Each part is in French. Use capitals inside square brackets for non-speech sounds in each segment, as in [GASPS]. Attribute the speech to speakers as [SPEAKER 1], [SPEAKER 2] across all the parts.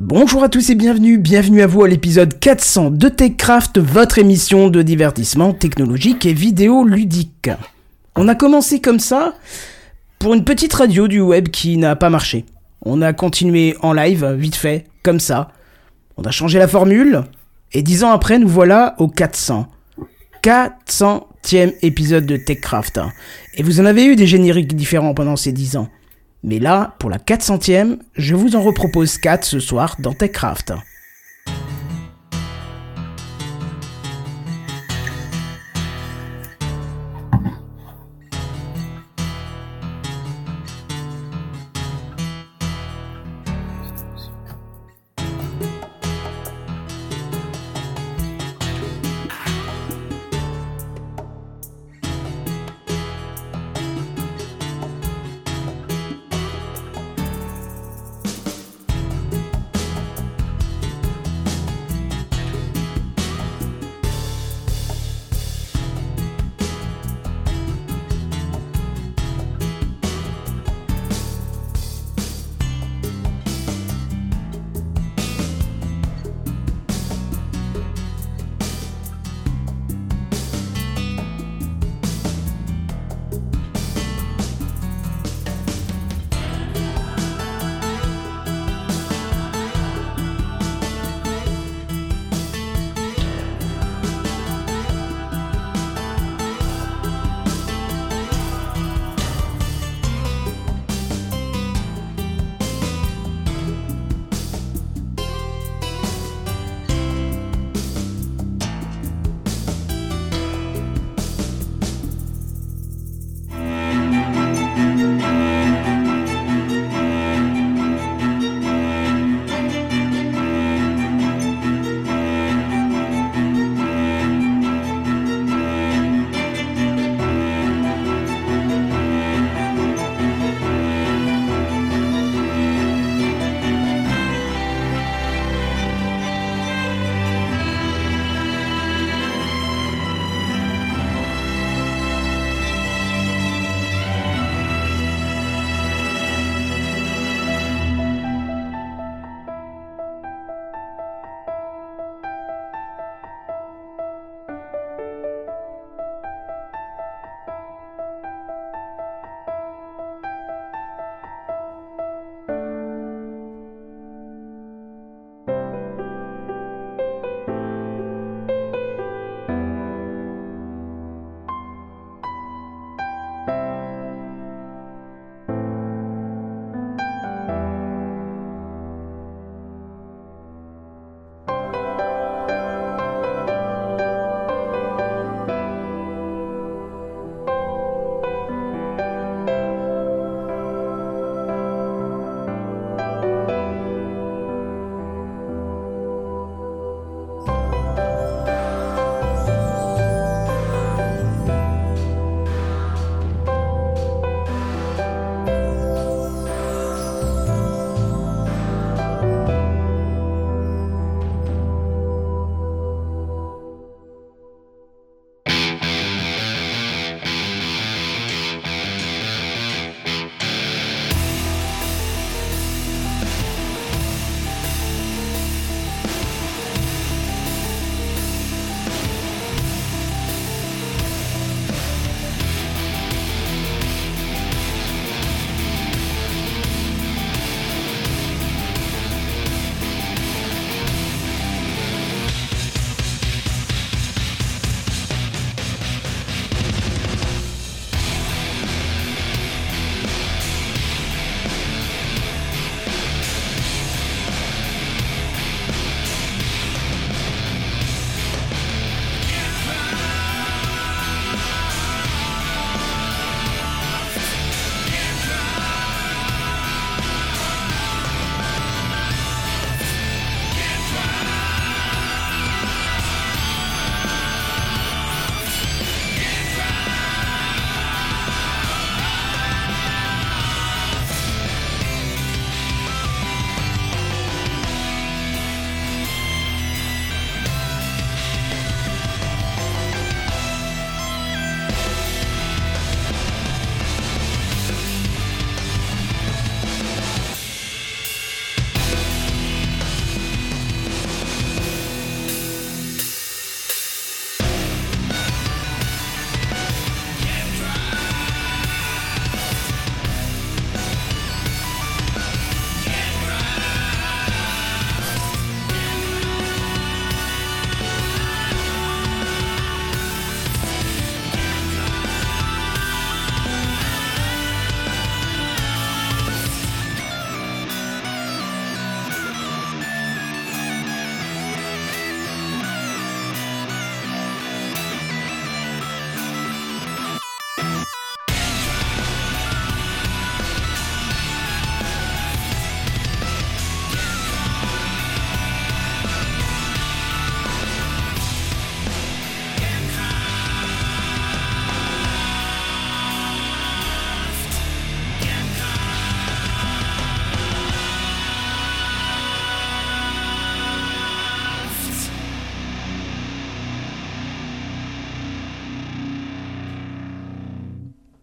[SPEAKER 1] Bonjour à tous et bienvenue, bienvenue à vous à l'épisode 400 de TechCraft, votre émission de divertissement technologique et vidéo ludique. On a commencé comme ça pour une petite radio du web qui n'a pas marché. On a continué en live, vite fait, comme ça. On a changé la formule et dix ans après nous voilà au 400. 400e épisode de TechCraft. Et vous en avez eu des génériques différents pendant ces dix ans. Mais là, pour la 400e, je vous en repropose 4 ce soir dans TechCraft.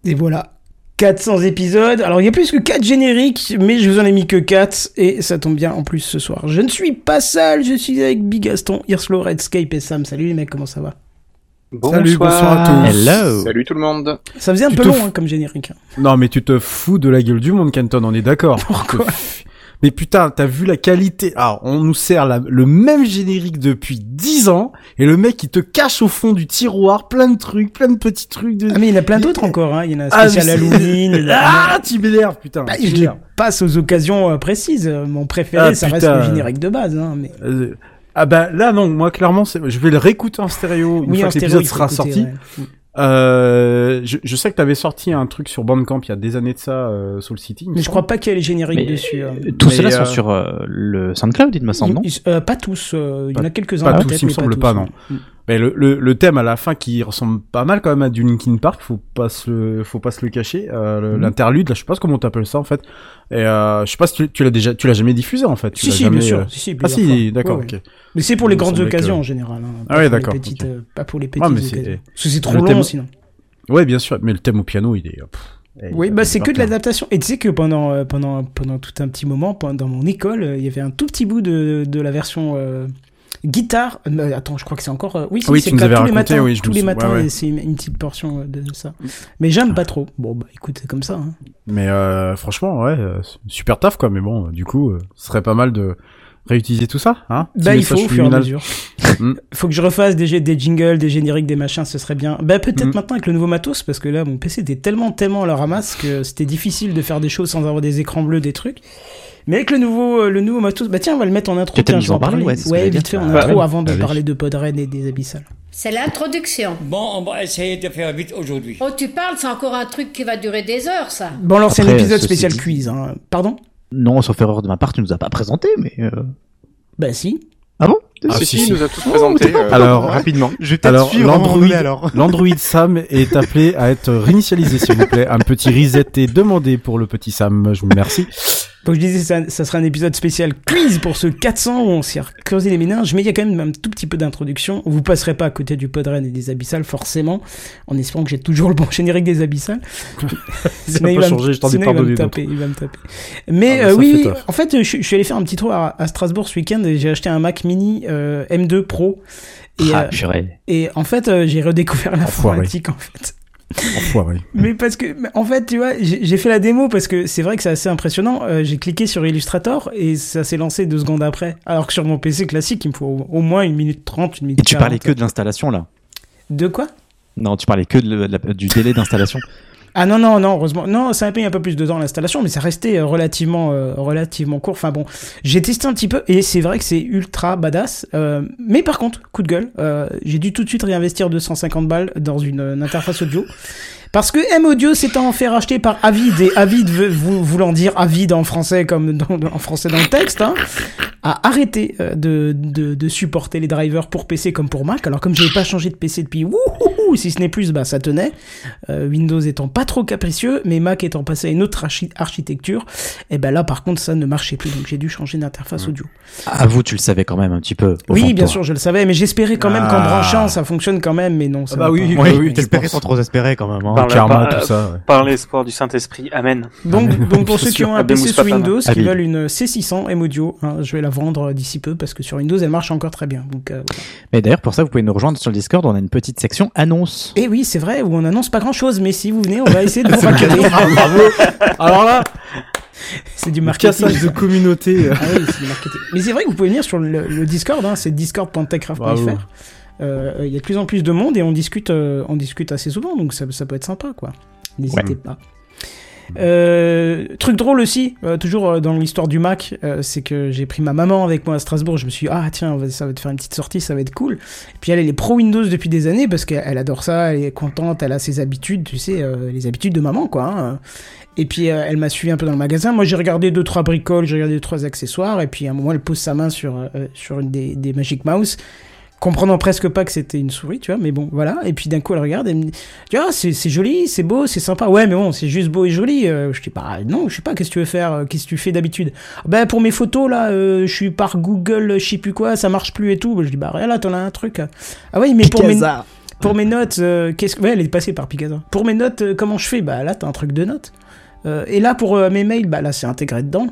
[SPEAKER 1] Et voilà. 400 épisodes. Alors, il y a plus que 4 génériques, mais je vous en ai mis que 4, et ça tombe bien en plus ce soir. Je ne suis pas sale, je suis avec Bigaston, Hirslo, Redscape et Sam. Salut les mecs, comment ça va
[SPEAKER 2] Salut, bonsoir à tous.
[SPEAKER 3] Hello.
[SPEAKER 4] Salut tout le monde.
[SPEAKER 1] Ça faisait un
[SPEAKER 2] Tu
[SPEAKER 1] peu
[SPEAKER 2] te
[SPEAKER 1] long
[SPEAKER 2] fous-
[SPEAKER 1] hein, comme générique. hein.
[SPEAKER 2] Non, mais tu te fous de la gueule du monde, Kenton, on est d'accord.
[SPEAKER 1] Pourquoi
[SPEAKER 2] Mais putain, t'as vu la qualité. Alors, on nous sert la- le même générique depuis 10 ans, et le mec, il te cache au fond du tiroir plein de trucs, plein de petits trucs. De...
[SPEAKER 1] Ah, mais il y en a plein d'autres encore, hein. il y en a un
[SPEAKER 2] Ah,
[SPEAKER 1] spécial
[SPEAKER 2] mais c'est- [LAUGHS]
[SPEAKER 1] Halloween. il y en a-
[SPEAKER 2] Ah, tu m'énerves, putain.
[SPEAKER 1] Bah,
[SPEAKER 2] tu
[SPEAKER 1] je les
[SPEAKER 2] m'énerves.
[SPEAKER 1] passe aux occasions euh, précises. Euh, Mon préféré,
[SPEAKER 2] Ah,
[SPEAKER 1] ça
[SPEAKER 2] putain.
[SPEAKER 1] reste le générique de base. Hein, mais...
[SPEAKER 2] Euh, ah bah là, non, moi, clairement, c'est- je vais le réécouter en stéréo une
[SPEAKER 1] en
[SPEAKER 2] fois que
[SPEAKER 1] stéréo,
[SPEAKER 2] l'épisode
[SPEAKER 1] il faut
[SPEAKER 2] sera
[SPEAKER 1] écouter,
[SPEAKER 2] sorti.
[SPEAKER 1] ouais.
[SPEAKER 2] Euh, je, je sais que t'avais sorti un truc sur Bandcamp il y a des années de ça, euh, Soul City. il me
[SPEAKER 1] Mais je
[SPEAKER 2] semble.
[SPEAKER 1] crois pas qu'il y ait les génériques
[SPEAKER 3] Mais,
[SPEAKER 1] dessus. hein.
[SPEAKER 3] euh, Tous
[SPEAKER 2] Mais,
[SPEAKER 3] ceux-là
[SPEAKER 2] euh,
[SPEAKER 3] sont sur euh, le SoundCloud, il me semble, non
[SPEAKER 1] Ils- ils- euh, pas tous, euh, il y en a quelques-uns.
[SPEAKER 2] pas
[SPEAKER 1] peut-être,
[SPEAKER 2] tous, il me
[SPEAKER 1] mais
[SPEAKER 2] semble
[SPEAKER 1] tous, hein.
[SPEAKER 2] pas, non.
[SPEAKER 1] ouais.
[SPEAKER 2] Mais le, le, le thème à la fin qui ressemble pas mal quand même à du Linkin Park, faut pas se le, faut pas se le cacher. euh, le-
[SPEAKER 3] Mhm.
[SPEAKER 2] L'interlude, là, je sais pas comment t'appelles ça en fait. Et euh, je sais pas si tu, tu l'as déjà, tu l'as jamais diffusé en fait. Tu
[SPEAKER 1] Si,
[SPEAKER 2] l'as
[SPEAKER 1] si,
[SPEAKER 2] jamais,
[SPEAKER 1] bien
[SPEAKER 2] euh,
[SPEAKER 1] sûr. Si, si,
[SPEAKER 2] Ah
[SPEAKER 1] plusieurs
[SPEAKER 2] si,
[SPEAKER 1] fois.
[SPEAKER 2] d'accord.
[SPEAKER 1] Ouais,
[SPEAKER 2] ok.
[SPEAKER 1] ouais. Mais c'est pour
[SPEAKER 2] Il
[SPEAKER 1] les
[SPEAKER 2] me
[SPEAKER 1] grandes
[SPEAKER 2] semblait que-
[SPEAKER 1] occasions en général. hein, pas
[SPEAKER 2] Ah ouais,
[SPEAKER 1] pour les
[SPEAKER 2] d'accord,
[SPEAKER 1] petites,
[SPEAKER 2] ok.
[SPEAKER 1] euh, Pas pour les petites
[SPEAKER 2] Ah, mais c'est-
[SPEAKER 1] occasions. Parce que c'est trop
[SPEAKER 2] le
[SPEAKER 1] long
[SPEAKER 2] thème-
[SPEAKER 1] sinon.
[SPEAKER 2] Ouais, bien sûr. Mais le thème au piano, il est. euh, pff, eh,
[SPEAKER 1] Oui,
[SPEAKER 2] il
[SPEAKER 1] bah
[SPEAKER 2] est
[SPEAKER 1] c'est que
[SPEAKER 2] hyper
[SPEAKER 1] de
[SPEAKER 2] clair.
[SPEAKER 1] l'adaptation. Et tu sais que pendant, euh, pendant, pendant tout un petit moment, pendant- dans mon école, euh, il y avait un tout petit bout de, de la version euh, guitare. Euh, attends, je crois que c'est encore. euh, oui, si,
[SPEAKER 2] Oui,
[SPEAKER 1] c'est
[SPEAKER 2] tu nous
[SPEAKER 1] que
[SPEAKER 2] avais
[SPEAKER 1] tous les
[SPEAKER 2] raconté,
[SPEAKER 1] matins.
[SPEAKER 2] oui, je
[SPEAKER 1] tous
[SPEAKER 2] me
[SPEAKER 1] les
[SPEAKER 2] sou-
[SPEAKER 1] matins,
[SPEAKER 2] ouais, Ah. ouais.
[SPEAKER 1] et c'est une, une petite portion euh, de ça. Mais j'aime pas trop. Bon, bah écoute, c'est comme ça. hein.
[SPEAKER 2] Mais euh, franchement, ouais, euh, super taf quoi. Mais bon, euh, du coup, euh, ce serait pas mal de réutiliser tout ça, hein Petit
[SPEAKER 1] Bah, il
[SPEAKER 2] message
[SPEAKER 1] faut au fur et à
[SPEAKER 2] subliminal.
[SPEAKER 1] mesure.
[SPEAKER 3] [LAUGHS] Hmm.
[SPEAKER 2] Mm.
[SPEAKER 1] faut que je refasse des, des jingles, des génériques, des machins, ce serait bien. Bah, peut-être
[SPEAKER 3] Hmm.
[SPEAKER 2] Mm.
[SPEAKER 1] maintenant avec le nouveau matos, parce que là, mon PC était tellement, tellement à la ramasse que c'était difficile de faire des choses sans avoir des écrans bleus, des trucs. Mais avec le nouveau, euh, le nouveau matos, bah tiens, on va le mettre en intro.
[SPEAKER 3] Peut-être
[SPEAKER 1] tiens,
[SPEAKER 3] nous
[SPEAKER 1] je vais
[SPEAKER 3] en parler, ouais, c'est ce que
[SPEAKER 1] Ouais,
[SPEAKER 3] j'allais
[SPEAKER 1] vite
[SPEAKER 3] dire.
[SPEAKER 1] fait, en
[SPEAKER 3] Bah,
[SPEAKER 1] intro
[SPEAKER 3] ouais.
[SPEAKER 1] avant de
[SPEAKER 3] Bah oui.
[SPEAKER 1] parler de Podren et des Abyssales.
[SPEAKER 5] C'est l'introduction.
[SPEAKER 6] Bon, on va essayer de faire vite aujourd'hui.
[SPEAKER 5] Oh, tu parles, c'est encore un truc qui va durer des heures, ça.
[SPEAKER 1] Bon, alors, c'est un
[SPEAKER 3] Après,
[SPEAKER 1] épisode
[SPEAKER 3] ceci
[SPEAKER 1] spécial
[SPEAKER 3] dit-
[SPEAKER 1] quiz, hein. Pardon
[SPEAKER 3] Non, sauf erreur de ma part, tu nous as pas présenté, mais. euh,
[SPEAKER 1] Bah, si.
[SPEAKER 3] Ah bon
[SPEAKER 2] Ah, si,
[SPEAKER 4] si, si,
[SPEAKER 2] si. Oh,
[SPEAKER 4] nous a tous présenté. euh,
[SPEAKER 2] Alors,
[SPEAKER 4] rapidement.
[SPEAKER 3] Je vais
[SPEAKER 2] Alors, l'Android, [LAUGHS] l'Android Sam est appelé à être réinitialisé, s'il vous plaît. Un petit reset est demandé pour le petit Sam. Je vous remercie.
[SPEAKER 1] Donc je disais, ça, ça sera un épisode spécial quiz pour ce 400 où on s'est creusé les méninges, mais il y a quand même un tout petit peu d'introduction. Vous passerez pas à côté du Podren et des Abyssales, forcément, en espérant que j'ai toujours le bon générique des Abyssales.
[SPEAKER 2] [LAUGHS] Ça
[SPEAKER 1] Sinon,
[SPEAKER 2] peut
[SPEAKER 1] il va me-
[SPEAKER 2] changer, je t'en ai
[SPEAKER 1] sinon, il va
[SPEAKER 2] pardonné
[SPEAKER 1] me
[SPEAKER 2] d'autres.
[SPEAKER 1] taper, il va me taper. Mais
[SPEAKER 2] Ah, mais
[SPEAKER 1] euh,
[SPEAKER 2] ça
[SPEAKER 1] oui,
[SPEAKER 2] fait
[SPEAKER 1] oui,
[SPEAKER 2] taf.
[SPEAKER 1] en fait, je, je suis allé faire un petit tour à, à Strasbourg ce week-end et j'ai acheté un Mac Mini euh, M2 Pro. Et,
[SPEAKER 3] Ah,
[SPEAKER 1] euh,
[SPEAKER 3] purée.
[SPEAKER 1] et en fait, euh, j'ai redécouvert l'informatique, en fait.
[SPEAKER 2] Enfoiré.
[SPEAKER 1] Mais parce que, mais en fait, tu vois, j'ai j'ai fait la démo parce que c'est vrai que c'est assez impressionnant. Euh, j'ai cliqué sur Illustrator et ça s'est lancé deux secondes après. Alors que sur mon PC classique, il me faut au, au moins une minute trente, une minute
[SPEAKER 3] Et tu parlais que
[SPEAKER 1] 40.
[SPEAKER 3] de l'installation, là
[SPEAKER 1] De quoi
[SPEAKER 3] Non, tu parlais que de la- de la- du délai d'installation.
[SPEAKER 1] Ah non, non, non, heureusement. Non, ça a pris un peu plus de temps l'installation, mais ça restait euh, relativement, euh, relativement court. Enfin bon, j'ai testé un petit peu et c'est vrai que c'est ultra badass. Euh, mais par contre, coup de gueule, euh, j'ai dû tout de suite réinvestir 250 balles dans une, euh, une interface audio. Parce que M-Audio s'étant fait racheter par Avid, et Avid veut- vou- voulant dire Avid en français comme dans- dans- en français dans le texte, hein, a arrêté euh, de, de, de supporter les drivers pour PC comme pour Mac. Alors comme j'avais pas changé de PC depuis, wouhouhou, si ce n'est plus, bah ça tenait. Euh, Windows étant pas trop capricieux, mais Mac étant passé à une autre archi- architecture, et ben là par contre ça ne marchait plus, donc j'ai dû changer d'interface audio.
[SPEAKER 3] Avoue, tu le savais quand même un petit peu. au fond
[SPEAKER 1] Oui,
[SPEAKER 3] de
[SPEAKER 1] bien
[SPEAKER 3] toi.
[SPEAKER 1] sûr, je le savais, mais j'espérais quand même qu'en
[SPEAKER 2] Ah.
[SPEAKER 1] branchant ça fonctionne quand même, mais non. Ça
[SPEAKER 2] Ah bah
[SPEAKER 1] va
[SPEAKER 2] oui,
[SPEAKER 1] pas.
[SPEAKER 2] [LAUGHS]
[SPEAKER 3] Oui,
[SPEAKER 2] oui,
[SPEAKER 3] t'espérais
[SPEAKER 2] je pense.
[SPEAKER 3] sans trop espérer quand même. hein.
[SPEAKER 7] Par là,
[SPEAKER 2] Karma,
[SPEAKER 7] par-
[SPEAKER 2] tout ça. ouais.
[SPEAKER 7] Par l'espoir du Saint-Esprit, Amen.
[SPEAKER 1] Donc, donc pour
[SPEAKER 2] bien
[SPEAKER 1] ceux qui
[SPEAKER 2] Ah, sûr.
[SPEAKER 1] ont un
[SPEAKER 7] Abemus
[SPEAKER 1] PC sous
[SPEAKER 7] Papam.
[SPEAKER 1] Windows,
[SPEAKER 2] Ah
[SPEAKER 1] qui
[SPEAKER 3] Habile.
[SPEAKER 1] veulent une C600 M Audio, hein, je vais la vendre d'ici peu parce que sur Windows elle marche encore très bien. Donc, euh, voilà.
[SPEAKER 3] Mais d'ailleurs, pour ça, vous pouvez nous rejoindre sur le Discord. On a une petite section annonce.
[SPEAKER 1] Et Eh oui, c'est vrai, où on n'annonce pas grand chose, mais si vous venez, on va
[SPEAKER 2] [LAUGHS]
[SPEAKER 1] essayer de vous raconter.
[SPEAKER 2] Bravo. Alors là,
[SPEAKER 1] C'est du
[SPEAKER 2] le
[SPEAKER 1] marketing.
[SPEAKER 2] cassage de communauté.
[SPEAKER 1] Ah oui, c'est du marketing. Mais c'est vrai que vous pouvez venir sur le, le Discord, hein, c'est discord.techcraft.fr.
[SPEAKER 2] Bravo.
[SPEAKER 1] Euh, euh, Il y a de plus en plus de monde et on discute, euh, on discute assez souvent, donc ça, ça peut être sympa, quoi. N'hésitez
[SPEAKER 2] Ouais.
[SPEAKER 1] pas. Euh, truc drôle aussi, euh, toujours euh, dans l'histoire du Mac, euh, c'est que j'ai pris ma maman avec moi à Strasbourg. Je me suis dit, ah tiens, on va- ça va te faire une petite sortie, ça va être cool. Et puis elle, elle est pro Windows depuis des années parce qu'elle elle adore ça, elle est contente, elle a ses habitudes, tu sais, euh, les habitudes de maman, quoi. hein. Et puis euh, elle m'a suivi un peu dans le magasin. Moi j'ai regardé deux trois bricoles, j'ai regardé deux trois accessoires. Et puis à un moment elle pose sa main sur euh, sur une des, des Magic Mouse, comprenant presque pas que c'était une souris, tu vois. Mais bon voilà. Et puis d'un coup elle regarde et me dit, tu vois c'est c'est joli, c'est beau, c'est sympa. Ouais mais bon c'est juste beau et joli. Euh, je dis bah non je sais pas qu'est-ce que tu veux faire, euh, qu'est-ce que tu fais d'habitude. Ben pour mes photos là, euh, je suis bah, par Google, je sais plus quoi, ça marche plus et tout. Ben, je dis bah regarde là t'en as un truc. Ah oui mais pour mes Pour mes notes, euh, qu'est-ce que. Ouais, elle est passée par Picasa. Pour mes notes, euh, comment je fais Bah là, t'as un truc de notes. Euh, et là, pour euh, mes mails, bah là, c'est intégré dedans.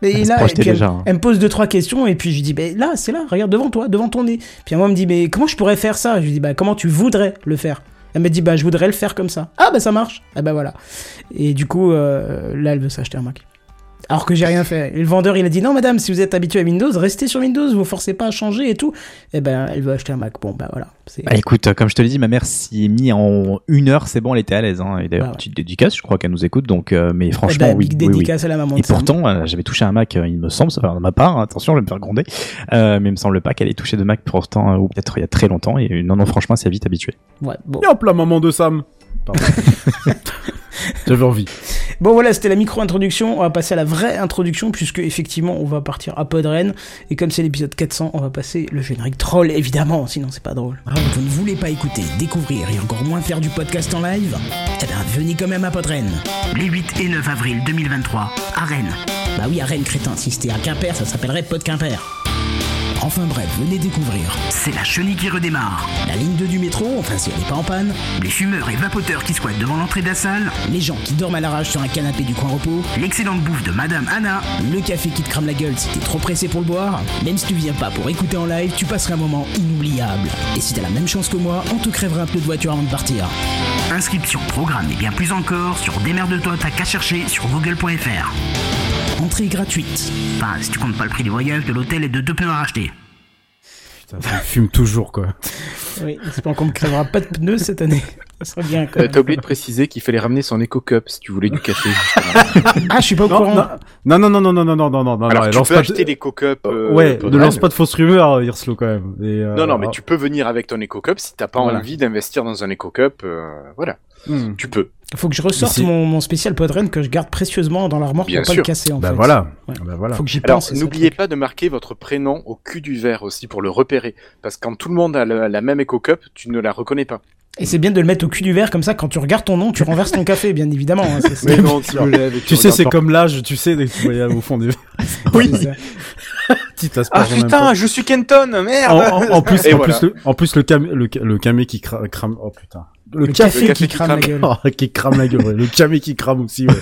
[SPEAKER 1] Et,
[SPEAKER 3] Elle se
[SPEAKER 1] là,
[SPEAKER 3] projetait
[SPEAKER 1] puis elle-
[SPEAKER 3] déjà, hein.
[SPEAKER 1] elle me pose deux trois questions et puis je lui dis ben là c'est là regarde devant toi devant ton nez puis moi elle me dit mais comment je pourrais faire ça je lui dis bah comment tu voudrais le faire elle me dit bah je voudrais le faire comme ça ah bah ça marche ah bah voilà et du coup euh, là elle veut s'acheter un Mac alors que j'ai rien fait Et le vendeur il a dit non madame si vous êtes habitué à Windows restez sur Windows vous forcez pas à changer et tout et ben elle veut acheter un Mac bon bah voilà c'est
[SPEAKER 3] Bah écoute, euh, comme je te l'ai dit, ma mère s'y est mise en une heure, c'est bon, elle était à l'aise. hein. Et d'ailleurs,
[SPEAKER 1] Ah ouais.
[SPEAKER 3] petite dédicace, je crois qu'elle nous écoute, donc, euh, mais
[SPEAKER 1] Eh
[SPEAKER 3] franchement,
[SPEAKER 1] ben,
[SPEAKER 3] oui,
[SPEAKER 1] big
[SPEAKER 3] oui, oui.
[SPEAKER 1] dédicace à la maman
[SPEAKER 3] Et
[SPEAKER 1] de Sam.
[SPEAKER 3] pourtant, euh, j'avais touché un Mac, euh, il me semble, enfin, de ma part, hein, attention, je vais me faire gronder, euh, mais il me semble pas qu'elle ait touché de Mac pourtant, euh, ou peut-être il y a très longtemps, et euh, non, non, franchement, c'est vite habitué.
[SPEAKER 1] Ouais, bon.
[SPEAKER 2] Et hop, la maman de Sam. Pardon. [LAUGHS] J'avais envie.
[SPEAKER 1] Bon voilà, c'était la micro-introduction, on va passer à la vraie introduction, puisque effectivement on va partir à Podren, et comme c'est l'épisode 400, on va passer le générique troll, évidemment, sinon c'est pas drôle. Ah, Vous ne voulez pas écouter, découvrir et encore moins faire du podcast en live Eh ben venez quand même à Podren, les 8 et 9 avril 2023, à Rennes. Bah oui, à Rennes, crétin, si c'était à Quimper, ça s'appellerait Pod Quimper. Enfin bref, venez découvrir.
[SPEAKER 4] C'est la chenille qui redémarre.
[SPEAKER 1] La ligne 2 du métro, enfin si elle n'est pas en panne,
[SPEAKER 4] Les fumeurs et vapoteurs qui squattent devant l'entrée de la salle.
[SPEAKER 1] les gens qui dorment à l'arrache sur un canapé du coin repos,
[SPEAKER 4] L'excellente bouffe de Madame Anna.
[SPEAKER 1] Le café qui te crame la gueule si t'es trop pressé pour le boire, même si tu viens pas pour écouter en live, tu passeras un moment inoubliable. Et si t'as la même chance que moi, on te crèvera un peu de voiture avant de partir.
[SPEAKER 4] Inscription, programme et bien plus encore sur démerde-toi, t'as qu'à chercher sur google.fr.
[SPEAKER 1] Entrée gratuite.
[SPEAKER 4] Enfin, si tu comptes pas le prix du voyage, de l'hôtel et de deux pneus à racheter.
[SPEAKER 2] Putain, ça me fume toujours, quoi.
[SPEAKER 1] Oui, j'espère qu'on ne crèvera pas de pneus cette année. [LAUGHS] Ça serait bien quand
[SPEAKER 8] Euh, T'as oublié de préciser qu'il fallait ramener son Eco Cup si tu voulais du café.
[SPEAKER 2] [LAUGHS]
[SPEAKER 8] justement.
[SPEAKER 1] Ah, je suis pas au courant.
[SPEAKER 2] Non, non, non, non, non, non, non, non, non, non.
[SPEAKER 8] Alors,
[SPEAKER 2] non,
[SPEAKER 8] tu
[SPEAKER 2] lance
[SPEAKER 8] peux
[SPEAKER 2] pas
[SPEAKER 8] acheter
[SPEAKER 2] de... Oh,
[SPEAKER 8] l'Eco Cup. euh,
[SPEAKER 2] Ouais,
[SPEAKER 8] Podren.
[SPEAKER 2] ne lance pas de fausses rumeurs, euh, Hirslo, quand même. Et, euh,
[SPEAKER 8] Non, non, mais tu peux venir avec ton Eco Cup si t'as pas
[SPEAKER 2] Voilà.
[SPEAKER 8] envie d'investir dans un Eco Cup. euh, voilà,
[SPEAKER 2] Hmm.
[SPEAKER 8] tu peux.
[SPEAKER 1] Faut que je ressorte
[SPEAKER 2] Ici.
[SPEAKER 1] mon, mon spécial podren que je garde précieusement dans l'armoire pour
[SPEAKER 8] Bien
[SPEAKER 1] pas le
[SPEAKER 8] sûr.
[SPEAKER 1] casser en
[SPEAKER 2] Bah
[SPEAKER 1] fait.
[SPEAKER 2] voilà.
[SPEAKER 1] Ouais.
[SPEAKER 2] Bah voilà.
[SPEAKER 1] Faut que j'y
[SPEAKER 8] Alors,
[SPEAKER 1] pense. c'est ça, le
[SPEAKER 8] n'oubliez
[SPEAKER 1] truc.
[SPEAKER 8] pas de marquer votre prénom au cul du verre aussi pour le repérer. Parce que quand tout le monde a la, la même Eco Cup, tu ne la reconnais pas.
[SPEAKER 1] Et c'est bien de le mettre au cul du verre comme ça. Quand tu regardes ton nom, tu renverses ton café, bien évidemment. hein, c'est- c'est-
[SPEAKER 8] Mais
[SPEAKER 2] [LAUGHS]
[SPEAKER 8] non, tu le lèves et
[SPEAKER 2] Tu sais,
[SPEAKER 8] regardes
[SPEAKER 2] c'est
[SPEAKER 8] pas.
[SPEAKER 2] comme l'âge, tu sais, dès que tu voyais au fond des [LAUGHS]
[SPEAKER 1] c'est ça.
[SPEAKER 2] petites aspects.
[SPEAKER 8] Ah putain, je suis Kenton,
[SPEAKER 2] en,
[SPEAKER 8] merde
[SPEAKER 2] en- en
[SPEAKER 7] [LAUGHS]
[SPEAKER 2] plus,
[SPEAKER 8] Et
[SPEAKER 2] en,
[SPEAKER 8] voilà.
[SPEAKER 2] plus le, en plus, le cam, le, ca- le camé qui cra- crame, oh putain.
[SPEAKER 1] Le, café,
[SPEAKER 8] café
[SPEAKER 1] qui
[SPEAKER 8] qui
[SPEAKER 1] crame la gueule.
[SPEAKER 2] Oh, [LAUGHS] qui crame la gueule, ouais. Le camé qui crame
[SPEAKER 1] [LAUGHS]
[SPEAKER 2] aussi, ouais.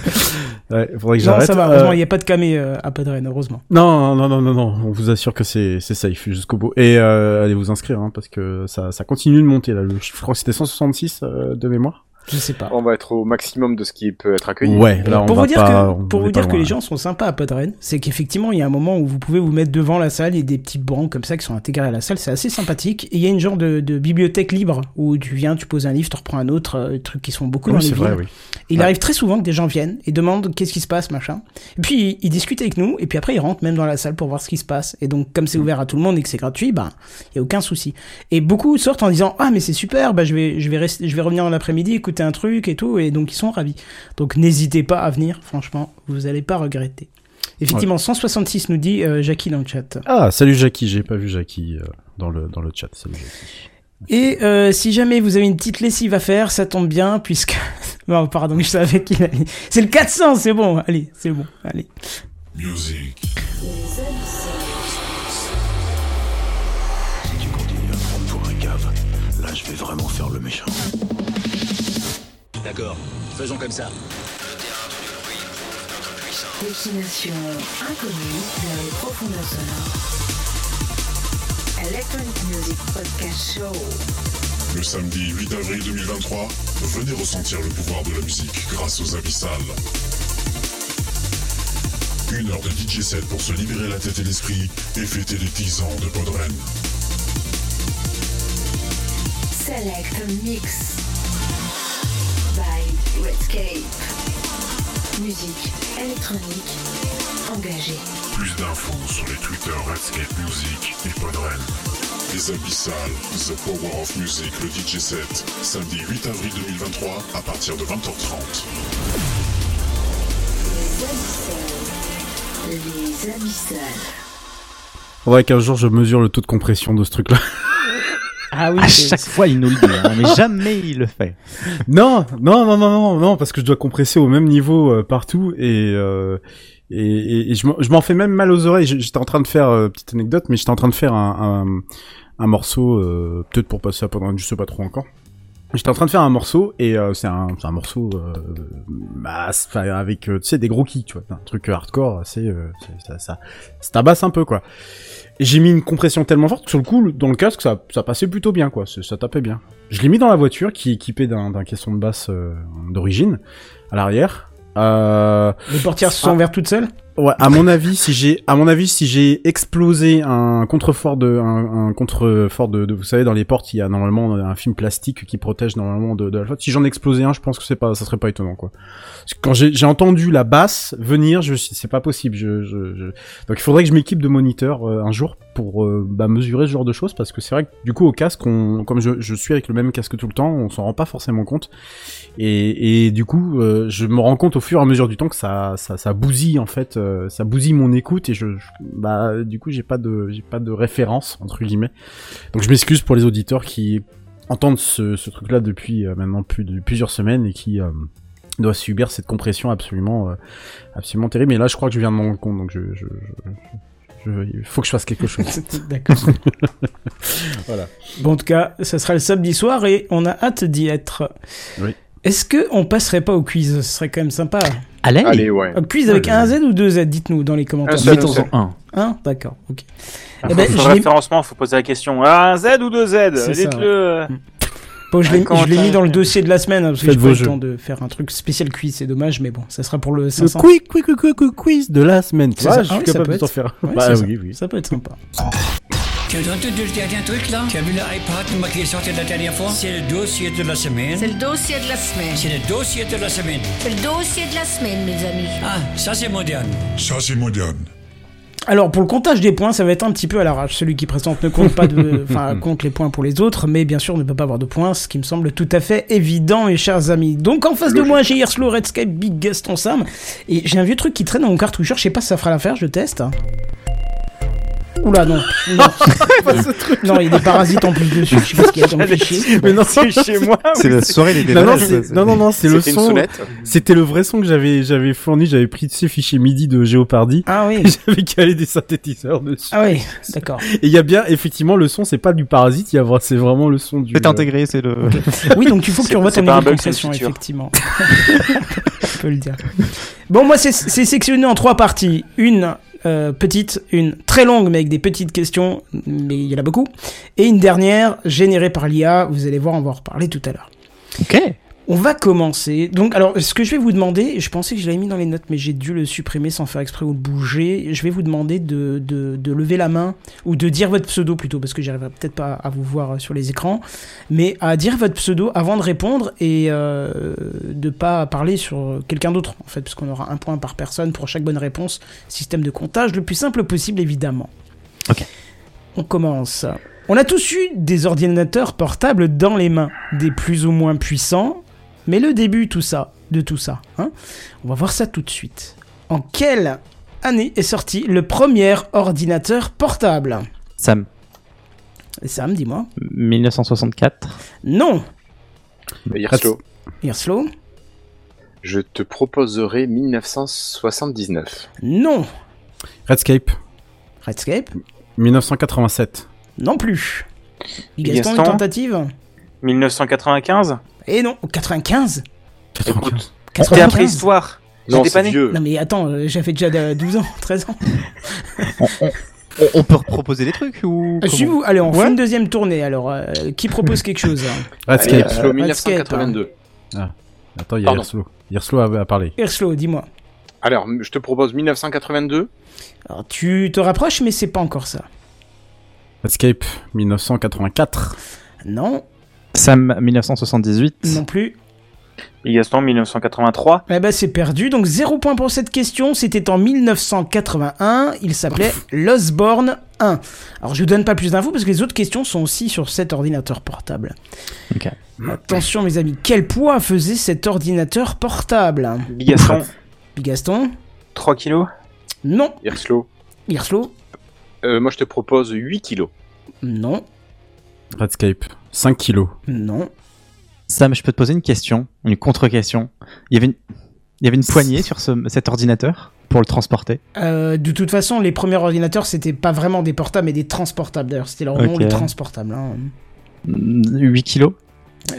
[SPEAKER 2] Ouais, faudrait que
[SPEAKER 1] Non,
[SPEAKER 2] j'arrête.
[SPEAKER 1] ça va.
[SPEAKER 2] Euh,
[SPEAKER 1] Heureusement, il n'y a pas de camé euh, à Podren, heureusement.
[SPEAKER 2] non, non, non, non, non, on vous assure que c'est, c'est safe jusqu'au bout. Et, euh, allez vous inscrire, hein, parce que ça, ça continue de monter, là. Le- Je crois que c'était 166, euh, de mémoire.
[SPEAKER 1] Je sais pas.
[SPEAKER 8] On va être au maximum de ce qui peut être accueilli.
[SPEAKER 2] Ouais, là, on
[SPEAKER 1] pour
[SPEAKER 2] va
[SPEAKER 1] vous dire
[SPEAKER 2] pas-
[SPEAKER 1] que,
[SPEAKER 2] on
[SPEAKER 1] pour
[SPEAKER 2] est
[SPEAKER 1] vous
[SPEAKER 2] pas
[SPEAKER 1] dire que
[SPEAKER 2] loin,
[SPEAKER 1] les
[SPEAKER 2] là.
[SPEAKER 1] gens sont sympas à Podren, c'est qu'effectivement, il y a un moment où vous pouvez vous mettre devant la salle, il y a des petits bancs comme ça qui sont intégrés à la salle, c'est assez sympathique. Et il y a une genre de, de bibliothèque libre où tu viens, tu poses un livre, tu reprends un autre, euh, trucs qui sont beaucoup
[SPEAKER 2] Oui,
[SPEAKER 1] dans les
[SPEAKER 2] c'est
[SPEAKER 1] villes.
[SPEAKER 2] vrai, oui.
[SPEAKER 1] Et il
[SPEAKER 2] Ouais.
[SPEAKER 1] arrive très souvent que des gens viennent et demandent qu'est-ce qui se passe, machin. Et puis ils discutent avec nous, et puis après ils rentrent même dans la salle pour voir ce qui se passe. Et donc, comme c'est ouvert à tout le monde et que c'est gratuit, bah, il y a aucun souci. Et beaucoup sortent en disant Ah, mais c'est super, bah, je vais, je vais, rester, je vais revenir dans l'après-midi, écouter un truc et tout, et donc ils sont ravis. Donc n'hésitez pas à venir, franchement, vous allez pas regretter. Effectivement, 166 nous dit euh, Jackie dans le chat.
[SPEAKER 2] Ah, salut Jackie, j'ai pas vu Jackie, euh, dans le, dans le chat. Salut Jackie.
[SPEAKER 1] Et euh, si jamais vous avez une petite lessive à faire, ça tombe bien, puisque... [LAUGHS] Non, pardon, je savais qu'il allait... C'est le 400, c'est bon, allez, c'est bon, allez.
[SPEAKER 9] Destination inconnue vers les profondeurs sonores. Electronic Music Podcast Show.
[SPEAKER 10] Le samedi 8 avril 2023, venez ressentir le pouvoir de la musique grâce aux abyssales. Une heure de DJ set pour se libérer la tête et l'esprit et fêter les 10 ans de Podren.
[SPEAKER 9] Select and Mix. By Redscape. Musique électronique engagée.
[SPEAKER 10] Plus d'infos sur les Twitter Redscape Music et Podren. Les abyssales, The Power of Music, le DJ set, samedi 8 avril 2023 à partir de 20h30.
[SPEAKER 9] Les abyssales.
[SPEAKER 2] Faudrait qu'un jour je mesure le taux de compression de ce truc-là.
[SPEAKER 1] Ah oui,
[SPEAKER 3] À
[SPEAKER 1] c'est-
[SPEAKER 3] chaque fois, il nous le dit, hein,
[SPEAKER 1] [LAUGHS]
[SPEAKER 3] mais jamais il le fait.
[SPEAKER 2] [LAUGHS] Non, non, non, non, non, non, parce que je dois compresser au même niveau euh, partout et euh, Et, et- et je m'en- je m'en fais même mal aux oreilles. J'- J'étais en train de faire euh, petite anecdote, mais j'étais en train de faire un, un, un morceau euh, peut-être pour passer à pendant, je sais pas trop encore. J'étais en train de faire un morceau et euh, c'est un, c'est un morceau euh, bah, c'est- enfin, avec euh, tu sais des gros kicks, tu vois, un truc hardcore, assez, euh, c'est ça, ça, ça tabasse un peu quoi. Et J'ai mis une compression tellement forte que sur le coup, le- dans le casque, ça, ça passait plutôt bien quoi, ça ça tapait bien. Je l'ai mis dans la voiture qui est équipée d'un d'un caisson de basse euh, d'origine à l'arrière. Euh,
[SPEAKER 1] Les portières se sont
[SPEAKER 2] Ah.
[SPEAKER 1] ouvertes toutes
[SPEAKER 2] [LAUGHS]
[SPEAKER 1] seules
[SPEAKER 2] Ouais, à mon avis, si j'ai, à mon avis, si j'ai explosé un contrefort de, un, un contrefort de, de- vous savez, dans les portes, il y a normalement un film plastique qui protège normalement de, de la faute. Si j'en ai explosé un, je pense que c'est pas, ça serait pas étonnant, quoi. Parce que quand j'ai, j'ai entendu la basse venir, je, me suis dit, c'est pas possible. Je, je, je- Donc il faudrait que je m'équipe de moniteurs euh, un jour pour euh, bah, mesurer ce genre de choses, parce que c'est vrai que du coup au casque, on, comme je, je suis avec le même casque tout le temps, on s'en rend pas forcément compte. Et, et du coup, euh, je me rends compte au fur et à mesure du temps que ça, ça, ça bousille en fait, euh, ça bousille mon écoute et je, je- bah, du coup, j'ai pas de, j'ai pas de référence entre guillemets. Donc, je m'excuse pour les auditeurs qui entendent ce, ce truc-là depuis euh, maintenant plus de plusieurs semaines et qui euh, doivent subir cette compression absolument, euh, absolument terrible. Mais là, je crois que je viens de m'en rendre compte, donc je, je, je- je- il faut que je fasse
[SPEAKER 1] [LAUGHS]
[SPEAKER 2] quelque chose.
[SPEAKER 1] D'accord.
[SPEAKER 2] [LAUGHS] Voilà.
[SPEAKER 1] Bon, en tout cas, ça sera le samedi soir et on a hâte d'y être.
[SPEAKER 2] Oui.
[SPEAKER 1] Est-ce que on passerait pas au quiz Ce serait quand même sympa.
[SPEAKER 3] Allez,
[SPEAKER 8] Allez, ouais.
[SPEAKER 1] Un quiz avec un Z ou deux Z Dites-nous dans les commentaires.
[SPEAKER 8] Un seul, un
[SPEAKER 3] mettons-en
[SPEAKER 8] seul.
[SPEAKER 3] un.
[SPEAKER 1] Hein D'accord, ok.
[SPEAKER 7] Pour
[SPEAKER 1] Eh ben,
[SPEAKER 7] le
[SPEAKER 1] je l'ai-
[SPEAKER 7] référencement, faut poser la question. Ah, un Z ou deux Z
[SPEAKER 1] C'est ça,
[SPEAKER 7] Dites-le.
[SPEAKER 1] Bon, je l'ai,
[SPEAKER 7] Comment
[SPEAKER 1] je l'ai
[SPEAKER 7] ça
[SPEAKER 1] mis dans le dossier de la semaine, hein, parce que
[SPEAKER 2] Faites
[SPEAKER 1] j'ai pas
[SPEAKER 2] vos
[SPEAKER 1] eu le
[SPEAKER 2] jeux.
[SPEAKER 1] temps de faire un truc spécial quiz, c'est dommage, mais bon, ça sera pour le
[SPEAKER 2] Le
[SPEAKER 1] 500.
[SPEAKER 2] quiz, quiz, quiz, quiz, quiz, quiz de la semaine.
[SPEAKER 1] C'est
[SPEAKER 2] Ouais,
[SPEAKER 1] ça.
[SPEAKER 2] je
[SPEAKER 1] Ah
[SPEAKER 2] suis
[SPEAKER 1] oui, ça
[SPEAKER 2] capable
[SPEAKER 1] peut
[SPEAKER 2] de t'en
[SPEAKER 1] être.
[SPEAKER 2] faire. un.
[SPEAKER 1] Ouais,
[SPEAKER 2] Bah
[SPEAKER 1] c'est ça.
[SPEAKER 2] oui, oui.
[SPEAKER 1] Ça peut être sympa.
[SPEAKER 6] Tu as entendu le dernier truc là Tu as vu le iPad qui est sorti la dernière fois C'est le dossier de la semaine.
[SPEAKER 9] C'est le dossier de la semaine.
[SPEAKER 6] C'est le dossier de la semaine.
[SPEAKER 9] C'est le dossier de la semaine, mes amis.
[SPEAKER 6] Ah, ça c'est moderne.
[SPEAKER 10] Ça, c'est moderne.
[SPEAKER 1] Alors, pour le comptage des points, ça va être un petit peu à l'arrache. Celui qui présente ne compte pas
[SPEAKER 2] [LAUGHS]
[SPEAKER 1] de, enfin, compte les points pour les autres, mais bien sûr ne peut pas avoir de points, ce qui me semble tout à fait évident, mes chers amis. Donc, en face de moi, j'ai Hirslo, Redscape, Big Gaston Sam, et j'ai un vieux truc qui traîne dans mon cartoucheur, je sais pas si ça fera l'affaire, je teste. Oula,
[SPEAKER 2] [LAUGHS]
[SPEAKER 1] non. Non, non il y a des parasites en plus dessus, je sais pas ce qu'il y a dans
[SPEAKER 2] [LAUGHS]
[SPEAKER 1] le fichier.
[SPEAKER 2] Mais non, c'est
[SPEAKER 7] Chez moi,
[SPEAKER 3] Ah C'est la soirée des
[SPEAKER 2] Non, non,
[SPEAKER 3] déballages,
[SPEAKER 2] c'est-
[SPEAKER 3] ça,
[SPEAKER 2] non, non, non, c'est le
[SPEAKER 8] C'était une
[SPEAKER 2] son.
[SPEAKER 8] sonnette.
[SPEAKER 2] C'était le vrai son que j'avais, j'avais fourni. J'avais pris de ces fichiers MIDI de Géopardy. [LAUGHS]
[SPEAKER 1] Ah oui.
[SPEAKER 2] et J'avais calé des synthétiseurs dessus.
[SPEAKER 1] Ah oui, d'accord.
[SPEAKER 2] Et il y a bien, effectivement, le son, c'est pas du parasite. Il y a, vra- c'est vraiment le son du. euh,
[SPEAKER 3] C'est euh, intégré, c'est le.
[SPEAKER 1] Oui, donc il faut que tu
[SPEAKER 7] C'est-
[SPEAKER 1] revoies
[SPEAKER 7] c'est
[SPEAKER 1] ton
[SPEAKER 7] pas
[SPEAKER 1] niveau
[SPEAKER 7] un
[SPEAKER 1] de
[SPEAKER 7] bug, c'est une
[SPEAKER 1] concentration,
[SPEAKER 7] feature.
[SPEAKER 1] effectivement. On peut le dire. Bon, moi, c'est c'est sectionné en trois parties. Une euh, petite, une très longue, mais avec des petites questions, mais il y en a beaucoup. Et une dernière, générée par l'IA. Vous allez voir, on va en reparler tout à l'heure.
[SPEAKER 3] Ok.
[SPEAKER 1] On va commencer. Donc, alors, ce que je vais vous demander, je pensais que je l'avais mis dans les notes, mais j'ai dû le supprimer sans faire exprès ou le bouger. Je vais vous demander de, de, de lever la main, ou de dire votre pseudo plutôt, parce que j'arriverai peut-être pas à vous voir euh, sur les écrans, mais à dire votre pseudo avant de répondre et euh, de pas parler sur quelqu'un d'autre, en fait, parce qu'on aura un point par personne pour chaque bonne réponse. Système de comptage le plus simple possible, évidemment.
[SPEAKER 3] Ok.
[SPEAKER 1] On commence. On a tous eu des ordinateurs portables dans les mains, des plus ou moins puissants, mais le début tout ça, de tout ça, hein, on va voir ça tout de suite. En quelle année est sorti le premier ordinateur portable
[SPEAKER 3] Sam,
[SPEAKER 1] Sam, dis-moi.
[SPEAKER 3] 1964.
[SPEAKER 1] Non
[SPEAKER 8] Hirslo,
[SPEAKER 1] Hirslo
[SPEAKER 8] je te proposerai 1979.
[SPEAKER 1] Non
[SPEAKER 2] Redscape.
[SPEAKER 1] Redscape
[SPEAKER 2] 1987.
[SPEAKER 1] Non plus
[SPEAKER 7] Gaston.
[SPEAKER 1] Gaston, une tentative
[SPEAKER 7] 1995
[SPEAKER 1] Et non 95
[SPEAKER 2] 95.
[SPEAKER 7] C'était après
[SPEAKER 1] 95
[SPEAKER 7] histoire.
[SPEAKER 8] Non,
[SPEAKER 7] J'étais pas
[SPEAKER 8] c'est
[SPEAKER 7] né.
[SPEAKER 8] vieux.
[SPEAKER 1] Non mais attends, euh, j'avais déjà de- 12 ans, [LAUGHS] 13 ans.
[SPEAKER 3] On, on- on- on peut reproposer des trucs ou.
[SPEAKER 1] Ah,
[SPEAKER 3] comment
[SPEAKER 1] si vous, allez, on fait
[SPEAKER 3] Ouais.
[SPEAKER 1] une deuxième tournée. Alors, euh, qui propose quelque chose hein
[SPEAKER 8] Allez,
[SPEAKER 2] Redscape.
[SPEAKER 8] Hirslo,
[SPEAKER 1] euh,
[SPEAKER 8] 1982.
[SPEAKER 2] Attends, il y a
[SPEAKER 8] Pardon.
[SPEAKER 2] Hirslo. Hirslo a, a parlé.
[SPEAKER 1] Hirslo, dis-moi.
[SPEAKER 8] Alors, je te propose 1982.
[SPEAKER 1] Alors, tu te rapproches, mais c'est pas encore ça.
[SPEAKER 2] Redscape. 1984.
[SPEAKER 1] Non,
[SPEAKER 3] Sam, 1978.
[SPEAKER 1] non plus.
[SPEAKER 7] Big Gaston, 1983.
[SPEAKER 1] Eh ben, c'est perdu. Donc, zéro point pour cette question. C'était en 1981. Il s'appelait l'Osborne 1. Alors, je vous donne pas plus d'infos parce que les autres questions sont aussi sur cet ordinateur portable.
[SPEAKER 3] Ok.
[SPEAKER 1] Attention, mes amis. Quel poids faisait cet ordinateur portable
[SPEAKER 7] Big Gaston,
[SPEAKER 1] Bigaston
[SPEAKER 7] 3 kilos.
[SPEAKER 1] Non.
[SPEAKER 8] Hirslo,
[SPEAKER 1] Hirslo
[SPEAKER 8] euh, moi je te propose 8 kilos.
[SPEAKER 1] Non.
[SPEAKER 2] Redscape. 5 kilos.
[SPEAKER 1] Non.
[SPEAKER 3] Sam, je peux te poser une question, une contre-question. Il y avait une, il y avait une poignée sur ce- cet ordinateur pour le transporter.
[SPEAKER 1] Euh, de toute façon, les premiers ordinateurs, c'était pas vraiment des portables, mais des transportables. D'ailleurs, c'était leur nom,
[SPEAKER 3] Ok.
[SPEAKER 1] les transportables. hein.
[SPEAKER 3] 8 kilos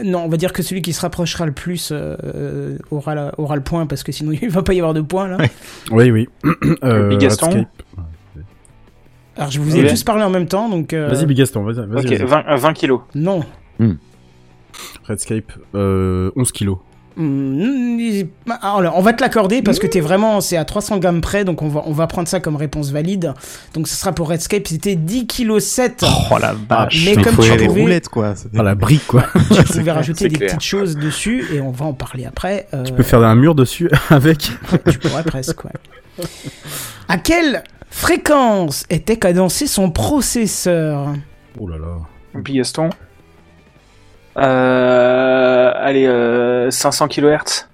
[SPEAKER 1] Non, on va dire que celui qui se rapprochera le plus euh, euh, aura, la- aura le point, parce que sinon, [LAUGHS] il va pas y avoir de point, là.
[SPEAKER 2] Oui, oui. [CLEARS THROAT] Euh,
[SPEAKER 8] Euh,
[SPEAKER 7] Le Bigaston.
[SPEAKER 2] Redscape.
[SPEAKER 1] Alors, je vous ai
[SPEAKER 7] Ouais.
[SPEAKER 1] tous parlé en même temps, donc... euh,
[SPEAKER 2] Vas-y, Bigaston, vas-y. vas-y,
[SPEAKER 7] Ok,
[SPEAKER 2] vas-y.
[SPEAKER 7] 20, euh, 20 kilos.
[SPEAKER 1] Non.
[SPEAKER 2] Redscape, euh, 11 kilos.
[SPEAKER 1] Hmm, alors, on va te l'accorder parce que t'es vraiment, c'est à 300 grammes près, donc on va, on va prendre ça comme réponse valide. Donc ce sera pour Redscape, c'était 10 kg 7.
[SPEAKER 3] Oh la vache
[SPEAKER 1] mais
[SPEAKER 3] il
[SPEAKER 1] comme
[SPEAKER 3] faut
[SPEAKER 1] tu
[SPEAKER 3] y aller
[SPEAKER 1] pouvais-
[SPEAKER 3] roulette quoi
[SPEAKER 2] Ah, la brique, quoi. [LAUGHS]
[SPEAKER 1] tu pouvais rajouter
[SPEAKER 8] c'est
[SPEAKER 1] des
[SPEAKER 8] clair.
[SPEAKER 1] petites choses dessus et on va en parler après. euh,
[SPEAKER 2] Tu peux faire un mur dessus [LAUGHS] avec.
[SPEAKER 1] tu pourrais presque, ouais. À quelle fréquence était cadencé son processeur
[SPEAKER 2] Oh là là.
[SPEAKER 7] Bigaston. Euh, allez, euh, 500 kHz.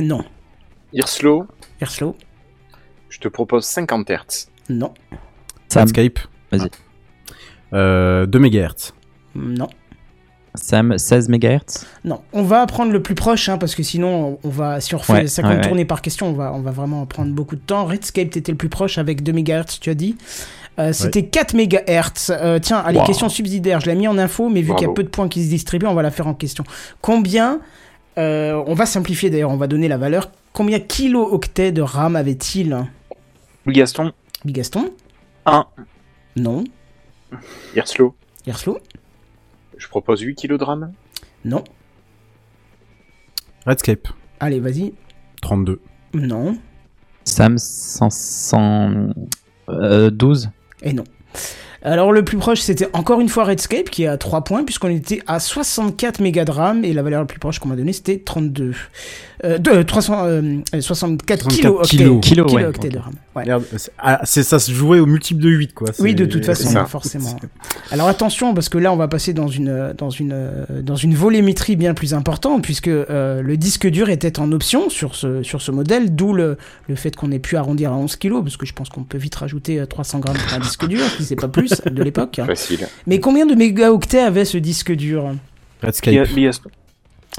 [SPEAKER 1] Non.
[SPEAKER 8] Irslo,
[SPEAKER 1] Erslow
[SPEAKER 8] je te propose 50 Hertz.
[SPEAKER 1] Non.
[SPEAKER 3] Sam,
[SPEAKER 2] Redscape.
[SPEAKER 3] Vas-y.
[SPEAKER 2] Euh, 2 MHz.
[SPEAKER 1] Non.
[SPEAKER 3] Sam 16 MHz
[SPEAKER 1] Non, on va prendre le plus proche, hein, parce que sinon, on va, si on refait
[SPEAKER 3] Ouais,
[SPEAKER 1] 50
[SPEAKER 3] ouais, ouais.
[SPEAKER 1] tournées par question, on va, on va vraiment prendre beaucoup de temps. Redscape, t'étais le plus proche avec 2 MHz, tu as dit. Euh, C'était 4 MHz. Euh, tiens, allez,
[SPEAKER 3] Wow.
[SPEAKER 1] question subsidiaire, je l'ai mis en info, mais vu qu'il y a
[SPEAKER 8] Bravo.
[SPEAKER 1] peu de points qui se distribuent, on va la faire en question. Combien, euh, on va simplifier d'ailleurs, on va donner la valeur, combien kilo-octets de RAM avait-il
[SPEAKER 7] Bigaston.
[SPEAKER 1] Bigaston
[SPEAKER 7] Un.
[SPEAKER 1] Non.
[SPEAKER 8] Irslo,
[SPEAKER 1] Yerslo
[SPEAKER 8] je propose 8 kg de RAM.
[SPEAKER 1] Non.
[SPEAKER 2] Redscape.
[SPEAKER 1] Allez, vas-y.
[SPEAKER 2] 32.
[SPEAKER 1] Non.
[SPEAKER 3] Sam 500 euh, 12
[SPEAKER 1] Et non. Alors le plus proche c'était encore une fois Redscape qui est à 3 points puisqu'on était à 64 mégas de RAM et la valeur la plus proche qu'on m'a donnée c'était 32. Euh, de- 300, euh, euh, 64 kilo
[SPEAKER 2] 64
[SPEAKER 1] octets,
[SPEAKER 2] kilos.
[SPEAKER 3] Kilo, ouais.
[SPEAKER 1] octets de RAM. Ouais.
[SPEAKER 2] Merde, c'est- ah, c'est ça se jouait au multiple de 8, quoi.
[SPEAKER 1] Oui,
[SPEAKER 2] C'est-
[SPEAKER 1] de toute façon,
[SPEAKER 8] c'est ça.
[SPEAKER 1] forcément. Alors attention, parce que là, on va passer dans une, euh, dans une, euh, dans une volémétrie bien plus importante, puisque euh, le disque dur était en option sur ce, sur ce modèle, d'où le, le fait qu'on ait pu arrondir à 11 kilos, parce que je pense qu'on peut vite rajouter euh, 300 grammes pour un disque dur, si c'est pas plus, de l'époque. hein.
[SPEAKER 8] Facile.
[SPEAKER 1] Mais combien de mégaoctets avait ce disque dur
[SPEAKER 2] Redscape.
[SPEAKER 7] Biga- Bigaston.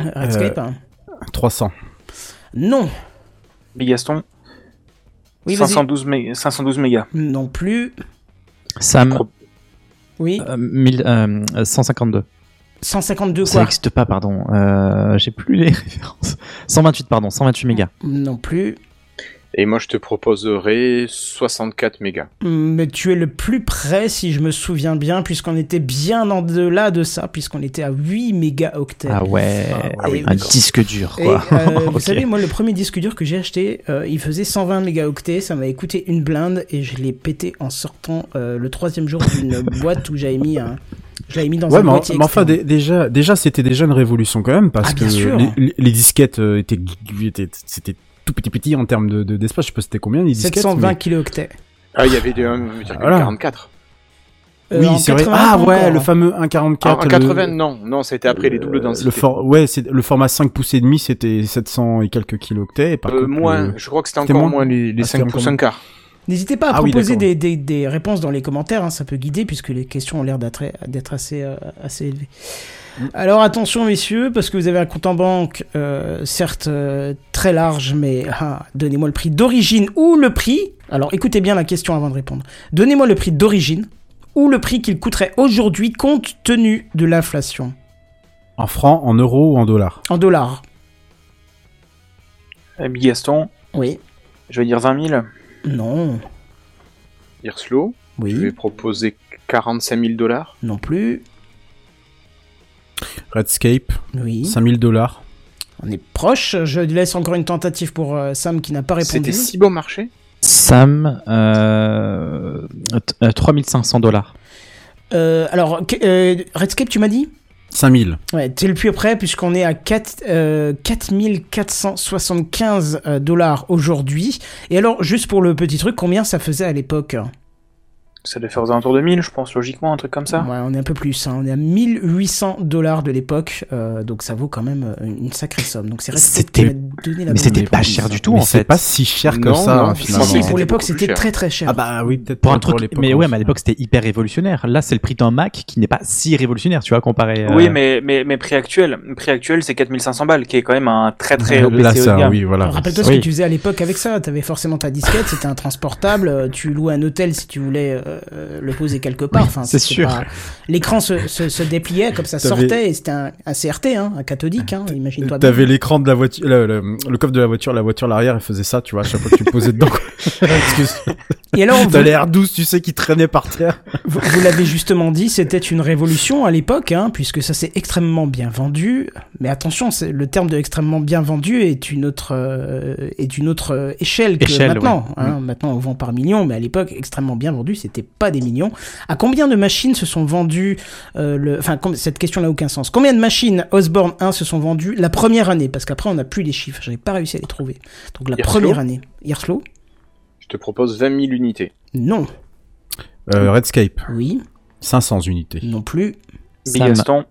[SPEAKER 1] Euh, Redscape hein
[SPEAKER 2] 300.
[SPEAKER 1] Non.
[SPEAKER 7] Bigaston.
[SPEAKER 1] Oui, vas-y.
[SPEAKER 7] 512, mé- 512 mégas.
[SPEAKER 1] Non plus.
[SPEAKER 3] Sam
[SPEAKER 1] Oui.
[SPEAKER 3] euh, mille- euh, 152
[SPEAKER 1] 152
[SPEAKER 3] ça
[SPEAKER 1] quoi
[SPEAKER 3] n'existe pas pardon Euh, j'ai plus les [LAUGHS] références 128 pardon 128 mégas
[SPEAKER 1] Non plus.
[SPEAKER 8] Et moi, je te proposerai 64 mégas.
[SPEAKER 1] Hum, Mais tu es le plus près, si je me souviens bien, puisqu'on était bien en delà de ça, puisqu'on était à 8 mégaoctets.
[SPEAKER 3] ah ouais
[SPEAKER 1] Ah oui,
[SPEAKER 3] un
[SPEAKER 1] d'accord.
[SPEAKER 3] disque dur
[SPEAKER 1] Et,
[SPEAKER 3] quoi
[SPEAKER 2] [LAUGHS]
[SPEAKER 3] [LAUGHS]
[SPEAKER 1] euh, vous
[SPEAKER 3] Ok.
[SPEAKER 1] savez, moi, le premier disque dur que j'ai acheté, euh, il faisait 120 mégaoctets, ça m'avait coûté une blinde, et je l'ai pété en sortant euh, le troisième jour
[SPEAKER 2] [LAUGHS]
[SPEAKER 1] d'une boîte où j'avais mis un. Je l'avais mis dans
[SPEAKER 2] Ouais,
[SPEAKER 1] un
[SPEAKER 2] mais, en-
[SPEAKER 1] boîtier
[SPEAKER 2] mais enfin,
[SPEAKER 1] externe.
[SPEAKER 2] dé- déjà, déjà c'était déjà une révolution quand même, parce
[SPEAKER 1] Ah,
[SPEAKER 2] que
[SPEAKER 1] bien sûr.
[SPEAKER 2] les, les- les disquettes euh, étaient, étaient- c'était tout petit petit en termes de, de- d'espace. Je sais pas c'était combien les disquettes.
[SPEAKER 1] 720
[SPEAKER 2] mais-
[SPEAKER 1] kilooctets.
[SPEAKER 8] Ah, il y avait des 1,44.
[SPEAKER 1] Euh, en
[SPEAKER 2] Oui, c'est vrai.
[SPEAKER 1] 80,
[SPEAKER 2] Ah
[SPEAKER 1] pas
[SPEAKER 2] ouais,
[SPEAKER 1] encore,
[SPEAKER 2] le
[SPEAKER 1] hein.
[SPEAKER 2] fameux 1,44.
[SPEAKER 8] Ah, en 80,
[SPEAKER 2] le...
[SPEAKER 8] non, non, c'était après
[SPEAKER 2] Euh,
[SPEAKER 8] les doubles densités.
[SPEAKER 2] Le for- ouais, c'est- le format 5 pouces et demi, c'était 700 et quelques kilooctets. Et par
[SPEAKER 8] Euh,
[SPEAKER 2] contre,
[SPEAKER 8] moins,
[SPEAKER 2] le-
[SPEAKER 8] je crois que c'était
[SPEAKER 2] c'était
[SPEAKER 8] encore moins,
[SPEAKER 2] moins-
[SPEAKER 8] les, les
[SPEAKER 2] Ah, c'était
[SPEAKER 8] 5 pouces
[SPEAKER 2] encore-
[SPEAKER 8] un quart.
[SPEAKER 1] N'hésitez pas à
[SPEAKER 2] Ah oui,
[SPEAKER 1] proposer
[SPEAKER 2] d'accord.
[SPEAKER 1] des, des- des réponses dans les commentaires, hein, ça peut guider puisque les questions ont l'air d'être d'être assez, euh, assez élevées.
[SPEAKER 2] Mm.
[SPEAKER 1] Alors attention messieurs, parce que vous avez un compte en banque, euh, certes euh, très large, mais ah, donnez-moi le prix d'origine ou le prix, alors écoutez bien la question avant de répondre, donnez-moi le prix d'origine ou le prix qu'il coûterait aujourd'hui compte tenu de l'inflation,
[SPEAKER 2] En francs, en euros ou en dollars.
[SPEAKER 1] en dollars.
[SPEAKER 7] Euh, Bigaston.
[SPEAKER 1] Oui,
[SPEAKER 7] Je vais dire 20 000.
[SPEAKER 1] non,
[SPEAKER 8] Irslo, je vais
[SPEAKER 1] oui,
[SPEAKER 8] proposer 45 000 dollars.
[SPEAKER 1] non plus,
[SPEAKER 2] Redscape,
[SPEAKER 3] Hmm.
[SPEAKER 1] oui,
[SPEAKER 2] 5000 dollars.
[SPEAKER 1] on est proche, je laisse encore une tentative pour euh, Sam qui n'a pas répondu.
[SPEAKER 8] C'était si bon marché
[SPEAKER 3] Sam euh, t- euh, 3500 dollars
[SPEAKER 1] Ah, Euh, alors, que- euh, Redscape, tu m'as dit
[SPEAKER 2] 5000.
[SPEAKER 1] Ouais, t'es le plus près puisqu'on est à 4, euh, 4475 euh, dollars aujourd'hui. Et alors, juste pour le petit truc, combien ça faisait à l'époque
[SPEAKER 7] Ça doit faire aux alentours de 1000, je pense, logiquement, un truc comme ça.
[SPEAKER 1] Ouais, on est un peu plus, hein. on est à 1800 dollars de l'époque, euh, donc ça vaut quand même euh, une sacrée somme. Donc c'est vrai que
[SPEAKER 3] C'était-
[SPEAKER 1] tu m'as donné la
[SPEAKER 3] Mais
[SPEAKER 1] bonne
[SPEAKER 3] c'était
[SPEAKER 1] réponse,
[SPEAKER 3] pas cher
[SPEAKER 1] hein.
[SPEAKER 3] du tout
[SPEAKER 2] Mais
[SPEAKER 3] en
[SPEAKER 2] c'est
[SPEAKER 3] fait.
[SPEAKER 2] pas si cher que
[SPEAKER 8] Non,
[SPEAKER 2] ça,
[SPEAKER 8] non,
[SPEAKER 2] hein,
[SPEAKER 8] si,
[SPEAKER 2] finalement.
[SPEAKER 1] Si, pour
[SPEAKER 8] c'était
[SPEAKER 1] l'époque,
[SPEAKER 8] beaucoup plus
[SPEAKER 1] c'était
[SPEAKER 8] cher.
[SPEAKER 1] très très cher.
[SPEAKER 2] Ah bah oui, peut-être
[SPEAKER 3] Pour un
[SPEAKER 2] pour- pour
[SPEAKER 3] truc,
[SPEAKER 2] l'époque,
[SPEAKER 3] mais ouais, mais à
[SPEAKER 2] c'est-
[SPEAKER 3] l'époque c'était hyper révolutionnaire. Là, c'est le prix d'un Mac qui n'est pas si révolutionnaire, tu vois, comparé. euh,
[SPEAKER 7] Oui, mais, mais, mais prix actuel, prix actuel c'est 4500 balles, qui est quand même un très très haut E
[SPEAKER 2] Là,
[SPEAKER 7] PC haut de
[SPEAKER 2] ça,
[SPEAKER 7] gamme.
[SPEAKER 2] oui, voilà.
[SPEAKER 1] Alors, Rappelle-toi ce
[SPEAKER 3] Oui.
[SPEAKER 1] que tu faisais à l'époque avec ça. T'avais forcément ta disquette, c'était un transportable. euh, Tu louais un hôtel si tu voulais euh, euh, le poser quelque part. Enfin,
[SPEAKER 3] c'est
[SPEAKER 1] c'était
[SPEAKER 3] sûr.
[SPEAKER 1] pas- L'écran se, se, se dépliait comme ça
[SPEAKER 2] T'avais-
[SPEAKER 1] sortait. et C'était un, un CRT, hein, un cathodique. Hein, Imagine-toi. bien.
[SPEAKER 2] T'avais l'écran de la voiture, le, le- le coffre de la voiture, la voiture l'arrière, elle faisait ça, tu vois, à chaque fois que tu le posais dedans.
[SPEAKER 3] [LAUGHS]
[SPEAKER 2] Excuse.
[SPEAKER 1] Et alors, vous,
[SPEAKER 2] T'as les R12, tu sais, qui traînait par terre.
[SPEAKER 1] vous- vous l'avez justement dit, c'était une révolution à l'époque, hein, puisque ça s'est extrêmement bien vendu. Mais attention, c'est- le terme de extrêmement bien vendu est une autre euh, est d'une autre euh, échelle que
[SPEAKER 3] Échelle,
[SPEAKER 1] maintenant. hein. Maintenant, on vend par millions, mais à l'époque, extrêmement bien vendu, c'était pas des millions. À combien de machines se sont vendues euh, le... Enfin, com- cette question n'a aucun sens. Combien de machines Osborne 1 se sont vendues la première année Parce qu'après, on n'a plus les chiffres. J'avais pas réussi à les trouver. Donc la
[SPEAKER 8] Hirslo
[SPEAKER 1] première année. Hirslo
[SPEAKER 8] Je te propose 20 000 unités.
[SPEAKER 1] Non.
[SPEAKER 2] Euh, Redscape,
[SPEAKER 1] Oui.
[SPEAKER 2] 500 unités.
[SPEAKER 1] Non plus.
[SPEAKER 7] Big
[SPEAKER 3] Sam,
[SPEAKER 7] Gaston,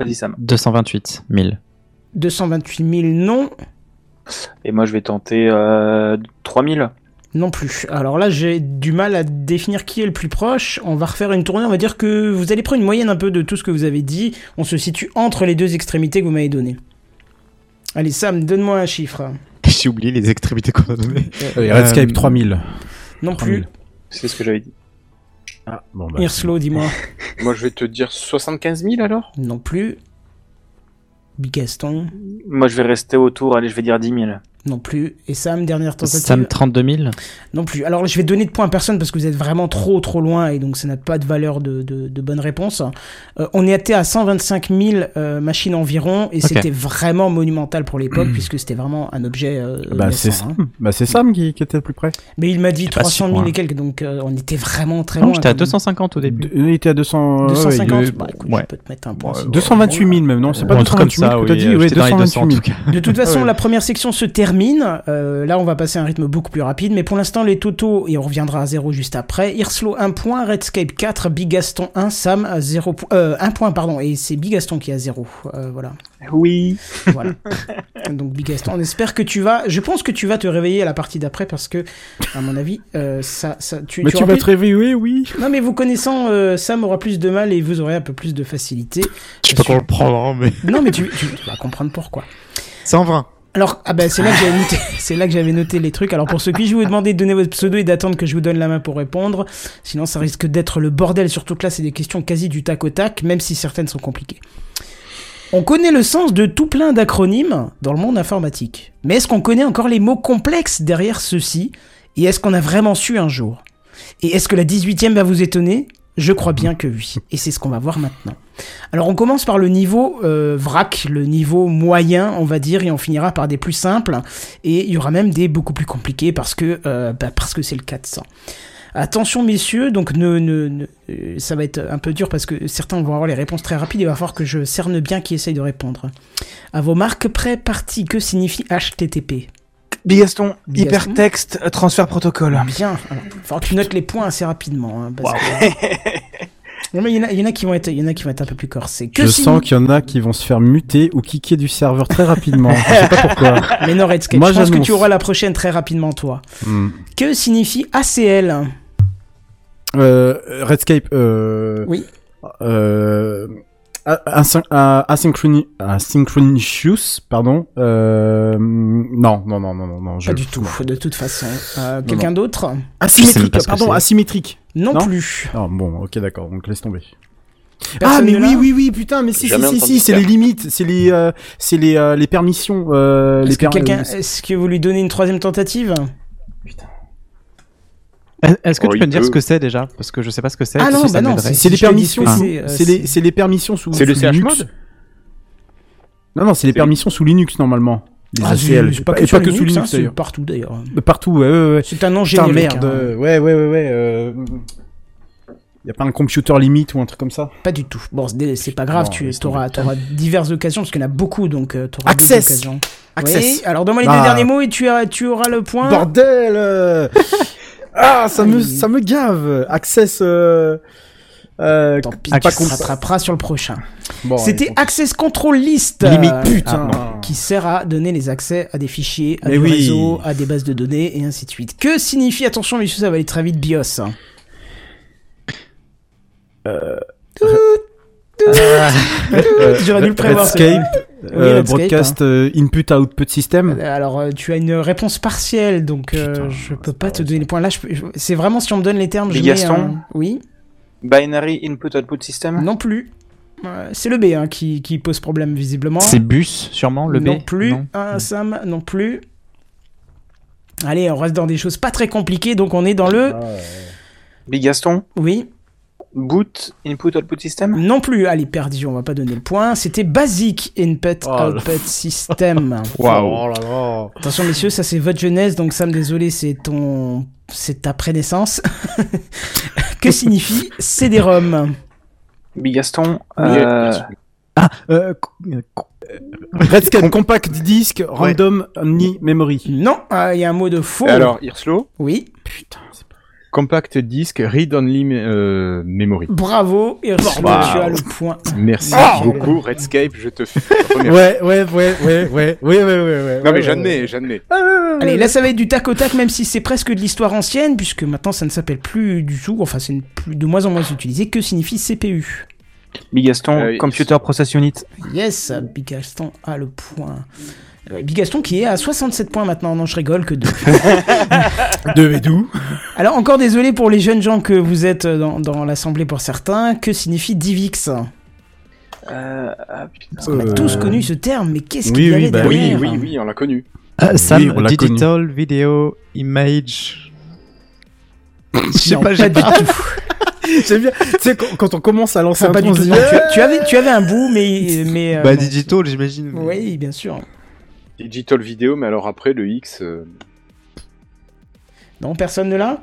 [SPEAKER 7] vas-y Sam.
[SPEAKER 3] 228 000.
[SPEAKER 2] [LAUGHS]
[SPEAKER 1] 228 000 non,
[SPEAKER 7] Et moi je vais tenter euh, 3000.
[SPEAKER 1] non plus. Alors là, j'ai du mal à définir qui est le plus proche. On va refaire une tournée. On va dire que vous allez prendre une moyenne un peu de tout ce que vous avez dit. On se situe entre les deux extrémités que vous m'avez données. Allez, Sam, donne-moi un chiffre.
[SPEAKER 3] J'ai oublié les extrémités qu'on a données.
[SPEAKER 2] Et Redscape,
[SPEAKER 3] Euh,
[SPEAKER 2] 3000.
[SPEAKER 1] Non
[SPEAKER 2] 3000.
[SPEAKER 1] plus.
[SPEAKER 7] C'est ce que j'avais dit.
[SPEAKER 2] Ah, bon, bah,
[SPEAKER 1] Hirslo, dis-moi.
[SPEAKER 8] Moi, je vais te dire 75 000 alors
[SPEAKER 1] Non plus. Bigaston.
[SPEAKER 7] Moi je vais rester autour, allez je vais dire 10 000.
[SPEAKER 1] Non plus. Et Sam, dernière tentative.
[SPEAKER 3] Sam 32 000.
[SPEAKER 1] Non plus. Alors je vais donner de points à personne parce que vous êtes vraiment trop trop loin et donc ça n'a pas de valeur de, de, de bonne réponse. Euh, on était à 125 000 euh, machines environ et
[SPEAKER 3] Ok. Hmm.
[SPEAKER 1] c'était vraiment monumental pour l'époque puisque c'était vraiment un objet. euh,
[SPEAKER 3] Ah
[SPEAKER 2] Bah,
[SPEAKER 1] naissant,
[SPEAKER 2] c'est ça.
[SPEAKER 1] hein.
[SPEAKER 2] Bah, c'est Sam qui, qui était le plus près.
[SPEAKER 1] Mais il m'a dit
[SPEAKER 3] pas
[SPEAKER 1] 300
[SPEAKER 3] sûr,
[SPEAKER 1] 000
[SPEAKER 3] hein.
[SPEAKER 1] et quelques donc euh, on était vraiment très
[SPEAKER 3] Non,
[SPEAKER 1] loin.
[SPEAKER 3] Ah j'étais à
[SPEAKER 1] comme-
[SPEAKER 3] 250 au début.
[SPEAKER 2] Il était à 200. ouais,
[SPEAKER 1] 250
[SPEAKER 2] il est-
[SPEAKER 1] Bah, écoute,
[SPEAKER 3] ouais.
[SPEAKER 1] je peux te mettre un point. si tu veux.
[SPEAKER 2] 228 000 même, non C'est pas
[SPEAKER 3] Euh, Ou un truc comme
[SPEAKER 2] 228 000
[SPEAKER 3] ça,
[SPEAKER 2] que
[SPEAKER 3] oui.
[SPEAKER 2] t'as dit
[SPEAKER 3] euh,
[SPEAKER 2] oui,
[SPEAKER 3] j'étais dans les
[SPEAKER 2] 228
[SPEAKER 3] 200 en
[SPEAKER 2] 000.
[SPEAKER 3] tout cas.
[SPEAKER 1] De toute façon,
[SPEAKER 2] ouais.
[SPEAKER 1] la première section se termine. Euh, là, on va passer à un rythme beaucoup plus rapide. Mais pour l'instant, les totaux, et on reviendra à zéro juste après. Hirslo, 1 point. Redscape, 4. Bigaston, 1. Sam, à 0 po- euh, 1 point, pardon. Et c'est Bigaston qui a 0. Euh, voilà.
[SPEAKER 7] Oui.
[SPEAKER 2] [LAUGHS]
[SPEAKER 1] voilà. Donc, Bigaston, on espère que tu vas. Je pense que tu vas te réveiller à la partie d'après parce que, à mon avis, euh, ça, ça.
[SPEAKER 2] Mais tu
[SPEAKER 1] auras
[SPEAKER 2] vas
[SPEAKER 1] plus-
[SPEAKER 2] te réveiller, oui.
[SPEAKER 1] Non, mais vous connaissant, euh, Sam aura plus de mal et vous aurez un peu plus de facilité.
[SPEAKER 3] Je peux comprendre, hein, mais.
[SPEAKER 1] Non, mais tu, tu vas comprendre pourquoi.
[SPEAKER 3] 120.
[SPEAKER 1] Alors, ah ben, c'est là que j'avais noté, [LAUGHS] c'est là que j'avais noté les trucs. Alors, pour ceux qui, je vous ai demandé de donner votre pseudo et d'attendre que je vous donne la main pour répondre. Sinon, ça risque d'être le bordel, surtout que là, c'est des questions quasi du tac au tac, même si certaines sont compliquées. On connaît le sens de tout plein d'acronymes dans le monde informatique. Mais est-ce qu'on connaît encore les mots complexes derrière ceux-ci? Et est-ce qu'on a vraiment su un jour? Et est-ce que la 18e va vous étonner? Je crois bien que oui. Et c'est ce qu'on va voir maintenant. Alors on commence par le niveau euh, vrac, le niveau moyen, on va dire, et on finira par des plus simples. Et il y aura même des beaucoup plus compliqués parce que euh, bah, parce que c'est le 400. Attention messieurs, donc ne, ne, ne- euh, ça va être un peu dur parce que certains vont avoir les réponses très rapides. Il va falloir que je cerne bien qui essaye de répondre. À vos marques prêts, parti. Que signifie HTTP
[SPEAKER 7] Bigaston,
[SPEAKER 1] Bigaston.
[SPEAKER 7] hypertexte, euh, transfert protocole.
[SPEAKER 1] Bien. Alors, il va falloir que tu notes les points assez rapidement. hein, parce
[SPEAKER 2] [LAUGHS]
[SPEAKER 1] que- Non, mais il y, en a- il y en a qui vont être, il y en a qui vont être un peu plus corsés. Que
[SPEAKER 2] Je
[SPEAKER 1] signi-
[SPEAKER 2] sens qu'il y en a qui vont se faire muter ou kicker du serveur très rapidement. Je sais pas
[SPEAKER 1] [LAUGHS]
[SPEAKER 2] pourquoi.
[SPEAKER 1] Mais non, Redscape,
[SPEAKER 2] Moi,
[SPEAKER 1] je pense que
[SPEAKER 2] j'annonce.
[SPEAKER 1] tu auras la prochaine très rapidement, toi.
[SPEAKER 2] Hmm.
[SPEAKER 1] Que signifie ACL
[SPEAKER 2] Euh, Redscape. Euh,
[SPEAKER 1] Oui.
[SPEAKER 2] Euh, asyn- euh, asynchrony- Asynchronous, pardon. Euh, non, non, non, non, non, non. je-
[SPEAKER 1] Pas du tout, de toute façon. Euh, Quelqu'un d'autre
[SPEAKER 3] Je sais même
[SPEAKER 2] Asymétrique,
[SPEAKER 3] pas ce que
[SPEAKER 2] pardon,
[SPEAKER 3] c'est.
[SPEAKER 2] asymétrique.
[SPEAKER 1] non,
[SPEAKER 2] Non.
[SPEAKER 1] plus.
[SPEAKER 2] Ah bon, ok, d'accord, donc laisse tomber.
[SPEAKER 1] Personne
[SPEAKER 2] ah, mais
[SPEAKER 1] ne l'a
[SPEAKER 2] oui, oui, oui, putain, mais si, si,
[SPEAKER 8] Jamais
[SPEAKER 2] si,
[SPEAKER 8] entendu
[SPEAKER 2] si, c'est
[SPEAKER 8] ça.
[SPEAKER 2] les limites, c'est les, euh, c'est les, euh, les permissions, euh, les
[SPEAKER 1] Est-ce que,
[SPEAKER 2] permis-
[SPEAKER 1] quelqu'un- est-ce que vous lui donnez une troisième tentative
[SPEAKER 3] Est-ce que
[SPEAKER 8] Oh,
[SPEAKER 3] tu
[SPEAKER 8] il
[SPEAKER 3] peux me dire
[SPEAKER 8] peut.
[SPEAKER 3] ce que c'est déjà Parce que je sais pas ce que c'est.
[SPEAKER 1] Ah
[SPEAKER 3] parce
[SPEAKER 1] non,
[SPEAKER 3] que ça
[SPEAKER 1] bah non,
[SPEAKER 3] m'aiderait.
[SPEAKER 1] si
[SPEAKER 2] C'est les
[SPEAKER 1] je te dis ce
[SPEAKER 2] permissions,
[SPEAKER 1] que
[SPEAKER 2] sous-
[SPEAKER 1] c'est, euh,
[SPEAKER 2] c'est les, c'est les permissions sous.
[SPEAKER 8] C'est le
[SPEAKER 2] sous
[SPEAKER 8] CH
[SPEAKER 2] Linux.
[SPEAKER 8] mode
[SPEAKER 2] Non, non, c'est les permissions sous Linux normalement. Les
[SPEAKER 1] Ah,
[SPEAKER 2] ACL.
[SPEAKER 1] c'est- c'est pas
[SPEAKER 2] et
[SPEAKER 1] que
[SPEAKER 2] pas
[SPEAKER 1] sur
[SPEAKER 2] que sous
[SPEAKER 1] Linux, hein,
[SPEAKER 2] Linux
[SPEAKER 1] c'est
[SPEAKER 2] d'ailleurs.
[SPEAKER 1] partout d'ailleurs.
[SPEAKER 2] Partout, ouais, ouais, ouais.
[SPEAKER 1] C'est un nom
[SPEAKER 2] Putain,
[SPEAKER 1] générique.
[SPEAKER 2] merde.
[SPEAKER 1] hein.
[SPEAKER 2] euh, Ouais, ouais, ouais, ouais. Euh... Y a pas un computer limit ou un truc comme ça
[SPEAKER 1] Pas du tout. Bon, c'est c'est pas grave,
[SPEAKER 2] Non,
[SPEAKER 1] tu
[SPEAKER 2] laisse
[SPEAKER 1] auras, diverses occasions, parce qu'il y en a beaucoup, donc euh, t'auras beaucoup
[SPEAKER 2] Access.
[SPEAKER 1] d'occasions.
[SPEAKER 2] Access.
[SPEAKER 1] Oui, alors donne-moi les
[SPEAKER 2] Ah.
[SPEAKER 1] deux derniers mots et tu, as- tu auras le point.
[SPEAKER 2] Bordel Ah. euh. Ah, ça me, ça me gave. Access, euh, euh,
[SPEAKER 1] Tant pis,
[SPEAKER 2] pas
[SPEAKER 1] tu te
[SPEAKER 2] compris.
[SPEAKER 1] rattraperas sur le prochain.
[SPEAKER 2] Bon,
[SPEAKER 1] C'était
[SPEAKER 2] ouais,
[SPEAKER 1] Access Control List.
[SPEAKER 2] Limite, hein.
[SPEAKER 1] euh,
[SPEAKER 2] putain.
[SPEAKER 1] ah, qui sert à donner les accès à des fichiers, à
[SPEAKER 2] Mais
[SPEAKER 1] des
[SPEAKER 2] oui.
[SPEAKER 1] réseaux, à des bases de données et ainsi de suite. Que signifie, attention, monsieur, ça va aller très vite, BIOS. hein.
[SPEAKER 2] [LAUGHS] euh,
[SPEAKER 1] J'aurais dû le prévoir,
[SPEAKER 2] Redscape, euh,
[SPEAKER 1] Redscape,
[SPEAKER 2] broadcast euh, input output system.
[SPEAKER 1] Alors, euh, tu as une réponse partielle, donc euh,
[SPEAKER 2] Putain,
[SPEAKER 1] je peux
[SPEAKER 2] c'est
[SPEAKER 1] pas
[SPEAKER 2] pas
[SPEAKER 1] te
[SPEAKER 2] vrai,
[SPEAKER 1] donner les points. Là, je peux- je- c'est vraiment si on me donne les termes.
[SPEAKER 7] Mais
[SPEAKER 1] je mets
[SPEAKER 7] Gaston
[SPEAKER 1] un- Oui.
[SPEAKER 7] Binary Input Output
[SPEAKER 2] Hein
[SPEAKER 7] System
[SPEAKER 1] Non plus. Euh, C'est le B hein, qui, qui pose problème visiblement.
[SPEAKER 3] C'est bus, sûrement, le B
[SPEAKER 1] non plus.
[SPEAKER 3] Non.
[SPEAKER 1] Un Sam, non plus. Allez, on reste dans des choses pas très compliquées, donc on est dans le.
[SPEAKER 2] Ah.
[SPEAKER 7] Big Gaston
[SPEAKER 1] Oui.
[SPEAKER 7] Boot Input Output System
[SPEAKER 1] Non plus. Allez, perdu, on va pas donner le point. C'était Basic Input
[SPEAKER 2] Oh là. Oh
[SPEAKER 1] Output
[SPEAKER 2] [LAUGHS]
[SPEAKER 1] System.
[SPEAKER 3] Waouh.
[SPEAKER 2] là là.
[SPEAKER 1] Attention, messieurs, ça c'est votre jeunesse, donc Sam, désolé, c'est ton. C'est ta prénaissance. [LAUGHS] que signifie CD-ROM
[SPEAKER 7] Big Gaston euh,
[SPEAKER 8] Yes.
[SPEAKER 3] Euh, co- euh, co-
[SPEAKER 2] Redscape, compact disc, random ni memory.
[SPEAKER 1] Non, ah, il y a un mot de faux.
[SPEAKER 8] Et Alors, Irslo,
[SPEAKER 1] Oui.
[SPEAKER 2] Putain, c'est pas...
[SPEAKER 8] compact disc, read only euh, memory.
[SPEAKER 1] Bravo, et tu
[SPEAKER 3] Bah.
[SPEAKER 1] as le point.
[SPEAKER 8] Merci [LAUGHS] beaucoup, Redscape, je te remercie.
[SPEAKER 2] Ouais, ouais, ouais, ouais, ouais, ouais, ouais, ouais, ouais.
[SPEAKER 8] Non,
[SPEAKER 2] ouais,
[SPEAKER 8] mais j'admets, j'admets.
[SPEAKER 1] Allez, là, ça va être du tac au tac, même si c'est presque de l'histoire ancienne, puisque maintenant, ça ne s'appelle plus du tout, enfin, c'est une- plus- de moins en moins utilisé. Que signifie CPU
[SPEAKER 7] Big Gaston
[SPEAKER 8] Euh,
[SPEAKER 7] Computer Process Unit.
[SPEAKER 1] Yes, Bigaston a le point. Euh, Bigaston qui est à 67 points maintenant, non, je rigole que deux.
[SPEAKER 2] ouais. De Bédou.
[SPEAKER 1] Alors, encore désolé pour les jeunes gens que vous êtes euh, dans, dans l'assemblée pour certains, que signifie DivX
[SPEAKER 7] Euh, ah, putain.
[SPEAKER 1] Parce qu'on a
[SPEAKER 2] Euh,
[SPEAKER 1] tous connu ce terme, mais qu'est-ce
[SPEAKER 2] oui,
[SPEAKER 1] qu'il y
[SPEAKER 2] oui,
[SPEAKER 1] avait
[SPEAKER 2] bah
[SPEAKER 8] Oui,
[SPEAKER 1] derrière
[SPEAKER 8] oui, oui, on l'a connu.
[SPEAKER 3] Euh, Sam,
[SPEAKER 2] on l'a
[SPEAKER 3] digital, video, image. Je sais
[SPEAKER 1] Non,
[SPEAKER 3] pas, j'ai
[SPEAKER 1] pas
[SPEAKER 3] pas.
[SPEAKER 1] du tout.
[SPEAKER 2] [LAUGHS] J'aime bien. Tu sais, quand, quand on commence à lancer
[SPEAKER 1] Enfin,
[SPEAKER 2] un
[SPEAKER 1] pas
[SPEAKER 2] truc,
[SPEAKER 1] du tout.
[SPEAKER 2] on se dit,
[SPEAKER 1] Non,
[SPEAKER 2] eh,
[SPEAKER 1] tu, tu avais, tu avais un bout, mais. mais euh,
[SPEAKER 3] Bah,
[SPEAKER 1] non.
[SPEAKER 3] digital, j'imagine.
[SPEAKER 1] Oui, bien sûr.
[SPEAKER 8] Digital vidéo, mais alors après, le X. euh,
[SPEAKER 1] Non, personne ne l'a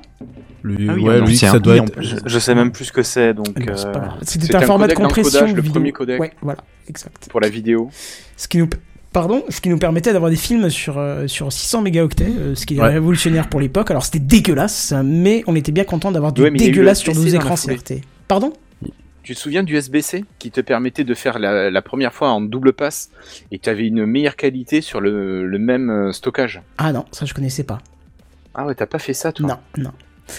[SPEAKER 2] Le,
[SPEAKER 3] Ah oui,
[SPEAKER 2] ouais,
[SPEAKER 3] en
[SPEAKER 2] lui,
[SPEAKER 3] ancien.
[SPEAKER 2] ça doit
[SPEAKER 3] Oui,
[SPEAKER 2] être.
[SPEAKER 3] en-
[SPEAKER 7] Je, je sais même plus ce que c'est, donc...
[SPEAKER 1] Ah non, c'est
[SPEAKER 7] euh,
[SPEAKER 1] pas grave. C'était
[SPEAKER 8] c'était
[SPEAKER 1] un
[SPEAKER 8] un
[SPEAKER 1] format de
[SPEAKER 8] codec
[SPEAKER 1] compression.
[SPEAKER 8] d'encodage, le
[SPEAKER 1] vidéo.
[SPEAKER 8] premier codec.
[SPEAKER 1] Ouais, voilà, exact.
[SPEAKER 8] pour la vidéo.
[SPEAKER 1] Ce qui nous, pardon, ce qui nous permettait d'avoir des films sur, euh, sur 600 mégaoctets, euh, ce qui est
[SPEAKER 2] Ouais.
[SPEAKER 1] révolutionnaire pour l'époque. Alors c'était dégueulasse, mais on était bien content d'avoir du
[SPEAKER 8] Ouais, mais il y a eu
[SPEAKER 1] dégueulasse
[SPEAKER 8] le
[SPEAKER 1] sur nos
[SPEAKER 8] PC dans la
[SPEAKER 1] écrans
[SPEAKER 8] foulée.
[SPEAKER 1] CRT. Pardon
[SPEAKER 8] Tu te souviens du SBC qui te permettait de faire la, la première fois en double passe et tu avais une meilleure qualité sur le, le même euh, stockage
[SPEAKER 1] Ah non, ça je connaissais pas.
[SPEAKER 8] Ah ouais, t'as pas fait ça toi
[SPEAKER 1] Non, non.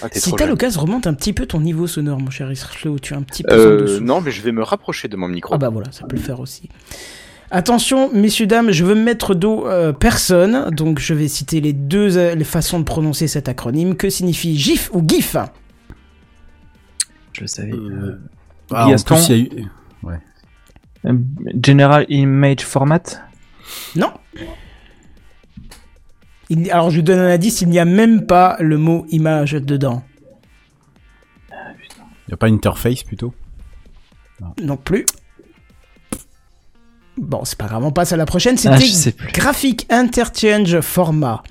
[SPEAKER 8] Ah, t'es
[SPEAKER 1] Si
[SPEAKER 8] trop
[SPEAKER 1] t'as
[SPEAKER 8] jeune.
[SPEAKER 1] l'occasion, remonte un petit peu ton niveau sonore, mon cher Islo, tu es un petit peu en
[SPEAKER 8] Euh,
[SPEAKER 1] dessous.
[SPEAKER 8] non, mais je vais me rapprocher de mon micro.
[SPEAKER 1] Ah bah voilà, ça peut le faire aussi. Attention, messieurs, dames, je veux me mettre dos euh, personne, donc je vais citer les deux euh, les façons de prononcer cet acronyme. Que signifie GIF ou GIF
[SPEAKER 3] Je le savais.
[SPEAKER 2] Euh,
[SPEAKER 7] Ah, en Gaston. plus, il
[SPEAKER 2] y a eu.
[SPEAKER 7] General Image Format
[SPEAKER 3] Ah,
[SPEAKER 1] Non. Il- alors je vous donne un indice, il n'y a même pas le mot image dedans.
[SPEAKER 2] Y a pas interface plutôt
[SPEAKER 1] Non plus. Bon, c'est pas grave, on passe à la prochaine. C'était
[SPEAKER 3] Ah, je sais plus.
[SPEAKER 1] Graphic Interchange Format.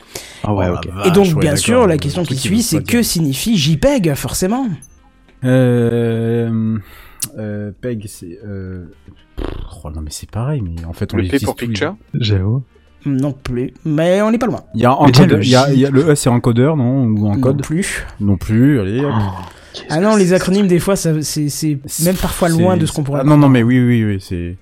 [SPEAKER 3] Ah ouais,
[SPEAKER 2] Oh
[SPEAKER 3] ok.
[SPEAKER 2] la
[SPEAKER 1] Et
[SPEAKER 2] vache,
[SPEAKER 1] donc,
[SPEAKER 2] ouais,
[SPEAKER 1] bien
[SPEAKER 2] d'accord,
[SPEAKER 1] sûr, la
[SPEAKER 2] le
[SPEAKER 1] question qui
[SPEAKER 2] truc
[SPEAKER 1] suit,
[SPEAKER 2] veut
[SPEAKER 1] c'est
[SPEAKER 2] pas
[SPEAKER 1] que
[SPEAKER 2] dire.
[SPEAKER 1] signifie JPEG, forcément
[SPEAKER 2] Euh. euh, Peg, c'est. Euh... Oh non, mais c'est pareil, mais en fait, on
[SPEAKER 8] le P
[SPEAKER 2] l'utilise
[SPEAKER 8] pour
[SPEAKER 2] tous les-
[SPEAKER 8] picture
[SPEAKER 3] Géo.
[SPEAKER 1] Non plus, mais on n'est pas loin.
[SPEAKER 2] Il y a
[SPEAKER 3] Mais tiens,
[SPEAKER 2] encodeur,
[SPEAKER 3] le
[SPEAKER 2] il y a, il y a le E c'est encodeur, non Ou
[SPEAKER 1] Non
[SPEAKER 2] encode
[SPEAKER 1] plus.
[SPEAKER 2] Non, plus, allez. hop.
[SPEAKER 1] Ah non, les acronymes, des fois, ça- c'est c'est même parfois loin
[SPEAKER 2] C'est-
[SPEAKER 1] de ce qu'on pourrait.
[SPEAKER 2] Ah, non, non, mais oui, oui, oui, c'est.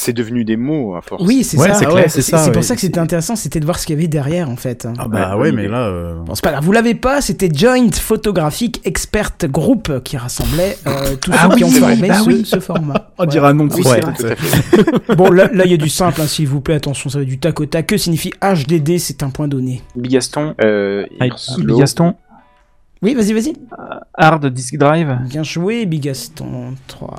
[SPEAKER 8] C'est devenu des mots à force.
[SPEAKER 1] Oui, c'est
[SPEAKER 2] Ouais,
[SPEAKER 1] ça.
[SPEAKER 2] c'est
[SPEAKER 1] ah
[SPEAKER 2] clair,
[SPEAKER 1] ouais,
[SPEAKER 2] c'est
[SPEAKER 1] C'est
[SPEAKER 2] ça,
[SPEAKER 1] c'est pour
[SPEAKER 2] ouais.
[SPEAKER 1] ça que c'était intéressant, c'était de voir ce qu'il y avait derrière, en fait.
[SPEAKER 2] Ah bah ouais, mais là. euh,
[SPEAKER 1] Bon, c'est pas grave, vous l'avez pas, c'était Joint Photographic Expert Group qui rassemblait euh, tous ceux qui ont
[SPEAKER 8] c'est vrai.
[SPEAKER 1] formé
[SPEAKER 3] Ah
[SPEAKER 1] ce,
[SPEAKER 3] oui.
[SPEAKER 1] ce format.
[SPEAKER 2] Bah [LAUGHS] On
[SPEAKER 1] Ouais.
[SPEAKER 2] dirait un nom de
[SPEAKER 8] Oui,
[SPEAKER 2] site.
[SPEAKER 8] c'est vrai, tout à fait.
[SPEAKER 1] Bon, là, là, il y a du simple, hein, s'il vous plaît, attention, ça va être du tac au tac. Que signifie HDD C'est un point donné.
[SPEAKER 7] Big Gaston
[SPEAKER 8] Euh,
[SPEAKER 7] Big
[SPEAKER 8] Irslo,
[SPEAKER 7] Gaston
[SPEAKER 1] Oui, vas-y, vas-y.
[SPEAKER 7] Hard Disk Drive
[SPEAKER 1] Bien joué, Bigaston 3.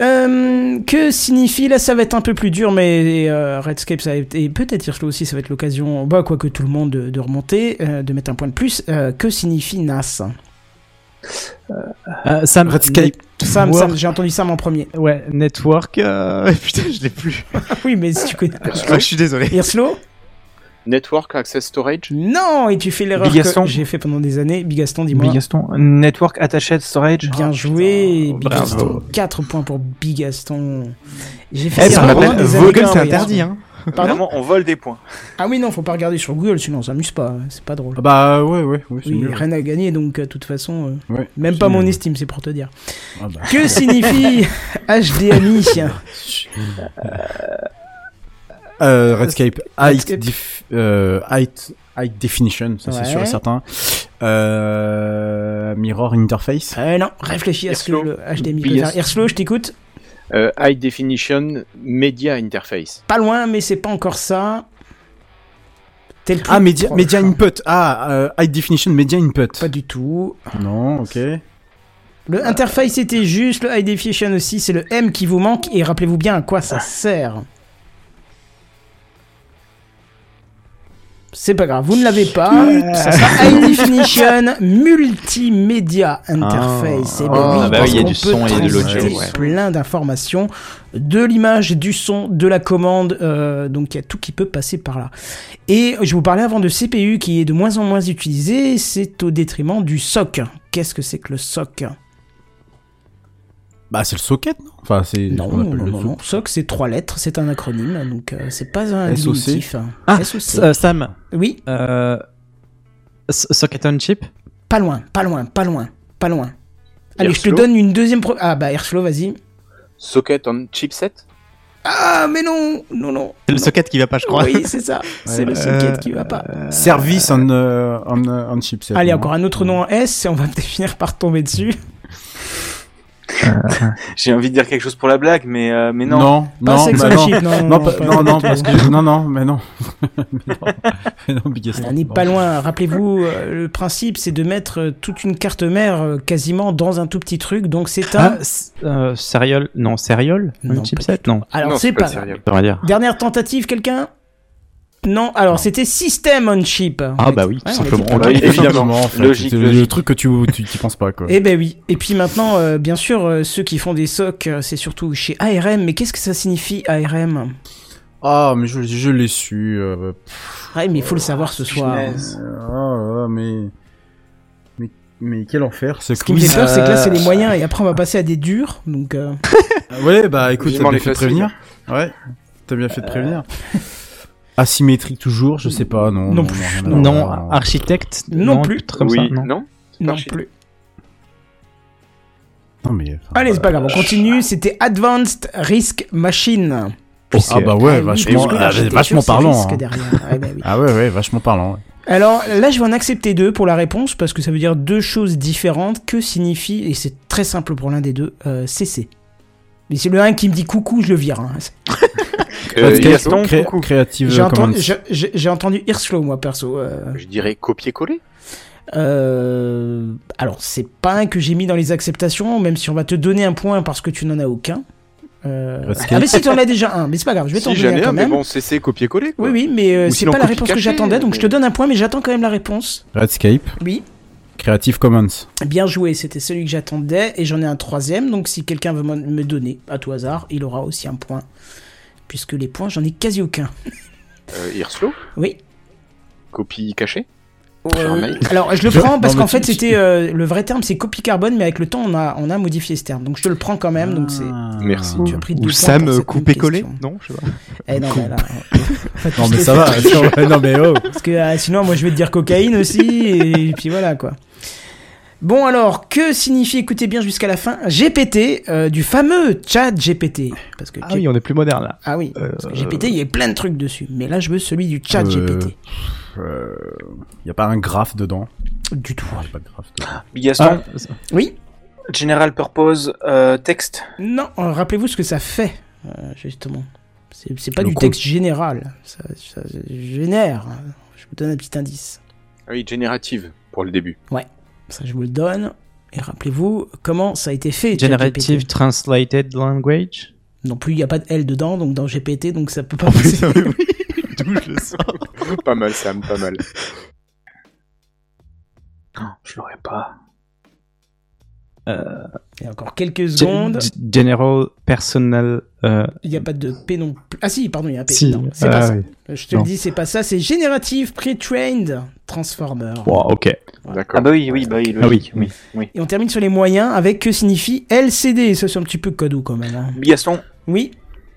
[SPEAKER 1] Euh, que signifie là ça va être un peu plus dur mais euh, Redscape ça va être- et peut-être Hirschlo aussi ça va être l'occasion bah quoi que tout le monde de, de remonter euh, de mettre un point de plus Euh, que signifie NAS
[SPEAKER 3] Euh, Sam,
[SPEAKER 2] Redscape.
[SPEAKER 1] Sam,
[SPEAKER 3] Wow.
[SPEAKER 1] Sam j'ai entendu Sam en premier [LAUGHS]
[SPEAKER 3] Net- Ouais, network. euh, [LAUGHS] Putain, je l'ai plus.
[SPEAKER 1] oui mais si tu
[SPEAKER 3] [LAUGHS]
[SPEAKER 1] connais
[SPEAKER 3] Ah, je suis désolé.
[SPEAKER 1] Hirslo
[SPEAKER 8] Network Access Storage
[SPEAKER 1] non et tu fais l'erreur
[SPEAKER 7] Bigaston.
[SPEAKER 1] que j'ai fait pendant des années Bigaston dis-moi
[SPEAKER 7] Big Gaston Network Attached Storage Ah,
[SPEAKER 1] bien joué
[SPEAKER 3] Ah, putain,
[SPEAKER 1] Bigaston
[SPEAKER 3] bravo.
[SPEAKER 1] 4 points pour Bigaston j'ai
[SPEAKER 3] Eh,
[SPEAKER 1] fait l'erreur
[SPEAKER 3] ça
[SPEAKER 1] pendant
[SPEAKER 3] Eh, m'appelle
[SPEAKER 1] des années
[SPEAKER 3] Vogel,
[SPEAKER 1] hein,
[SPEAKER 3] c'est
[SPEAKER 1] oui,
[SPEAKER 3] interdit, hein.
[SPEAKER 1] Pardon
[SPEAKER 7] Vraiment, on vole des points.
[SPEAKER 1] Ah oui, non, faut pas regarder sur Google, sinon on s'amuse pas, hein, c'est pas drôle.
[SPEAKER 2] Ah bah ouais, ouais, ouais, c'est
[SPEAKER 1] Oui,
[SPEAKER 2] mieux.
[SPEAKER 1] rien à gagner, donc euh, de toute façon, euh,
[SPEAKER 2] Ouais,
[SPEAKER 1] même
[SPEAKER 2] c'est
[SPEAKER 1] pas mon
[SPEAKER 2] mieux.
[SPEAKER 1] estime, c'est pour te dire.
[SPEAKER 2] Ah bah.
[SPEAKER 1] Que
[SPEAKER 2] [LAUGHS]
[SPEAKER 1] signifie HDMI
[SPEAKER 2] Euh, Redscape, Height,
[SPEAKER 1] Redscape.
[SPEAKER 2] dif- euh, height, height Definition, ça
[SPEAKER 1] Ouais.
[SPEAKER 2] c'est sûr et certain. Euh, mirror Interface.
[SPEAKER 1] Euh, Non, réfléchis à ce que
[SPEAKER 8] Airflow.
[SPEAKER 1] le HDMI peut
[SPEAKER 8] Yes.
[SPEAKER 1] faire. Airflow, je t'écoute.
[SPEAKER 8] Euh, High Definition Media Interface.
[SPEAKER 1] Pas loin, mais c'est pas encore ça. T'es le plus
[SPEAKER 2] Ah, Media,
[SPEAKER 1] proche,
[SPEAKER 2] media
[SPEAKER 1] hein.
[SPEAKER 2] Input. Ah, euh, Height Definition Media Input.
[SPEAKER 1] Pas du tout.
[SPEAKER 2] Non, ok.
[SPEAKER 1] Le interface était juste, le high definition aussi, c'est le M qui vous manque, et rappelez-vous bien à quoi ça sert. C'est pas grave, vous ne l'avez pas.
[SPEAKER 3] Ah.
[SPEAKER 1] Ça sera high definition multimédia interface.
[SPEAKER 3] Ah.
[SPEAKER 1] Et ben
[SPEAKER 3] Ah, bah
[SPEAKER 1] parce
[SPEAKER 3] oui, il y a
[SPEAKER 1] qu'on
[SPEAKER 3] du
[SPEAKER 1] peut
[SPEAKER 3] son et de l'audio,
[SPEAKER 1] transmettre
[SPEAKER 3] ouais.
[SPEAKER 1] Plein d'informations, de l'image, du son, de la commande. euh, donc il y a tout qui peut passer par là. Et je vous parlais avant de CPU qui est de moins en moins utilisé, c'est au détriment du SOC. Qu'est-ce que c'est que le SOC
[SPEAKER 2] Bah, c'est le socket, non Enfin, c'est
[SPEAKER 1] Non,
[SPEAKER 2] ce qu'on
[SPEAKER 1] non,
[SPEAKER 2] appelle le
[SPEAKER 1] non,
[SPEAKER 2] soc-
[SPEAKER 1] non. SOC c'est trois lettres, c'est un acronyme, donc euh, c'est pas un
[SPEAKER 2] SOC.
[SPEAKER 1] diminutif. hein.
[SPEAKER 3] Ah,
[SPEAKER 1] SOC.
[SPEAKER 3] Euh, Sam,
[SPEAKER 1] Oui,
[SPEAKER 3] euh, S- Socket on Chip
[SPEAKER 1] pas loin, pas loin, pas loin, pas loin. Allez, je te
[SPEAKER 8] Airflow.
[SPEAKER 1] donne une deuxième. pro- ah bah Airflow, vas-y.
[SPEAKER 8] Socket on chipset
[SPEAKER 1] Ah mais non, non, non.
[SPEAKER 3] C'est le socket qui va pas, je crois.
[SPEAKER 1] Oui, c'est ça. C'est le
[SPEAKER 3] Euh,
[SPEAKER 1] socket qui va pas.
[SPEAKER 2] Service on, euh, on, euh, on chipset.
[SPEAKER 1] Allez,
[SPEAKER 2] non
[SPEAKER 1] encore un autre nom en S et on va peut-être finir par tomber dessus.
[SPEAKER 7] J'ai envie de dire quelque chose pour la blague, mais, euh, mais non.
[SPEAKER 2] Non,
[SPEAKER 1] Pas
[SPEAKER 2] non,
[SPEAKER 1] sex
[SPEAKER 2] bah
[SPEAKER 1] on
[SPEAKER 2] non.
[SPEAKER 1] chip, non,
[SPEAKER 2] Non, pas-
[SPEAKER 1] pas-
[SPEAKER 2] non,
[SPEAKER 1] pas
[SPEAKER 2] non,
[SPEAKER 1] du
[SPEAKER 2] parce
[SPEAKER 1] tout.
[SPEAKER 2] que non, non, mais non, [LAUGHS] mais non, mais non, Biggest
[SPEAKER 1] On n'est
[SPEAKER 2] Non.
[SPEAKER 1] pas loin. Rappelez-vous, euh, le principe, c'est de mettre euh, toute une carte mère euh, quasiment dans un tout petit truc. Donc c'est
[SPEAKER 3] Ah,
[SPEAKER 1] un.
[SPEAKER 3] s- euh, Serial Non, Serial
[SPEAKER 1] Non,
[SPEAKER 3] Un chipset Non,
[SPEAKER 1] Alors
[SPEAKER 8] Non,
[SPEAKER 1] c'est pas.
[SPEAKER 8] le
[SPEAKER 1] grave.
[SPEAKER 8] serial.
[SPEAKER 3] on va dire.
[SPEAKER 1] Dernière tentative, quelqu'un Non. Alors c'était System on Chip.
[SPEAKER 3] Ah bah oui,
[SPEAKER 1] Ouais,
[SPEAKER 3] tout
[SPEAKER 1] on a dit
[SPEAKER 3] simplement.
[SPEAKER 1] plein de
[SPEAKER 3] Ok.
[SPEAKER 1] trucs.
[SPEAKER 2] Évidemment, en fait,
[SPEAKER 7] Logique,
[SPEAKER 2] c'est le
[SPEAKER 7] logique.
[SPEAKER 2] truc que tu tu t'y penses pas quoi.
[SPEAKER 1] Eh ben oui. Et puis maintenant, euh, bien sûr, euh, ceux qui font des socs, euh, c'est surtout chez ARM. Mais qu'est-ce que ça signifie ARM
[SPEAKER 2] Ah, mais je, je l'ai su. euh,
[SPEAKER 1] Ouais, mais il faut le savoir ce soir.
[SPEAKER 2] Ah, ah, mais... mais mais quel enfer ce
[SPEAKER 1] Ce qui me fait peur, c'est que là,
[SPEAKER 2] euh,
[SPEAKER 1] c'est les moyens. Et après, on va passer à des durs. Donc. euh,
[SPEAKER 2] Ouais, bah écoute, t'as
[SPEAKER 8] Vivement les
[SPEAKER 2] bien fait de
[SPEAKER 8] faciles.
[SPEAKER 2] prévenir. Ouais, t'as bien fait de prévenir. [LAUGHS] Asymétrique toujours, je sais pas, non.
[SPEAKER 1] Non plus,
[SPEAKER 2] rien à
[SPEAKER 3] Non,
[SPEAKER 2] voir.
[SPEAKER 3] architecte
[SPEAKER 1] Non plus.
[SPEAKER 3] tout comme
[SPEAKER 8] oui,
[SPEAKER 3] ça,
[SPEAKER 8] non,
[SPEAKER 3] non.
[SPEAKER 1] Non
[SPEAKER 8] Marché.
[SPEAKER 1] plus.
[SPEAKER 2] Non, mais. enfin,
[SPEAKER 1] Allez, c'est pas grave, on continue. C'était Advanced Risk Machine.
[SPEAKER 2] Ah bah ouais, vachement,
[SPEAKER 1] Parce que
[SPEAKER 2] ah,
[SPEAKER 1] l'architecture,
[SPEAKER 2] vachement
[SPEAKER 1] c'est
[SPEAKER 2] parlant.
[SPEAKER 1] risque
[SPEAKER 2] hein.
[SPEAKER 1] derrière. Ouais, bah oui.
[SPEAKER 2] Ah ouais, ouais, vachement parlant. ouais.
[SPEAKER 1] Alors là, je vais en accepter deux pour la réponse parce que ça veut dire deux choses différentes. Que signifie, et c'est très simple pour l'un des deux, euh, CC Mais c'est le 1 qui me dit coucou, je le vire. hein.
[SPEAKER 8] Euh,
[SPEAKER 2] Parce que-
[SPEAKER 8] yes,
[SPEAKER 7] Gaston,
[SPEAKER 2] cré- euh,
[SPEAKER 7] coucou.
[SPEAKER 2] Creative
[SPEAKER 1] J'ai
[SPEAKER 2] Commons.
[SPEAKER 1] entendu, j'ai- j'ai- j'ai entendu Hirslow, moi perso. euh,
[SPEAKER 8] Je dirais copier-coller.
[SPEAKER 1] euh, alors, c'est pas un que j'ai mis dans les acceptations, même si on va te donner un point parce que tu n'en as aucun. Euh,
[SPEAKER 2] Redscape.
[SPEAKER 1] Ah, mais si tu en as déjà un, mais c'est pas grave, je vais t'en
[SPEAKER 8] Si
[SPEAKER 1] donner
[SPEAKER 8] j'en ai
[SPEAKER 1] un
[SPEAKER 8] un,
[SPEAKER 1] quand
[SPEAKER 8] mais
[SPEAKER 1] même.
[SPEAKER 8] bon, c'est- c'est copier-coller. quoi.
[SPEAKER 1] Oui, oui, mais euh,
[SPEAKER 8] Ou
[SPEAKER 1] c'est
[SPEAKER 8] sinon euh.
[SPEAKER 1] pas la
[SPEAKER 8] copie
[SPEAKER 1] réponse que
[SPEAKER 8] cachée,
[SPEAKER 1] j'attendais, donc
[SPEAKER 8] mais-
[SPEAKER 1] je te donne un point, mais j'attends quand même la réponse.
[SPEAKER 2] Redscape,
[SPEAKER 1] Oui,
[SPEAKER 2] Creative Commons.
[SPEAKER 1] bien joué, c'était celui que j'attendais, et j'en ai un troisième, donc si quelqu'un veut m'en- me donner, à tout hasard, il aura aussi un point. Puisque les points, j'en ai quasi aucun.
[SPEAKER 8] Euh, Hirslo,
[SPEAKER 1] Oui.
[SPEAKER 8] copie cachée.
[SPEAKER 1] Euh,
[SPEAKER 8] un mail.
[SPEAKER 1] alors, je le
[SPEAKER 2] Je-
[SPEAKER 1] prends parce
[SPEAKER 2] non, mais
[SPEAKER 1] qu'en fait,
[SPEAKER 2] tu-
[SPEAKER 1] c'était euh, le vrai terme, c'est copie carbone, mais avec le temps, on a, on a modifié ce terme. Donc, je te le prends quand même. Donc, c'est
[SPEAKER 2] Ah.
[SPEAKER 8] Merci.
[SPEAKER 1] tu as pris 12
[SPEAKER 3] Ou
[SPEAKER 1] points
[SPEAKER 3] Sam
[SPEAKER 1] pour cette
[SPEAKER 3] euh,
[SPEAKER 1] même
[SPEAKER 3] coupé-collé
[SPEAKER 1] question.
[SPEAKER 3] Non, je sais pas.
[SPEAKER 1] Eh, non, mais là, enfin, tu
[SPEAKER 2] [LAUGHS] Non, mais
[SPEAKER 1] sais
[SPEAKER 2] ça
[SPEAKER 1] [LAUGHS] faire.
[SPEAKER 2] va. sûr, ouais, non, mais oh.
[SPEAKER 1] Parce que euh, sinon, moi, je vais te dire cocaïne aussi, et puis voilà, quoi. Bon, alors, que signifie, écoutez bien jusqu'à la fin, GPT, euh, du fameux chat GPT Parce que
[SPEAKER 3] Ah oui, Euh. on est plus moderne là.
[SPEAKER 1] Ah oui, parce que GPT, il y a plein de trucs dessus. Mais là, je veux celui du chat GPT.
[SPEAKER 2] Euh, y a pas un graphe dedans.
[SPEAKER 1] Du tout.
[SPEAKER 2] Y a pas de graphe dedans.
[SPEAKER 7] Gaston,
[SPEAKER 1] Oui
[SPEAKER 7] General Purpose, euh, texte.
[SPEAKER 1] Non, euh, rappelez-vous ce que ça fait, euh, justement. C'est c'est pas
[SPEAKER 2] Le
[SPEAKER 1] du
[SPEAKER 2] con.
[SPEAKER 1] texte général. Ça, ça génère. hein. Je vous donne un petit indice.
[SPEAKER 8] Ah oui, générative pour le
[SPEAKER 2] [LAUGHS]
[SPEAKER 8] début.
[SPEAKER 1] Ça, je vous le donne. Et rappelez-vous comment ça a été fait. ChatGPT.
[SPEAKER 3] Generative Translated Language
[SPEAKER 1] Non plus, il n'y a pas de L dedans, donc dans GPT, donc ça peut pas
[SPEAKER 3] En
[SPEAKER 1] passer.
[SPEAKER 3] plus,
[SPEAKER 2] [LAUGHS]
[SPEAKER 3] oui, oui. D'où je le sors.
[SPEAKER 8] pas mal, Sam,
[SPEAKER 1] [LAUGHS]
[SPEAKER 8] pas mal.
[SPEAKER 7] Je l'aurais pas.
[SPEAKER 1] Il y a encore quelques secondes.
[SPEAKER 3] G- General Personal. euh,
[SPEAKER 1] Il n'y a pas de P non plus. Ah si, pardon, il y a un P.
[SPEAKER 3] si,
[SPEAKER 1] Non, c'est
[SPEAKER 3] ah
[SPEAKER 1] pas ça.
[SPEAKER 3] oui.
[SPEAKER 1] Je te
[SPEAKER 3] Non.
[SPEAKER 1] le dis, c'est pas ça. C'est générative pre-trained transformer.
[SPEAKER 3] Wow, ok.
[SPEAKER 8] D'accord.
[SPEAKER 7] Ah bah oui, oui, bah oui,
[SPEAKER 3] Ah
[SPEAKER 7] logique,
[SPEAKER 3] oui, oui.
[SPEAKER 1] Et on termine sur les moyens avec que signifie LCD. Ça, c'est un petit peu cadeau quand même. hein.
[SPEAKER 7] Gaston,
[SPEAKER 1] Oui,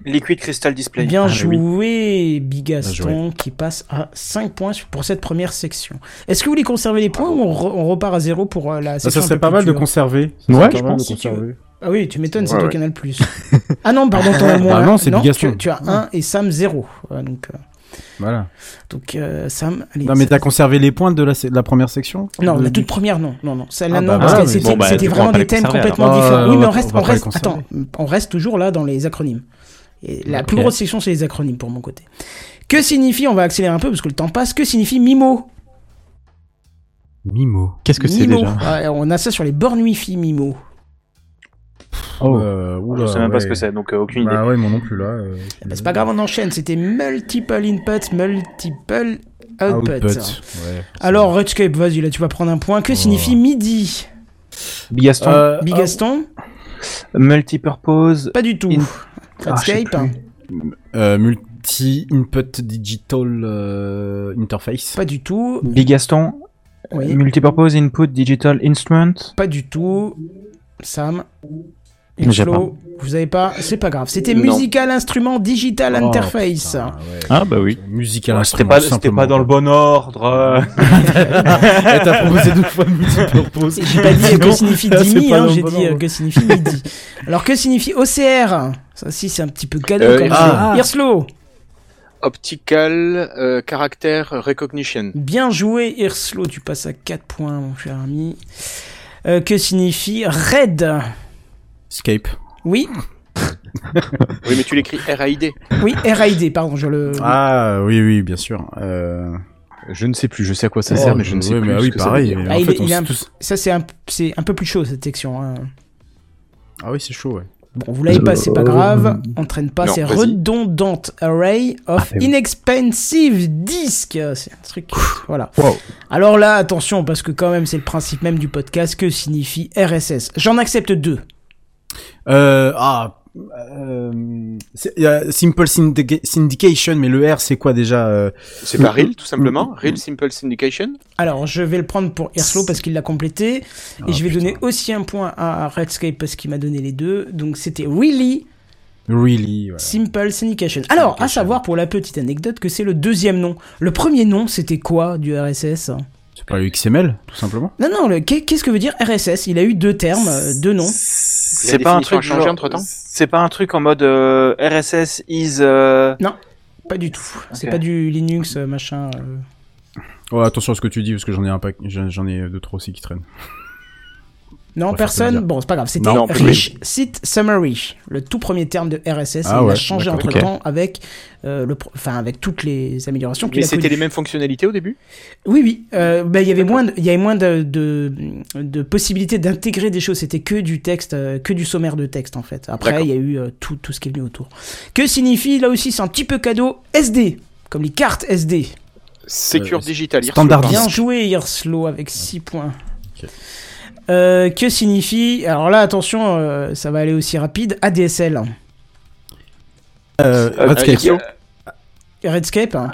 [SPEAKER 7] Liquid Crystal Display.
[SPEAKER 1] Bien
[SPEAKER 7] Ah, mais oui.
[SPEAKER 1] joué, Bigaston,
[SPEAKER 7] Bien joué.
[SPEAKER 1] qui passe à 5 points sur- pour cette première section. Est-ce que vous voulez conserver les points ou on, re- on repart à zéro pour euh, la
[SPEAKER 2] Ça,
[SPEAKER 1] section un
[SPEAKER 2] serait
[SPEAKER 1] peu
[SPEAKER 2] pas mal de
[SPEAKER 1] culture
[SPEAKER 2] conserver. Ça
[SPEAKER 1] Ouais,
[SPEAKER 2] serait pas
[SPEAKER 1] je
[SPEAKER 2] mal de
[SPEAKER 1] pense, si tu veux.
[SPEAKER 2] conserver.
[SPEAKER 1] Ah oui, tu m'étonnes, c'est
[SPEAKER 2] Ouais,
[SPEAKER 1] toi
[SPEAKER 2] ouais.
[SPEAKER 1] Canal+. ah non, pardon, t'en as moins.
[SPEAKER 2] Bah non, c'est Bigaston.
[SPEAKER 1] tu, tu as 1 et Sam 0. donc, euh,
[SPEAKER 2] Voilà.
[SPEAKER 1] donc euh, Sam, allez.
[SPEAKER 2] Non, mais t'as conservé les points de la, de la première section Euh,
[SPEAKER 1] Non,
[SPEAKER 2] De-
[SPEAKER 1] la
[SPEAKER 2] du-
[SPEAKER 1] toute première, non. Non, non, celle-là,
[SPEAKER 2] Ah,
[SPEAKER 1] non,
[SPEAKER 2] bah
[SPEAKER 1] parce
[SPEAKER 2] voilà,
[SPEAKER 1] que
[SPEAKER 2] oui.
[SPEAKER 1] c'était
[SPEAKER 2] Bon, bah,
[SPEAKER 1] c'était
[SPEAKER 2] donc on va
[SPEAKER 1] vraiment
[SPEAKER 2] pas
[SPEAKER 1] des
[SPEAKER 2] les
[SPEAKER 1] thèmes
[SPEAKER 2] conserver,
[SPEAKER 1] complètement
[SPEAKER 2] alors.
[SPEAKER 1] différents.
[SPEAKER 2] Ouais,
[SPEAKER 1] oui,
[SPEAKER 2] ouais,
[SPEAKER 1] mais on
[SPEAKER 2] ouais,
[SPEAKER 1] reste,
[SPEAKER 2] on va
[SPEAKER 1] on
[SPEAKER 2] pas les
[SPEAKER 1] reste,
[SPEAKER 2] conserver.
[SPEAKER 1] attends, on reste toujours là dans les acronymes. Et la
[SPEAKER 2] Ok.
[SPEAKER 1] plus grosse section, c'est les acronymes pour mon côté. Que signifie, on va accélérer un peu parce que le temps passe, que signifie MIMO
[SPEAKER 2] Mimo.
[SPEAKER 3] Qu'est-ce que c'est
[SPEAKER 1] Mimo.
[SPEAKER 3] déjà
[SPEAKER 1] Ouais, On a ça sur les bornes Wi-Fi, MIMO.
[SPEAKER 2] Euh, oula,
[SPEAKER 7] Je sais même pas
[SPEAKER 2] ouais.
[SPEAKER 7] ce que c'est, donc euh, aucune idée.
[SPEAKER 2] Bah ouais, moi non plus là. euh,
[SPEAKER 1] Bah, c'est pas grave, on enchaîne. C'était multiple input, multiple output.
[SPEAKER 2] Output, ouais.
[SPEAKER 1] Alors, Redscape, vas-y, là, tu vas prendre un point.
[SPEAKER 2] Oh.
[SPEAKER 1] Que signifie midi
[SPEAKER 7] Bigaston.
[SPEAKER 2] Euh,
[SPEAKER 1] Bigaston
[SPEAKER 7] Multipurpose.
[SPEAKER 1] Pas du tout.
[SPEAKER 7] In- Ah, je sais
[SPEAKER 1] Redscape hein.
[SPEAKER 2] euh, multi input digital euh, interface.
[SPEAKER 1] Pas du tout.
[SPEAKER 7] Bigaston.
[SPEAKER 1] Oui.
[SPEAKER 7] Multipurpose Input Digital Instrument.
[SPEAKER 1] Pas du tout. Sam. Et
[SPEAKER 3] J'ai
[SPEAKER 1] Flo, vous avez pas C'est pas grave. C'était
[SPEAKER 8] Non.
[SPEAKER 1] musical instrument digital
[SPEAKER 2] Oh,
[SPEAKER 1] interface.
[SPEAKER 3] Ah bah oui.
[SPEAKER 2] Musical
[SPEAKER 7] C'était
[SPEAKER 2] instrument,
[SPEAKER 7] pas, c'était
[SPEAKER 2] simplement.
[SPEAKER 7] pas dans le bon ordre.
[SPEAKER 2] Eh, T'as proposé deux fois multipurpose.
[SPEAKER 1] J'ai pas dit
[SPEAKER 2] [LAUGHS]
[SPEAKER 1] euh, que
[SPEAKER 2] Non,
[SPEAKER 1] signifie
[SPEAKER 2] là, c'est
[SPEAKER 1] dimi,
[SPEAKER 2] pas
[SPEAKER 1] hein,
[SPEAKER 2] dans le
[SPEAKER 1] j'ai
[SPEAKER 2] bon
[SPEAKER 1] dit euh,
[SPEAKER 2] ordre.
[SPEAKER 1] que signifie midi. Alors que signifie OCR Ça aussi c'est un petit peu cadeau
[SPEAKER 8] Euh,
[SPEAKER 1] quand même.
[SPEAKER 2] ah.
[SPEAKER 1] Hirslo,
[SPEAKER 8] Optical euh, Character Recognition.
[SPEAKER 1] bien joué Hirslo, tu passes à 4 points mon cher ami. Euh, que signifie RAID
[SPEAKER 2] Skype.
[SPEAKER 1] Oui,
[SPEAKER 8] Oui, mais tu l'écris RAID.
[SPEAKER 1] oui, RAID, pardon, je le...
[SPEAKER 2] Ah oui, oui, bien sûr. Euh...
[SPEAKER 8] Je ne sais plus, je sais à quoi ça
[SPEAKER 2] Oh,
[SPEAKER 8] sert, mais je ne sais
[SPEAKER 2] ouais,
[SPEAKER 8] plus.
[SPEAKER 2] mais ah
[SPEAKER 8] ce
[SPEAKER 2] oui,
[SPEAKER 8] que ça
[SPEAKER 2] pareil.
[SPEAKER 8] veut dire.
[SPEAKER 2] mais
[SPEAKER 1] Ah,
[SPEAKER 2] en
[SPEAKER 1] il
[SPEAKER 2] fait,
[SPEAKER 1] est-
[SPEAKER 2] on
[SPEAKER 1] il
[SPEAKER 2] sait
[SPEAKER 1] est un-
[SPEAKER 2] tous-
[SPEAKER 1] Ça c'est un, c'est un peu plus chaud cette section. hein.
[SPEAKER 2] Ah oui, c'est chaud, ouais.
[SPEAKER 1] Bon, vous l'avez pas, c'est pas grave. On traîne pas,
[SPEAKER 8] Non,
[SPEAKER 1] c'est
[SPEAKER 8] vas-y.
[SPEAKER 1] redondant array of
[SPEAKER 3] Euh, Ah, oui.
[SPEAKER 1] inexpensive disk. C'est un truc. voilà.
[SPEAKER 3] Wow.
[SPEAKER 1] Alors là, attention, parce que quand même, c'est le principe même du podcast. Que signifie RSS J'en accepte deux.
[SPEAKER 2] Euh, ah, euh, c'est- il y a Simple Syndica- Syndication, mais le R, c'est quoi déjà euh,
[SPEAKER 8] C'est pas REAL, tout simplement REAL Simple Syndication
[SPEAKER 1] Alors, je vais le prendre pour Hirslo parce qu'il l'a complété. Et
[SPEAKER 3] Ah,
[SPEAKER 1] je vais
[SPEAKER 2] Ah,
[SPEAKER 1] donner aussi un point à Redscape parce qu'il m'a donné les deux. Donc, c'était Really
[SPEAKER 2] Really, ouais.
[SPEAKER 1] Simple Syndication. Alors, à savoir pour la petite anecdote que c'est le deuxième nom. Le premier nom, c'était quoi du RSS
[SPEAKER 2] C'est pas le XML, tout simplement
[SPEAKER 1] Non, non, le- qu'est- qu'est-ce que veut dire RSS Il a eu deux termes, euh, deux
[SPEAKER 7] [LAUGHS]
[SPEAKER 1] noms.
[SPEAKER 8] La
[SPEAKER 7] C'est pas un
[SPEAKER 8] définition
[SPEAKER 7] truc
[SPEAKER 8] a changé
[SPEAKER 7] genre-
[SPEAKER 8] entre-temps
[SPEAKER 7] C'est pas un truc en mode euh, RSS is. euh,
[SPEAKER 1] Pas du tout. C'est
[SPEAKER 7] Ok.
[SPEAKER 1] pas du Linux, euh, machin. euh.
[SPEAKER 2] Ouais, Oh, attention à ce que tu dis, parce que j'en ai un pack, j'en j'en ai deux, trois aussi qui traînent.
[SPEAKER 1] Non,
[SPEAKER 2] va faire
[SPEAKER 1] personne.
[SPEAKER 2] plaisir.
[SPEAKER 1] Bon, c'est pas grave. C'était
[SPEAKER 8] Non, plus.
[SPEAKER 1] Rich Site Summary, le tout premier terme de RSS.
[SPEAKER 2] Ah
[SPEAKER 1] et il a
[SPEAKER 2] ouais,
[SPEAKER 1] changé
[SPEAKER 2] d'accord.
[SPEAKER 1] entre temps avec, euh, le, pro- enfin, avec toutes les améliorations qu'il
[SPEAKER 8] Mais
[SPEAKER 1] a
[SPEAKER 8] c'était
[SPEAKER 1] connues.
[SPEAKER 8] les mêmes fonctionnalités au début
[SPEAKER 1] Oui, oui. Euh, bah, il y avait moins, de- il y avait moins de, de, de possibilités d'intégrer des choses. C'était que du texte, euh, que du sommaire de texte en fait. Après,
[SPEAKER 8] D'accord.
[SPEAKER 1] il y a eu euh, tout, tout ce qui est venu autour. Que signifie là aussi, c'est un petit peu cadeau SD, comme les cartes SD.
[SPEAKER 8] Secure
[SPEAKER 2] Euh,
[SPEAKER 8] Digital. hier,
[SPEAKER 2] standard
[SPEAKER 8] sur le
[SPEAKER 1] Bien
[SPEAKER 8] parent.
[SPEAKER 1] joué, Hirslo, avec 6 points.
[SPEAKER 2] Ok.
[SPEAKER 1] Euh, que signifie. Alors là, attention, euh, ça va aller aussi rapide. ADSL.
[SPEAKER 2] Euh, Redscape.
[SPEAKER 8] Ixo.
[SPEAKER 1] Redscape hein.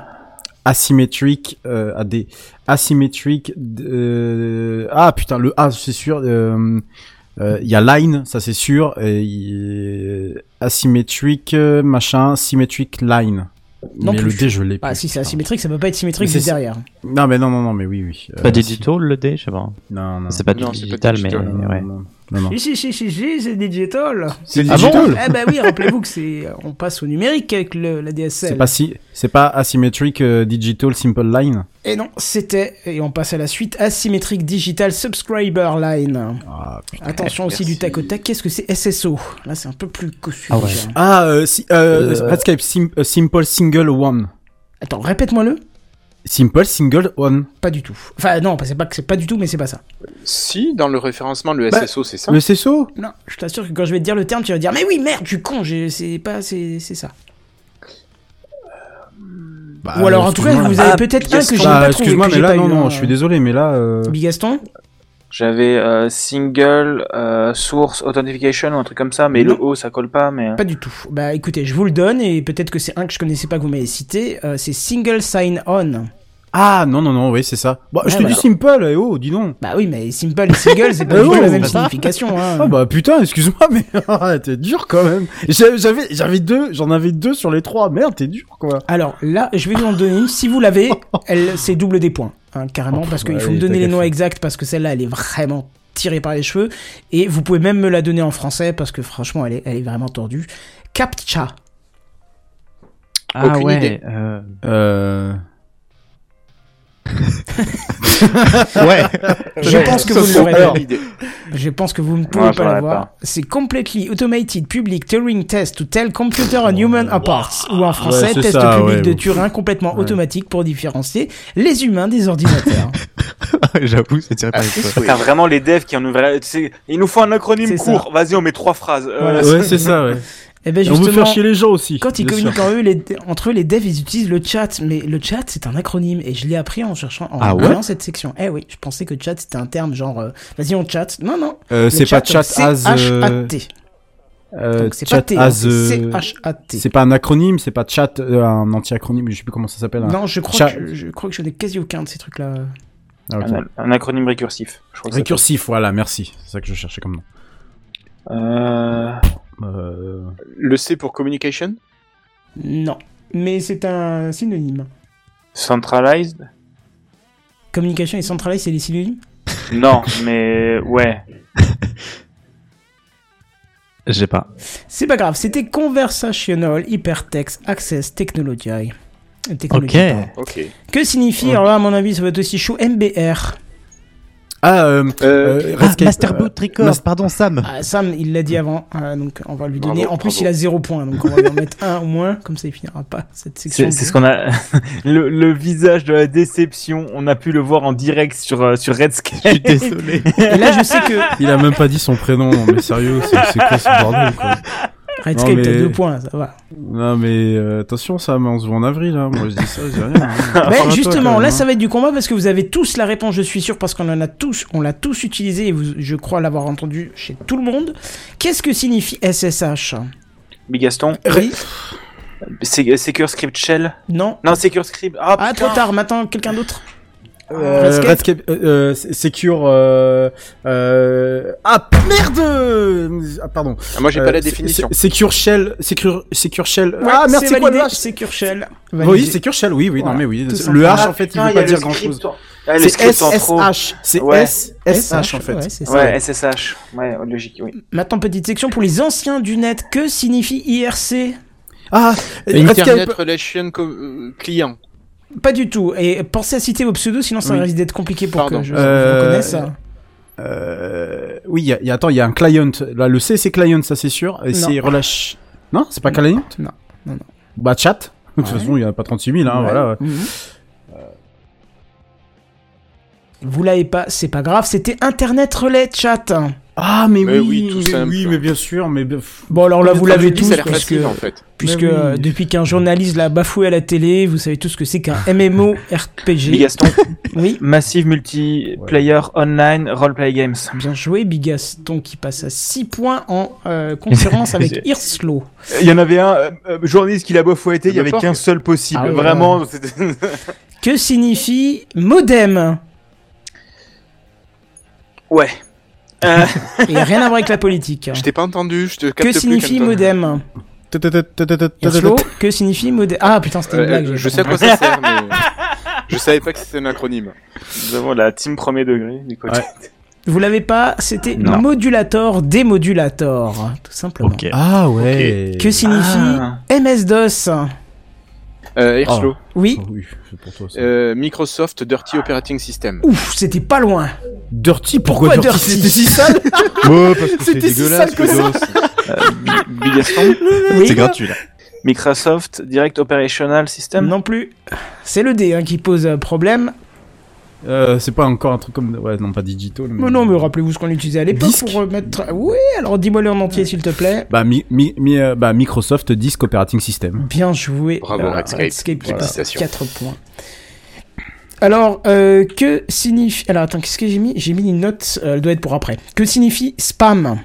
[SPEAKER 2] Asymmetric, euh, AD. Asymmetric, euh, ah putain, le A, c'est sûr, euh, euh, il y a line, ça c'est sûr, et il- asymmetric, euh, machin, symmetric line.
[SPEAKER 1] Non
[SPEAKER 2] mais
[SPEAKER 1] plus.
[SPEAKER 2] le D, je l'ai
[SPEAKER 1] Ah,
[SPEAKER 2] pas.
[SPEAKER 1] si c'est asymétrique, ça peut pas être symétrique
[SPEAKER 2] Mais c'est-
[SPEAKER 1] juste derrière.
[SPEAKER 2] Non, mais non, non, non, mais oui, oui. Euh,
[SPEAKER 3] Pas digital le D, je sais pas.
[SPEAKER 2] Non, non.
[SPEAKER 3] C'est pas du
[SPEAKER 8] Non, c'est pas
[SPEAKER 3] digital, mais
[SPEAKER 8] digital,
[SPEAKER 2] non,
[SPEAKER 3] ouais.
[SPEAKER 2] non, non, non.
[SPEAKER 1] Si, si, si, si, si, c'est digital.
[SPEAKER 2] C'est
[SPEAKER 3] Ah bon
[SPEAKER 2] digital
[SPEAKER 1] Eh ben oui, rappelez-vous que c'est. euh, On passe au numérique avec le, la DSL.
[SPEAKER 2] C'est pas si, c'est pas asymmetric euh, digital simple line.
[SPEAKER 1] Et non, c'était. Et on passe à la suite. Asymétrique Digital Subscriber Line.
[SPEAKER 2] Ah, putain.
[SPEAKER 1] Attention aussi
[SPEAKER 8] merci.
[SPEAKER 1] du tac au tac. Qu'est-ce que c'est SSO Là, c'est un peu plus cossu.
[SPEAKER 3] Ah ouais.
[SPEAKER 1] déjà.
[SPEAKER 2] Ah, euh, si- euh, Redscape, sim- euh, simple single one.
[SPEAKER 1] Attends, répète-moi le.
[SPEAKER 2] Simple single one.
[SPEAKER 1] Pas du tout. Enfin, non, c'est pas que c'est pas du tout, mais c'est pas ça.
[SPEAKER 8] Si, dans le référencement, le
[SPEAKER 2] Bah,
[SPEAKER 8] SSO, c'est ça.
[SPEAKER 2] Le CSO
[SPEAKER 1] Non, je t'assure que quand je vais te dire le terme, tu vas dire Mais oui, merde, tu con, j'ai- c'est pas, c'est c'est ça.
[SPEAKER 2] Bah, euh,
[SPEAKER 1] Ou alors, en tout
[SPEAKER 2] excuse-moi.
[SPEAKER 1] cas, vous avez peut-être un que j'ai
[SPEAKER 2] Bah,
[SPEAKER 1] pas trouvé.
[SPEAKER 2] excuse-moi,
[SPEAKER 1] que
[SPEAKER 2] mais
[SPEAKER 1] j'ai
[SPEAKER 2] là,
[SPEAKER 1] pas
[SPEAKER 2] non,
[SPEAKER 1] eu,
[SPEAKER 2] non,
[SPEAKER 1] hein.
[SPEAKER 2] je suis désolé, mais là, euh,
[SPEAKER 1] Bigaston
[SPEAKER 7] J'avais euh, Single euh, Source Authentication ou un truc comme ça, mais le O ça colle pas. Mais euh,
[SPEAKER 1] Pas du tout. Bah écoutez, je vous le donne et peut-être que c'est un que je connaissais pas que vous m'avez cité. euh, c'est Single Sign On.
[SPEAKER 2] Ah non, non, non, oui, c'est ça. Bah, je
[SPEAKER 1] Ouais,
[SPEAKER 2] te
[SPEAKER 1] bah.
[SPEAKER 2] dis Simple, eh oh, dis donc.
[SPEAKER 1] Bah oui, mais Simple et Single, c'est pas du
[SPEAKER 2] Bah
[SPEAKER 1] tout
[SPEAKER 2] non,
[SPEAKER 1] la même
[SPEAKER 2] bah,
[SPEAKER 1] signification. hein.
[SPEAKER 2] Ah bah putain, excuse-moi, [LAUGHS] mais ah, t'es dur quand même. J'a- J'avais, j'avais deux, j'en avais deux sur les trois. Merde, t'es dur quoi.
[SPEAKER 1] Alors là, je vais vous en donner une. Si vous
[SPEAKER 2] [LAUGHS]
[SPEAKER 1] l'avez, elle, c'est double des points, hein, carrément, parce qu'il
[SPEAKER 2] bah
[SPEAKER 1] faut
[SPEAKER 2] oui,
[SPEAKER 1] me donner
[SPEAKER 2] t'as
[SPEAKER 1] les
[SPEAKER 2] qu'à
[SPEAKER 1] noms
[SPEAKER 2] faire.
[SPEAKER 1] exacts, parce que celle-là, elle est vraiment tirée par les cheveux. Et vous pouvez même me la donner en français, parce que franchement, elle est, elle est vraiment tordue. Captcha.
[SPEAKER 3] Ah
[SPEAKER 8] Aucune
[SPEAKER 3] ouais.
[SPEAKER 8] idée.
[SPEAKER 3] [LAUGHS] euh,
[SPEAKER 2] [LAUGHS] Euh...
[SPEAKER 3] Ouais.
[SPEAKER 1] Je pense que
[SPEAKER 8] Ça,
[SPEAKER 1] vous
[SPEAKER 8] c'est
[SPEAKER 1] l'aurez
[SPEAKER 8] aucune
[SPEAKER 1] pas.
[SPEAKER 8] idée.
[SPEAKER 1] Je pense que vous ne
[SPEAKER 7] Non,
[SPEAKER 1] pouvez
[SPEAKER 7] je
[SPEAKER 1] pas
[SPEAKER 7] l'aurais
[SPEAKER 1] l'avoir. C'est Completely Automated Public Turing Test to Tell Computer and Human Apart. Ou en français,
[SPEAKER 2] Ouais, c'est
[SPEAKER 1] test
[SPEAKER 2] ça,
[SPEAKER 1] public
[SPEAKER 2] ouais,
[SPEAKER 1] de
[SPEAKER 2] ouf.
[SPEAKER 1] Turin complètement
[SPEAKER 2] Ouais.
[SPEAKER 1] automatique pour différencier les humains des
[SPEAKER 2] [LAUGHS]
[SPEAKER 1] ordinateurs.
[SPEAKER 3] Ah, J'avoue, c'est
[SPEAKER 8] Ah,
[SPEAKER 3] tiré par les cheveux.
[SPEAKER 7] T'as vraiment les devs qui en ouvraient. Tu sais, il nous faut un acronyme
[SPEAKER 1] C'est ça.
[SPEAKER 7] court. Vas-y, on met trois phrases. Euh,
[SPEAKER 1] Voilà.
[SPEAKER 2] Ouais, c'est ça. Ouais.
[SPEAKER 1] Et ben
[SPEAKER 2] Et on veut
[SPEAKER 1] justement,
[SPEAKER 2] faire chier les gens aussi.
[SPEAKER 1] quand ils
[SPEAKER 2] bien sûr.
[SPEAKER 1] communiquent en eux, les- entre eux, les devs, ils utilisent le chat. Mais le chat, c'est un acronyme. Et je l'ai appris en cherchant, en
[SPEAKER 3] Ah ouais
[SPEAKER 1] créant cette section. Eh oui, je pensais que chat, c'était un terme genre, euh, vas-y, on chat. Non, non.
[SPEAKER 2] Euh,
[SPEAKER 1] le
[SPEAKER 2] c'est pas chat as. euh,
[SPEAKER 1] C-H-A-T.
[SPEAKER 2] euh,
[SPEAKER 1] Donc c'est pas
[SPEAKER 2] chat
[SPEAKER 1] T, hein,
[SPEAKER 2] as,
[SPEAKER 1] c'est
[SPEAKER 2] euh,
[SPEAKER 1] C-H-A-T.
[SPEAKER 2] C'est pas un acronyme, c'est pas chat, euh, un anti-acronyme, je sais plus comment ça s'appelle. hein.
[SPEAKER 1] Non, je crois,
[SPEAKER 2] Chat-
[SPEAKER 1] que, je crois que je n'ai quasi aucun de ces trucs-là.
[SPEAKER 2] Ah, ok.
[SPEAKER 7] Un, un acronyme récursif. Je crois que ça
[SPEAKER 2] Récursif, voilà, merci. C'est ça que je cherchais comme nom.
[SPEAKER 7] s'appelle. Euh,
[SPEAKER 2] Euh,
[SPEAKER 8] Le C pour communication
[SPEAKER 1] Non. Mais c'est un synonyme.
[SPEAKER 7] Centralized
[SPEAKER 1] Communication et centralisé, c'est des synonymes
[SPEAKER 7] Non, mais ouais.
[SPEAKER 3] J'ai pas.
[SPEAKER 1] C'est pas grave, c'était Conversational Hypertext Access Technology. Euh, Technology,
[SPEAKER 3] Ok.
[SPEAKER 1] pardon.
[SPEAKER 8] Ok.
[SPEAKER 1] Que signifie, alors là, à mon avis, ça va être aussi chaud, MBR
[SPEAKER 2] Ah, euh,
[SPEAKER 8] Euh,
[SPEAKER 2] euh, Redscape, euh,
[SPEAKER 3] Record,
[SPEAKER 2] Mas-
[SPEAKER 3] pardon Sam.
[SPEAKER 1] Ah, Sam, il l'a dit avant, euh, donc on va lui
[SPEAKER 8] Bravo,
[SPEAKER 1] donner. en plus,
[SPEAKER 8] bravo.
[SPEAKER 1] il a 0 point, donc on va lui en mettre [LAUGHS] un au moins, comme ça il finira pas cette section.
[SPEAKER 7] C'est c'est ce qu'on a. [LAUGHS] Le, le visage de la déception, on a pu le voir en direct sur, euh, sur
[SPEAKER 3] Je
[SPEAKER 7] Redscape.
[SPEAKER 3] suis désolé.
[SPEAKER 1] Et là, je sais que
[SPEAKER 2] Il a même pas dit
[SPEAKER 1] [LAUGHS]
[SPEAKER 2] son prénom, non, mais sérieux, c'est c'est quoi ce bordel quoi
[SPEAKER 1] Redscape,
[SPEAKER 2] mais-
[SPEAKER 1] t'as 2 points, ça va.
[SPEAKER 2] Non mais euh, attention ça, mais on se voit en avril, hein. moi je dis ça, je dis rien.
[SPEAKER 1] [LAUGHS]
[SPEAKER 2] hein.
[SPEAKER 1] Ben,
[SPEAKER 2] Parle à toi,
[SPEAKER 1] justement,
[SPEAKER 2] quand même,
[SPEAKER 1] là,
[SPEAKER 2] hein.
[SPEAKER 1] ça va être du combat parce que vous avez tous la réponse, je suis sûr, parce qu'on en a tous, on l'a tous utilisé et vous- je crois l'avoir entendu chez tout le monde. Qu'est-ce que signifie SSH
[SPEAKER 7] Mais Gaston,
[SPEAKER 1] Oui.
[SPEAKER 7] c'est- euh, Secure Script Shell
[SPEAKER 1] Non.
[SPEAKER 7] Non, Secure Script. Ah,
[SPEAKER 1] Ah,
[SPEAKER 7] putain.
[SPEAKER 1] trop tard, maintenant quelqu'un d'autre
[SPEAKER 2] Euh,
[SPEAKER 1] Redscape.
[SPEAKER 2] Redscape, euh, euh, Secure, euh, euh, ah merde, ah pardon.
[SPEAKER 8] Ah, Moi, j'ai
[SPEAKER 2] Euh,
[SPEAKER 8] pas la
[SPEAKER 2] c'est-
[SPEAKER 8] définition.
[SPEAKER 2] c'est- Secure Shell, Secure, Secure Shell.
[SPEAKER 1] Ouais,
[SPEAKER 2] ah merde,
[SPEAKER 1] c'est
[SPEAKER 2] c'est quoi le
[SPEAKER 1] validé,
[SPEAKER 2] H
[SPEAKER 1] Secure Shell.
[SPEAKER 2] Oui,
[SPEAKER 1] Validé.
[SPEAKER 2] Secure Shell, oui, oui,
[SPEAKER 1] Voilà,
[SPEAKER 2] non mais oui.
[SPEAKER 1] tout
[SPEAKER 2] Le
[SPEAKER 1] simplement. Ah,
[SPEAKER 2] H en fait, il veut pas dire grand chose.
[SPEAKER 7] Ah, le
[SPEAKER 2] C'est
[SPEAKER 7] script en trop.
[SPEAKER 2] SSH, c'est
[SPEAKER 7] Ouais.
[SPEAKER 2] SSH en fait.
[SPEAKER 1] ouais, c'est ça.
[SPEAKER 7] Ouais, SSH. Ouais, logique, oui.
[SPEAKER 1] Maintenant, petite section pour les anciens du net. Que signifie IRC
[SPEAKER 2] Ah,
[SPEAKER 8] Internet
[SPEAKER 2] Redscape,
[SPEAKER 8] Relation Co- euh, Client.
[SPEAKER 1] Pas du tout. Et pensez à citer vos pseudos, sinon ça
[SPEAKER 2] Oui.
[SPEAKER 1] risque d'être compliqué pour
[SPEAKER 8] Pardon.
[SPEAKER 1] que je
[SPEAKER 2] Euh,
[SPEAKER 1] reconnaisse ça.
[SPEAKER 2] Euh, oui, il y a- il y a- attends, il y a un client. Là, le C, c'est client, ça c'est sûr.
[SPEAKER 1] Non.
[SPEAKER 2] Et c'est relâche. Non, c'est pas client
[SPEAKER 1] Non, non, non.
[SPEAKER 2] Bah, chat. De toute façon, il n'y en a pas 36 000, hein,
[SPEAKER 1] Ouais.
[SPEAKER 2] voilà.
[SPEAKER 1] Mhm. Vous l'avez pas, c'est pas grave, c'était Internet Relais Chat.
[SPEAKER 2] Ah, mais,
[SPEAKER 8] Mais
[SPEAKER 2] oui,
[SPEAKER 8] oui, tout
[SPEAKER 2] mais
[SPEAKER 8] simple.
[SPEAKER 2] oui, mais bien sûr, mais bien- pff,
[SPEAKER 1] Bon, alors là, vous l'avez
[SPEAKER 8] Traduit,
[SPEAKER 1] tous,
[SPEAKER 8] Ça a l'air
[SPEAKER 1] parce
[SPEAKER 8] facile
[SPEAKER 1] que,
[SPEAKER 8] en fait.
[SPEAKER 1] puisque
[SPEAKER 2] Mais oui.
[SPEAKER 1] euh, depuis qu'un journaliste l'a bafoué à la télé, vous savez tout ce que c'est
[SPEAKER 8] [LAUGHS]
[SPEAKER 1] qu'un
[SPEAKER 7] Mais
[SPEAKER 1] MMORPG.
[SPEAKER 7] [LAUGHS] Gaston,
[SPEAKER 1] oui.
[SPEAKER 7] Massive Multiplayer Online Roleplay Games.
[SPEAKER 1] Bien joué, Bigaston qui passe à 6 points en euh, concurrence
[SPEAKER 8] [LAUGHS]
[SPEAKER 1] avec Irslo.
[SPEAKER 7] Il y en avait un, euh, euh, journaliste qui l'a bafouetté, il y
[SPEAKER 8] Le
[SPEAKER 7] avait
[SPEAKER 8] porc.
[SPEAKER 7] qu'un seul possible.
[SPEAKER 1] Ah ouais. [LAUGHS]
[SPEAKER 7] Vraiment, c'était-
[SPEAKER 1] Que signifie modem
[SPEAKER 7] Ouais. Euh,
[SPEAKER 1] Et rien à voir avec la politique.
[SPEAKER 8] [LAUGHS] Je t'ai pas entendu, je te capte
[SPEAKER 1] Que
[SPEAKER 8] plus,
[SPEAKER 1] signifie
[SPEAKER 8] Kenton.
[SPEAKER 1] modem
[SPEAKER 2] tut, tut, tut, tut, tut,
[SPEAKER 1] Irslo,
[SPEAKER 2] tut.
[SPEAKER 1] que signifie modem Ah putain, c'était
[SPEAKER 8] Euh,
[SPEAKER 1] une blague.
[SPEAKER 8] euh,
[SPEAKER 1] j'ai
[SPEAKER 8] je
[SPEAKER 1] pas
[SPEAKER 8] sais à quoi ça sert, mais je savais pas que c'était un acronyme.
[SPEAKER 7] nous avons la team premier degré du côté.
[SPEAKER 1] Vous l'avez pas, c'était
[SPEAKER 3] Non.
[SPEAKER 1] modulator, démodulator, tout simplement.
[SPEAKER 3] Ok.
[SPEAKER 2] Ah ouais.
[SPEAKER 1] Que signifie
[SPEAKER 7] Ah.
[SPEAKER 1] MS-DOS
[SPEAKER 8] Euh, Airslow.
[SPEAKER 1] Oh, Oui,
[SPEAKER 2] Ah oui, c'est pour toi, ça.
[SPEAKER 8] Euh, Microsoft Dirty Operating System.
[SPEAKER 3] Oh.
[SPEAKER 1] ouf, c'était pas loin.
[SPEAKER 2] dirty, pourquoi,
[SPEAKER 1] pourquoi
[SPEAKER 2] dirty,
[SPEAKER 1] dirty
[SPEAKER 2] C'était
[SPEAKER 1] [LAUGHS]
[SPEAKER 2] si sale
[SPEAKER 3] Oh, parce que
[SPEAKER 2] C'était si sale que ça
[SPEAKER 7] Euh, Bi- Bigaston,
[SPEAKER 1] Oui,
[SPEAKER 3] C'est gratuit là.
[SPEAKER 7] Microsoft Direct Operational System.
[SPEAKER 1] non plus. C'est le D hein, qui pose euh, problème.
[SPEAKER 2] [LAUGHS] Euh, C'est pas encore un truc comme. Ouais, non, pas digital.
[SPEAKER 1] Mais non, mais rappelez-vous ce qu'on utilisait à l'époque
[SPEAKER 2] Disque.
[SPEAKER 1] pour euh, mettre. Oui, alors dis-moi-le en entier, s'il te plaît.
[SPEAKER 2] Bah, mi- mi- mi- euh, bah, Microsoft Disk Operating System.
[SPEAKER 1] Bien joué.
[SPEAKER 8] Bravo,
[SPEAKER 1] euh,
[SPEAKER 8] Redscape.
[SPEAKER 1] qui
[SPEAKER 8] Voilà.
[SPEAKER 1] passe 4 points. Alors, euh, que signifie. Alors, attends, qu'est-ce que j'ai mis J'ai mis une note, euh, elle doit être pour après. Que signifie spam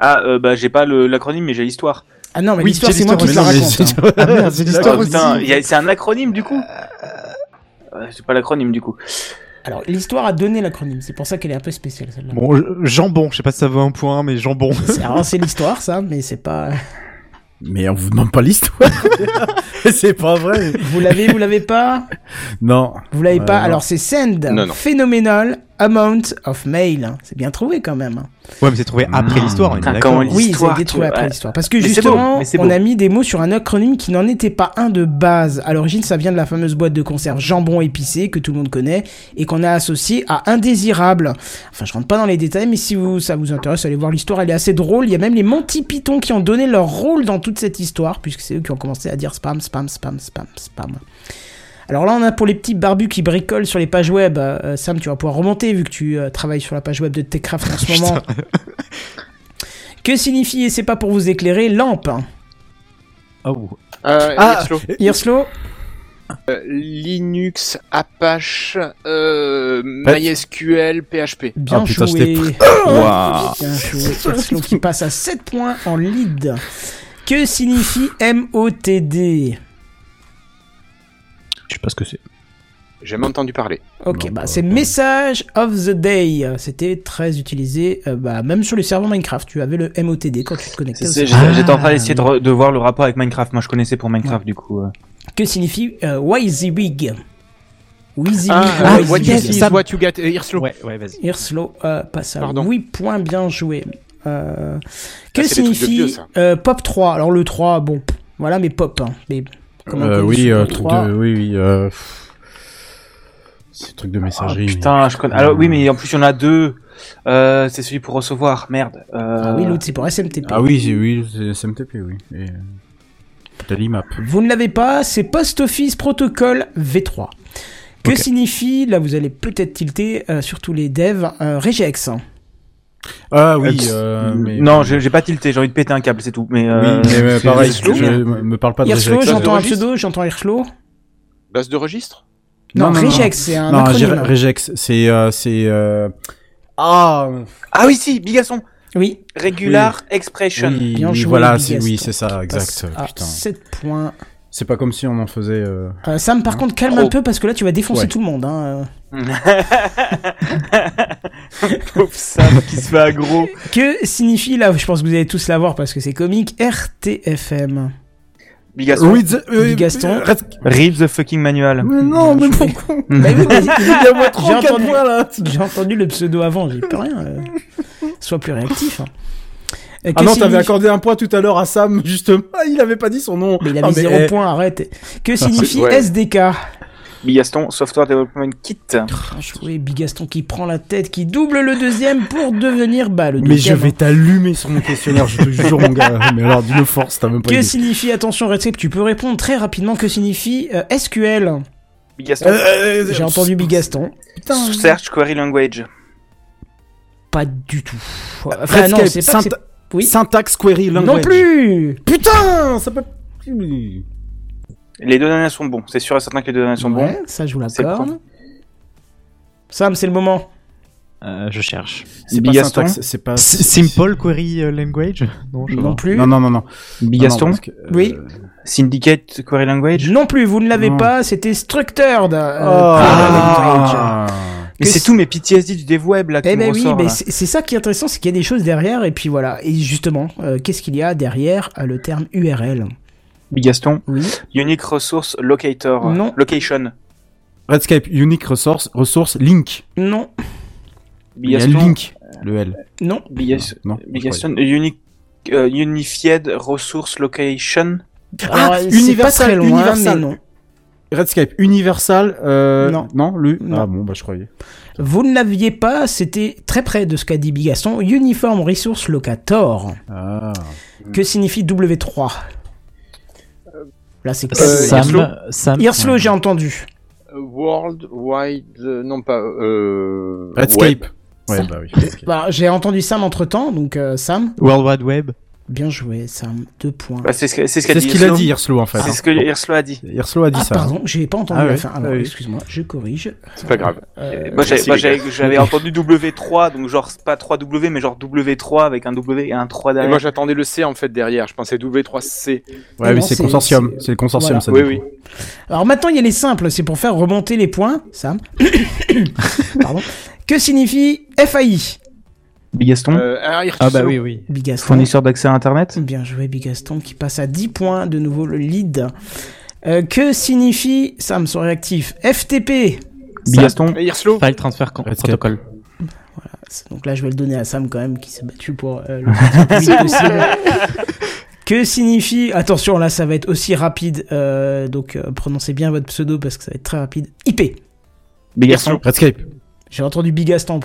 [SPEAKER 7] Ah, euh, bah j'ai pas le- l'acronyme, mais j'ai l'histoire.
[SPEAKER 1] Ah non, mais l'histoire, c'est moi qui
[SPEAKER 2] Mais
[SPEAKER 1] te la
[SPEAKER 2] non, mais
[SPEAKER 1] raconte. hein.
[SPEAKER 2] c'est-
[SPEAKER 3] Ah merde, c'est
[SPEAKER 7] Ah, putain, il y a- c'est un acronyme du coup euh, c'est pas l'acronyme du coup.
[SPEAKER 1] Alors, l'histoire a donné l'acronyme, c'est pour ça qu'elle est un peu spéciale celle-là.
[SPEAKER 3] Bon, je- jambon, je sais pas si ça vaut un point, mais jambon.
[SPEAKER 1] C'est- alors, c'est l'histoire, ça, mais c'est pas.
[SPEAKER 2] Mais on vous demande
[SPEAKER 1] [LAUGHS]
[SPEAKER 2] pas l'histoire. c'est pas vrai.
[SPEAKER 1] Vous l'avez, vous l'avez pas
[SPEAKER 2] Non.
[SPEAKER 1] Vous l'avez
[SPEAKER 2] Euh,
[SPEAKER 1] pas
[SPEAKER 2] non.
[SPEAKER 1] Alors, c'est Send,
[SPEAKER 8] Non, non.
[SPEAKER 1] Phenomenal Amount of Mail. C'est bien trouvé quand même. hein.
[SPEAKER 3] Ouais, mais c'est trouvé
[SPEAKER 7] Mmh.
[SPEAKER 3] après l'histoire. on est
[SPEAKER 7] Putain,
[SPEAKER 3] d'accord.
[SPEAKER 7] comment il-
[SPEAKER 1] Oui,
[SPEAKER 7] L'histoire,
[SPEAKER 1] c'est trouvé
[SPEAKER 7] tu-
[SPEAKER 1] après
[SPEAKER 7] ouais.
[SPEAKER 1] l'histoire. Parce que
[SPEAKER 7] Mais c'est beau,
[SPEAKER 1] justement,
[SPEAKER 7] mais c'est
[SPEAKER 1] on
[SPEAKER 7] beau.
[SPEAKER 1] a mis des mots sur un acronyme qui n'en était pas un de base. À l'origine, ça vient de la fameuse boîte de conserve jambon épicé que tout le monde connaît et qu'on a associé à indésirable. Enfin, je rentre pas dans les détails, mais si vous, ça vous intéresse, allez voir l'histoire. Elle est assez drôle. Il y a même les Monty Python qui ont donné leur rôle dans toute cette histoire, puisque c'est eux qui ont commencé à dire spam, spam, spam, spam, spam. Alors là, on a pour les petits barbus qui bricolent sur les pages web. euh, Sam, tu vas pouvoir remonter vu que tu euh, travailles sur la page web de Techcraft en ce
[SPEAKER 7] [LAUGHS]
[SPEAKER 1] moment. Que signifie, et c'est pas pour vous éclairer, lampe
[SPEAKER 3] Oh.
[SPEAKER 8] Euh,
[SPEAKER 2] Ah.
[SPEAKER 8] Irslo.
[SPEAKER 1] Irslo
[SPEAKER 8] Euh, Linux, Apache, euh, MySQL, PHP.
[SPEAKER 1] Bien
[SPEAKER 3] Ah, putain,
[SPEAKER 1] joué.
[SPEAKER 3] j'étais
[SPEAKER 1] [COUGHS] Bien joué. Irslo qui passe à 7 points en lead. Que signifie MOTD
[SPEAKER 3] Je sais pas ce que c'est.
[SPEAKER 8] J'ai jamais entendu parler.
[SPEAKER 1] Ok,
[SPEAKER 2] Non,
[SPEAKER 1] bah
[SPEAKER 2] pas-
[SPEAKER 1] c'est Message of the Day. C'était très utilisé, euh, bah, même sur les serveurs Minecraft. Tu avais le MOTD quand tu te connectais.
[SPEAKER 7] C'est-
[SPEAKER 1] au
[SPEAKER 7] c'est-
[SPEAKER 1] serveur.
[SPEAKER 3] Ah.
[SPEAKER 7] J'étais j'étais en train d'essayer de, re- de voir le rapport avec Minecraft. Moi, je connaissais pour Minecraft du coup. euh.
[SPEAKER 1] Que signifie euh, WYSIWYG WYSIWYG.
[SPEAKER 8] Ah,
[SPEAKER 1] WYSIWYG.
[SPEAKER 8] what you
[SPEAKER 3] yes,
[SPEAKER 8] see is
[SPEAKER 3] Sam.
[SPEAKER 8] what you get. Euh, Irslo.
[SPEAKER 3] Ouais, ouais, vas-y.
[SPEAKER 1] Hirslo, euh, passe à
[SPEAKER 8] Pardon. Ah,
[SPEAKER 1] 8 points, bien joué. Euh, que
[SPEAKER 8] c'est des trucs de
[SPEAKER 1] signifie
[SPEAKER 8] vieux, ça.
[SPEAKER 1] euh, Pop 3 Alors le 3, bon, voilà, mais Pop. hein, mais comment on
[SPEAKER 2] Euh,
[SPEAKER 1] connaît
[SPEAKER 2] oui,
[SPEAKER 1] ce
[SPEAKER 2] euh,
[SPEAKER 1] Pop
[SPEAKER 2] truc
[SPEAKER 1] 3?
[SPEAKER 2] de, oui, oui, euh, pff. c'est truc de
[SPEAKER 7] Ah,
[SPEAKER 2] messagerie. mais-
[SPEAKER 7] putain, je connais. Alors oui, mais en plus, il y en a deux. Euh, c'est celui pour recevoir. Merde. Euh,
[SPEAKER 1] Ah oui, l'autre c'est pour SMTP.
[SPEAKER 2] Ah oui, c'est- oui, c'est SMTP, oui. Et... euh, Dalimap.
[SPEAKER 1] Vous ne l'avez pas, c'est Post Office Protocol V3. Que
[SPEAKER 3] Ok.
[SPEAKER 1] signifie, là vous allez peut-être tilter, euh, surtout les devs, euh, Regex
[SPEAKER 2] Ah oui,
[SPEAKER 7] pss,
[SPEAKER 2] euh, mais...
[SPEAKER 7] non, j'ai j'ai pas tilté. J'ai envie de péter un câble, c'est tout. Mais euh,
[SPEAKER 2] Oui, mais euh,
[SPEAKER 7] c'est-
[SPEAKER 2] pareil,
[SPEAKER 7] c'est-
[SPEAKER 2] je me parle pas de
[SPEAKER 1] Hirslo,
[SPEAKER 2] Regex.
[SPEAKER 1] j'entends un
[SPEAKER 8] Regex
[SPEAKER 1] pseudo, j'entends Hirslo.
[SPEAKER 8] Base de registre
[SPEAKER 1] Non,
[SPEAKER 2] Non, non, non.
[SPEAKER 1] Regex, c'est un
[SPEAKER 2] Non, j'ai-
[SPEAKER 1] acronyme.
[SPEAKER 2] Regex, c'est... euh, c'est euh, Ah
[SPEAKER 7] Ah oui, si, Bigasson.
[SPEAKER 1] Oui,
[SPEAKER 7] Regular Expression. [LAUGHS]
[SPEAKER 2] Oui,
[SPEAKER 1] Bien
[SPEAKER 2] oui,
[SPEAKER 1] joué,
[SPEAKER 2] voilà,
[SPEAKER 1] Big
[SPEAKER 2] c'est oui,
[SPEAKER 1] Gaston, Ah.
[SPEAKER 2] c'est ça,
[SPEAKER 1] passe
[SPEAKER 2] exact.
[SPEAKER 1] à
[SPEAKER 2] Putain.
[SPEAKER 1] 7 points.
[SPEAKER 2] C'est pas comme si on en faisait. euh,
[SPEAKER 1] Euh, Sam,
[SPEAKER 8] Ah.
[SPEAKER 1] par contre, calme
[SPEAKER 8] Trop.
[SPEAKER 1] un peu parce que là, tu vas défoncer
[SPEAKER 2] Ouais.
[SPEAKER 1] tout le monde. hein.
[SPEAKER 7] Pauvre Sam qui se fait aggro.
[SPEAKER 1] Que signifie là Je pense que vous allez tous l'avoir parce que c'est comique. RTFM.
[SPEAKER 7] Bigasson.
[SPEAKER 1] Big Gaston.
[SPEAKER 2] euh, Red-
[SPEAKER 7] Read the fucking manual.
[SPEAKER 2] Mais non, mais [LAUGHS] pourquoi
[SPEAKER 1] Bah oui, mais
[SPEAKER 2] Il y a moi
[SPEAKER 1] J'ai
[SPEAKER 2] 3 4
[SPEAKER 1] entendu.
[SPEAKER 2] mois là.
[SPEAKER 1] J'ai entendu le pseudo avant, j'ai plus rien. euh. Sois plus réactif. hein. Euh,
[SPEAKER 2] Ah
[SPEAKER 1] que
[SPEAKER 2] non, t'avais
[SPEAKER 1] signifie-
[SPEAKER 2] accordé un point tout à l'heure à Sam, justement. Ah, Il avait pas dit son nom.
[SPEAKER 1] Mais il
[SPEAKER 2] Ah,
[SPEAKER 1] avait
[SPEAKER 2] mais,
[SPEAKER 1] 0
[SPEAKER 2] eh, Ah,
[SPEAKER 1] point, arrête. Que signifie
[SPEAKER 8] ouais.
[SPEAKER 1] SDK
[SPEAKER 7] Bigaston Software Development Kit.
[SPEAKER 1] Bien joué, Big Gaston qui prend la tête, qui double le deuxième pour devenir bah, le
[SPEAKER 2] Mais je
[SPEAKER 1] deuxième,
[SPEAKER 2] vais t'allumer sur mon questionnaire, je te jure, mon gars. [LAUGHS] Mais alors, d'une force, t'as même
[SPEAKER 1] hein.
[SPEAKER 2] pas
[SPEAKER 1] Que
[SPEAKER 2] idée.
[SPEAKER 1] signifie, attention Redscape, tu peux répondre très rapidement, que signifie euh, SQL
[SPEAKER 7] Bigaston.
[SPEAKER 2] Euh, euh,
[SPEAKER 1] J'ai entendu Big Gaston.
[SPEAKER 7] Search Query Language.
[SPEAKER 1] Pas du tout. Enfin,
[SPEAKER 2] Redscape,
[SPEAKER 1] non, c'est pas que
[SPEAKER 2] synta-
[SPEAKER 1] c'est- Oui.
[SPEAKER 2] Syntax query language.
[SPEAKER 1] Non plus
[SPEAKER 2] Putain, ça peut. Oui.
[SPEAKER 7] Les deux dernières sont bons. C'est sûr et certain que les deux dernières sont bons.
[SPEAKER 1] Ouais, Ça, je vous
[SPEAKER 7] C'est le
[SPEAKER 1] l'accorde. Sam, c'est le moment.
[SPEAKER 3] Euh, je cherche.
[SPEAKER 2] C'est pas
[SPEAKER 7] Bigaston.
[SPEAKER 2] syntax, c'est pas.
[SPEAKER 3] S- Simple query euh, language Non, je sais
[SPEAKER 1] Non
[SPEAKER 3] pas.
[SPEAKER 1] plus.
[SPEAKER 2] Non, non, non, non.
[SPEAKER 7] Bigaston.
[SPEAKER 2] Non, non, parce que, euh,
[SPEAKER 1] Oui.
[SPEAKER 7] Syndicate Query Language.
[SPEAKER 1] Non plus, vous ne l'avez
[SPEAKER 2] Non.
[SPEAKER 1] pas, c'était Structured. euh,
[SPEAKER 2] Oh. Ah.
[SPEAKER 1] Query Language.
[SPEAKER 7] Mais
[SPEAKER 1] Que
[SPEAKER 7] c'est
[SPEAKER 1] si-
[SPEAKER 7] tout mes PTSD du dev web là qui
[SPEAKER 1] Eh
[SPEAKER 7] me
[SPEAKER 1] ben oui,
[SPEAKER 7] ressort,
[SPEAKER 1] mais
[SPEAKER 7] là.
[SPEAKER 1] c'est c'est ça qui est intéressant, c'est qu'il y a des choses derrière, et puis voilà. Et justement, euh, qu'est-ce qu'il y a derrière euh, le terme URL
[SPEAKER 7] Bigaston.
[SPEAKER 1] Oui.
[SPEAKER 7] Unique Resource Locator.
[SPEAKER 1] Non.
[SPEAKER 7] Location.
[SPEAKER 2] Redscape, unique resource, resource, link.
[SPEAKER 1] Non,
[SPEAKER 2] Il y a le link, le L.
[SPEAKER 1] non,
[SPEAKER 7] Bigas-
[SPEAKER 2] Non, je
[SPEAKER 7] Bigaston. Unique. euh, unified Resource Location.
[SPEAKER 1] Alors,
[SPEAKER 2] Ah,
[SPEAKER 1] c'est
[SPEAKER 2] universal,
[SPEAKER 1] pas très loin,
[SPEAKER 2] universal.
[SPEAKER 1] mais non.
[SPEAKER 2] Redscape, universal, euh...
[SPEAKER 1] Non.
[SPEAKER 2] Non, le...
[SPEAKER 1] Non.
[SPEAKER 2] Ah bon, bah je croyais.
[SPEAKER 1] Vous ne l'aviez pas, c'était très près de ce qu'a dit Bigasson, Uniform Resource Locator.
[SPEAKER 2] Ah.
[SPEAKER 1] Que signifie W3 Là, c'est
[SPEAKER 8] Euh,
[SPEAKER 1] Sam.
[SPEAKER 8] Hirslo.
[SPEAKER 3] Sam, Sam.
[SPEAKER 1] Hirslo,
[SPEAKER 3] Ouais.
[SPEAKER 1] j'ai entendu.
[SPEAKER 8] Euh, World Wide. euh, non, pas. Euh,
[SPEAKER 2] Redscape.
[SPEAKER 8] Web.
[SPEAKER 2] Ouais, bah oui. ok.
[SPEAKER 1] Bah, j'ai entendu Sam entre temps, donc euh, Sam.
[SPEAKER 3] World Wide Web.
[SPEAKER 1] Bien joué, Sam. Deux points.
[SPEAKER 7] Bah, c'est ce que- c'est ce qu'a
[SPEAKER 2] C'est
[SPEAKER 7] dit
[SPEAKER 2] ce qu'il a
[SPEAKER 7] Hirslo.
[SPEAKER 2] dit, Hirslo, en fait.
[SPEAKER 7] C'est ce
[SPEAKER 8] Ah.
[SPEAKER 7] que Hirslo a dit.
[SPEAKER 2] Hirslo a dit
[SPEAKER 1] ah,
[SPEAKER 2] ça.
[SPEAKER 1] pardon, j'ai pas entendu
[SPEAKER 2] Ah
[SPEAKER 1] la
[SPEAKER 2] oui,
[SPEAKER 1] fin.
[SPEAKER 2] ah
[SPEAKER 1] Alors,
[SPEAKER 2] oui.
[SPEAKER 1] excuse-moi, je corrige.
[SPEAKER 8] C'est pas grave.
[SPEAKER 1] Euh,
[SPEAKER 7] Moi j'avais-
[SPEAKER 8] Merci,
[SPEAKER 7] moi,
[SPEAKER 8] les gars.
[SPEAKER 7] j'avais j'avais entendu W3, donc genre c'est pas 3 W mais genre W3 avec un W et un 3
[SPEAKER 8] Et
[SPEAKER 7] derrière.
[SPEAKER 8] moi j'attendais le C en fait derrière, je pensais W3C.
[SPEAKER 1] Ah
[SPEAKER 2] Ouais,
[SPEAKER 1] non,
[SPEAKER 2] oui, c'est
[SPEAKER 1] c'est-
[SPEAKER 2] le consortium.
[SPEAKER 1] c'est-
[SPEAKER 2] C'est le consortium,
[SPEAKER 1] Voilà.
[SPEAKER 2] ça.
[SPEAKER 8] oui,
[SPEAKER 2] du
[SPEAKER 8] oui.
[SPEAKER 2] coup.
[SPEAKER 1] Alors maintenant, il y a les simples. C'est pour faire remonter les points, Sam. [COUGHS] pardon. Que signifie FAI
[SPEAKER 7] Bigaston
[SPEAKER 8] Euh, ah, Hirslo.
[SPEAKER 3] Ah bah oui, oui.
[SPEAKER 1] Bigaston.
[SPEAKER 7] Fournisseur d'accès à internet
[SPEAKER 1] Bien joué, Bigaston, qui passe à 10 points. De nouveau, le lead. Euh, que signifie, Sam, son réactif FTP
[SPEAKER 7] Bigaston
[SPEAKER 8] Et Hirslo
[SPEAKER 3] File transfer con-
[SPEAKER 2] Redscape.
[SPEAKER 3] protocol.
[SPEAKER 1] Donc là, je vais le donner à Sam quand même, qui s'est battu pour euh,
[SPEAKER 2] [LAUGHS]
[SPEAKER 1] le plus vite possible. Que signifie Attention, là, ça va être aussi rapide. euh, donc euh, prononcez bien votre pseudo parce que ça va être très rapide. IP.
[SPEAKER 7] Bigaston
[SPEAKER 2] Redscape.
[SPEAKER 1] J'ai entendu Bigaston en premier.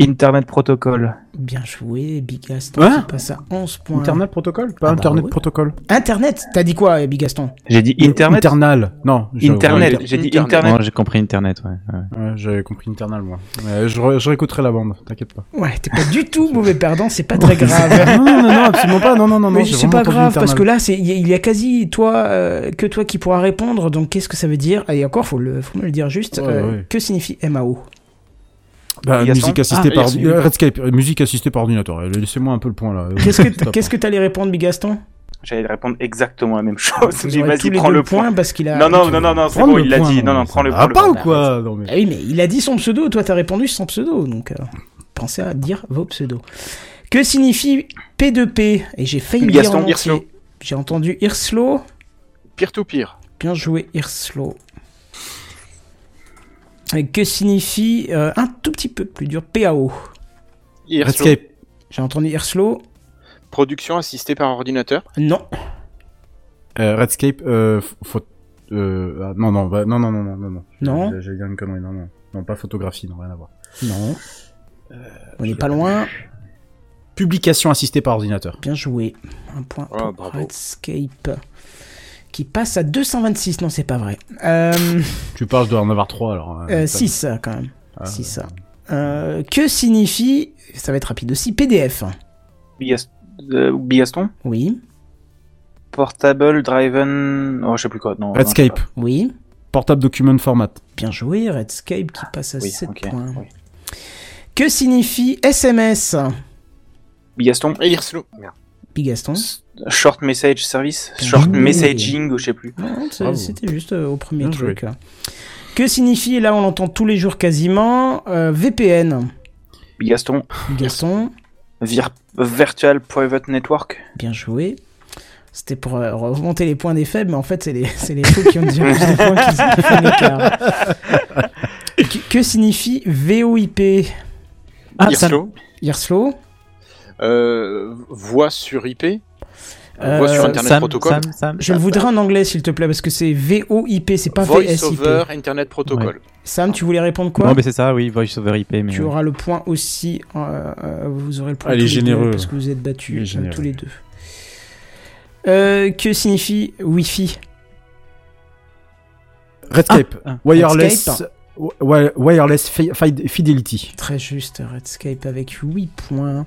[SPEAKER 7] Internet Protocol.
[SPEAKER 1] Bien joué, Bigaston.
[SPEAKER 2] Hein
[SPEAKER 1] qui passe à 11 points.
[SPEAKER 2] Internet protocole Pas
[SPEAKER 1] Ah bah
[SPEAKER 2] Internet
[SPEAKER 1] ouais.
[SPEAKER 2] protocole.
[SPEAKER 1] Internet T'as dit quoi, euh, Bigaston
[SPEAKER 7] J'ai dit Internet
[SPEAKER 2] Internal. Non. je-
[SPEAKER 7] Internet,
[SPEAKER 8] Ouais,
[SPEAKER 7] j'ai dit
[SPEAKER 8] Internet.
[SPEAKER 7] Internet.
[SPEAKER 3] Non, j'ai compris Internet, ouais. ouais.
[SPEAKER 2] Ouais, J'avais compris internal, moi. Mais je, re- je réécouterai la bande, t'inquiète pas.
[SPEAKER 1] Ouais, t'es pas du tout mauvais perdant, c'est pas très grave.
[SPEAKER 2] [LAUGHS] non, non, non, absolument pas. Non, non, non.
[SPEAKER 1] Mais
[SPEAKER 2] non, j'ai
[SPEAKER 1] c'est
[SPEAKER 2] vraiment
[SPEAKER 1] pas
[SPEAKER 2] entendu
[SPEAKER 1] grave parce
[SPEAKER 2] internal.
[SPEAKER 1] que là, c'est- il y, a- il y a quasi toi euh, que toi qui pourras répondre. Donc qu'est-ce que ça veut dire Et encore, faut, le, faut me le dire juste.
[SPEAKER 2] Ouais,
[SPEAKER 1] euh,
[SPEAKER 2] ouais.
[SPEAKER 1] Que signifie MAO
[SPEAKER 2] Bah,
[SPEAKER 7] Gaston
[SPEAKER 2] musique assistée
[SPEAKER 1] Ah,
[SPEAKER 2] par
[SPEAKER 1] Gaston.
[SPEAKER 2] euh, Redscape, euh, musique assistée par ordinateur. Euh, Laissez-moi un peu le point là.
[SPEAKER 7] [LAUGHS]
[SPEAKER 1] Qu'est-ce que
[SPEAKER 2] Stop.
[SPEAKER 1] qu'est-ce que t'allais répondre, Bigaston
[SPEAKER 7] J'allais répondre exactement la même chose.
[SPEAKER 1] Vous
[SPEAKER 7] [LAUGHS] Mais
[SPEAKER 1] aurez
[SPEAKER 7] vas-y,
[SPEAKER 1] tous les
[SPEAKER 7] prends
[SPEAKER 1] deux
[SPEAKER 7] le point.
[SPEAKER 1] parce qu'il a.
[SPEAKER 7] Non, non, non, non, non, c'est
[SPEAKER 2] Prends
[SPEAKER 7] bon,
[SPEAKER 2] le
[SPEAKER 7] il l'a
[SPEAKER 2] point,
[SPEAKER 7] dit. Non,
[SPEAKER 2] euh,
[SPEAKER 7] non, prends le
[SPEAKER 2] Ah,
[SPEAKER 7] prends le
[SPEAKER 2] pas ou
[SPEAKER 7] point.
[SPEAKER 2] quoi Non, mais.
[SPEAKER 1] Ah oui, mais il a dit son pseudo. Toi, t'as répondu sans pseudo, donc euh, pensez à dire vos pseudos. Que signifie P2P Et j'ai failli le dire
[SPEAKER 8] Gaston
[SPEAKER 1] en entier.
[SPEAKER 8] Hirslo.
[SPEAKER 1] J'ai entendu Hirslo.
[SPEAKER 8] Pire tout pire.
[SPEAKER 1] Bien joué, Hirslo. Et Euh, que signifie euh, un tout petit peu plus dur PAO
[SPEAKER 8] Hirslo.
[SPEAKER 2] Redscape.
[SPEAKER 1] J'ai entendu Hirslo.
[SPEAKER 8] Production assistée par ordinateur.
[SPEAKER 1] Non.
[SPEAKER 2] Euh, Redscape, euh, f- faut. Euh, ah, non, non, bah, non, non, non, non, non, non.
[SPEAKER 1] Non.
[SPEAKER 2] J'ai- J'ai dire une connerie, non, non. Non, pas photographie, non, rien à voir.
[SPEAKER 1] Non. On n'est pas loin.
[SPEAKER 2] Publication assistée par ordinateur.
[SPEAKER 1] Bien joué. Un point
[SPEAKER 8] Ah,
[SPEAKER 1] pour
[SPEAKER 8] bravo.
[SPEAKER 1] Redscape. Qui passe à 226. Non, c'est pas vrai. Euh,
[SPEAKER 2] Tu parles, je dois en avoir trois alors. hein. T'as-
[SPEAKER 1] 6 quand même.
[SPEAKER 2] Ah,
[SPEAKER 1] Euh, Six, ça. Euh, que signifie. Ça va être rapide aussi. PDF.
[SPEAKER 7] Bigas- euh, Bigaston
[SPEAKER 1] Oui.
[SPEAKER 7] Portable Driven. Oh, je sais plus quoi. Non,
[SPEAKER 2] Redscape,
[SPEAKER 7] non,
[SPEAKER 1] Oui.
[SPEAKER 2] portable document format.
[SPEAKER 1] Bien joué. Redscape qui passe à
[SPEAKER 7] Ah, Oui,
[SPEAKER 1] 7
[SPEAKER 7] ok,
[SPEAKER 1] points.
[SPEAKER 7] oui.
[SPEAKER 1] Que signifie SMS
[SPEAKER 7] Bigaston
[SPEAKER 8] Et Hirslo. Merde.
[SPEAKER 1] Bigaston.
[SPEAKER 7] Short Message Service Short
[SPEAKER 1] Mmh.
[SPEAKER 7] Messaging, ou je sais plus.
[SPEAKER 1] Non, c'est-
[SPEAKER 2] Bravo.
[SPEAKER 1] C'était juste euh, au premier
[SPEAKER 2] Bien
[SPEAKER 1] truc. Que signifie, là on l'entend tous les jours quasiment, euh, VPN
[SPEAKER 7] Bigaston
[SPEAKER 1] Bigaston.
[SPEAKER 7] Vir- Virtual Private Network.
[SPEAKER 1] Bien joué. C'était pour euh, remonter les points des faibles, mais en fait, c'est les, [LAUGHS] c'est les faux qui ont déjà plus de points qui se- qui font l'écart. Que, que signifie VOIP
[SPEAKER 3] Ah, ça-
[SPEAKER 8] Hirslo.
[SPEAKER 1] Hirslo
[SPEAKER 8] Euh, voix sur IP.
[SPEAKER 1] Euh,
[SPEAKER 8] voix sur
[SPEAKER 1] Sam,
[SPEAKER 8] Internet
[SPEAKER 3] [LAUGHS] Sam,
[SPEAKER 8] Protocol.
[SPEAKER 3] Sam, Sam,
[SPEAKER 1] Je le voudrais en anglais, s'il te plaît, parce que c'est VOIP, c'est pas
[SPEAKER 8] Voice
[SPEAKER 1] VSIP.
[SPEAKER 8] over Internet Protocol.
[SPEAKER 1] Sam, tu voulais répondre quoi
[SPEAKER 3] Non, mais c'est ça, oui, voice over IP. Mais
[SPEAKER 1] Tu
[SPEAKER 3] ouais.
[SPEAKER 1] auras le point aussi. euh, euh, vous aurez le point.
[SPEAKER 2] Ah, il
[SPEAKER 1] tous
[SPEAKER 2] est
[SPEAKER 1] les deux,
[SPEAKER 2] généreux.
[SPEAKER 1] parce que vous êtes battus
[SPEAKER 2] Il est
[SPEAKER 1] euh,
[SPEAKER 2] généreux.
[SPEAKER 1] tous les deux. Euh, que signifie Wi-Fi
[SPEAKER 2] Redscape,
[SPEAKER 3] Ah, ah.
[SPEAKER 2] wireless, euh,
[SPEAKER 1] Redscape.
[SPEAKER 2] wi- wireless fi- fi- fidelity.
[SPEAKER 1] Très juste, Redscape avec 8 points.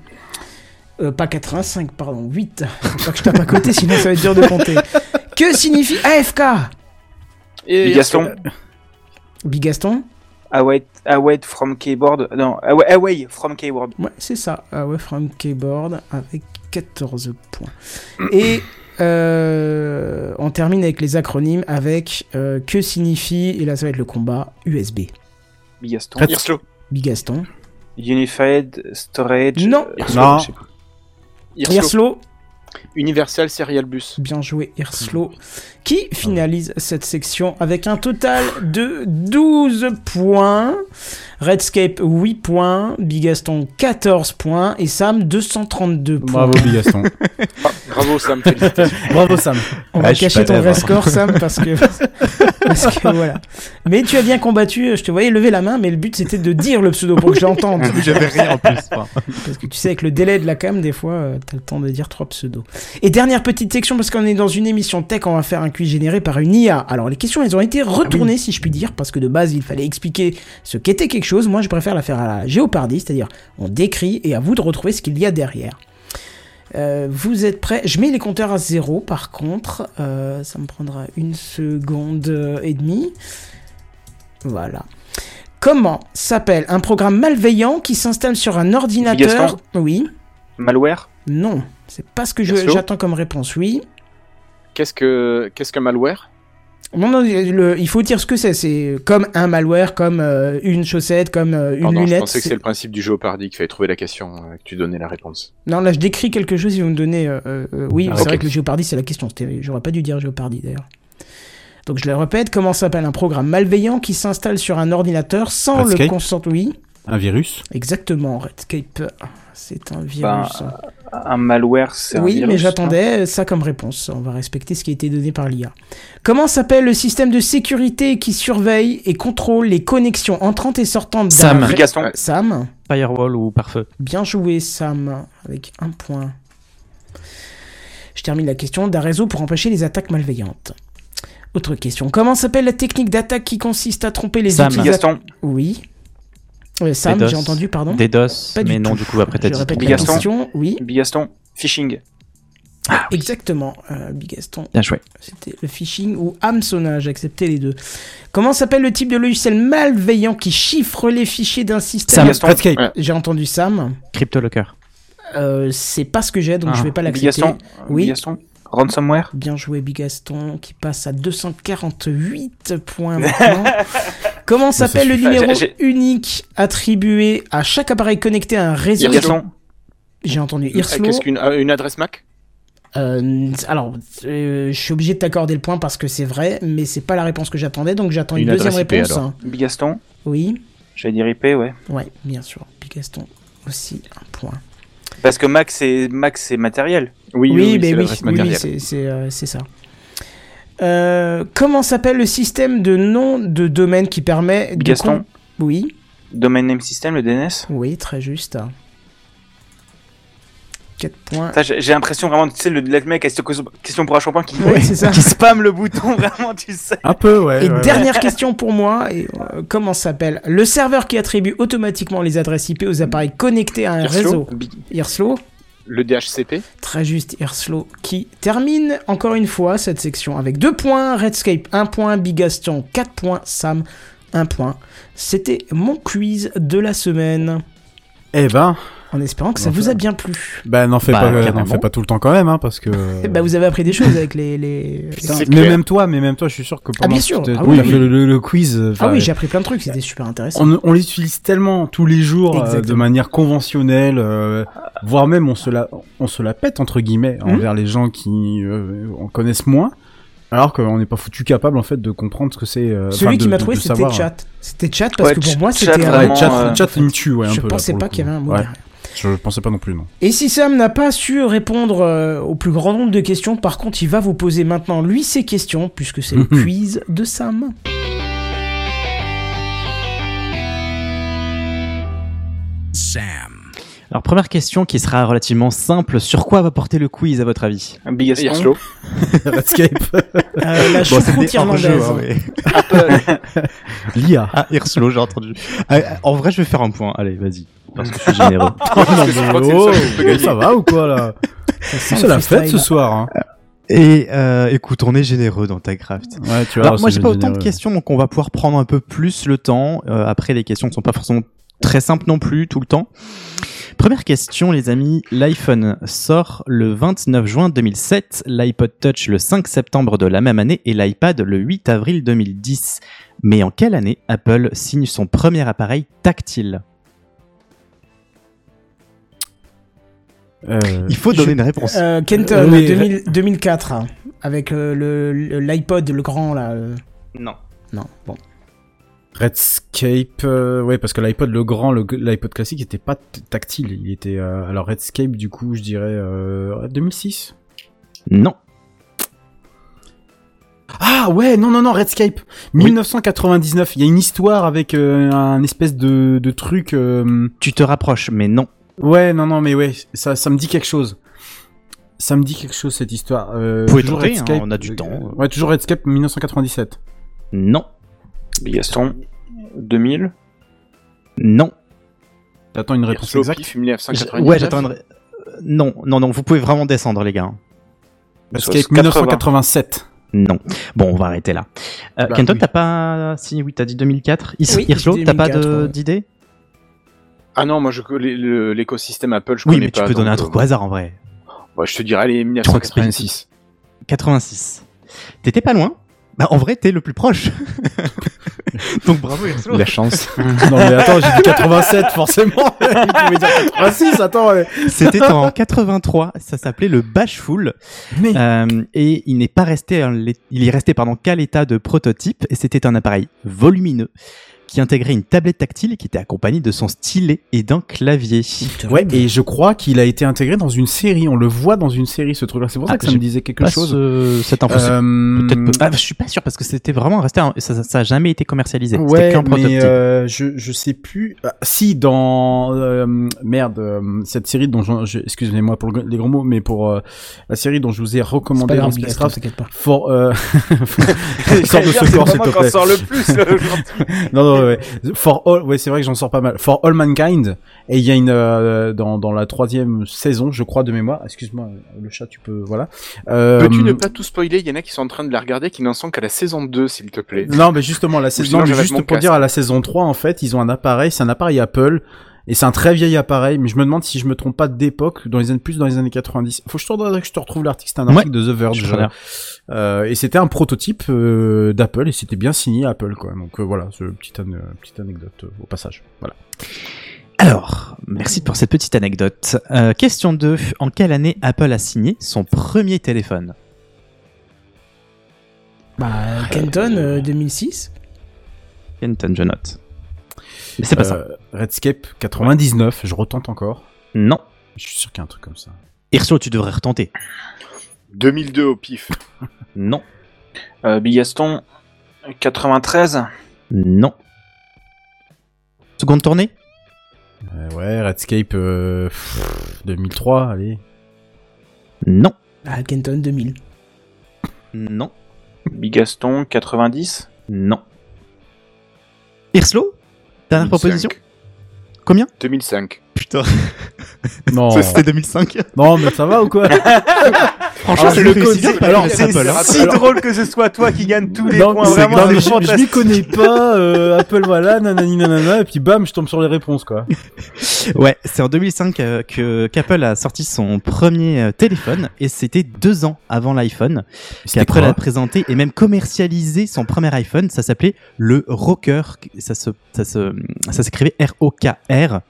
[SPEAKER 1] Euh, pas 85, pardon, 8. [LAUGHS] Faut pas que je tape à côté, sinon ça va être dur de compter. Que signifie AFK
[SPEAKER 8] Et
[SPEAKER 7] Bigaston
[SPEAKER 1] Bigaston
[SPEAKER 7] Away, away from Keyboard. Non, away, away from Keyboard.
[SPEAKER 1] Ouais, c'est ça. Ah ouais, from Keyboard avec 14 points. Et euh, on termine avec les acronymes avec euh, que signifie, et là ça va être le combat, USB.
[SPEAKER 7] Bigaston
[SPEAKER 2] Red-
[SPEAKER 8] Hirslo.
[SPEAKER 1] Bigaston.
[SPEAKER 7] Unified Storage.
[SPEAKER 1] Non.
[SPEAKER 7] euh, Hirslo,
[SPEAKER 2] Non.
[SPEAKER 7] je sais plus.
[SPEAKER 8] Hirslo.
[SPEAKER 1] Hirslo,
[SPEAKER 8] Universal Serial Bus.
[SPEAKER 1] bien joué Hirslo, qui finalise cette section avec un total de 12 points. Redscape 8 points, Bigaston 14 points et Sam 232 points.
[SPEAKER 2] Bravo, Bigaston.
[SPEAKER 8] Bravo Sam,
[SPEAKER 3] [LAUGHS]
[SPEAKER 8] félicitations.
[SPEAKER 2] Bravo, Sam.
[SPEAKER 1] On
[SPEAKER 3] Ouais,
[SPEAKER 1] va
[SPEAKER 3] Ah, je suis
[SPEAKER 1] cacher
[SPEAKER 3] pas
[SPEAKER 1] ton vrai
[SPEAKER 3] d'accord.
[SPEAKER 1] score, Sam, parce
[SPEAKER 3] [LAUGHS]
[SPEAKER 1] que, parce que voilà. Mais tu as bien combattu. euh, Je te voyais lever la main, mais le but c'était de dire le pseudo pour que je l'entende.
[SPEAKER 3] [LAUGHS] J'avais rien en [LAUGHS] plus. enfin.
[SPEAKER 1] Parce que tu sais, avec le délai de la cam, des fois, euh, t'as le temps de dire trois pseudos. Et dernière petite section, parce qu'on est dans une émission tech, on va faire un quiz généré par une IA. Alors, les questions, elles ont été retournées,
[SPEAKER 3] Ah
[SPEAKER 1] si je puis dire, parce que de base, il fallait expliquer ce qu'était quelque chose. Moi, je préfère la faire à la géopardie, c'est-à-dire, on décrit et à vous de retrouver ce qu'il y a derrière. Euh, vous êtes prêts Je mets les compteurs à zéro par contre. Euh, ça me prendra une seconde euh, et demie. Voilà. Comment s'appelle un programme malveillant qui s'installe sur un ordinateur
[SPEAKER 7] Gaston
[SPEAKER 1] Oui.
[SPEAKER 7] Malware
[SPEAKER 1] Non. C'est pas ce que je-
[SPEAKER 8] Perso
[SPEAKER 1] j'attends comme réponse. Oui.
[SPEAKER 8] Qu'est-ce que qu'est-ce qu'un malware
[SPEAKER 1] Non, non, le- il faut dire ce que c'est. C'est comme un malware, comme euh, une chaussette, comme euh, une
[SPEAKER 8] Pardon, je
[SPEAKER 1] lunette.
[SPEAKER 8] pensais que
[SPEAKER 1] c'est-
[SPEAKER 8] c'est le principe du Jeopardy qu'il fallait trouver la question, euh, que tu donnais la réponse.
[SPEAKER 1] Non, là, je décris quelque chose, ils vont me donner. euh, euh, euh, oui,
[SPEAKER 8] Ah,
[SPEAKER 1] c'est
[SPEAKER 8] ok.
[SPEAKER 1] vrai que le Géopardy, c'est la question. C'était- J'aurais pas dû dire Géopardy, d'ailleurs. Donc, je le répète, comment s'appelle un programme malveillant qui s'installe sur un ordinateur sans le
[SPEAKER 2] Redscape
[SPEAKER 1] consentement Oui,
[SPEAKER 2] [LAUGHS] Un virus
[SPEAKER 1] exactement, Redscape. C'est un virus.
[SPEAKER 7] Ben, Un malware, c'est un
[SPEAKER 1] oui,
[SPEAKER 7] virus,
[SPEAKER 1] mais
[SPEAKER 7] hein.
[SPEAKER 1] j'attendais ça comme réponse. On va respecter ce qui a été donné par l'IA. Comment s'appelle le système de sécurité qui surveille et contrôle les connexions entrantes et sortantes
[SPEAKER 7] Ah,
[SPEAKER 1] d'un
[SPEAKER 3] Sam.
[SPEAKER 1] ré-
[SPEAKER 8] Gaston.
[SPEAKER 1] Sam
[SPEAKER 3] Firewall ou pare-feu
[SPEAKER 1] Bien joué, Sam, avec un point. Je termine la question d'un réseau pour empêcher les attaques malveillantes. Autre question. Comment s'appelle la technique d'attaque qui consiste à tromper les
[SPEAKER 3] Sam.
[SPEAKER 1] utilisateurs
[SPEAKER 7] Gaston,
[SPEAKER 1] Oui. Euh, Sam,
[SPEAKER 3] DDoS.
[SPEAKER 1] j'ai entendu, pardon.
[SPEAKER 3] DDoS,
[SPEAKER 1] Pas du
[SPEAKER 3] mais non,
[SPEAKER 1] tout.
[SPEAKER 3] du coup, après t'as
[SPEAKER 1] Je
[SPEAKER 3] dit.
[SPEAKER 1] répète
[SPEAKER 3] ton
[SPEAKER 1] la
[SPEAKER 7] Bigaston.
[SPEAKER 3] prénom.
[SPEAKER 1] question. Oui,
[SPEAKER 7] Bigaston,
[SPEAKER 1] Ah.
[SPEAKER 7] phishing.
[SPEAKER 3] Ah
[SPEAKER 1] exactement. Euh, Bigaston,
[SPEAKER 3] Bien joué.
[SPEAKER 1] c'était le phishing ou hameçonnage, acceptez les deux. Comment s'appelle le type de logiciel malveillant qui chiffre les fichiers d'un système
[SPEAKER 3] Sam.
[SPEAKER 7] Bigaston.
[SPEAKER 2] Redscape.
[SPEAKER 1] J'ai entendu Sam.
[SPEAKER 3] CryptoLocker.
[SPEAKER 1] Euh, c'est pas ce que j'ai, donc
[SPEAKER 7] Ah,
[SPEAKER 1] je vais pas l'accepter.
[SPEAKER 7] Bigaston,
[SPEAKER 1] Oui.
[SPEAKER 7] Bigaston, ransomware.
[SPEAKER 1] Bien joué Bigaston qui passe à 248 points maintenant. Comment s'appelle le
[SPEAKER 2] suffit.
[SPEAKER 1] numéro
[SPEAKER 7] Ah, j'ai-
[SPEAKER 1] unique attribué à chaque appareil connecté à un réseau
[SPEAKER 7] Bigaston,
[SPEAKER 1] J'ai entendu
[SPEAKER 8] Ah,
[SPEAKER 1] Irslo.
[SPEAKER 8] Qu'est-ce qu'une ah, une adresse MAC
[SPEAKER 1] Euh, alors, euh, je suis obligé de t'accorder le point parce que c'est vrai, mais c'est pas la réponse que j'attendais, donc j'attends une,
[SPEAKER 8] Une
[SPEAKER 1] deuxième
[SPEAKER 8] adresse IP,
[SPEAKER 1] réponse.
[SPEAKER 8] alors.
[SPEAKER 7] Bigaston,
[SPEAKER 1] Oui,
[SPEAKER 7] j'allais dire IP, ouais.
[SPEAKER 1] ouais, bien sûr. Bigaston aussi un point.
[SPEAKER 7] Parce que Mac, c'est Mac, c'est matériel.
[SPEAKER 1] Oui,
[SPEAKER 8] c'est
[SPEAKER 1] mais oui,
[SPEAKER 8] l'adresse
[SPEAKER 1] oui, oui,
[SPEAKER 8] matérielle.
[SPEAKER 1] c'est c'est, euh, c'est ça. Euh, comment s'appelle le système de nom de domaine qui permet de
[SPEAKER 7] Bigaston.
[SPEAKER 1] con- Oui.
[SPEAKER 7] Domain Name System, le DNS.
[SPEAKER 1] Oui, très juste. 4
[SPEAKER 2] [LAUGHS]
[SPEAKER 1] points.
[SPEAKER 7] Ça, J'ai j'ai l'impression vraiment, tu sais, le, le mec à cette question- question pour un shampoing qui,
[SPEAKER 1] Oui, c'est ça.
[SPEAKER 7] qui spamme le bouton, [LAUGHS] vraiment, tu sais.
[SPEAKER 2] Un peu, ouais.
[SPEAKER 1] Et
[SPEAKER 2] ouais, ouais.
[SPEAKER 1] dernière question pour moi, et, euh, comment s'appelle Le serveur qui attribue automatiquement les adresses IP aux appareils connectés à un
[SPEAKER 8] Irslo
[SPEAKER 1] réseau.
[SPEAKER 8] Bi-
[SPEAKER 1] Irslo,
[SPEAKER 8] Le
[SPEAKER 3] Oh,
[SPEAKER 8] DHCP
[SPEAKER 1] très juste Irslo, qui termine encore une fois cette section avec 2 points, Redscape 1 point, Bigaston 4 points, Sam 1 point. C'était mon quiz de la semaine,
[SPEAKER 2] Eh ben,
[SPEAKER 1] en espérant que ça
[SPEAKER 2] Enfin.
[SPEAKER 1] vous a bien plu.
[SPEAKER 2] bah n'en fais
[SPEAKER 3] Bah,
[SPEAKER 2] pas, euh,
[SPEAKER 3] carrément.
[SPEAKER 2] n'en fais pas tout le temps quand même, hein,
[SPEAKER 1] [LAUGHS]
[SPEAKER 2] parce que.
[SPEAKER 1] Eh ben, vous avez appris des choses avec les... les...
[SPEAKER 8] Putain, C'est
[SPEAKER 2] mais
[SPEAKER 8] clair.
[SPEAKER 2] même toi, mais même toi, je suis sûr que pendant
[SPEAKER 1] bien
[SPEAKER 2] que
[SPEAKER 1] sûr.
[SPEAKER 2] t'as-
[SPEAKER 1] Ah oui,
[SPEAKER 2] t'as
[SPEAKER 1] oui.
[SPEAKER 2] fait le, le- le quiz. euh,
[SPEAKER 1] Ah
[SPEAKER 2] enfin,
[SPEAKER 1] oui, j'ai appris plein de trucs, c'était super intéressant.
[SPEAKER 2] On, on les utilise tellement tous les jours euh, de
[SPEAKER 1] Exactement.
[SPEAKER 2] manière conventionnelle, euh, voire même on se la, on se la pète entre guillemets
[SPEAKER 1] Mhm.
[SPEAKER 2] envers les gens qui euh, en connaissent moins, alors qu'on n'est pas foutu capable en fait de comprendre ce que c'est. euh, enfin,
[SPEAKER 1] Celui qui
[SPEAKER 2] de-
[SPEAKER 1] m'a
[SPEAKER 2] de-
[SPEAKER 1] trouvé,
[SPEAKER 2] de
[SPEAKER 1] c'était
[SPEAKER 2] savoir. hein.
[SPEAKER 1] chat. C'était chat parce
[SPEAKER 7] Ouais,
[SPEAKER 1] que
[SPEAKER 7] ch-
[SPEAKER 1] pour moi,
[SPEAKER 7] chat,
[SPEAKER 1] c'était
[SPEAKER 2] Ouais,
[SPEAKER 1] vraiment.
[SPEAKER 7] vraiment.
[SPEAKER 2] chat,
[SPEAKER 7] euh,
[SPEAKER 2] chat
[SPEAKER 1] en fait,
[SPEAKER 2] me tue, ouais, un
[SPEAKER 1] je
[SPEAKER 2] peu, là,
[SPEAKER 1] pensais
[SPEAKER 2] pour le
[SPEAKER 1] pas
[SPEAKER 2] coup.
[SPEAKER 1] qu'il y avait un mot
[SPEAKER 2] Ouais,
[SPEAKER 1] derrière.
[SPEAKER 2] Je pensais pas non plus, non.
[SPEAKER 1] Et si Sam n'a pas su répondre euh, au plus grand nombre de questions, par contre, il va vous poser maintenant lui ses questions puisque c'est le
[SPEAKER 2] Mhm.
[SPEAKER 1] quiz de Sam.
[SPEAKER 4] Sam.
[SPEAKER 3] Alors, première question qui sera relativement simple. Sur quoi va porter le quiz, à votre avis
[SPEAKER 7] Un Bigaston.
[SPEAKER 8] Irslo
[SPEAKER 2] [LAUGHS] Redscape,
[SPEAKER 1] [LAUGHS] Euh, la
[SPEAKER 3] Bon,
[SPEAKER 1] choucroute
[SPEAKER 3] c'était hors-jeu,
[SPEAKER 1] irlandaise.
[SPEAKER 3] hein, mais- [LAUGHS]
[SPEAKER 2] l'IA.
[SPEAKER 3] Ah, Hirslo, j'ai entendu. Ah, ah, En vrai, je vais faire un point. Allez, vas-y. Parce que je suis généreux.
[SPEAKER 2] Non,
[SPEAKER 8] je
[SPEAKER 2] mais
[SPEAKER 8] crois que c'est le
[SPEAKER 2] oh,
[SPEAKER 8] seul qui peut gagner.
[SPEAKER 2] ça va ou quoi
[SPEAKER 1] [LAUGHS]
[SPEAKER 2] là
[SPEAKER 1] sent
[SPEAKER 2] C'est
[SPEAKER 1] le
[SPEAKER 2] la fête ce
[SPEAKER 1] freestyle.
[SPEAKER 2] soir. Hein.
[SPEAKER 3] [LAUGHS] Et euh, écoute, on est généreux dans ta craft.
[SPEAKER 2] Ouais, tu
[SPEAKER 3] Alors, Bah, moi,
[SPEAKER 2] c'est
[SPEAKER 3] j'ai pas autant de
[SPEAKER 2] généreux.
[SPEAKER 3] questions, donc on va pouvoir prendre un peu plus le temps. Euh, après, les questions ne sont pas forcément très simples non plus tout le temps. Première question, les amis. L'iPhone sort le 29 juin 2007, l'iPod Touch le 5 septembre de la même année et l'iPad le 8 avril 2010. Mais en quelle année Apple signe son premier appareil tactile
[SPEAKER 2] Euh,
[SPEAKER 3] Il faut
[SPEAKER 1] je-
[SPEAKER 3] donner une réponse.
[SPEAKER 1] Euh, Kenton,
[SPEAKER 2] Euh, oui,
[SPEAKER 1] 2000 2004, hein, avec euh, le- le- l'iPod, le grand là. euh,
[SPEAKER 3] Non.
[SPEAKER 1] Non, bon.
[SPEAKER 2] Redscape, euh, ouais, parce que l'iPod le grand, le- l'iPod classique était pas t- tactile, il était. euh, alors Redscape, du coup, je dirais euh, 2006.
[SPEAKER 3] Non.
[SPEAKER 2] Ah ouais, non non non, Redscape, 1999. Il y a une histoire avec euh, un espèce de, de truc. euh,
[SPEAKER 3] Tu te rapproches, mais non.
[SPEAKER 2] ouais, non non, mais ouais, ça ça me dit quelque chose. Ça me dit quelque chose cette histoire. Euh,
[SPEAKER 3] Vous pouvez
[SPEAKER 2] toujours
[SPEAKER 3] tenter, hein,
[SPEAKER 2] Redscape,
[SPEAKER 3] on a du
[SPEAKER 2] euh,
[SPEAKER 3] temps.
[SPEAKER 2] Ouais, toujours Redscape 1997.
[SPEAKER 3] Non.
[SPEAKER 7] Bigaston, 2000.
[SPEAKER 3] Non.
[SPEAKER 2] T'attends une réponse
[SPEAKER 8] Irslo
[SPEAKER 2] exacte
[SPEAKER 8] Pif 1999.
[SPEAKER 3] Ouais, j'attends. une ré- Euh, non, non, non, vous pouvez vraiment descendre, les gars. hein.
[SPEAKER 2] Escape 1987.
[SPEAKER 3] Non. Bon, on va arrêter là. Euh,
[SPEAKER 2] Bah,
[SPEAKER 3] Kenton,
[SPEAKER 2] oui.
[SPEAKER 3] t'as pas. Si, oui, t'as dit 2004. Is-
[SPEAKER 1] Oui,
[SPEAKER 3] Hirslo, t'as pas
[SPEAKER 1] 2004,
[SPEAKER 3] de-
[SPEAKER 1] ouais.
[SPEAKER 3] d'idée
[SPEAKER 8] Ah non, moi, je connais le- l'écosystème Apple, je
[SPEAKER 3] Oui,
[SPEAKER 8] connais
[SPEAKER 3] mais tu
[SPEAKER 8] pas,
[SPEAKER 3] peux donner
[SPEAKER 8] donc,
[SPEAKER 3] un truc
[SPEAKER 8] euh,
[SPEAKER 3] au hasard en vrai.
[SPEAKER 8] bah, je te dirais, allez, 1986.
[SPEAKER 3] 86. T'étais pas loin Bah, en vrai, t'es le
[SPEAKER 2] [LAUGHS]
[SPEAKER 3] plus proche. Donc bravo, Hirslo.
[SPEAKER 8] La chance.
[SPEAKER 2] non mais attends, j'ai dit 87 forcément. [LAUGHS] Il pouvait dire 86, attends. ouais.
[SPEAKER 3] C'était en 83, ça s'appelait le Bashful.
[SPEAKER 2] Mais-
[SPEAKER 3] Euh, et il n'est pas resté, en l'é- il est resté pardon qu'à l'état de prototype. Et c'était un appareil volumineux qui intégrait une tablette tactile et qui était accompagné de son stylet et d'un clavier.
[SPEAKER 2] Ouais, et je crois qu'il a été intégré dans une série. On le voit dans une série, ce truc-là. C'est pour ça
[SPEAKER 3] Ah,
[SPEAKER 2] que ça
[SPEAKER 3] j'ai
[SPEAKER 2] me disait quelque
[SPEAKER 3] Pas
[SPEAKER 2] chose.
[SPEAKER 3] ce- cette info. c'est
[SPEAKER 2] Euh,
[SPEAKER 3] peut-être peu- Ah, je suis pas sûr parce que c'était vraiment resté, en- ça, ça- ça a jamais été commercialisé. c'était
[SPEAKER 2] Ouais,
[SPEAKER 3] qu'un prototype.
[SPEAKER 2] mais euh, je je sais plus. Ah, si dans euh, merde euh, cette série dont je, je- excusez-moi pour le- les gros mots, mais pour euh, la série dont je vous ai
[SPEAKER 1] C'est pas
[SPEAKER 2] recommandé dans
[SPEAKER 1] grave, Gaston,
[SPEAKER 2] Spacecraft,
[SPEAKER 1] t'inquiète pas.
[SPEAKER 2] for
[SPEAKER 7] [LAUGHS]
[SPEAKER 2] euh, [LAUGHS] sors de ce
[SPEAKER 7] C'est
[SPEAKER 2] corps s'il
[SPEAKER 7] vraiment
[SPEAKER 2] te
[SPEAKER 7] qu'on
[SPEAKER 2] plaît.
[SPEAKER 7] sort le plus euh, [LAUGHS] là, aujourd'hui.
[SPEAKER 2] non, non, ouais. For All, ouais, c'est vrai que j'en sors pas mal. For All Mankind, et il y a une euh, dans dans la troisième saison, je crois de mémoire. Excuse-moi, le chat, tu peux voilà. Euh,
[SPEAKER 8] Peux-tu ne pas tout spoiler Il y en a qui sont en train de la regarder, qui n'en sont qu'à la saison 2, s'il te plaît.
[SPEAKER 2] Non, mais justement, la saison,
[SPEAKER 8] sinon,
[SPEAKER 2] non, mais
[SPEAKER 8] j'enlève
[SPEAKER 2] juste
[SPEAKER 8] mon
[SPEAKER 2] pour
[SPEAKER 8] casque.
[SPEAKER 2] dire à la saison 3, en fait, ils ont un appareil, c'est un appareil Apple, et c'est un très vieil appareil, mais je me demande si je me trompe pas d'époque, dans les années, plus dans les années 90. Faut que je te, redonne- que je te retrouve l'article, c'est un article de The
[SPEAKER 3] Je suis
[SPEAKER 2] Verge.
[SPEAKER 3] preneur.
[SPEAKER 2] Euh, et c'était un prototype euh, d'Apple, et c'était bien signé Apple, quoi. Donc euh, voilà, ce petite, an- euh, petite anecdote euh, au passage. Voilà.
[SPEAKER 3] Alors, merci pour cette petite anecdote. Euh, question 2. En quelle année Apple a signé son premier téléphone
[SPEAKER 1] Bah, Kenton, euh, 2006.
[SPEAKER 3] Kenton, je note. Mais c'est pas ça.
[SPEAKER 2] Euh, Redscape 99, je retente encore.
[SPEAKER 3] Non.
[SPEAKER 2] Je suis sûr qu'il y a un truc comme ça.
[SPEAKER 3] Hirsio, tu devrais retenter.
[SPEAKER 8] 2002 au pif.
[SPEAKER 3] Non.
[SPEAKER 7] Euh, Bigaston, 93.
[SPEAKER 3] Non. Seconde tournée
[SPEAKER 2] Euh, ouais, Redscape euh, pff, 2003, allez.
[SPEAKER 3] Non.
[SPEAKER 1] Ah, Kenton, 2000.
[SPEAKER 3] Non.
[SPEAKER 7] Bigaston, 90.
[SPEAKER 3] Non. Hirslo
[SPEAKER 8] 2005.
[SPEAKER 3] Dernière proposition Combien
[SPEAKER 8] 2005.
[SPEAKER 3] Putain,
[SPEAKER 2] Non,
[SPEAKER 3] c'était 2005.
[SPEAKER 2] non, mais ça va
[SPEAKER 8] [LAUGHS]
[SPEAKER 2] ou quoi
[SPEAKER 3] Franchement,
[SPEAKER 2] Alors, je
[SPEAKER 3] c'est le
[SPEAKER 2] le connais,
[SPEAKER 3] précisé par
[SPEAKER 2] alors,
[SPEAKER 3] Apple.
[SPEAKER 2] c'est-
[SPEAKER 3] hein.
[SPEAKER 2] c'est- Alors-
[SPEAKER 7] drôle que ce soit toi qui gagne tous
[SPEAKER 2] Non, mais c'est- non, mais je- je m'y connais pas, euh, Apple voilà, nanani nanana, et puis bam, je tombe sur les réponses quoi.
[SPEAKER 3] Ouais, c'est en 2005 euh, que qu'Apple a sorti son premier euh, téléphone et c'était deux ans avant l'iPhone. Qu'Apple
[SPEAKER 2] quoi
[SPEAKER 3] a présenté et même commercialisé son premier iPhone, ça s'appelait le Rocker. Ça se ça se ça s'écrivait R O K R.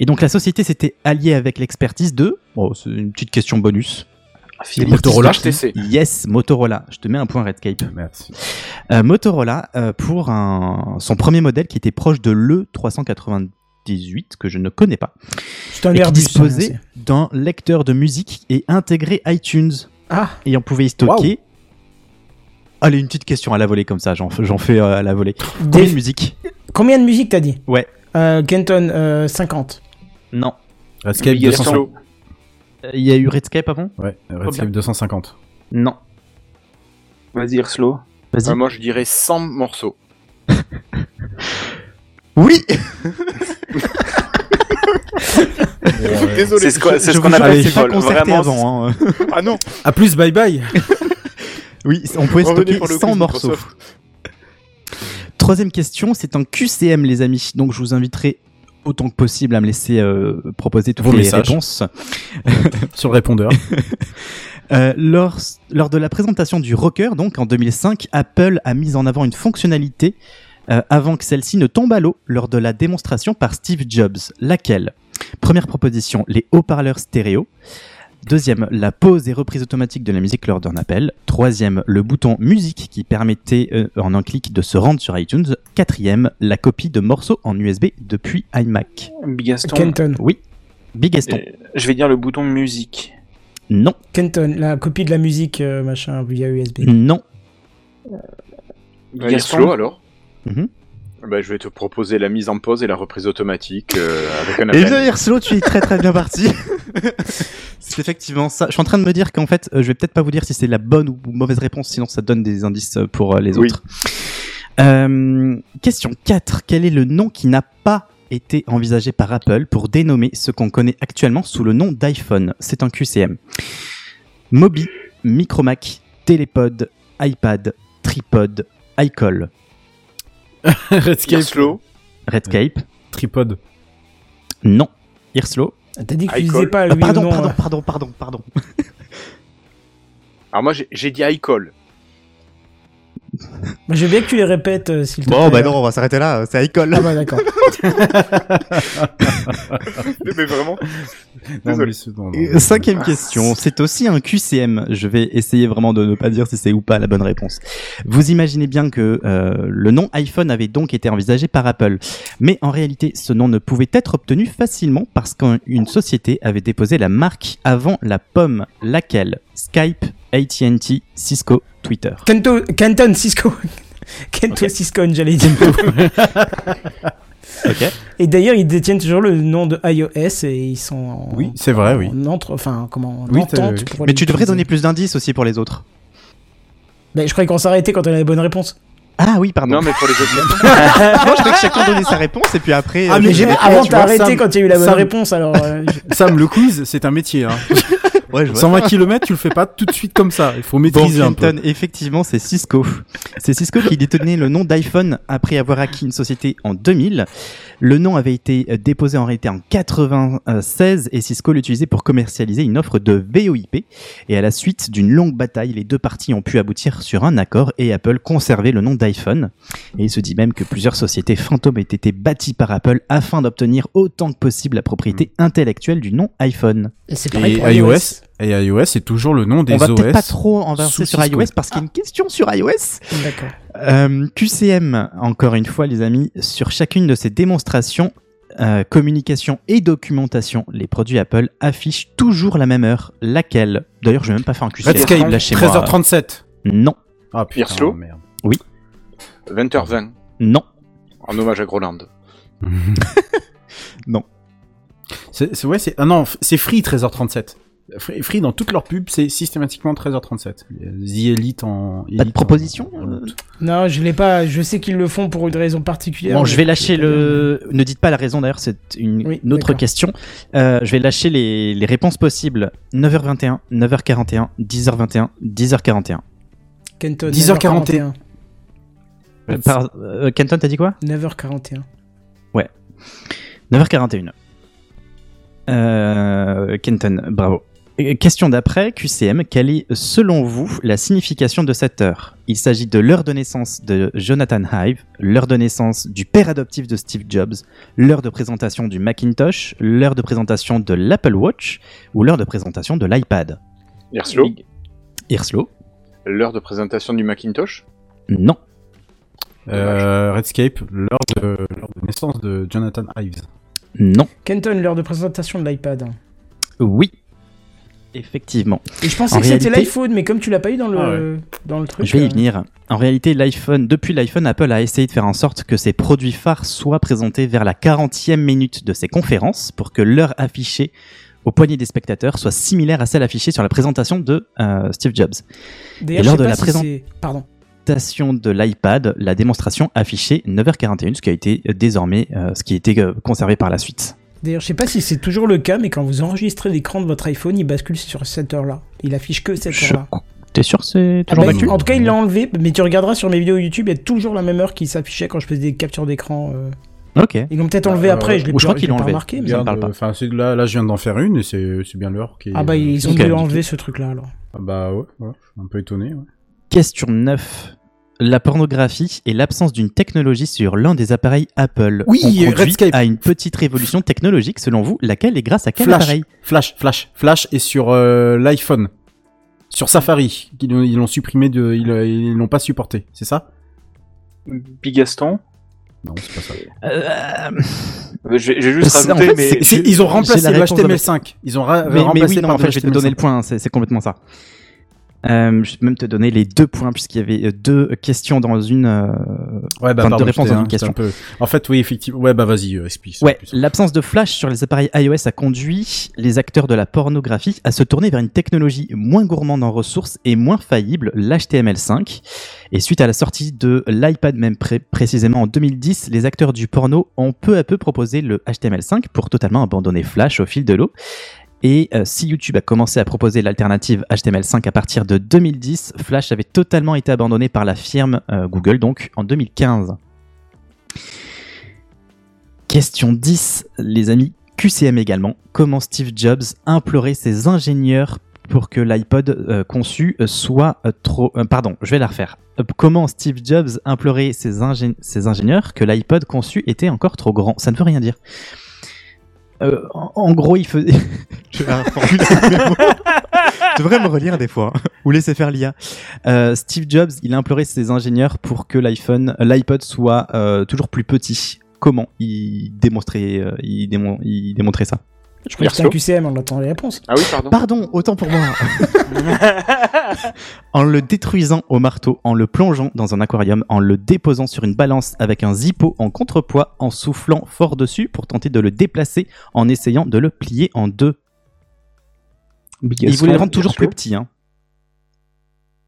[SPEAKER 3] Et donc la société s'était alliée avec l'expertise de. Oh, c'est une petite question bonus.
[SPEAKER 8] Ah, Philippe Motorola. HTC.
[SPEAKER 3] Yes, Motorola. Je te mets un point Redscape.
[SPEAKER 2] Merci.
[SPEAKER 3] Euh, Motorola euh, pour un, son premier modèle qui était proche de le 398 que je ne connais pas
[SPEAKER 1] C'est un
[SPEAKER 3] et qui
[SPEAKER 1] Airbus,
[SPEAKER 3] disposait
[SPEAKER 1] hein,
[SPEAKER 3] d'un lecteur de musique et intégré iTunes.
[SPEAKER 1] Ah.
[SPEAKER 3] Et on pouvait y stocker. Allez, une petite question à la volée comme ça, j'en, j'en fais euh, à la volée.
[SPEAKER 1] c'est-
[SPEAKER 3] Combien de
[SPEAKER 1] Des-
[SPEAKER 3] musique
[SPEAKER 1] Combien de musique t'as dit
[SPEAKER 3] Ouais.
[SPEAKER 1] Euh, Kenton, euh, 50.
[SPEAKER 3] Non.
[SPEAKER 2] Redscape
[SPEAKER 8] Gaston.
[SPEAKER 2] 250.
[SPEAKER 3] Euh, Il y a eu Redscape avant
[SPEAKER 2] Ouais,
[SPEAKER 3] Oh,
[SPEAKER 2] Redscape 250.
[SPEAKER 3] Non.
[SPEAKER 7] Vas-y, Slow.
[SPEAKER 3] Vas-y.
[SPEAKER 8] Euh, moi, je dirais 100 [LAUGHS] morceaux.
[SPEAKER 3] Oui
[SPEAKER 8] Désolé.
[SPEAKER 7] C'est ce qu'on c'est
[SPEAKER 3] Je
[SPEAKER 7] ce qu'on
[SPEAKER 3] vous jure,
[SPEAKER 7] appelle
[SPEAKER 3] c'est
[SPEAKER 7] des
[SPEAKER 3] pas
[SPEAKER 7] vols.
[SPEAKER 3] concerté
[SPEAKER 7] Vraiment,
[SPEAKER 3] avant. hein.
[SPEAKER 8] [LAUGHS] Ah non
[SPEAKER 2] À plus, bye bye.
[SPEAKER 3] [LAUGHS] Oui, on pouvait
[SPEAKER 8] Revenez
[SPEAKER 3] stocker
[SPEAKER 8] pour le
[SPEAKER 3] 100
[SPEAKER 8] quiz
[SPEAKER 3] morceaux.
[SPEAKER 8] Microsoft.
[SPEAKER 3] [LAUGHS] Troisième question, c'est un QCM, les amis. Donc, je vous inviterai autant que possible à me laisser euh, proposer toutes
[SPEAKER 2] Vos
[SPEAKER 3] les
[SPEAKER 2] messages.
[SPEAKER 3] réponses.
[SPEAKER 2] sur le répondeur. [LAUGHS]
[SPEAKER 3] Euh, lors, lors de la présentation du Rocker, donc en 2005, Apple a mis en avant une fonctionnalité euh, avant que celle-ci ne tombe à l'eau lors de la démonstration par Steve Jobs. Laquelle Première proposition, les haut-parleurs stéréo. Deuxième, la pause et reprise automatique de la musique lors d'un appel. Troisième, le bouton musique qui permettait euh, en un clic de se rendre sur iTunes. Quatrième, la copie de morceaux en USB depuis iMac.
[SPEAKER 7] Bigaston,
[SPEAKER 1] Kenton.
[SPEAKER 3] Bigaston,
[SPEAKER 7] Euh, je vais dire le bouton musique.
[SPEAKER 3] non,
[SPEAKER 1] Kenton, la copie de la musique, euh, machin, via USB.
[SPEAKER 3] non,
[SPEAKER 8] Bah, Slow, alors
[SPEAKER 3] Mhm.
[SPEAKER 8] bah, je vais te proposer la mise en pause et la reprise automatique euh, avec un
[SPEAKER 3] Eh
[SPEAKER 8] appel.
[SPEAKER 3] bien, Hirslo, tu es très très bien parti. c'est effectivement ça. Je suis en train de me dire qu'en fait, euh, je vais peut-être pas vous dire si c'est la bonne ou mauvaise réponse, sinon ça donne des indices euh, pour euh, les
[SPEAKER 8] Oui.
[SPEAKER 3] autres. Euh, question 4. Quel est le nom qui n'a pas été envisagé par Apple pour dénommer ce qu'on connaît actuellement sous le nom d'iPhone. C'est un QCM. Mobi, Micromac, Télépod, iPad, Tripod, iCall.
[SPEAKER 2] Redscape.
[SPEAKER 8] Slow.
[SPEAKER 3] Redscape.
[SPEAKER 2] Tripod.
[SPEAKER 3] Non. Irslo.
[SPEAKER 1] T'as dit que tu
[SPEAKER 8] iCall.
[SPEAKER 1] disais pas
[SPEAKER 3] Ah,
[SPEAKER 1] le Euh, oui ou
[SPEAKER 3] pardon,
[SPEAKER 1] non, euh. hein.
[SPEAKER 3] pardon,
[SPEAKER 1] là.
[SPEAKER 3] pardon, pardon, pardon.
[SPEAKER 8] Alors moi, j'ai- j'ai dit iCall.
[SPEAKER 1] Bah, Je veux bien que tu les répètes, euh, s'il te plaît.
[SPEAKER 3] Bon, bah non, on va s'arrêter là. C'est iCall.
[SPEAKER 1] Ah bah
[SPEAKER 2] [LAUGHS]
[SPEAKER 1] d'accord.
[SPEAKER 8] Mais vraiment
[SPEAKER 2] Non,
[SPEAKER 8] Désolé.
[SPEAKER 2] mais c'est- non, non.
[SPEAKER 3] Euh,
[SPEAKER 8] Ah.
[SPEAKER 3] Cinquième question, c'est aussi un QCM. Je vais essayer vraiment de ne pas dire si c'est ou pas la bonne réponse. Vous imaginez bien que euh, le nom iPhone avait donc été envisagé par Apple, mais en réalité, ce nom ne pouvait être obtenu facilement parce qu'une société avait déposé la marque avant la pomme, laquelle Skype, AT&T, Cisco, Twitter.
[SPEAKER 1] Kento, Kenton Cisco. [LAUGHS] Kento Cisco, j'allais
[SPEAKER 2] [LAUGHS]
[SPEAKER 1] dire.
[SPEAKER 3] Ok.
[SPEAKER 1] Et d'ailleurs, ils détiennent toujours le nom de iOS et ils sont en,
[SPEAKER 2] Oui, c'est vrai, oui.
[SPEAKER 1] en entre, enfin, comment, en
[SPEAKER 2] Oui, t'as-
[SPEAKER 1] entente pour
[SPEAKER 3] Mais tu devrais
[SPEAKER 1] l'utiliser.
[SPEAKER 3] donner plus d'indices aussi pour les autres.
[SPEAKER 1] Bah, je croyais qu'on s'arrêtait quand on avait les bonnes réponses.
[SPEAKER 3] Ah oui, pardon. Ah,
[SPEAKER 8] Non, mais pour les autres.
[SPEAKER 3] Moi, je croyais que chacun donnait sa réponse et puis après.
[SPEAKER 2] Ah,
[SPEAKER 3] euh,
[SPEAKER 2] mais j'ai-
[SPEAKER 1] avant,
[SPEAKER 2] tu
[SPEAKER 1] t'as
[SPEAKER 2] vois,
[SPEAKER 1] arrêté
[SPEAKER 2] Sam-
[SPEAKER 1] quand il y a eu la bonne
[SPEAKER 2] Sam-
[SPEAKER 1] réponse, alors.
[SPEAKER 2] [LAUGHS]
[SPEAKER 1] euh, je-
[SPEAKER 2] Sam, le quiz, c'est un métier. Hein.
[SPEAKER 3] [LAUGHS] ouais, je vois.
[SPEAKER 2] 120 km, tu le fais pas tout de suite comme ça. Il faut
[SPEAKER 3] Bon,
[SPEAKER 2] maîtriser un peu.
[SPEAKER 3] Clinton, effectivement, c'est Cisco. C'est Cisco qui détenait le nom d'iPhone après avoir acquis une société en 2000. Le nom avait été euh, déposé en réalité en 96 et Cisco l'utilisait pour commercialiser une offre de VoIP. Et à la suite d'une longue bataille, les deux parties ont pu aboutir sur un accord et Apple conservait le nom d'iPhone. Et il se dit même que plusieurs sociétés fantômes aient été bâties par Apple afin d'obtenir autant que possible la propriété
[SPEAKER 2] Hmm.
[SPEAKER 3] intellectuelle du nom iPhone.
[SPEAKER 1] Et c'est pareil
[SPEAKER 2] Et
[SPEAKER 1] pour
[SPEAKER 2] iOS, et iOS, c'est toujours le nom des
[SPEAKER 3] On va peut-être
[SPEAKER 2] OS.
[SPEAKER 3] pas trop enverser
[SPEAKER 2] sous
[SPEAKER 3] sur
[SPEAKER 2] Cisco. Ah.
[SPEAKER 3] iOS parce qu'il y a une question sur iOS.
[SPEAKER 1] D'accord.
[SPEAKER 3] Euh, QCM, encore une fois, les amis, sur chacune de ces démonstrations, euh, communication et documentation, les produits Apple affichent toujours la même heure, laquelle D'ailleurs, je vais même pas faire un QCM.
[SPEAKER 2] Redscape,
[SPEAKER 3] lâchez-moi.
[SPEAKER 2] 13h37.
[SPEAKER 3] Non,
[SPEAKER 2] Ah
[SPEAKER 8] Pierre Slow.
[SPEAKER 2] merde.
[SPEAKER 8] 20h20,
[SPEAKER 3] non.
[SPEAKER 8] en hommage à Groland.
[SPEAKER 3] Non.
[SPEAKER 2] C'est c'est- ouais, c'est ah non, f- c'est Free 13h37. Free, Free, dans toutes leurs pubs, c'est systématiquement 13h37. The Elite en
[SPEAKER 3] Pas
[SPEAKER 2] Elite
[SPEAKER 3] de
[SPEAKER 2] en-
[SPEAKER 3] proposition
[SPEAKER 2] en août.
[SPEAKER 1] Non, je l'ai pas. Je sais qu'ils le font pour une raison particulière.
[SPEAKER 3] euh, Bon,
[SPEAKER 1] mais
[SPEAKER 3] je vais lâcher
[SPEAKER 1] pas dire.
[SPEAKER 3] le. Ne dites pas la raison d'ailleurs, c'est une,
[SPEAKER 1] Oui,
[SPEAKER 3] une autre
[SPEAKER 1] d'accord.
[SPEAKER 3] question. Euh, je vais lâcher les, les réponses possibles 9h21, 9h41, 10h21, 10h41.
[SPEAKER 1] Kenton.
[SPEAKER 2] 10h41.
[SPEAKER 1] 10h41.
[SPEAKER 3] Euh, par- euh, Kenton, t'as dit quoi
[SPEAKER 1] 9h41.
[SPEAKER 3] 9h41. Euh, Kenton, bravo. Euh, Question d'après, QCM, quelle est selon vous la signification de cette heure Il s'agit de l'heure de naissance de Jonathan Hive, l'heure de naissance du père adoptif de Steve Jobs, l'heure de présentation du Macintosh, l'heure de présentation de l'Apple Watch ou l'heure de présentation de l'iPad
[SPEAKER 8] Irslo,
[SPEAKER 3] Irslo
[SPEAKER 8] l'heure de présentation du Macintosh.
[SPEAKER 3] Non.
[SPEAKER 2] Euh, Redscape, l'heure de, l'heure de naissance de Jonathan Ives.
[SPEAKER 3] Non.
[SPEAKER 1] Kenton, l'heure de présentation de l'iPad.
[SPEAKER 3] Oui. Effectivement.
[SPEAKER 1] Et je pensais
[SPEAKER 3] En
[SPEAKER 1] que c'était
[SPEAKER 3] réalité-
[SPEAKER 1] l'iPhone, mais comme tu l'as pas eu dans le, dans le truc.
[SPEAKER 3] Je vais
[SPEAKER 1] euh,
[SPEAKER 3] y venir. En réalité, l'iPhone, depuis l'iPhone, Apple a essayé de faire en sorte que ses produits phares soient présentés vers la 40e minute de ses conférences pour que l'heure affichée au poignet des spectateurs soit similaire à celle affichée sur la présentation de euh, Steve Jobs.
[SPEAKER 1] D'ailleurs,
[SPEAKER 3] Et
[SPEAKER 1] je sais
[SPEAKER 3] lors de
[SPEAKER 1] pas
[SPEAKER 3] la
[SPEAKER 1] si
[SPEAKER 3] présent-
[SPEAKER 1] c'est- Pardon.
[SPEAKER 3] Présentation de l'iPad, la démonstration affichée 9h41, ce qui a été désormais euh, ce qui a été euh, conservé par la suite.
[SPEAKER 1] D'ailleurs, je sais pas si c'est toujours le cas, mais quand vous enregistrez l'écran de votre iPhone, il bascule sur cette heure-là. Il affiche que cette
[SPEAKER 3] Je-
[SPEAKER 1] heure-là.
[SPEAKER 3] T'es sûr que c'est
[SPEAKER 1] Ah
[SPEAKER 3] toujours
[SPEAKER 1] bah,
[SPEAKER 3] d'actu
[SPEAKER 1] en tout cas, il l'a enlevé, mais tu regarderas sur mes vidéos YouTube, il y a toujours la même heure qui s'affichait quand je faisais des captures d'écran. euh.
[SPEAKER 3] Ok.
[SPEAKER 1] Ils l'ont peut-être enlevé
[SPEAKER 2] Euh,
[SPEAKER 1] après, je l'ai
[SPEAKER 3] ou je
[SPEAKER 1] pas-
[SPEAKER 3] crois qu'ils
[SPEAKER 1] l'ai
[SPEAKER 3] l'ont
[SPEAKER 1] pas
[SPEAKER 3] enlevé.
[SPEAKER 1] remarqué. Mais...
[SPEAKER 3] Bien. me parle
[SPEAKER 2] Regarde,
[SPEAKER 3] pas.
[SPEAKER 2] euh, Enfin, c'est- là, là, je viens d'en faire une et c'est c'est bien l'heure qui est. euh,
[SPEAKER 1] Ah bah, ils ont
[SPEAKER 3] Ok.
[SPEAKER 1] dû enlever ce truc-là alors.
[SPEAKER 2] Ah bah ouais, ouais, je suis un peu étonné. Ouais.
[SPEAKER 3] Question 9. La pornographie et l'absence d'une technologie sur l'un des appareils Apple
[SPEAKER 2] Oui,
[SPEAKER 3] ont
[SPEAKER 2] euh,
[SPEAKER 3] conduit
[SPEAKER 2] Redscape.
[SPEAKER 3] à une petite révolution technologique selon vous, laquelle est grâce à quel
[SPEAKER 2] Flash.
[SPEAKER 3] appareil
[SPEAKER 2] Flash, Flash, Flash est sur euh, l'iPhone, sur Safari. Ils l'ont- ils l'ont supprimé de, ils ils l'ont pas supporté, c'est ça
[SPEAKER 7] Bigaston.
[SPEAKER 2] Non, c'est pas ça.
[SPEAKER 3] Euh,
[SPEAKER 7] Euh, J'ai j'ai juste
[SPEAKER 3] C'est- en
[SPEAKER 7] rajouté,
[SPEAKER 3] fait,
[SPEAKER 7] mais
[SPEAKER 3] c'est-
[SPEAKER 2] C'est- Ils ont
[SPEAKER 3] j'ai
[SPEAKER 2] remplacé
[SPEAKER 3] la
[SPEAKER 2] le
[SPEAKER 3] réponse
[SPEAKER 2] HTML5. Ils ont ra-
[SPEAKER 3] Mais, mais
[SPEAKER 2] remplacé
[SPEAKER 3] oui, non,
[SPEAKER 2] par
[SPEAKER 3] en
[SPEAKER 2] du
[SPEAKER 3] fait, je vais te
[SPEAKER 2] HTML5.
[SPEAKER 3] donner le point, hein, c'est c'est complètement ça. Euh, je vais même te donner les deux points puisqu'il y avait euh, deux questions dans une. euh,
[SPEAKER 2] Ouais, bah,
[SPEAKER 3] enfin,
[SPEAKER 2] pardon,
[SPEAKER 3] deux réponses
[SPEAKER 2] j'étais un-
[SPEAKER 3] dans une
[SPEAKER 2] j'étais
[SPEAKER 3] question.
[SPEAKER 2] un peu- En fait, oui, effectivement. Ouais, bah, vas-y, euh, explique.
[SPEAKER 3] Ouais, l'absence de flash sur les appareils iOS a conduit les acteurs de la pornographie à se tourner vers une technologie moins gourmande en ressources et moins faillible, l'HTML5. Et suite à la sortie de l'iPad même pré- précisément en 2010, les acteurs du porno ont peu à peu proposé le HTML5 pour totalement abandonner Flash au fil de l'eau. Et euh, si YouTube a commencé à proposer l'alternative HTML5 à partir de 2010, Flash avait totalement été abandonné par la firme euh, Google donc en 2015. Question 10, les amis, QCM également. Comment Steve Jobs implorait ses ingénieurs pour que l'iPod euh, conçu euh, soit euh, trop... euh, pardon, je vais la refaire. Euh, Comment Steve Jobs implorait ses, ingé- ses ingénieurs que l'iPod conçu était encore trop grand Ça ne veut rien dire. Euh, en, en gros, il [LAUGHS] faisait... je vais la reformuler avec mes mots. Je devrais me relire des fois, hein, ou laisser faire l'IA. Euh, Steve Jobs, il implorait ses ingénieurs pour que l'iPhone, l'iPod soit euh, toujours plus petit. Comment il démontrait, euh, il, démon- il démontrait ça
[SPEAKER 1] Je crois que c'était un QCM, on attend les réponses.
[SPEAKER 8] Ah oui, pardon.
[SPEAKER 3] Pardon, autant pour moi. en le détruisant au marteau, en le plongeant dans un aquarium, en le déposant sur une balance avec un zippo en contrepoids, en soufflant fort dessus pour tenter de le déplacer, en essayant de le plier en deux. il voulait le rendre toujours plus petit. Hein.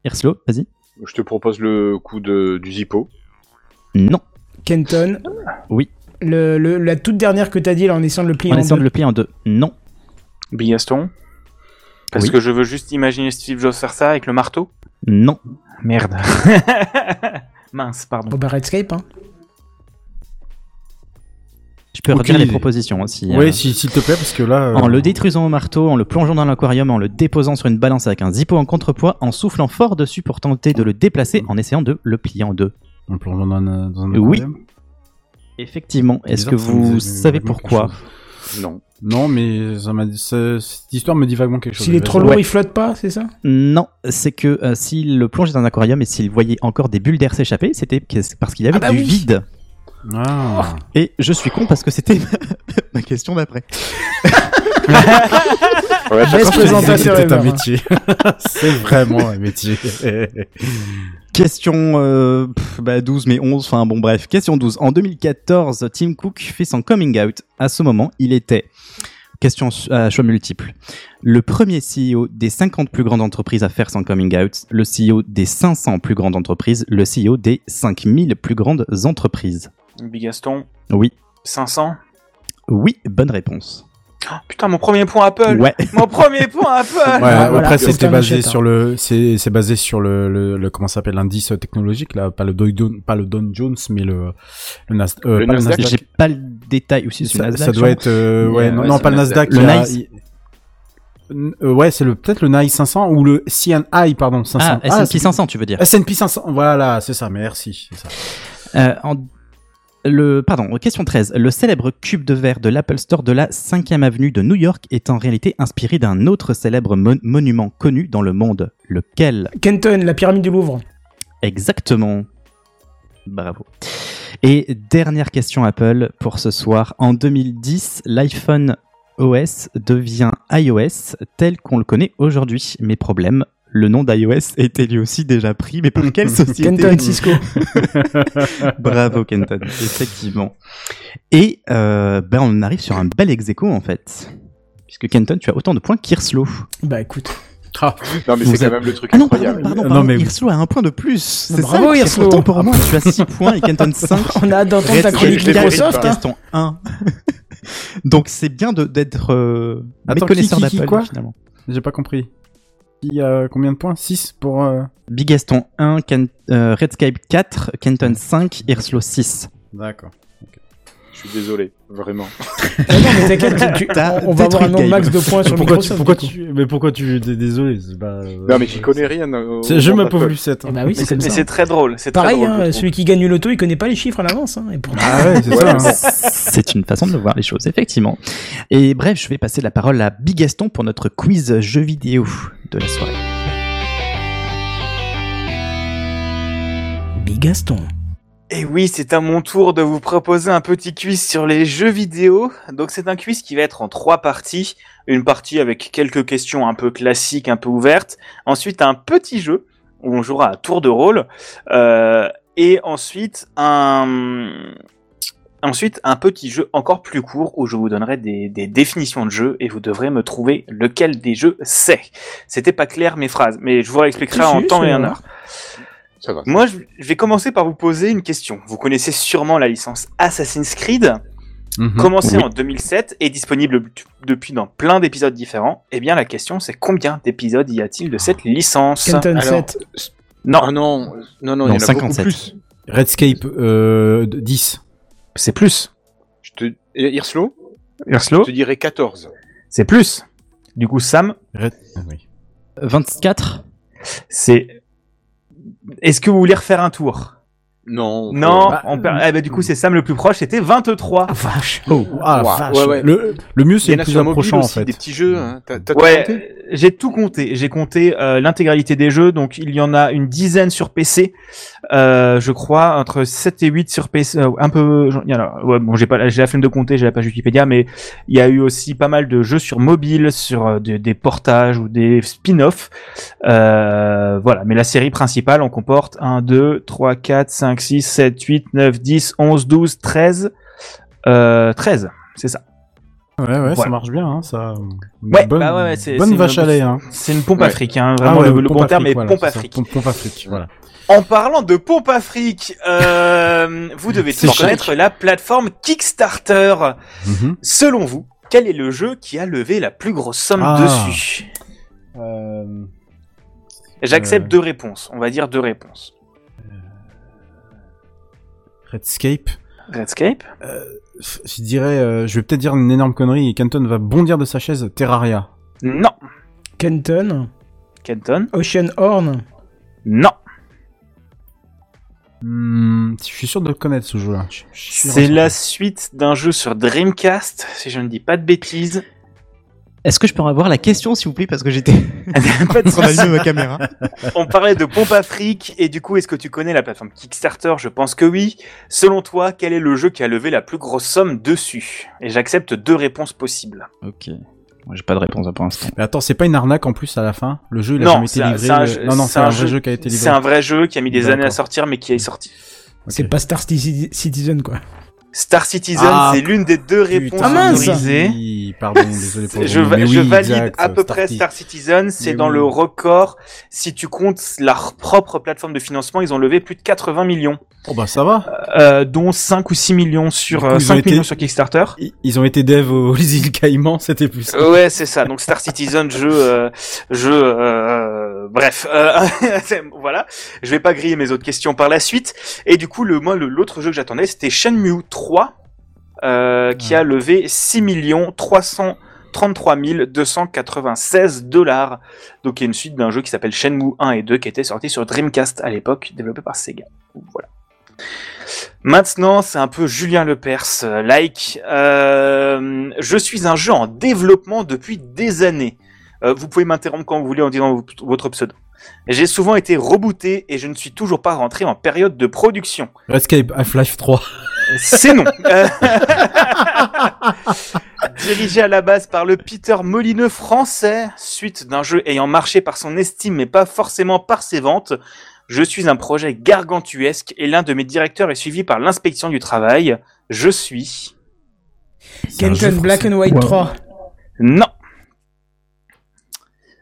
[SPEAKER 3] Hirslo, vas-y.
[SPEAKER 8] Je te propose le coup de, du Zippo.
[SPEAKER 3] Non.
[SPEAKER 1] Kenton.
[SPEAKER 3] Oui.
[SPEAKER 1] Le, le- la toute dernière que t'as dit, là, en essayant de le plier
[SPEAKER 3] En
[SPEAKER 1] en
[SPEAKER 3] essayant
[SPEAKER 1] deux.
[SPEAKER 3] de le plier en deux. Non.
[SPEAKER 7] Bigaston Parce
[SPEAKER 3] Oui.
[SPEAKER 7] que je veux juste imaginer Steve Jobs faire ça avec le marteau.
[SPEAKER 3] Non.
[SPEAKER 7] Merde. [LAUGHS] Mince, pardon.
[SPEAKER 1] Bon, bah, Redscape, hein.
[SPEAKER 3] Je peux
[SPEAKER 2] Aucune
[SPEAKER 3] redire les
[SPEAKER 2] idée.
[SPEAKER 3] propositions aussi. hein.
[SPEAKER 2] Oui, s'il s'il te plaît, parce que là. euh,
[SPEAKER 3] En le détruisant au marteau, en le plongeant dans l'aquarium, en le déposant sur une balance avec un zippo en contrepoids, en soufflant fort dessus pour tenter de le déplacer, en essayant de le plier en deux.
[SPEAKER 2] En plongeant dans un. Dans un
[SPEAKER 3] Oui.
[SPEAKER 2] aquarium.
[SPEAKER 3] Effectivement, est-ce
[SPEAKER 2] Bizarre,
[SPEAKER 3] que
[SPEAKER 2] ça me
[SPEAKER 3] vous
[SPEAKER 2] faisait
[SPEAKER 3] savez
[SPEAKER 2] vaguement quelque
[SPEAKER 3] pourquoi
[SPEAKER 2] chose.
[SPEAKER 8] Non.
[SPEAKER 2] Non, mais ça m'a dit- ça- cette histoire me dit vaguement quelque chose.
[SPEAKER 1] S'il est trop
[SPEAKER 2] Vas-y.
[SPEAKER 1] lourd,
[SPEAKER 3] Ouais.
[SPEAKER 1] il flotte pas, c'est ça
[SPEAKER 3] Non, c'est que euh, s'il le plongeait dans un aquarium et s'il voyait encore des bulles d'air s'échapper, c'était que- parce qu'il y avait
[SPEAKER 1] Ah bah
[SPEAKER 3] du
[SPEAKER 1] oui.
[SPEAKER 3] vide.
[SPEAKER 2] Ah.
[SPEAKER 3] Et je suis con parce que c'était [LAUGHS] ma question d'après.
[SPEAKER 8] Ouais,
[SPEAKER 1] Baisse
[SPEAKER 2] Je disais que
[SPEAKER 1] présentateur
[SPEAKER 2] C'était un
[SPEAKER 1] ever, hein.
[SPEAKER 2] métier. [LAUGHS] C'est vraiment un [LAUGHS] métier.
[SPEAKER 3] [LAUGHS] Question euh, pff, bah 12 mais 11, enfin bon bref, question 12. En 2014, Tim Cook fait son coming out. À ce moment, il était, question s- à choix multiple, le premier CEO des 50 plus grandes entreprises à faire son coming out, le CEO des 500 plus grandes entreprises, le CEO des 5000 plus grandes entreprises.
[SPEAKER 7] Bigaston
[SPEAKER 3] Oui,
[SPEAKER 7] 500
[SPEAKER 3] oui, bonne réponse.
[SPEAKER 7] Oh, Putain, mon premier point Apple
[SPEAKER 3] Ouais,
[SPEAKER 7] Mon
[SPEAKER 1] [LAUGHS]
[SPEAKER 7] premier point Apple
[SPEAKER 2] Ouais,
[SPEAKER 1] Ah, voilà.
[SPEAKER 2] après
[SPEAKER 1] Putain,
[SPEAKER 2] c'était
[SPEAKER 1] on
[SPEAKER 2] basé
[SPEAKER 1] achète, hein.
[SPEAKER 2] sur le c'est c'est basé sur le le, le- comment ça s'appelle l'indice technologique là pas le Dow Jones pas le Dow Jones mais le le, Nas- euh,
[SPEAKER 8] Le
[SPEAKER 2] pas
[SPEAKER 8] Nasdaq.
[SPEAKER 3] j'ai pas le détail aussi sur
[SPEAKER 2] Ça,
[SPEAKER 3] Nasdaq,
[SPEAKER 2] ça
[SPEAKER 3] je
[SPEAKER 2] doit être euh,
[SPEAKER 8] Mais,
[SPEAKER 2] ouais,
[SPEAKER 8] euh,
[SPEAKER 2] non,
[SPEAKER 8] ouais,
[SPEAKER 2] non,
[SPEAKER 8] c'est
[SPEAKER 2] pas le
[SPEAKER 8] le
[SPEAKER 2] Nasdaq, il
[SPEAKER 3] Nasdaq.
[SPEAKER 2] y
[SPEAKER 3] Le
[SPEAKER 2] a-
[SPEAKER 3] Nice.
[SPEAKER 2] il- Euh, ouais, c'est le peut-être le NICE 500 ou le CNI pardon
[SPEAKER 3] crois.
[SPEAKER 2] 500.
[SPEAKER 3] Ah, S&P 500 tu veux dire
[SPEAKER 2] c'est- S&P 500. Voilà, c'est ça, merci, c'est ça.
[SPEAKER 3] Euh, en- Le, pardon, question 13. Le célèbre cube de verre de l'Apple Store de la 5e avenue de New York est en réalité inspiré d'un autre célèbre mon- monument connu dans le monde. Lequel
[SPEAKER 1] Kenton, la pyramide du Louvre.
[SPEAKER 3] Exactement. Bravo. Et dernière question Apple pour ce soir. En 2010, l'iPhone OS devient iOS tel qu'on le connaît aujourd'hui. Mais problème, le nom d'iOS était lui aussi déjà pris, mais par quelle société
[SPEAKER 1] Kenton, Cisco.
[SPEAKER 3] Bravo [LAUGHS] Kenton, effectivement. Et euh, ben on arrive sur un bel ex aequo, en fait. Puisque Kenton, tu as autant de points qu'Irslo.
[SPEAKER 1] bah, écoute.
[SPEAKER 8] Non, mais
[SPEAKER 3] Vous
[SPEAKER 8] c'est quand
[SPEAKER 3] avez-
[SPEAKER 8] même le truc
[SPEAKER 3] Ah non, pardon,
[SPEAKER 8] incroyable.
[SPEAKER 3] pardon,
[SPEAKER 2] Non,
[SPEAKER 3] pardon,
[SPEAKER 2] mais-
[SPEAKER 3] Irslo a un point de plus. C'est
[SPEAKER 1] bravo,
[SPEAKER 3] ça, qui est
[SPEAKER 1] Hirslo.
[SPEAKER 3] content pour moi. Ah, Tu as 6 points et [LAUGHS] Kenton 5.
[SPEAKER 1] On a hâte d'entendre ta
[SPEAKER 3] Reste-
[SPEAKER 1] chronique
[SPEAKER 8] je les
[SPEAKER 1] Microsoft,
[SPEAKER 8] mérite
[SPEAKER 3] [LAUGHS]
[SPEAKER 8] pas.
[SPEAKER 1] hein.
[SPEAKER 3] Question 1. Donc c'est bien de- d'être euh,
[SPEAKER 2] Attends,
[SPEAKER 3] méconnaisseur
[SPEAKER 2] qui- qui- qui,
[SPEAKER 3] d'Apple
[SPEAKER 2] quoi
[SPEAKER 3] finalement.
[SPEAKER 2] J'ai pas compris. Il y a combien de points 6 pour euh,
[SPEAKER 3] Bigaston 1, Ken- euh, Redscape 4, Kenton 5, Irslo 6.
[SPEAKER 2] D'accord.
[SPEAKER 8] Je suis désolé, vraiment.
[SPEAKER 1] Ah non, mais t'inquiète, tu- tu-
[SPEAKER 3] T'as
[SPEAKER 1] on va avoir
[SPEAKER 3] détruit
[SPEAKER 1] un
[SPEAKER 3] le
[SPEAKER 1] nombre
[SPEAKER 3] game.
[SPEAKER 1] max de points sur
[SPEAKER 2] Pourquoi tu,
[SPEAKER 1] Microsoft.
[SPEAKER 2] pourquoi
[SPEAKER 1] du coup.
[SPEAKER 2] tu mais pourquoi tu t'es désolé, c'est pas euh,
[SPEAKER 8] Non, mais j'y connais rien. euh,
[SPEAKER 2] C'est-
[SPEAKER 8] au
[SPEAKER 2] je
[SPEAKER 8] monde
[SPEAKER 2] ma pauvre
[SPEAKER 8] Apple.
[SPEAKER 2] Lucette.
[SPEAKER 1] Eh bah oui, c'est comme
[SPEAKER 7] Mais
[SPEAKER 1] ça.
[SPEAKER 7] Ah c'est très drôle, c'est très
[SPEAKER 1] Pareil,
[SPEAKER 7] drôle. je
[SPEAKER 1] hein,
[SPEAKER 7] trouve.
[SPEAKER 1] celui qui gagne le loto, il connaît pas les chiffres à l'avance. hein, et pourtant-
[SPEAKER 2] Ah ouais, c'est ça. hein.
[SPEAKER 3] C'est une façon de voir les choses, effectivement. Et bref, je vais passer la parole à Bigaston pour notre quiz jeux vidéo de la soirée.
[SPEAKER 1] Bigaston.
[SPEAKER 7] Et oui, c'est à mon tour de vous proposer un petit quiz sur les jeux vidéo. Donc c'est un quiz qui va être en trois parties. Une partie avec quelques questions un peu classiques, un peu ouvertes. Ensuite un petit jeu où on jouera à tour de rôle. Euh, et ensuite un... Ensuite, un petit jeu encore plus court où je vous donnerai des, des définitions de jeu et vous devrez me trouver lequel des jeux c'est. C'était pas clair mes phrases, mais je vous réexpliquerai
[SPEAKER 1] Si,
[SPEAKER 7] en
[SPEAKER 1] si,
[SPEAKER 7] temps
[SPEAKER 1] c'est
[SPEAKER 7] et en
[SPEAKER 1] bon.
[SPEAKER 7] heure. Moi, je je vais commencer par vous poser une question. Vous connaissez sûrement la licence Assassin's Creed,
[SPEAKER 2] Mhm.
[SPEAKER 7] commencée
[SPEAKER 2] Oui.
[SPEAKER 7] en 2007 et disponible t- depuis dans plein d'épisodes différents. Eh bien, la question, c'est combien d'épisodes y a-t-il de cette licence
[SPEAKER 1] Kenton
[SPEAKER 7] Alors,
[SPEAKER 1] 7.
[SPEAKER 7] Non.
[SPEAKER 8] Ah non, non, non, il y en
[SPEAKER 2] Non,
[SPEAKER 8] a
[SPEAKER 2] 57.
[SPEAKER 8] beaucoup plus.
[SPEAKER 2] Redscape, euh, d- 10.
[SPEAKER 7] C'est plus.
[SPEAKER 8] Je te... Eh, Hirslo
[SPEAKER 7] Urslo
[SPEAKER 8] Je te dirais 14.
[SPEAKER 7] C'est plus. Du coup, Sam,
[SPEAKER 2] Red- ah oui.
[SPEAKER 3] 24
[SPEAKER 7] c'est. Est-ce que vous voulez refaire un tour
[SPEAKER 8] Non.
[SPEAKER 7] Non,
[SPEAKER 2] bah,
[SPEAKER 7] on perd- eh ben, du coup, c'est Sam le plus proche, c'était 23.
[SPEAKER 1] Ah, vache.
[SPEAKER 2] Oh, ah, la
[SPEAKER 8] Ouah,
[SPEAKER 2] vache.
[SPEAKER 8] ouais, ouais.
[SPEAKER 2] Le, le mieux,
[SPEAKER 8] Il y
[SPEAKER 2] c'est
[SPEAKER 8] en
[SPEAKER 2] le
[SPEAKER 8] a
[SPEAKER 2] plus
[SPEAKER 8] sur mobile
[SPEAKER 2] approchant, en
[SPEAKER 8] aussi,
[SPEAKER 2] fait.
[SPEAKER 8] des petits jeux. hein. T'as t'as tout
[SPEAKER 7] Ouais,
[SPEAKER 8] compté
[SPEAKER 7] euh, j'ai tout compté. J'ai compté euh, l'intégralité des jeux. Donc, il y en a une dizaine sur PC, euh, je crois, entre 7 et 8 sur PC. euh, un peu... j'en- il y en a- ouais, bon, j'ai pas, la- j'ai la flemme de compter, j'ai la page Wikipédia, mais il y a eu aussi pas mal de jeux sur mobile, sur euh, des- des portages ou des spin-offs. Euh, voilà, mais la série principale, on comporte 1, 2, 3, 4, 5, 6, 7, 8, 9, 10, 11, 12, 13. Euh, 13, c'est ça.
[SPEAKER 2] Ouais, ouais, ça
[SPEAKER 7] Ouais.
[SPEAKER 2] marche bien, hein, ça. Une
[SPEAKER 7] Ouais,
[SPEAKER 2] bonne,
[SPEAKER 7] bah ouais, ouais, c'est-
[SPEAKER 2] bonne
[SPEAKER 7] c'est une-
[SPEAKER 2] vache à lait, hein.
[SPEAKER 7] C'est une pompe
[SPEAKER 8] Ouais.
[SPEAKER 7] à fric, hein, vraiment
[SPEAKER 2] Ah ouais,
[SPEAKER 7] le, le
[SPEAKER 2] pompe
[SPEAKER 7] bon
[SPEAKER 2] à
[SPEAKER 7] terme
[SPEAKER 2] fric,
[SPEAKER 7] est
[SPEAKER 2] voilà,
[SPEAKER 7] pompe à
[SPEAKER 2] c'est ça,
[SPEAKER 7] fric.
[SPEAKER 2] pompe- Pompe à fric, voilà.
[SPEAKER 7] En parlant de pompe à fric, euh, vous devez
[SPEAKER 2] C'est
[SPEAKER 7] tous connaître la plateforme Kickstarter.
[SPEAKER 2] Mhm.
[SPEAKER 7] Selon vous, quel est le jeu qui a levé la plus grosse somme
[SPEAKER 2] Ah.
[SPEAKER 7] dessus J'accepte
[SPEAKER 2] Euh.
[SPEAKER 7] deux réponses, on va dire deux réponses.
[SPEAKER 2] Redscape.
[SPEAKER 7] Redscape
[SPEAKER 2] Je dirais, euh, je vais peut-être dire une énorme connerie et Canton va bondir de sa chaise. Terraria.
[SPEAKER 7] Non.
[SPEAKER 1] Kenton.
[SPEAKER 7] Kenton
[SPEAKER 1] Ocean Horn.
[SPEAKER 7] Non.
[SPEAKER 2] Hmm, je suis sûr de le connaître ce jeu-là. Je- je suis sûr à
[SPEAKER 7] C'est
[SPEAKER 2] ça.
[SPEAKER 7] la suite d'un jeu sur Dreamcast, si je ne dis pas de
[SPEAKER 2] [LAUGHS]
[SPEAKER 7] bêtises. [LAUGHS]
[SPEAKER 3] Est-ce que je peux avoir la question, s'il vous plaît, parce que j'étais
[SPEAKER 7] Pas de
[SPEAKER 3] en train
[SPEAKER 7] soucis.
[SPEAKER 3] d'allumer ma caméra
[SPEAKER 7] On parlait de pompe à fric, et du coup, est-ce que tu connais la plateforme Kickstarter Je pense que oui. Selon toi, quel est le jeu qui a levé la plus grosse somme dessus Et j'accepte deux réponses possibles.
[SPEAKER 3] Ok. Moi, j'ai pas de réponse là, pour l'instant.
[SPEAKER 2] Mais attends, c'est pas une arnaque en plus à la fin Le jeu, il a
[SPEAKER 7] Non,
[SPEAKER 2] jamais été
[SPEAKER 7] c'est un-
[SPEAKER 2] livré.
[SPEAKER 7] c'est un
[SPEAKER 2] le-
[SPEAKER 7] jeu-
[SPEAKER 2] non, non,
[SPEAKER 7] c'est
[SPEAKER 2] c'est
[SPEAKER 7] un
[SPEAKER 2] un vrai
[SPEAKER 7] jeu-
[SPEAKER 2] jeu qui a été livré.
[SPEAKER 7] C'est un vrai jeu qui a mis des
[SPEAKER 2] D'accord.
[SPEAKER 7] années à sortir, mais qui est sorti.
[SPEAKER 2] Ok.
[SPEAKER 1] C'est pas Star Citi- Citizen, quoi.
[SPEAKER 7] Star Citizen,
[SPEAKER 2] Ah,
[SPEAKER 7] c'est l'une des deux réponses
[SPEAKER 1] Ah, mince.
[SPEAKER 7] autorisées.
[SPEAKER 2] Oui,
[SPEAKER 7] [LAUGHS]
[SPEAKER 2] Pardon, désolé pour le
[SPEAKER 7] Je,
[SPEAKER 2] bruit,
[SPEAKER 7] va-
[SPEAKER 2] mais
[SPEAKER 7] je
[SPEAKER 2] oui,
[SPEAKER 7] valide
[SPEAKER 2] exact,
[SPEAKER 7] à peu près
[SPEAKER 2] Starkey.
[SPEAKER 7] Star Citizen, c'est
[SPEAKER 2] Mais
[SPEAKER 7] dans
[SPEAKER 2] oui.
[SPEAKER 7] le record. Si tu comptes leur propre plateforme de financement, ils ont levé plus de 80 millions,
[SPEAKER 2] Oh bah ça va.
[SPEAKER 7] euh, dont 5 ou 6 millions sur,
[SPEAKER 2] Du coup,
[SPEAKER 7] euh,
[SPEAKER 2] ils ont
[SPEAKER 7] 5
[SPEAKER 2] été-
[SPEAKER 7] millions sur Kickstarter.
[SPEAKER 2] Ils- Ils ont été devs aux les îles Caïmans, [LAUGHS] c'était plus. ça.
[SPEAKER 7] Euh, Ouais, c'est ça. Donc Star Citizen, jeu, euh, jeu, euh, bref, Euh, [LAUGHS] voilà. Je vais pas griller mes autres questions par la suite. Et du coup, le moi, le- l'autre jeu que j'attendais, c'était Shenmue 3, euh, qui a levé 6 333 296 dollars. Donc, il y a une suite d'un jeu qui s'appelle Shenmue 1 et 2, qui était sorti sur Dreamcast à l'époque, développé par Sega. Voilà. Maintenant, c'est un peu Julien Lepers, euh, like. Euh, je suis un jeu en développement depuis des années. Euh, vous pouvez m'interrompre quand vous voulez en disant v- votre pseudo. J'ai souvent été rebooté et je ne suis toujours pas rentré en période de production.
[SPEAKER 2] Redscape, Half-Life 3.
[SPEAKER 7] C'est non. Euh, [LAUGHS] Dirigé à la base par le Peter Molineux français, suite d'un jeu ayant marché par son estime mais pas forcément par ses ventes, je suis un projet gargantuesque et l'un de mes directeurs est suivi par l'inspection du travail. Je suis...
[SPEAKER 1] Kenton Black and White 3.
[SPEAKER 7] Non.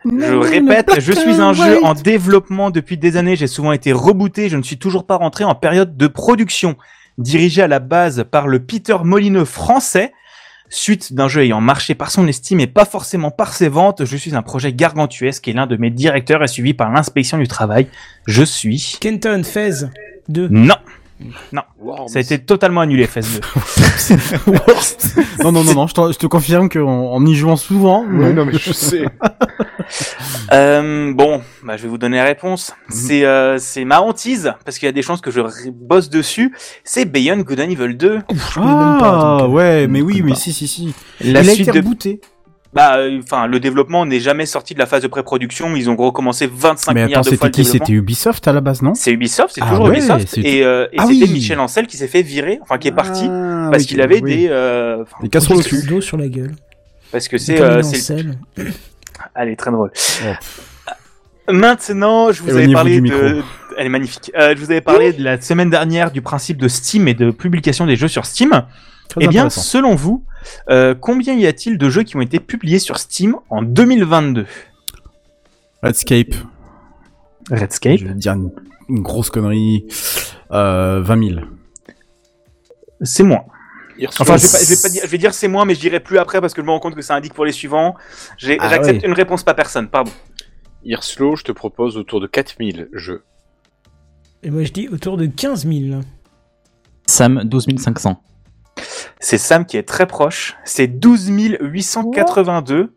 [SPEAKER 7] Je répète, je suis un jeu en développement depuis des années, j'ai souvent été rebooté, je ne suis toujours pas rentré en période de production. Dirigé à la base par le Peter Molineux français, suite d'un jeu ayant marché par son estime et pas forcément par ses ventes, je suis un projet gargantuesque et l'un de mes directeurs est suivi par l'inspection du travail. Je suis...
[SPEAKER 1] Kenton Fez 2.
[SPEAKER 7] Non,
[SPEAKER 8] Wow,
[SPEAKER 7] ça a été totalement annulé, FS2. [LAUGHS]
[SPEAKER 2] Non, non,
[SPEAKER 1] [LAUGHS]
[SPEAKER 2] non, non, je te, je te confirme qu'en en y jouant souvent.
[SPEAKER 8] Ouais, non, mais je [LAUGHS] sais.
[SPEAKER 7] Euh, bon, bah, je vais vous donner la réponse.
[SPEAKER 2] Mhm.
[SPEAKER 7] C'est euh, c'est ma hantise, parce qu'il y a des chances que je ré- bosse dessus. C'est Beyond Good and Evil 2.
[SPEAKER 1] Ouf, je connais même pas,
[SPEAKER 2] Ah,
[SPEAKER 1] donc, euh,
[SPEAKER 2] ouais, mais oui,
[SPEAKER 3] connais
[SPEAKER 2] mais
[SPEAKER 3] pas.
[SPEAKER 2] si, si, si.
[SPEAKER 7] La
[SPEAKER 2] il a
[SPEAKER 7] suite
[SPEAKER 2] été
[SPEAKER 7] de...
[SPEAKER 2] rebooté.
[SPEAKER 7] Bah, euh, enfin, le développement n'est jamais sorti de la phase de pré-production. Ils ont recommencé 25
[SPEAKER 2] Mais
[SPEAKER 7] milliards
[SPEAKER 2] attends,
[SPEAKER 7] de
[SPEAKER 2] c'était
[SPEAKER 7] fois le
[SPEAKER 2] qui
[SPEAKER 7] développement.
[SPEAKER 2] C'était Ubisoft à la base, non
[SPEAKER 7] C'est Ubisoft, c'est
[SPEAKER 2] Ah
[SPEAKER 7] toujours
[SPEAKER 2] ouais,
[SPEAKER 7] Ubisoft.
[SPEAKER 2] c'est-
[SPEAKER 7] Et, euh, et
[SPEAKER 2] Ah
[SPEAKER 7] c'était
[SPEAKER 2] oui.
[SPEAKER 7] Michel Ancel qui s'est fait virer, enfin qui est parti,
[SPEAKER 2] Ah,
[SPEAKER 7] parce
[SPEAKER 2] oui,
[SPEAKER 7] qu'il avait
[SPEAKER 2] oui.
[SPEAKER 7] des... euh, enfin,
[SPEAKER 2] Des casseroles au cul.
[SPEAKER 1] d'eau sur la gueule.
[SPEAKER 7] parce que c'est...
[SPEAKER 1] Comme
[SPEAKER 7] euh,
[SPEAKER 1] une
[SPEAKER 7] c'est
[SPEAKER 1] ancelle.
[SPEAKER 7] Allez, très drôle. Maintenant, je vous avais
[SPEAKER 2] Éloignez-vous
[SPEAKER 7] parlé
[SPEAKER 2] du
[SPEAKER 7] de...
[SPEAKER 2] micro.
[SPEAKER 7] Elle est magnifique. Euh, je vous avais parlé de la semaine dernière du principe de Steam et de publication des jeux sur Steam.
[SPEAKER 2] Très
[SPEAKER 7] Eh bien,
[SPEAKER 2] intéressant.
[SPEAKER 7] selon vous, euh, combien y a-t-il de jeux qui ont été publiés sur Steam en 2022
[SPEAKER 2] Redscape.
[SPEAKER 7] Redscape
[SPEAKER 2] Je vais dire une, une grosse connerie. Euh, 20 000.
[SPEAKER 7] C'est moins.
[SPEAKER 8] Enfin,
[SPEAKER 7] Enfin, je vais, pas, je vais pas dire, je vais dire c'est moins, mais je dirai plus après parce que je me rends compte que ça indique pour les suivants. J'ai-
[SPEAKER 2] Ah
[SPEAKER 7] J'accepte
[SPEAKER 2] oui.
[SPEAKER 7] une réponse pas personne, pardon.
[SPEAKER 8] Irslo, je te propose autour de 4000 jeux.
[SPEAKER 1] Et moi je dis autour de 15 000.
[SPEAKER 3] Sam, 12 500.
[SPEAKER 7] C'est Sam qui est très proche. C'est 12 882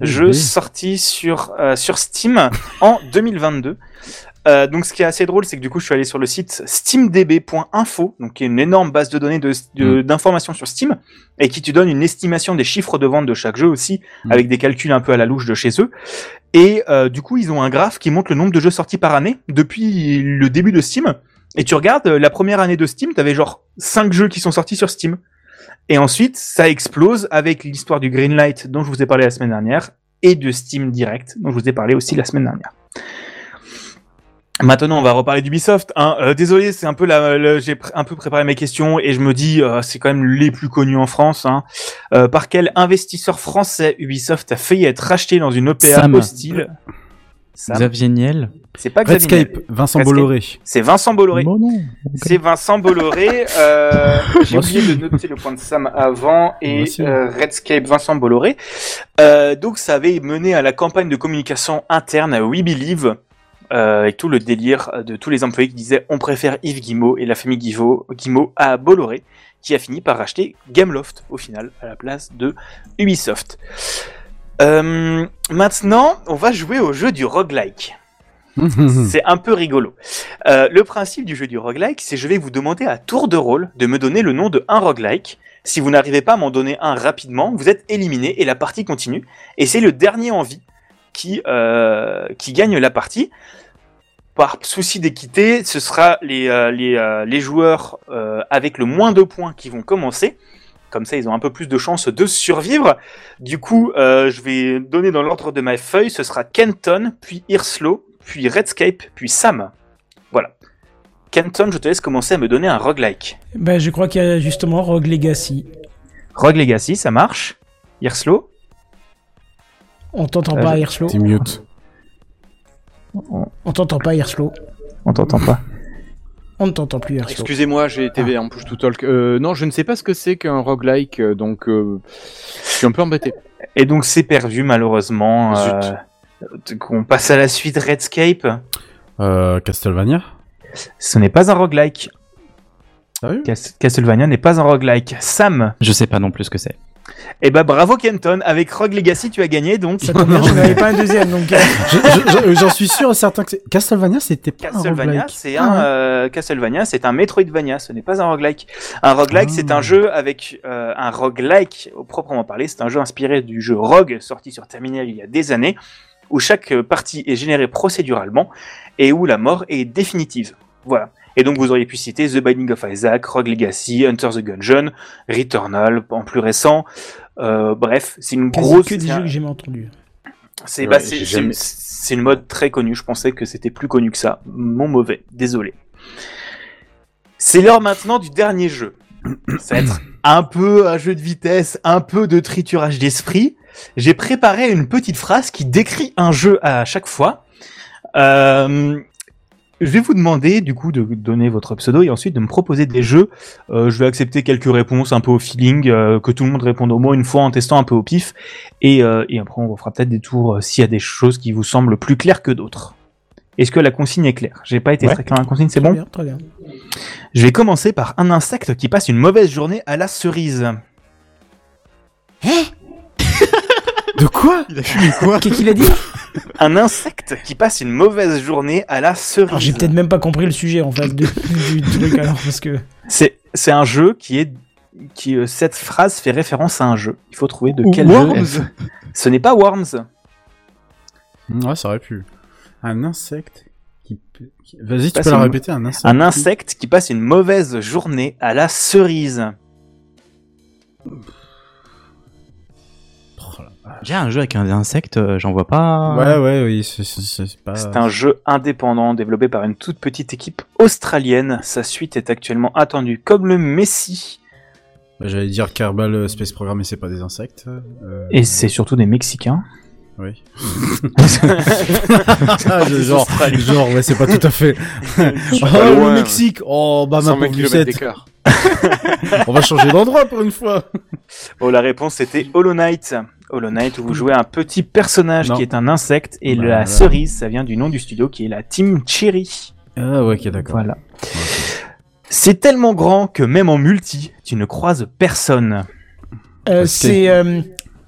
[SPEAKER 7] jeux
[SPEAKER 2] Oui.
[SPEAKER 7] sortis sur, euh, sur Steam [LAUGHS] en 2022. Euh, donc, ce qui est assez drôle, c'est que du coup, je suis allé sur le site steamdb.info, donc qui est une énorme base de données de-
[SPEAKER 2] Mm.
[SPEAKER 7] de- d'informations sur Steam, et qui te donne une estimation des chiffres de vente de chaque jeu aussi,
[SPEAKER 2] Mm.
[SPEAKER 7] avec des calculs un peu à la louche de chez eux. Et euh, du coup, ils ont un graphe qui montre le nombre de jeux sortis par année depuis le début de Steam. Et tu regardes, euh, la première année de Steam, t'avais genre 5 jeux qui sont sortis sur Steam. Et ensuite, ça explose avec l'histoire du Greenlight dont je vous ai parlé la semaine dernière et de Steam Direct dont je vous ai parlé aussi la semaine dernière. Maintenant, on va reparler d'Ubisoft. hein. Euh, désolé, c'est un peu la, le- j'ai pr- un peu préparé mes questions et je me dis, euh, c'est quand même les plus connus en France. hein. Euh, par quel investisseur français Ubisoft a failli être racheté dans une OPA
[SPEAKER 3] Sam.
[SPEAKER 7] hostile Sam.
[SPEAKER 3] Xavier Niel.
[SPEAKER 7] C'est pas Xavier Niel.
[SPEAKER 2] Redscape. Vincent
[SPEAKER 7] Redscape.
[SPEAKER 2] Bolloré.
[SPEAKER 7] C'est Vincent Bolloré.
[SPEAKER 3] Bon, non.
[SPEAKER 7] C'est Vincent Bolloré. euh, [LAUGHS] J'ai
[SPEAKER 2] Moi aussi.
[SPEAKER 7] oublié de noter le point de Sam avant et
[SPEAKER 2] Moi aussi.
[SPEAKER 7] euh, Redscape Vincent Bolloré. Euh, donc ça avait mené à la campagne de communication interne à We Believe. euh, et tout le délire de tous les employés qui disaient on préfère Yves Guimau et la famille Guimau, Guimau à Bolloré, qui a fini par racheter Gameloft au final à la place de Ubisoft. Euh, maintenant, on va jouer au jeu du roguelike.
[SPEAKER 2] [LAUGHS]
[SPEAKER 7] C'est un peu rigolo. Euh, le principe du jeu du roguelike, c'est je vais vous demander à tour de rôle de me donner le nom de un roguelike. Si vous n'arrivez pas à m'en donner un rapidement, vous êtes éliminé et la partie continue. Et c'est le dernier en vie qui, euh, qui gagne la partie. Par souci d'équité, ce sera les, euh, les, euh, les joueurs euh, avec le moins de points qui vont commencer. Comme ça, ils ont un peu plus de chances de survivre. Du coup, euh, je vais donner dans l'ordre de ma feuille. Ce sera Kenton, puis Irslo, puis Redscape, puis Sam. Voilà. Kenton, je te laisse commencer à me donner un roguelike.
[SPEAKER 1] Bah je crois qu'il y a justement Rogue Legacy.
[SPEAKER 7] Rogue Legacy, ça marche. Irslo
[SPEAKER 1] On t'entend
[SPEAKER 7] Ah,
[SPEAKER 1] pas
[SPEAKER 7] je-
[SPEAKER 1] Hirslo.
[SPEAKER 2] T'es mute.
[SPEAKER 1] On t'entend pas Hirslo.
[SPEAKER 7] On t'entend pas.
[SPEAKER 1] On ne t'entend plus Hirslo.
[SPEAKER 8] Excusez-moi, j'ai TV
[SPEAKER 2] Ah.
[SPEAKER 8] en push to talk. Euh, non, je ne sais pas ce que c'est qu'un roguelike, euh, donc euh, je suis un peu embêté.
[SPEAKER 7] Et donc c'est perdu malheureusement.
[SPEAKER 8] Zut.
[SPEAKER 7] Euh, qu'on passe à la suite Redscape.
[SPEAKER 2] Euh, Castlevania.
[SPEAKER 7] Ce n'est pas un roguelike.
[SPEAKER 2] Sérieux
[SPEAKER 7] Cas- Castlevania n'est pas un roguelike. Sam
[SPEAKER 3] Je sais pas non plus ce que c'est.
[SPEAKER 7] Eh ben bravo Kenton, avec Rogue Legacy tu as gagné donc. [LAUGHS]
[SPEAKER 1] Ça tombe bien, j'en avais pas un deuxième donc. euh,
[SPEAKER 2] [LAUGHS] Je- je- je- J'en suis sûr et certain que c'est- Castlevania, c'était pas
[SPEAKER 7] Castlevania,
[SPEAKER 2] un Ah
[SPEAKER 7] c'est un euh, Castlevania, c'est un Metroidvania, ce n'est pas un roguelike. Un roguelike,
[SPEAKER 2] Ah.
[SPEAKER 7] c'est un jeu avec euh, un roguelike au proprement parlé, c'est un jeu inspiré du jeu Rogue sorti sur Terminal il y a des années où chaque euh, partie est générée procéduralement et où la mort est définitive. Voilà. Et donc vous auriez pu citer The Binding of Isaac, Rogue Legacy, Hunter the Gungeon, Returnal en plus récent. Euh, bref, c'est une
[SPEAKER 1] quasi
[SPEAKER 7] grosse
[SPEAKER 1] que des
[SPEAKER 7] c'est un-
[SPEAKER 1] jeux que j'ai jamais entendus.
[SPEAKER 7] c'est
[SPEAKER 8] Ouais,
[SPEAKER 7] bah, c'est-
[SPEAKER 8] j'ai
[SPEAKER 7] c'est-
[SPEAKER 8] jamais-
[SPEAKER 7] c'est une mode très connue. Je pensais que c'était plus connu que ça. Mon mauvais, désolé. C'est l'heure maintenant du
[SPEAKER 8] [CLEARS THROAT]
[SPEAKER 7] dernier jeu. Ça va être un peu un jeu de vitesse, un peu de triturage d'esprit. J'ai préparé une petite phrase qui décrit un jeu à chaque fois. Euh, je vais vous demander du coup de donner votre pseudo et ensuite de me proposer des jeux. Euh, je vais accepter quelques réponses un peu au feeling, euh, que tout le monde réponde au moins une fois en testant un peu au pif. Et, euh, et après, on vous fera peut-être des tours euh, s'il y a des choses qui vous semblent plus claires que d'autres. Est-ce que la consigne est claire J'ai pas été très clair dans la consigne, c'est
[SPEAKER 1] Très
[SPEAKER 7] bon
[SPEAKER 1] bien, très bien.
[SPEAKER 7] Je vais commencer par un insecte qui passe une mauvaise journée à la cerise.
[SPEAKER 2] De quoi
[SPEAKER 3] Il a fumé quoi
[SPEAKER 1] Qu'est-ce qu'il a dit
[SPEAKER 7] Un insecte qui passe une mauvaise journée à la cerise.
[SPEAKER 1] Alors Ah, j'ai peut-être même pas compris le sujet en fait de- du truc alors parce que. euh,
[SPEAKER 7] C'est c'est un jeu qui est qui euh, cette phrase fait référence à un jeu. Il faut trouver de
[SPEAKER 2] Ou
[SPEAKER 7] quel
[SPEAKER 2] Worms.
[SPEAKER 7] jeu. Ce n'est pas Worms.
[SPEAKER 2] Ouais, ça aurait pu. Un insecte qui. qui- Vas-y, tu
[SPEAKER 7] Passe
[SPEAKER 2] peux la
[SPEAKER 7] Bah, une-
[SPEAKER 2] répéter, un insecte.
[SPEAKER 7] Un insecte qui passe une mauvaise journée à la cerise.
[SPEAKER 3] Déjà, un jeu avec un insecte, euh, j'en vois pas.
[SPEAKER 2] Oh Ouais, ouais, oui, c'est- c'est c'est pas.
[SPEAKER 7] C'est un jeu indépendant développé par une toute petite équipe australienne. Sa suite est actuellement attendue comme le Messi.
[SPEAKER 2] Bah, J'allais dire Kerbal euh, Space Program, mais c'est pas des insectes. euh,
[SPEAKER 7] Et c'est surtout des Mexicains.
[SPEAKER 2] Oui. Ah, je- genre, genre, ouais, c'est pas tout à fait. oh,
[SPEAKER 7] pas
[SPEAKER 2] le
[SPEAKER 7] loin.
[SPEAKER 2] Mexique Oh, bah, ma
[SPEAKER 8] 120
[SPEAKER 2] pauvre
[SPEAKER 8] kilomètres
[SPEAKER 2] Lucette
[SPEAKER 8] d'écart.
[SPEAKER 2] On va changer d'endroit pour une fois
[SPEAKER 7] Oh, la réponse c'était Hollow Knight. Hollow Knight où vous jouez un petit personnage
[SPEAKER 2] Non.
[SPEAKER 7] qui est un insecte et
[SPEAKER 2] Bah,
[SPEAKER 7] la
[SPEAKER 2] ouais.
[SPEAKER 7] cerise, ça vient du nom du studio qui est la Team Cherry.
[SPEAKER 2] Ah, ouais, ok, d'accord.
[SPEAKER 7] Voilà. C'est tellement grand que même en multi, tu ne croises personne.
[SPEAKER 1] Euh,
[SPEAKER 2] Ok.
[SPEAKER 1] c'est euh,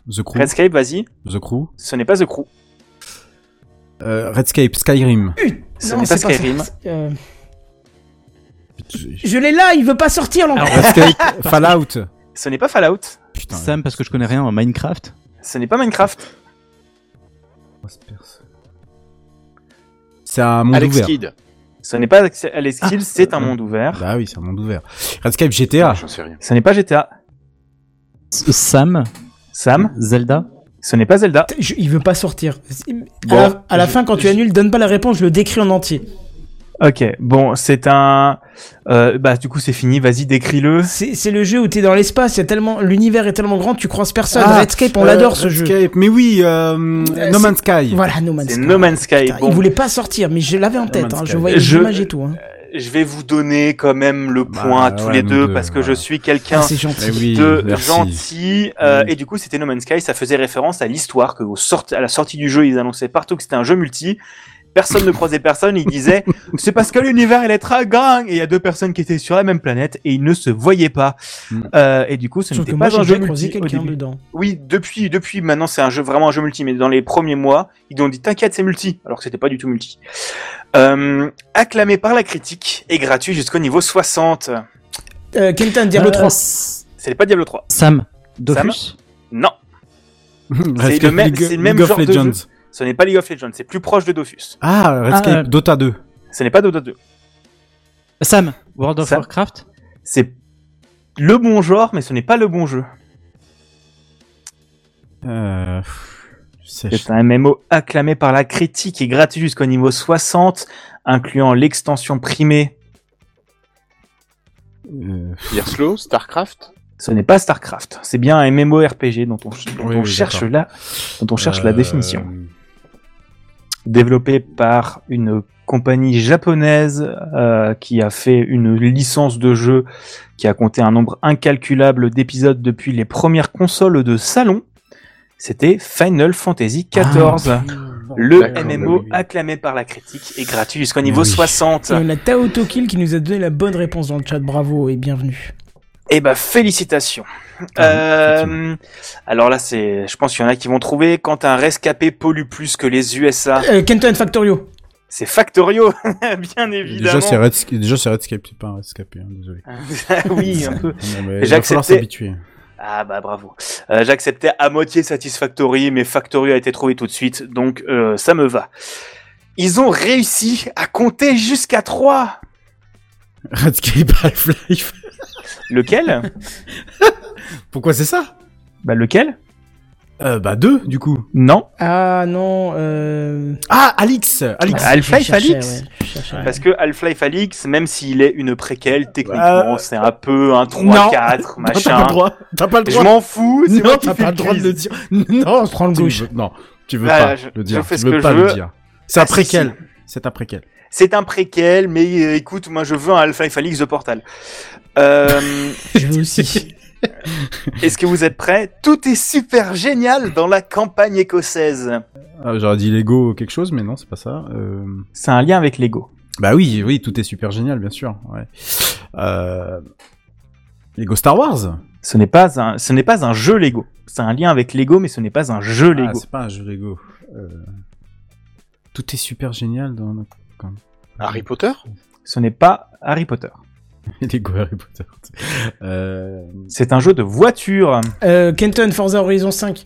[SPEAKER 2] The Crew.
[SPEAKER 7] Redscape, vas-y.
[SPEAKER 2] The Crew.
[SPEAKER 7] Ce n'est pas The Crew.
[SPEAKER 2] Euh, Redscape, Skyrim.
[SPEAKER 7] Ce
[SPEAKER 1] non,
[SPEAKER 7] n'est pas
[SPEAKER 1] c'est pas
[SPEAKER 7] Skyrim.
[SPEAKER 1] ça, c'est, euh, Je l'ai là, il veut pas sortir
[SPEAKER 7] Ah
[SPEAKER 1] l'enfer.
[SPEAKER 2] Redscape, Fallout.
[SPEAKER 7] Ce n'est pas Fallout.
[SPEAKER 2] Putain.
[SPEAKER 3] Sam, parce que je connais rien en Minecraft.
[SPEAKER 7] Ce n'est pas Minecraft.
[SPEAKER 2] C'est un monde
[SPEAKER 8] Alex
[SPEAKER 2] ouvert.
[SPEAKER 8] Kidd.
[SPEAKER 7] Ce n'est pas Alex Kill, c'est un monde ouvert.
[SPEAKER 2] Bah oui, c'est un monde ouvert. Redscape GTA.
[SPEAKER 8] J'en sais rien.
[SPEAKER 7] Ce n'est pas GTA.
[SPEAKER 3] S- Sam,
[SPEAKER 7] Sam,
[SPEAKER 3] Zelda.
[SPEAKER 7] ce n'est pas Zelda.
[SPEAKER 1] Je- il veut pas sortir. À
[SPEAKER 7] Bon,
[SPEAKER 1] la- à la
[SPEAKER 7] je-
[SPEAKER 1] fin, quand tu
[SPEAKER 7] je-
[SPEAKER 1] annules, donne pas la réponse, je le décris en entier.
[SPEAKER 7] Ok, bon, c'est un... euh, bah du coup c'est fini, vas-y décris-le.
[SPEAKER 1] C'est c'est le jeu où t'es dans l'espace, il y a tellement, l'univers est tellement grand, tu croises personne.
[SPEAKER 2] Ah,
[SPEAKER 1] Redscape, on
[SPEAKER 2] Euh,
[SPEAKER 1] l'adore ce jeu.
[SPEAKER 2] Redscape. Mais oui, euh, No Man's Sky.
[SPEAKER 1] Voilà, No Man's
[SPEAKER 7] C'est
[SPEAKER 1] Sky.
[SPEAKER 7] No Man's Sky.
[SPEAKER 1] Putain,
[SPEAKER 7] Bon,
[SPEAKER 1] Il voulait pas sortir, mais je l'avais en tête.
[SPEAKER 2] Man's
[SPEAKER 1] hein,
[SPEAKER 2] Sky.
[SPEAKER 1] je voyais
[SPEAKER 7] Je-
[SPEAKER 1] l'image et tout. hein.
[SPEAKER 7] je vais vous donner quand même le
[SPEAKER 2] Bah,
[SPEAKER 7] point à tous
[SPEAKER 2] ouais,
[SPEAKER 7] les
[SPEAKER 2] nous
[SPEAKER 7] deux,
[SPEAKER 2] deux,
[SPEAKER 7] parce que je
[SPEAKER 2] voilà.
[SPEAKER 7] suis
[SPEAKER 1] Ah,
[SPEAKER 7] quelqu'un
[SPEAKER 1] c'est gentil.
[SPEAKER 2] Eh oui,
[SPEAKER 7] de
[SPEAKER 2] merci. [LAUGHS]
[SPEAKER 7] gentil. euh,
[SPEAKER 2] Mm.
[SPEAKER 7] Et du coup c'était No Man's Sky, ça faisait référence à l'histoire, que au sort- à la sortie du jeu ils annonçaient partout que c'était un jeu multi. Personne ne croisait personne, ils
[SPEAKER 2] [LAUGHS]
[SPEAKER 7] disaient c'est parce que l'univers il est très grand et il y a deux personnes qui étaient sur la même planète et ils ne se voyaient pas.
[SPEAKER 2] Mm.
[SPEAKER 7] Euh, et du coup ce
[SPEAKER 1] Sauf que
[SPEAKER 7] n'était
[SPEAKER 1] moi,
[SPEAKER 7] pas
[SPEAKER 1] j'ai
[SPEAKER 7] un jeu
[SPEAKER 1] déjà croisé
[SPEAKER 7] multi au
[SPEAKER 1] quelqu'un
[SPEAKER 7] début.
[SPEAKER 1] dedans.
[SPEAKER 7] Oui, depuis, depuis, maintenant c'est un jeu vraiment un jeu multi, mais dans les premiers mois, ils ont dit t'inquiète, c'est multi, alors que c'était pas du tout multi. Euh, acclamé par la critique et gratuit jusqu'au niveau 60.
[SPEAKER 1] Euh, Kenton,
[SPEAKER 7] Ah,
[SPEAKER 1] Diablo 3.
[SPEAKER 7] C'est pas Diablo 3.
[SPEAKER 3] Sam, Dofus.
[SPEAKER 7] Non,
[SPEAKER 2] Redscape,
[SPEAKER 7] le même-
[SPEAKER 2] League-
[SPEAKER 7] c'est le même
[SPEAKER 2] League of
[SPEAKER 7] genre de jeu.
[SPEAKER 2] Legends.
[SPEAKER 7] ce n'est pas League of Legends, c'est plus proche de Dofus.
[SPEAKER 2] Ah, Redscape,
[SPEAKER 3] Ah, euh.
[SPEAKER 2] Dota 2.
[SPEAKER 7] Ce n'est pas Dota 2.
[SPEAKER 3] Sam, World of
[SPEAKER 7] Sam.
[SPEAKER 3] Warcraft.
[SPEAKER 7] C'est le bon genre, mais ce n'est pas le bon jeu.
[SPEAKER 2] Euh, pff, c'est
[SPEAKER 7] C'est un MMO acclamé par la critique et gratuit jusqu'au niveau 60, incluant l'extension primée.
[SPEAKER 2] euh,
[SPEAKER 8] Gearslow, Starcraft.
[SPEAKER 7] Ce n'est pas StarCraft, c'est bien un MMORPG dont on, dont
[SPEAKER 2] Oui,
[SPEAKER 7] on
[SPEAKER 2] oui,
[SPEAKER 7] cherche,
[SPEAKER 2] d'accord.
[SPEAKER 7] la, dont on cherche la
[SPEAKER 2] euh,
[SPEAKER 7] définition. développé par une compagnie japonaise euh, qui a fait une licence de jeu qui a compté un nombre incalculable d'épisodes depuis les premières consoles de salon. C'était Final Fantasy
[SPEAKER 2] Ah
[SPEAKER 7] XIV, le
[SPEAKER 8] D'accord,
[SPEAKER 7] MMO
[SPEAKER 2] oui, oui.
[SPEAKER 7] acclamé par la critique et gratuit jusqu'au
[SPEAKER 2] Mais
[SPEAKER 7] niveau
[SPEAKER 2] oui.
[SPEAKER 7] 60.
[SPEAKER 1] Et on a Euh, Tao Tokil qui nous a donné la bonne réponse dans le chat. Bravo et bienvenue.
[SPEAKER 7] Eh ben félicitations.
[SPEAKER 2] Ah,
[SPEAKER 7] Euh, alors là, c'est, je pense qu'il y en a qui vont trouver quand un rescapé pollue plus que les USA.
[SPEAKER 1] Euh, Kenton Factorio.
[SPEAKER 7] C'est Factorio, [LAUGHS] bien évidemment.
[SPEAKER 2] Déjà, c'est Redscape, déjà, c'est Redscape, c'est pas un rescapé, hein, désolé.
[SPEAKER 7] [LAUGHS] oui, un peu.
[SPEAKER 2] Non, mais il va
[SPEAKER 7] J'acceptais-
[SPEAKER 2] falloir s'habituer. [LAUGHS]
[SPEAKER 7] Ah bah bravo. Euh, J'acceptais à moitié Satisfactory, mais Factory a été trouvé tout de suite, donc euh, ça me va. Ils ont réussi à compter jusqu'à 3.
[SPEAKER 2] Redscape Half-Life.
[SPEAKER 7] Lequel
[SPEAKER 2] Pourquoi c'est ça?
[SPEAKER 7] [LAUGHS] Bah lequel
[SPEAKER 2] Euh, bah, deux, du coup.
[SPEAKER 7] Non,
[SPEAKER 1] Ah non. Euh...
[SPEAKER 2] Ah, Alix! Alix!
[SPEAKER 7] Ah, Half-Life,
[SPEAKER 1] je cherchais,
[SPEAKER 7] Alix
[SPEAKER 1] ouais, je cherchais.
[SPEAKER 7] parce que Half-Life Alix, même s'il est une préquelle, techniquement
[SPEAKER 2] Euh,
[SPEAKER 7] c'est un peu un 3-4,
[SPEAKER 2] Non, [LAUGHS] T'as pas
[SPEAKER 7] machin.
[SPEAKER 2] le droit! T'as pas le
[SPEAKER 7] Je
[SPEAKER 2] droit!
[SPEAKER 7] m'en fous, c'est moi
[SPEAKER 2] Non,
[SPEAKER 7] qui
[SPEAKER 2] t'as
[SPEAKER 7] fais
[SPEAKER 2] pas le droit de le dire. [LAUGHS] Non,
[SPEAKER 1] Prends le
[SPEAKER 2] tu
[SPEAKER 1] gauche.
[SPEAKER 2] veux- Non, tu veux
[SPEAKER 7] Ah,
[SPEAKER 2] pas
[SPEAKER 7] je-
[SPEAKER 2] le
[SPEAKER 7] je
[SPEAKER 2] dire.
[SPEAKER 7] fais
[SPEAKER 2] Tu
[SPEAKER 7] ce
[SPEAKER 2] veux
[SPEAKER 7] que
[SPEAKER 2] pas
[SPEAKER 7] je
[SPEAKER 2] le
[SPEAKER 7] veux.
[SPEAKER 2] dire. C'est
[SPEAKER 7] Ah,
[SPEAKER 2] un
[SPEAKER 7] si,
[SPEAKER 2] préquel. C'est un préquel.
[SPEAKER 7] C'est un préquel, mais euh, écoute, moi je veux un Half-Life Alix de Portal. Euh,
[SPEAKER 2] [LAUGHS]
[SPEAKER 1] Je veux aussi.
[SPEAKER 7] Est-ce que vous êtes prêts Tout est super génial dans la campagne écossaise.
[SPEAKER 2] Ah, J'aurais dit Lego ou quelque chose, mais non, c'est pas ça. Euh,
[SPEAKER 7] C'est un lien avec Lego.
[SPEAKER 2] Bah oui, oui, tout est super génial, bien sûr. Ouais. Euh... Lego Star Wars
[SPEAKER 7] Ce n'est pas un, ce n'est pas un jeu Lego. C'est un lien avec Lego, mais ce n'est pas un jeu
[SPEAKER 2] Ah,
[SPEAKER 7] Lego.
[SPEAKER 2] c'est pas un jeu Lego. Euh, Tout est super génial dans... [LAUGHS] Ah.
[SPEAKER 8] Harry Potter.
[SPEAKER 7] ce n'est pas Harry Potter.
[SPEAKER 2] Lego Harry Potter. Euh,
[SPEAKER 7] C'est un jeu de voiture.
[SPEAKER 1] Euh, Kenton, Forza Horizon 5.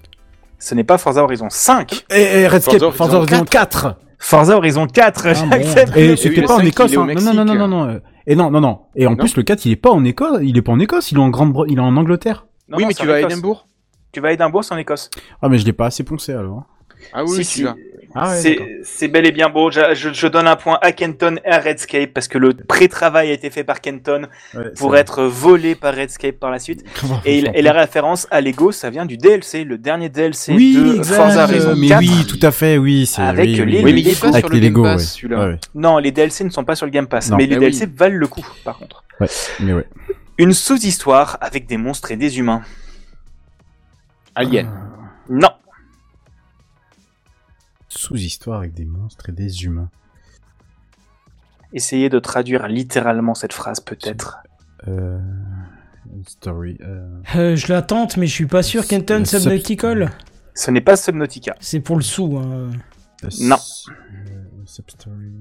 [SPEAKER 7] Ce n'est pas Forza Horizon 5.
[SPEAKER 2] Et, et Redscape, Forza, Horizon 4.
[SPEAKER 7] Forza Horizon [LAUGHS] 4, j'accepte.
[SPEAKER 2] Ah, Et
[SPEAKER 8] oui,
[SPEAKER 2] c'était
[SPEAKER 8] le
[SPEAKER 2] pas en
[SPEAKER 8] cinq, il
[SPEAKER 2] Écosse.
[SPEAKER 8] est au
[SPEAKER 2] hein. Non, non, non, non,
[SPEAKER 8] Mexique.
[SPEAKER 2] non, non. euh, Et non, non, non. Et en
[SPEAKER 8] Non.
[SPEAKER 2] plus, le 4, il est pas en Écosse. Il est pas en Écosse. Il est en Grande, Bre- il est en Angleterre.
[SPEAKER 7] Non,
[SPEAKER 8] oui,
[SPEAKER 7] non,
[SPEAKER 8] mais
[SPEAKER 7] c'est
[SPEAKER 8] tu
[SPEAKER 7] en
[SPEAKER 8] vas à
[SPEAKER 7] Écosse.
[SPEAKER 8] Edimbourg
[SPEAKER 7] Tu vas à Édimbourg, c'est en Écosse.
[SPEAKER 2] Ah, mais je l'ai pas assez poncé alors.
[SPEAKER 8] Ah oui,
[SPEAKER 7] Si,
[SPEAKER 8] tu
[SPEAKER 7] si.
[SPEAKER 8] vas.
[SPEAKER 2] Ah ouais, d'accord.
[SPEAKER 7] C'est c'est bel et bien beau. Je, je- je donne un point à Kenton et à Redscape parce que le pré-travail a été fait par Kenton
[SPEAKER 2] Ouais, c'est
[SPEAKER 7] pour
[SPEAKER 2] vrai.
[SPEAKER 7] être volé par Redscape par la suite. Et, il- et la référence à Lego, ça vient du DLC, le dernier DLC
[SPEAKER 2] oui,
[SPEAKER 7] de
[SPEAKER 2] exact,
[SPEAKER 7] Forza Horizon
[SPEAKER 2] mais
[SPEAKER 7] 4.
[SPEAKER 2] oui, tout à fait, oui, c'est
[SPEAKER 7] Avec
[SPEAKER 2] oui,
[SPEAKER 7] les
[SPEAKER 8] Oui, mais
[SPEAKER 2] oui.
[SPEAKER 8] il est pas
[SPEAKER 2] Avec
[SPEAKER 8] sur
[SPEAKER 2] les
[SPEAKER 8] le Game
[SPEAKER 2] Lego,
[SPEAKER 8] Pass,
[SPEAKER 2] ouais.
[SPEAKER 8] celui-là.
[SPEAKER 2] Ouais, ouais.
[SPEAKER 7] Non, les DLC ne sont pas sur le Game Pass,
[SPEAKER 2] Non.
[SPEAKER 7] mais les
[SPEAKER 8] Ah
[SPEAKER 7] DLC valent le coup, par contre.
[SPEAKER 2] Ouais, mais ouais.
[SPEAKER 7] Une sous-histoire avec des monstres et des humains.
[SPEAKER 8] Alien.
[SPEAKER 7] Non,
[SPEAKER 2] Sous-histoire avec des monstres et des humains.
[SPEAKER 7] essayez de traduire littéralement cette phrase, peut-être.
[SPEAKER 2] Euh, story. Euh,
[SPEAKER 1] Euh, je l'attends, mais je suis pas sûr. Kenton,
[SPEAKER 2] Sub-
[SPEAKER 1] Subnautical.
[SPEAKER 7] Ce n'est pas Subnautica.
[SPEAKER 1] C'est pour le sou. hein.
[SPEAKER 7] Non.
[SPEAKER 2] euh, Substory.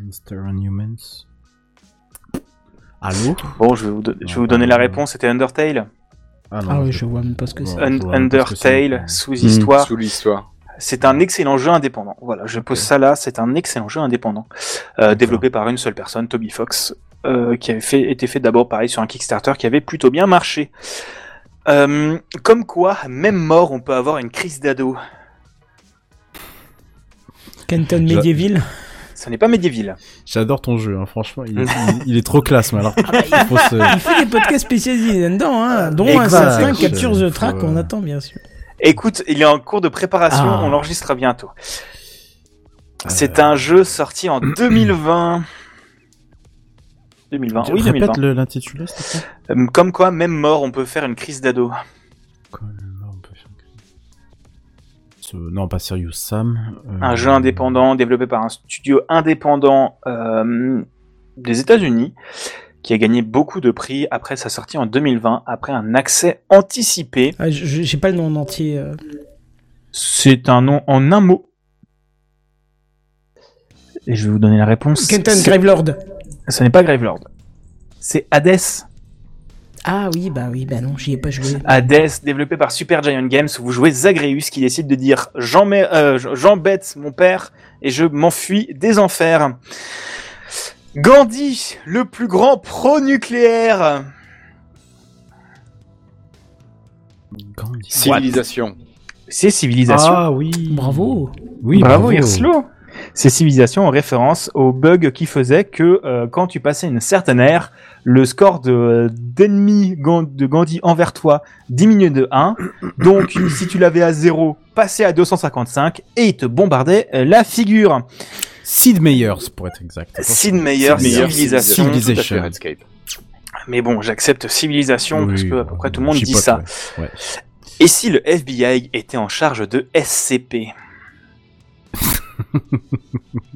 [SPEAKER 2] Monster and Humans. Allô
[SPEAKER 7] Bon, je vais vous, do- je vais vous donner la réponse, c'était Undertale.
[SPEAKER 2] non,
[SPEAKER 1] Ah ouais,
[SPEAKER 2] je-
[SPEAKER 1] je vois même pas ce que c'est.
[SPEAKER 2] Ouais.
[SPEAKER 7] Un-
[SPEAKER 2] je vois un peu ce que c'est.
[SPEAKER 7] Undertale, sous-histoire.
[SPEAKER 8] Ah, Sous l'histoire.
[SPEAKER 7] C'est un excellent jeu indépendant. Voilà, je pose ça là, c'est un excellent jeu indépendant. Euh, développé par une seule personne, Toby Fox, euh, qui avait fait, été fait d'abord pareil sur un Kickstarter qui avait plutôt bien marché. Euh, comme quoi, même mort, on peut avoir une crise d'ado.
[SPEAKER 1] Kenton
[SPEAKER 2] Je- [LAUGHS]
[SPEAKER 1] Medieval.
[SPEAKER 7] Ce n'est pas médiéville.
[SPEAKER 2] J'adore ton jeu, hein, franchement, il est, il- il est trop classe, mais alors.
[SPEAKER 7] Ah bah,
[SPEAKER 2] il faut se-
[SPEAKER 1] Il fait des podcasts spécialisés là-dedans, hein, dont un
[SPEAKER 7] Exact.
[SPEAKER 1] certain
[SPEAKER 2] Écoute,
[SPEAKER 1] Capture
[SPEAKER 2] euh,
[SPEAKER 1] the
[SPEAKER 2] faut,
[SPEAKER 1] Track,
[SPEAKER 2] euh,
[SPEAKER 1] on attend bien sûr.
[SPEAKER 7] Écoute, il est en cours de préparation,
[SPEAKER 2] Ah.
[SPEAKER 7] on l'enregistre bientôt. C'est un jeu sorti
[SPEAKER 2] [CLEARS THROAT]
[SPEAKER 7] en 2020. 2020, oui, 2020.
[SPEAKER 2] Répète le- l'intitulé, s'il te plaît.
[SPEAKER 7] Euh, Comme quoi, même mort, on peut faire une crise d'ado.
[SPEAKER 2] Quoi, là, on peut faire que- Ce- Non, pas Serious Sam. euh,
[SPEAKER 7] un jeu indépendant développé par un studio indépendant euh, des États-Unis qui a gagné beaucoup de prix après sa sortie en 2020, après un accès anticipé.
[SPEAKER 1] Ah, je- je- J'ai pas le nom en entier. euh.
[SPEAKER 7] C'est un nom en un mot. Et je vais vous donner la réponse.
[SPEAKER 1] Kenton
[SPEAKER 7] C'est-
[SPEAKER 1] Gravelord.
[SPEAKER 7] Ce n'est pas Gravelord. C'est Hades.
[SPEAKER 1] Ah oui, bah oui, bah non, j'y ai pas joué.
[SPEAKER 7] Hades, développé par Super Giant Games, où vous jouez Zagreus qui décide de dire J'en- euh, j'embête mon père et je m'enfuis des enfers. Gandhi, le plus grand pro-nucléaire.
[SPEAKER 2] Gandhi.
[SPEAKER 8] Civilisation.
[SPEAKER 7] C'est civilisation.
[SPEAKER 2] Ah oui.
[SPEAKER 1] Bravo.
[SPEAKER 2] Oui,
[SPEAKER 7] bravo, Hirslo. C'est civilisation en référence au bug qui faisait que euh, quand tu passais une certaine ère, le score de d'ennemis Gan- de Gandhi envers toi diminuait de 1. Donc
[SPEAKER 2] [COUGHS]
[SPEAKER 7] si tu l'avais à 0, passait à 255 et il te bombardait euh, la figure.
[SPEAKER 2] Sid Meyers, pour être exact.
[SPEAKER 7] Sid Meier,
[SPEAKER 2] Sid Meier,
[SPEAKER 7] civilisation.
[SPEAKER 2] Civilisation.
[SPEAKER 8] Tout à fait, Redscape.
[SPEAKER 7] Mais bon, j'accepte civilisation parce
[SPEAKER 2] Oui,
[SPEAKER 7] que à peu près tout le monde dit
[SPEAKER 2] chipote,
[SPEAKER 7] ça.
[SPEAKER 2] ouais. Ouais.
[SPEAKER 7] Et si le FBI était en charge de SCP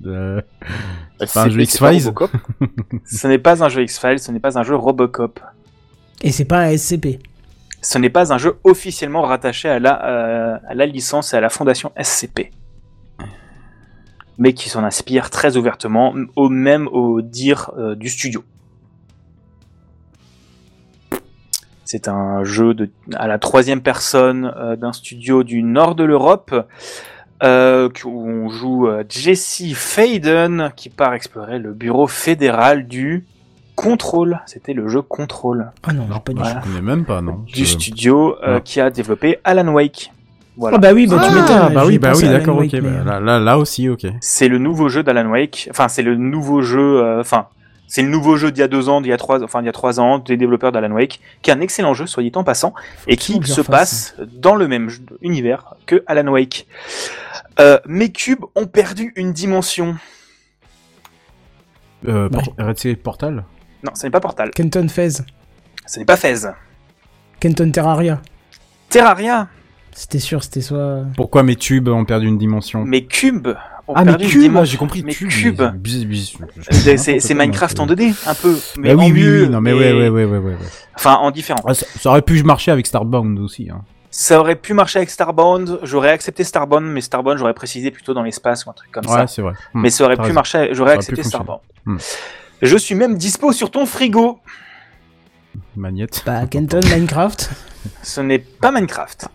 [SPEAKER 2] Euh,
[SPEAKER 8] C'est
[SPEAKER 2] un jeu
[SPEAKER 8] c'est pas
[SPEAKER 2] X-Files.
[SPEAKER 8] Robocop
[SPEAKER 7] Ce n'est pas un jeu X-Files, ce n'est pas un jeu Robocop.
[SPEAKER 1] Et c'est pas un SCP.
[SPEAKER 7] Ce n'est pas un jeu officiellement rattaché à la, euh, à la licence et à la fondation SCP. Mais qui s'en inspire très ouvertement, m- au même au dire euh, du studio. C'est un jeu de, à la troisième personne euh, d'un studio du nord de l'Europe, euh, qui- où on joue euh, Jesse Faden, qui part explorer le bureau fédéral du Contrôle. C'était le jeu Contrôle
[SPEAKER 1] Ah non, j'ai pas
[SPEAKER 2] Moi,
[SPEAKER 1] du
[SPEAKER 7] voilà.
[SPEAKER 1] tout.
[SPEAKER 2] Je connais même pas, non.
[SPEAKER 7] du
[SPEAKER 2] Je- Ah.
[SPEAKER 7] studio euh,
[SPEAKER 2] Non.
[SPEAKER 7] qui a développé Alan Wake. Voilà.
[SPEAKER 1] Ah bah oui, bah tu m'étonnes.
[SPEAKER 2] Ah, bah
[SPEAKER 1] j'y ai
[SPEAKER 2] oui, bah
[SPEAKER 1] pensé
[SPEAKER 2] oui,
[SPEAKER 1] à Alan
[SPEAKER 2] d'accord, ok.
[SPEAKER 1] Wake, mais,
[SPEAKER 2] bah,
[SPEAKER 1] euh,
[SPEAKER 2] là, là, là aussi, ok.
[SPEAKER 7] C'est le nouveau jeu d'Alan Wake. Enfin, c'est le nouveau jeu. euh, Enfin, c'est le nouveau jeu d'il y a deux ans, d'il y a trois, enfin, d'il y a trois ans, des développeurs d'Alan Wake, qui est un excellent jeu, soit dit en passant, et qui
[SPEAKER 1] absolument que je
[SPEAKER 7] se
[SPEAKER 1] le refasse.
[SPEAKER 7] passe dans le même jeu- univers que Alan Wake. Euh, mes cubes ont perdu une dimension.
[SPEAKER 2] Euh,
[SPEAKER 1] Ouais.
[SPEAKER 2] Por- Redscape Portal
[SPEAKER 7] Non, ce n'est pas Portal.
[SPEAKER 1] Kenton Fez.
[SPEAKER 7] Ce n'est pas Fez.
[SPEAKER 1] Kenton Terraria.
[SPEAKER 7] Terraria.
[SPEAKER 2] Hein.
[SPEAKER 1] C'était sûr, c'était soit.
[SPEAKER 2] Pourquoi mes tubes ont perdu une dimension
[SPEAKER 7] Mes cubes ont
[SPEAKER 2] Ah, mes
[SPEAKER 7] perdu une
[SPEAKER 2] cubes,
[SPEAKER 7] dimension.
[SPEAKER 2] ah, j'ai compris.
[SPEAKER 7] Mes
[SPEAKER 2] tubes,
[SPEAKER 7] cubes.
[SPEAKER 2] mais- bis- bis- je- je-
[SPEAKER 7] C'est-
[SPEAKER 2] n'importe
[SPEAKER 7] C'est c'est
[SPEAKER 2] quoi,
[SPEAKER 7] Minecraft
[SPEAKER 2] moi,
[SPEAKER 7] en 2D, un peu. Mais
[SPEAKER 2] Ah, Bah
[SPEAKER 7] en
[SPEAKER 2] oui, oui,
[SPEAKER 7] mieux
[SPEAKER 2] oui, non, mais
[SPEAKER 7] et-
[SPEAKER 2] ouais, ouais, ouais, ouais, ouais. ouais.
[SPEAKER 7] Enfin, en différent.
[SPEAKER 2] Ah, ça, ça aurait pu marcher avec Starbound aussi. Hein.
[SPEAKER 7] Ça aurait pu marcher avec Starbound, j'aurais accepté Starbound, mais Starbound j'aurais précisé plutôt dans l'espace ou un truc comme
[SPEAKER 2] Ouais,
[SPEAKER 7] ça.
[SPEAKER 2] c'est vrai. Hmm.
[SPEAKER 7] Mais ça aurait
[SPEAKER 2] t'as
[SPEAKER 7] pu
[SPEAKER 2] raison.
[SPEAKER 7] marcher,
[SPEAKER 2] aurait
[SPEAKER 7] j'aurais
[SPEAKER 2] pu
[SPEAKER 7] accepté
[SPEAKER 2] fonctionner.
[SPEAKER 7] Starbound.
[SPEAKER 2] Hmm.
[SPEAKER 7] Je suis même dispo sur ton frigo.
[SPEAKER 2] Magnette.
[SPEAKER 1] Bah, Kenton, Minecraft.
[SPEAKER 2] [LAUGHS]
[SPEAKER 7] Ce n'est pas Minecraft.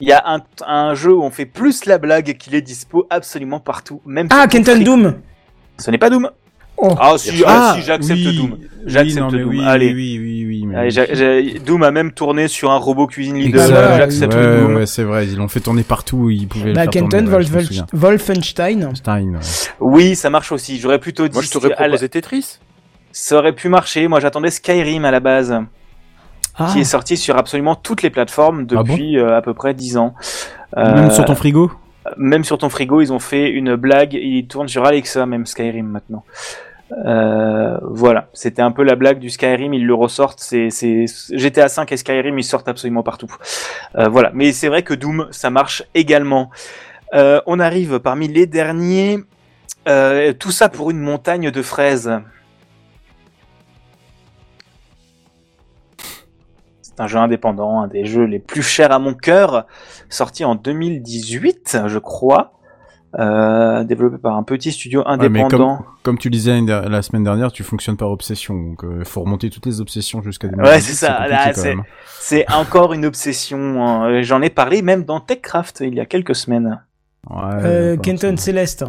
[SPEAKER 7] Il y a un, un jeu où on fait plus la blague qu'il est dispo absolument partout, même
[SPEAKER 1] Ah, Kenton Doom
[SPEAKER 7] Ce n'est pas Doom.
[SPEAKER 1] Oh.
[SPEAKER 7] Ah si, ah,
[SPEAKER 2] Ah,
[SPEAKER 7] si, j'accepte
[SPEAKER 2] oui.
[SPEAKER 7] Doom.
[SPEAKER 2] Oui,
[SPEAKER 7] J'accepte
[SPEAKER 2] non, mais
[SPEAKER 7] Doom.
[SPEAKER 2] oui,
[SPEAKER 7] Allez.
[SPEAKER 2] Oui, oui, oui, oui, mais-
[SPEAKER 7] Allez, j'a- j'a- Doom a même tourné sur un robot cuisine leader.
[SPEAKER 1] Exact.
[SPEAKER 7] J'accepte
[SPEAKER 2] Ouais,
[SPEAKER 7] Doom.
[SPEAKER 2] ouais, c'est vrai, ils l'ont fait tourner partout où ils pouvaient le
[SPEAKER 1] Bah,
[SPEAKER 2] faire
[SPEAKER 1] Kenton,
[SPEAKER 2] tourner, ouais, je me
[SPEAKER 1] Wolf-
[SPEAKER 2] souviens.
[SPEAKER 1] Wolfenstein.
[SPEAKER 2] Stein, ouais.
[SPEAKER 7] Oui, ça marche aussi. J'aurais plutôt dit.
[SPEAKER 8] Moi, je t'aurais
[SPEAKER 7] Sky-
[SPEAKER 8] proposé Tetris.
[SPEAKER 7] Ça aurait pu marcher. Moi, j'attendais Skyrim à la base,
[SPEAKER 1] Ah,
[SPEAKER 7] qui est sorti sur absolument toutes les plateformes
[SPEAKER 2] Ah bon
[SPEAKER 7] depuis euh, à peu près 10 ans. Euh,
[SPEAKER 2] Même sur ton frigo
[SPEAKER 7] même sur ton frigo, ils ont fait une blague. Ils tournent sur Alexa, même Skyrim maintenant. Euh, voilà, c'était un peu la blague du Skyrim. Ils le ressortent. C'est c'est- GTA 5 et Skyrim, ils sortent absolument partout. Euh, voilà, mais c'est vrai que Doom, ça marche également. Euh, on arrive parmi les derniers. Euh, tout ça pour une montagne de fraises. C'est un jeu indépendant, un des jeux les plus chers à mon cœur, sorti en 2018, je crois, euh, développé par un petit studio
[SPEAKER 2] Ouais, mais
[SPEAKER 7] indépendant.
[SPEAKER 2] comme, comme tu le disais une- la semaine dernière, tu fonctionnes par obsession, donc euh, faut remonter toutes les obsessions jusqu'à des
[SPEAKER 7] Ouais, c'est ça,
[SPEAKER 2] compliqué
[SPEAKER 7] là,
[SPEAKER 2] quand
[SPEAKER 7] c'est-
[SPEAKER 2] même.
[SPEAKER 7] C'est encore une obsession. hein. J'en ai parlé même dans TechCraft il y a quelques semaines.
[SPEAKER 2] Ouais,
[SPEAKER 1] euh,
[SPEAKER 2] ouais,
[SPEAKER 1] Kenton
[SPEAKER 2] Ah, c'est-
[SPEAKER 1] Céleste.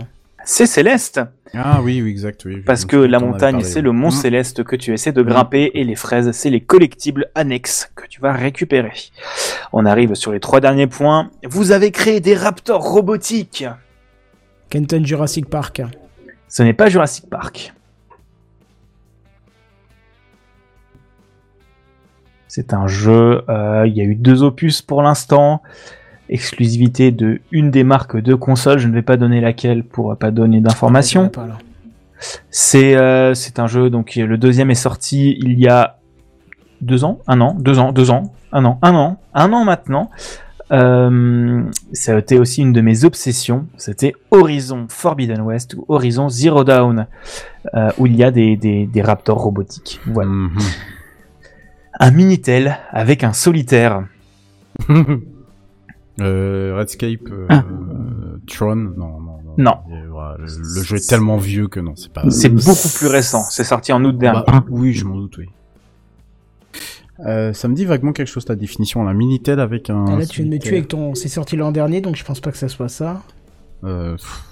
[SPEAKER 7] C'est Céleste,
[SPEAKER 2] Ah oui, oui, exact. Oui,
[SPEAKER 7] parce
[SPEAKER 2] Je-
[SPEAKER 7] que
[SPEAKER 2] je-
[SPEAKER 7] la
[SPEAKER 2] on en avait
[SPEAKER 7] montagne,
[SPEAKER 2] parlé,
[SPEAKER 7] c'est
[SPEAKER 2] ouais.
[SPEAKER 7] le mont
[SPEAKER 2] Mmh.
[SPEAKER 7] céleste que tu essaies de grimper, et les fraises, c'est les collectibles annexes que tu vas récupérer. On arrive sur les trois derniers points. Vous avez créé des raptors robotiques.
[SPEAKER 1] Kenton Jurassic Park.
[SPEAKER 7] Ce n'est pas Jurassic Park. C'est un jeu, euh, il y a eu deux opus pour l'instant, exclusivité de une des marques de consoles, je ne vais pas donner laquelle pour euh, pas donner d'informations.
[SPEAKER 1] Pas, là.
[SPEAKER 7] C'est euh, c'est un jeu, donc le deuxième est sorti il y a deux ans, un an, deux ans, deux ans, un an, un an, un an maintenant. Euh, ça a été aussi une de mes obsessions, c'était Horizon Forbidden West ou Horizon Zero Dawn, euh, où il y a des, des, des raptors robotiques. Voilà.
[SPEAKER 2] Mhm.
[SPEAKER 7] Un Minitel avec un solitaire.
[SPEAKER 2] Mhm.
[SPEAKER 7] [LAUGHS]
[SPEAKER 2] Euh, Redscape, euh,
[SPEAKER 7] Ah.
[SPEAKER 2] euh, Tron, non, non, non.
[SPEAKER 7] Non.
[SPEAKER 2] Il y a- ouais, le, le jeu est tellement vieux que non, Euh, c'est pas.
[SPEAKER 7] C'est beaucoup plus récent, c'est sorti en août dernier.
[SPEAKER 2] Bah, oui, je m'en doute, oui. Euh, ça me dit vaguement quelque chose ta définition, la Minitel avec un.
[SPEAKER 1] Ah, là, tu viens de me
[SPEAKER 2] solitaire.
[SPEAKER 1] tuer avec ton. C'est sorti l'an dernier, donc je pense pas que ça soit ça.
[SPEAKER 2] Euh, pff,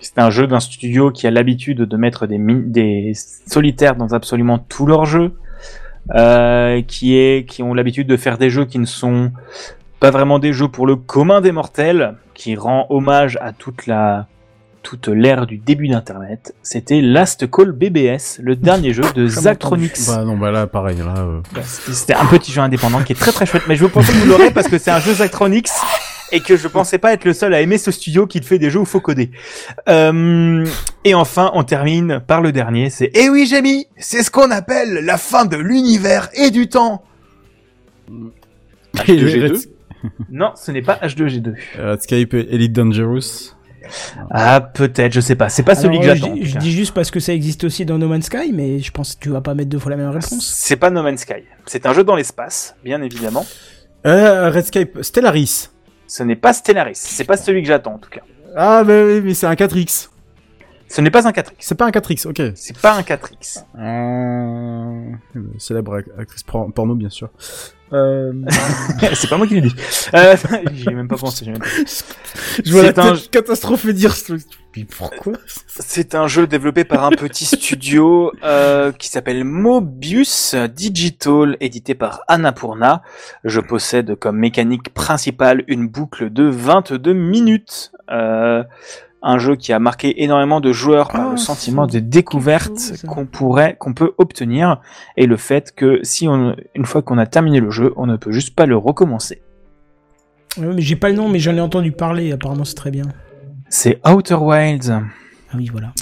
[SPEAKER 7] C'est un jeu d'un studio qui a l'habitude de mettre des, min- des solitaires dans absolument tous leurs jeux, euh, qui, est, qui ont l'habitude de faire des jeux qui ne sont pas vraiment des jeux pour le commun des mortels, qui rend hommage à toute la toute l'ère du début d'Internet. C'était Last Call BBS, le dernier jeu de
[SPEAKER 1] Jamais
[SPEAKER 7] Zachronix.
[SPEAKER 2] bah non, bah là, pareil, là. [LAUGHS] euh,
[SPEAKER 7] C'était un petit jeu indépendant qui est très très chouette, mais je pense que vous l'aurez parce que c'est un jeu Zachronix et que je pensais pas être le seul à aimer ce studio qui fait des jeux où faut coder. Euh, et enfin, on termine par le dernier, c'est Eh oui, j'ai mis C'est ce qu'on appelle la fin de l'univers et du temps
[SPEAKER 8] H2G2.
[SPEAKER 7] Non, ce n'est pas H2G2.
[SPEAKER 2] euh, Redscape Elite Dangerous.
[SPEAKER 7] Ah, peut-être, je sais pas, c'est pas Ah, celui
[SPEAKER 1] Alors,
[SPEAKER 7] que
[SPEAKER 1] euh,
[SPEAKER 7] j'attends. en
[SPEAKER 1] je,
[SPEAKER 7] tout
[SPEAKER 1] dis- je
[SPEAKER 7] cas.
[SPEAKER 1] dis juste parce que ça existe aussi dans No Man's Sky, mais je pense que tu vas pas mettre deux fois la même réponse.
[SPEAKER 7] C'est pas No Man's Sky. C'est un jeu dans l'espace, bien évidemment.
[SPEAKER 2] Euh, Redscape Stellaris.
[SPEAKER 7] Ce n'est pas Stellaris, c'est pas celui que j'attends en tout cas.
[SPEAKER 2] Ah, bah oui, mais c'est un 4X.
[SPEAKER 7] Ce n'est pas un 4X.
[SPEAKER 2] C'est pas un 4X, ok.
[SPEAKER 7] C'est pas un 4X.
[SPEAKER 2] Euh, célèbre ac- actrice por- porno, bien sûr. Euh,
[SPEAKER 7] [LAUGHS] c'est pas moi qui l'ai dit. Euh, [LAUGHS] J'y ai même pas pensé. j'y ai même pas pensé.
[SPEAKER 2] [LAUGHS] je vois la
[SPEAKER 7] C'est un-
[SPEAKER 2] tête catastrophe dire ce truc. Mais pourquoi
[SPEAKER 7] C'est un jeu développé par un petit [LAUGHS] studio euh, qui s'appelle Mobius Digital, édité par Annapurna. Je possède comme mécanique principale une boucle de 22 minutes. Euh, un jeu qui a marqué énormément de joueurs par
[SPEAKER 1] Ah,
[SPEAKER 7] le sentiment
[SPEAKER 1] c'est
[SPEAKER 7] de découverte
[SPEAKER 1] quelque chose.
[SPEAKER 7] qu'on pourrait, qu'on peut obtenir, et le fait que si on, une fois qu'on a terminé le jeu, on ne peut juste pas le recommencer.
[SPEAKER 1] Ouais, mais j'ai pas le nom, mais j'en ai entendu parler. Apparemment, c'est très bien.
[SPEAKER 7] C'est Outer Wilds.
[SPEAKER 1] Ah oui, voilà.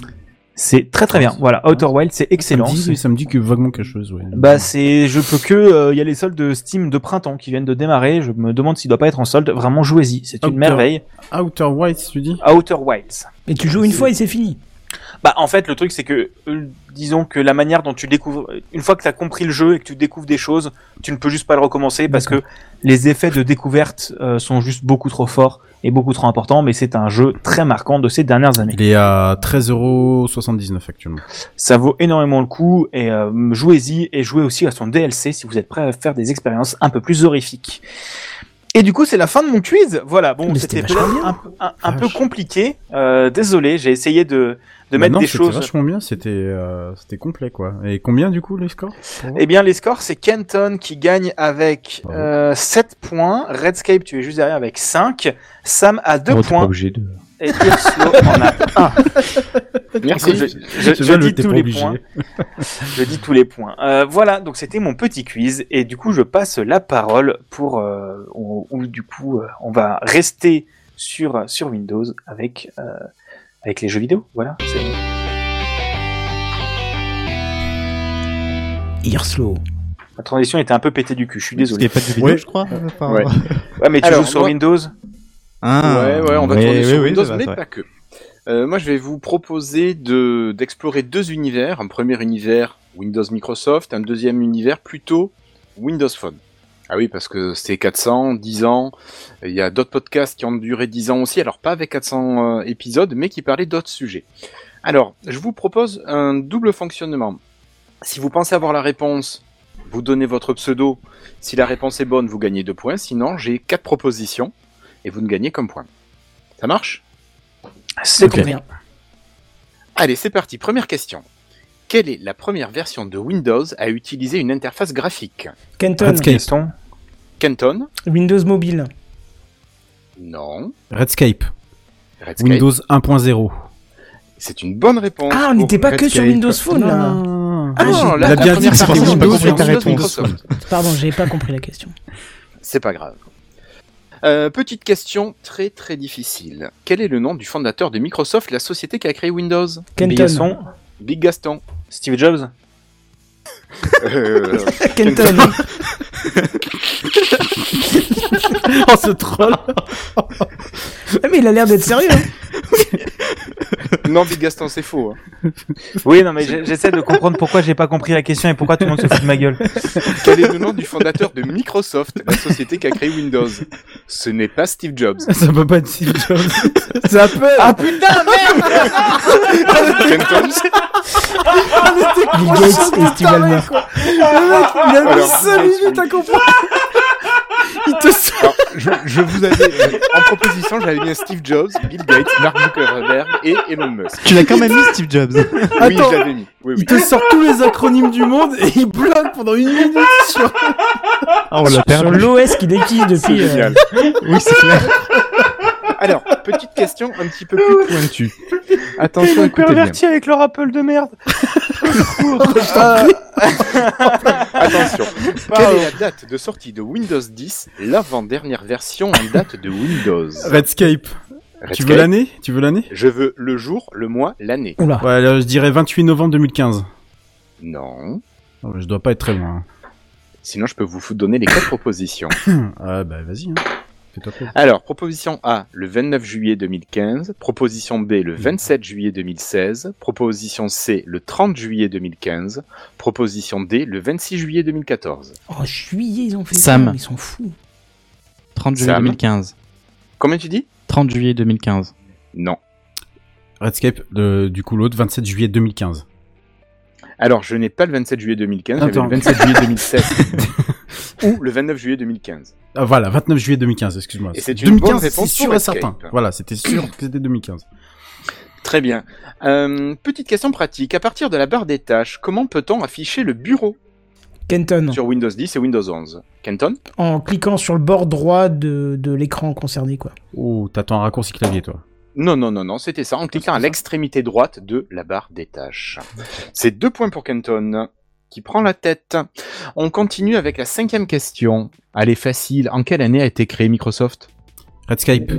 [SPEAKER 7] C'est très très bien. Voilà, Outer Wilds, c'est excellent.
[SPEAKER 2] Ça me dit, ça me dit que vaguement quelque chose, ouais.
[SPEAKER 7] Bah c'est, je peux que, il y a les soldes de Steam de printemps qui viennent de démarrer. Je me demande s'il doit pas être en solde. Vraiment jouez-y, c'est une
[SPEAKER 2] Outer-
[SPEAKER 7] merveille.
[SPEAKER 2] Outer Wilds, tu dis
[SPEAKER 7] Outer Wilds.
[SPEAKER 1] Mais tu joues une
[SPEAKER 2] C'est-
[SPEAKER 1] fois et c'est fini.
[SPEAKER 7] Bah en fait le truc c'est que euh, disons que la manière dont tu découvres euh, une fois que tu as compris le jeu et que tu découvres des choses, tu ne peux juste pas le recommencer parce que les effets de découverte euh, sont juste beaucoup trop forts et beaucoup trop importants mais c'est un jeu très marquant de ces dernières années.
[SPEAKER 2] Il est à 13,79€ actuellement.
[SPEAKER 7] Ça vaut énormément le coup et euh, jouez-y et jouez aussi à son DLC si vous êtes prêt à faire des expériences un peu plus horrifiques. Et du coup, c'est la fin de mon quiz. Voilà, bon,
[SPEAKER 1] Mais
[SPEAKER 7] c'était
[SPEAKER 1] c'était vachement
[SPEAKER 7] peut-être
[SPEAKER 1] bien.
[SPEAKER 7] un, un- un peu compliqué. Euh, désolé, j'ai essayé de, de
[SPEAKER 2] Bah
[SPEAKER 7] mettre
[SPEAKER 2] non,
[SPEAKER 7] des
[SPEAKER 2] c'était
[SPEAKER 7] choses.
[SPEAKER 2] vachement bien, c'était euh, c'était complet quoi. Et combien du coup les scores pour vous
[SPEAKER 7] Eh bien, les scores, c'est Kenton qui gagne avec euh, 7 points. Redscape, tu es juste derrière avec 5. Sam a 2
[SPEAKER 11] Oh, t'es pas
[SPEAKER 7] points.
[SPEAKER 11] obligé de.
[SPEAKER 7] Et Tirso en a 1.
[SPEAKER 2] Merci.
[SPEAKER 7] Je, je-
[SPEAKER 2] C'est
[SPEAKER 7] je
[SPEAKER 2] bien le
[SPEAKER 7] dis
[SPEAKER 2] t'es
[SPEAKER 7] tous
[SPEAKER 2] pas
[SPEAKER 7] les
[SPEAKER 2] obligé.
[SPEAKER 7] points. Je dis tous les points. Euh, voilà, donc c'était mon petit quiz. Et du coup, je passe la parole pour... euh, on- ou du coup, euh, on va rester sur, sur Windows avec, euh, avec les jeux vidéo. Voilà. c'est-
[SPEAKER 1] Earslow.
[SPEAKER 7] La transition était un peu pétée du cul, je suis désolé.
[SPEAKER 3] Parce qu'il y a pas de jeux vidéo, je crois, euh, par-
[SPEAKER 7] Ouais. Ouais, mais tu
[SPEAKER 8] Alors,
[SPEAKER 7] joues sur
[SPEAKER 8] moi-
[SPEAKER 7] Windows
[SPEAKER 3] Ah,
[SPEAKER 8] ouais, ouais, on va
[SPEAKER 3] ouais,
[SPEAKER 8] tourner
[SPEAKER 3] ouais,
[SPEAKER 8] sur
[SPEAKER 3] ouais,
[SPEAKER 8] Windows,
[SPEAKER 3] ça va,
[SPEAKER 8] mais
[SPEAKER 3] ça va.
[SPEAKER 8] pas que. Euh, moi, je vais vous proposer de d'explorer deux univers. Un premier univers Windows Microsoft, un deuxième univers plutôt Windows Phone. Ah oui, parce que c'est 400, 10 ans. Il y a d'autres podcasts qui ont duré 10 ans aussi, alors pas avec 400 euh, épisodes, mais qui parlaient d'autres sujets. Alors, je vous propose un double fonctionnement. Si vous pensez avoir la réponse, vous donnez votre pseudo. Si la réponse est bonne, vous gagnez deux points. Sinon, j'ai quatre propositions et vous ne gagnez qu'un point. Ça marche
[SPEAKER 7] C'est
[SPEAKER 1] Ok.
[SPEAKER 7] compris.
[SPEAKER 8] Allez, c'est parti. Première question. Quelle est la première version de Windows à utiliser une interface graphique
[SPEAKER 1] Kenton.
[SPEAKER 7] Kenton.
[SPEAKER 8] Kenton
[SPEAKER 1] Windows Mobile.
[SPEAKER 8] Non.
[SPEAKER 2] Redscape.
[SPEAKER 8] Redscape
[SPEAKER 2] Windows 1.0.
[SPEAKER 8] C'est une bonne réponse.
[SPEAKER 1] Ah, on n'était pas que sur
[SPEAKER 8] Redscape.
[SPEAKER 1] Windows Phone là.
[SPEAKER 8] Ah,
[SPEAKER 1] j'ai-
[SPEAKER 8] non, là,
[SPEAKER 2] Il a
[SPEAKER 8] la
[SPEAKER 2] bien
[SPEAKER 8] première
[SPEAKER 2] dit que c'était
[SPEAKER 8] partie,
[SPEAKER 2] Windows,
[SPEAKER 8] Windows,
[SPEAKER 2] j'ai pas
[SPEAKER 8] Windows,
[SPEAKER 2] répondu.
[SPEAKER 8] Microsoft.
[SPEAKER 1] Pardon, j'avais pas compris la question.
[SPEAKER 8] C'est pas grave. Euh, petite question très très difficile. Quel est le nom du fondateur de Microsoft, la société qui a créé Windows
[SPEAKER 1] Kenton. [LAUGHS]
[SPEAKER 7] Bigasson,
[SPEAKER 8] Big Gaston.
[SPEAKER 7] Steve Jobs.
[SPEAKER 8] Euh,
[SPEAKER 1] Kenton.
[SPEAKER 7] [LAUGHS]
[SPEAKER 2] Oh ce troll
[SPEAKER 1] Ah, mais il a l'air d'être sérieux. hein.
[SPEAKER 8] non, Big Gaston, c'est faux. hein.
[SPEAKER 7] Oui, non, mais j'ai- j'essaie de comprendre pourquoi j'ai pas compris la question et pourquoi tout le monde se fout de ma gueule.
[SPEAKER 8] Quel est le nom du fondateur de Microsoft, la société qui a créé Windows Ce n'est pas Steve Jobs.
[SPEAKER 2] [LAUGHS] Ça peut pas être Steve Jobs.
[SPEAKER 1] Ça peut.
[SPEAKER 7] Ah putain,
[SPEAKER 1] [LAUGHS]
[SPEAKER 7] merde
[SPEAKER 8] Kenton
[SPEAKER 1] Bill Gates et Steve Ballmer. Il a mis
[SPEAKER 8] Alors,
[SPEAKER 1] 5 minutes à comprendre. Il te sort.
[SPEAKER 8] Alors, je, je vous avais euh, en proposition, j'avais bien Steve Jobs, Bill Gates, Mark Zuckerberg et Elon Musk.
[SPEAKER 3] Tu l'as quand [LAUGHS] même mis, Steve Jobs.
[SPEAKER 8] Oui,
[SPEAKER 2] Attends.
[SPEAKER 8] j'avais mis. Oui, oui.
[SPEAKER 2] Il te sort tous les acronymes du monde et il bloque pendant une minute sur.
[SPEAKER 3] Ah, on l'a
[SPEAKER 1] Sur
[SPEAKER 3] perdu.
[SPEAKER 1] l'OS qu'il déquille depuis. euh,
[SPEAKER 8] Génial.
[SPEAKER 3] Oui, c'est clair.
[SPEAKER 8] Alors, petite question un petit peu plus pointue. Attention, écoutez bien.
[SPEAKER 7] Perverti avec leur Apple de merde.
[SPEAKER 8] Attention. Quelle est la date de sortie de Windows 10, l'avant-dernière version en date de Windows
[SPEAKER 2] Redscape. Tu
[SPEAKER 8] Redscape,
[SPEAKER 2] veux l'année Tu veux l'année
[SPEAKER 8] Je veux le jour, le mois, l'année.
[SPEAKER 1] Oula.
[SPEAKER 2] Ouais, là, je dirais 28 novembre 2015.
[SPEAKER 8] Non.
[SPEAKER 2] Non, mais Je dois pas être très loin.
[SPEAKER 8] Sinon, je peux vous donner les quatre propositions.
[SPEAKER 2] hein. Ah bah vas-y. Hein. Fais-toi plaisir.
[SPEAKER 8] Alors, proposition A, le 29 juillet 2015. Proposition B, le 27 juillet 2016. Proposition C, le 30 juillet 2015. Proposition D, le 26 juillet 2014.
[SPEAKER 1] Oh, juillet, ils ont fait
[SPEAKER 3] Sam.
[SPEAKER 1] ça. mais Ils sont fous.
[SPEAKER 3] 30 juillet
[SPEAKER 8] Sam.
[SPEAKER 3] 2015.
[SPEAKER 8] Combien tu dis
[SPEAKER 3] 30 juillet 2015.
[SPEAKER 8] Non.
[SPEAKER 2] Redscape, de- du coup l'autre, 27 juillet 2015.
[SPEAKER 8] Alors, je n'ai pas le 27 juillet 2015, j'avais
[SPEAKER 2] Attends.
[SPEAKER 8] le 27 juillet 2016. ou le 29 juillet 2015.
[SPEAKER 2] Ah, voilà, 29 juillet 2015, excuse-moi.
[SPEAKER 8] Et c'est une
[SPEAKER 2] 2015,
[SPEAKER 8] bonne
[SPEAKER 2] c'est
[SPEAKER 8] réponse
[SPEAKER 2] sûr
[SPEAKER 8] pour
[SPEAKER 2] et certain.
[SPEAKER 8] Redscape.
[SPEAKER 2] Voilà, c'était sûr que c'était 2015.
[SPEAKER 8] Très bien. Euh, petite question pratique. À partir de la barre des tâches, comment peut-on afficher le bureau
[SPEAKER 1] Kenton.
[SPEAKER 8] sur Windows 10 et Windows 11 Kenton
[SPEAKER 1] En cliquant sur le bord droit de, de l'écran concerné, quoi.
[SPEAKER 2] Oh, t'attends un raccourci clavier, toi.
[SPEAKER 8] Non, non, non, non, c'était ça, en cliquant à l'extrémité droite de la barre des tâches. C'est deux points pour Kenton, qui prend la tête. On continue avec la cinquième question. Elle est facile. En quelle année a été créé Microsoft
[SPEAKER 2] Redscape,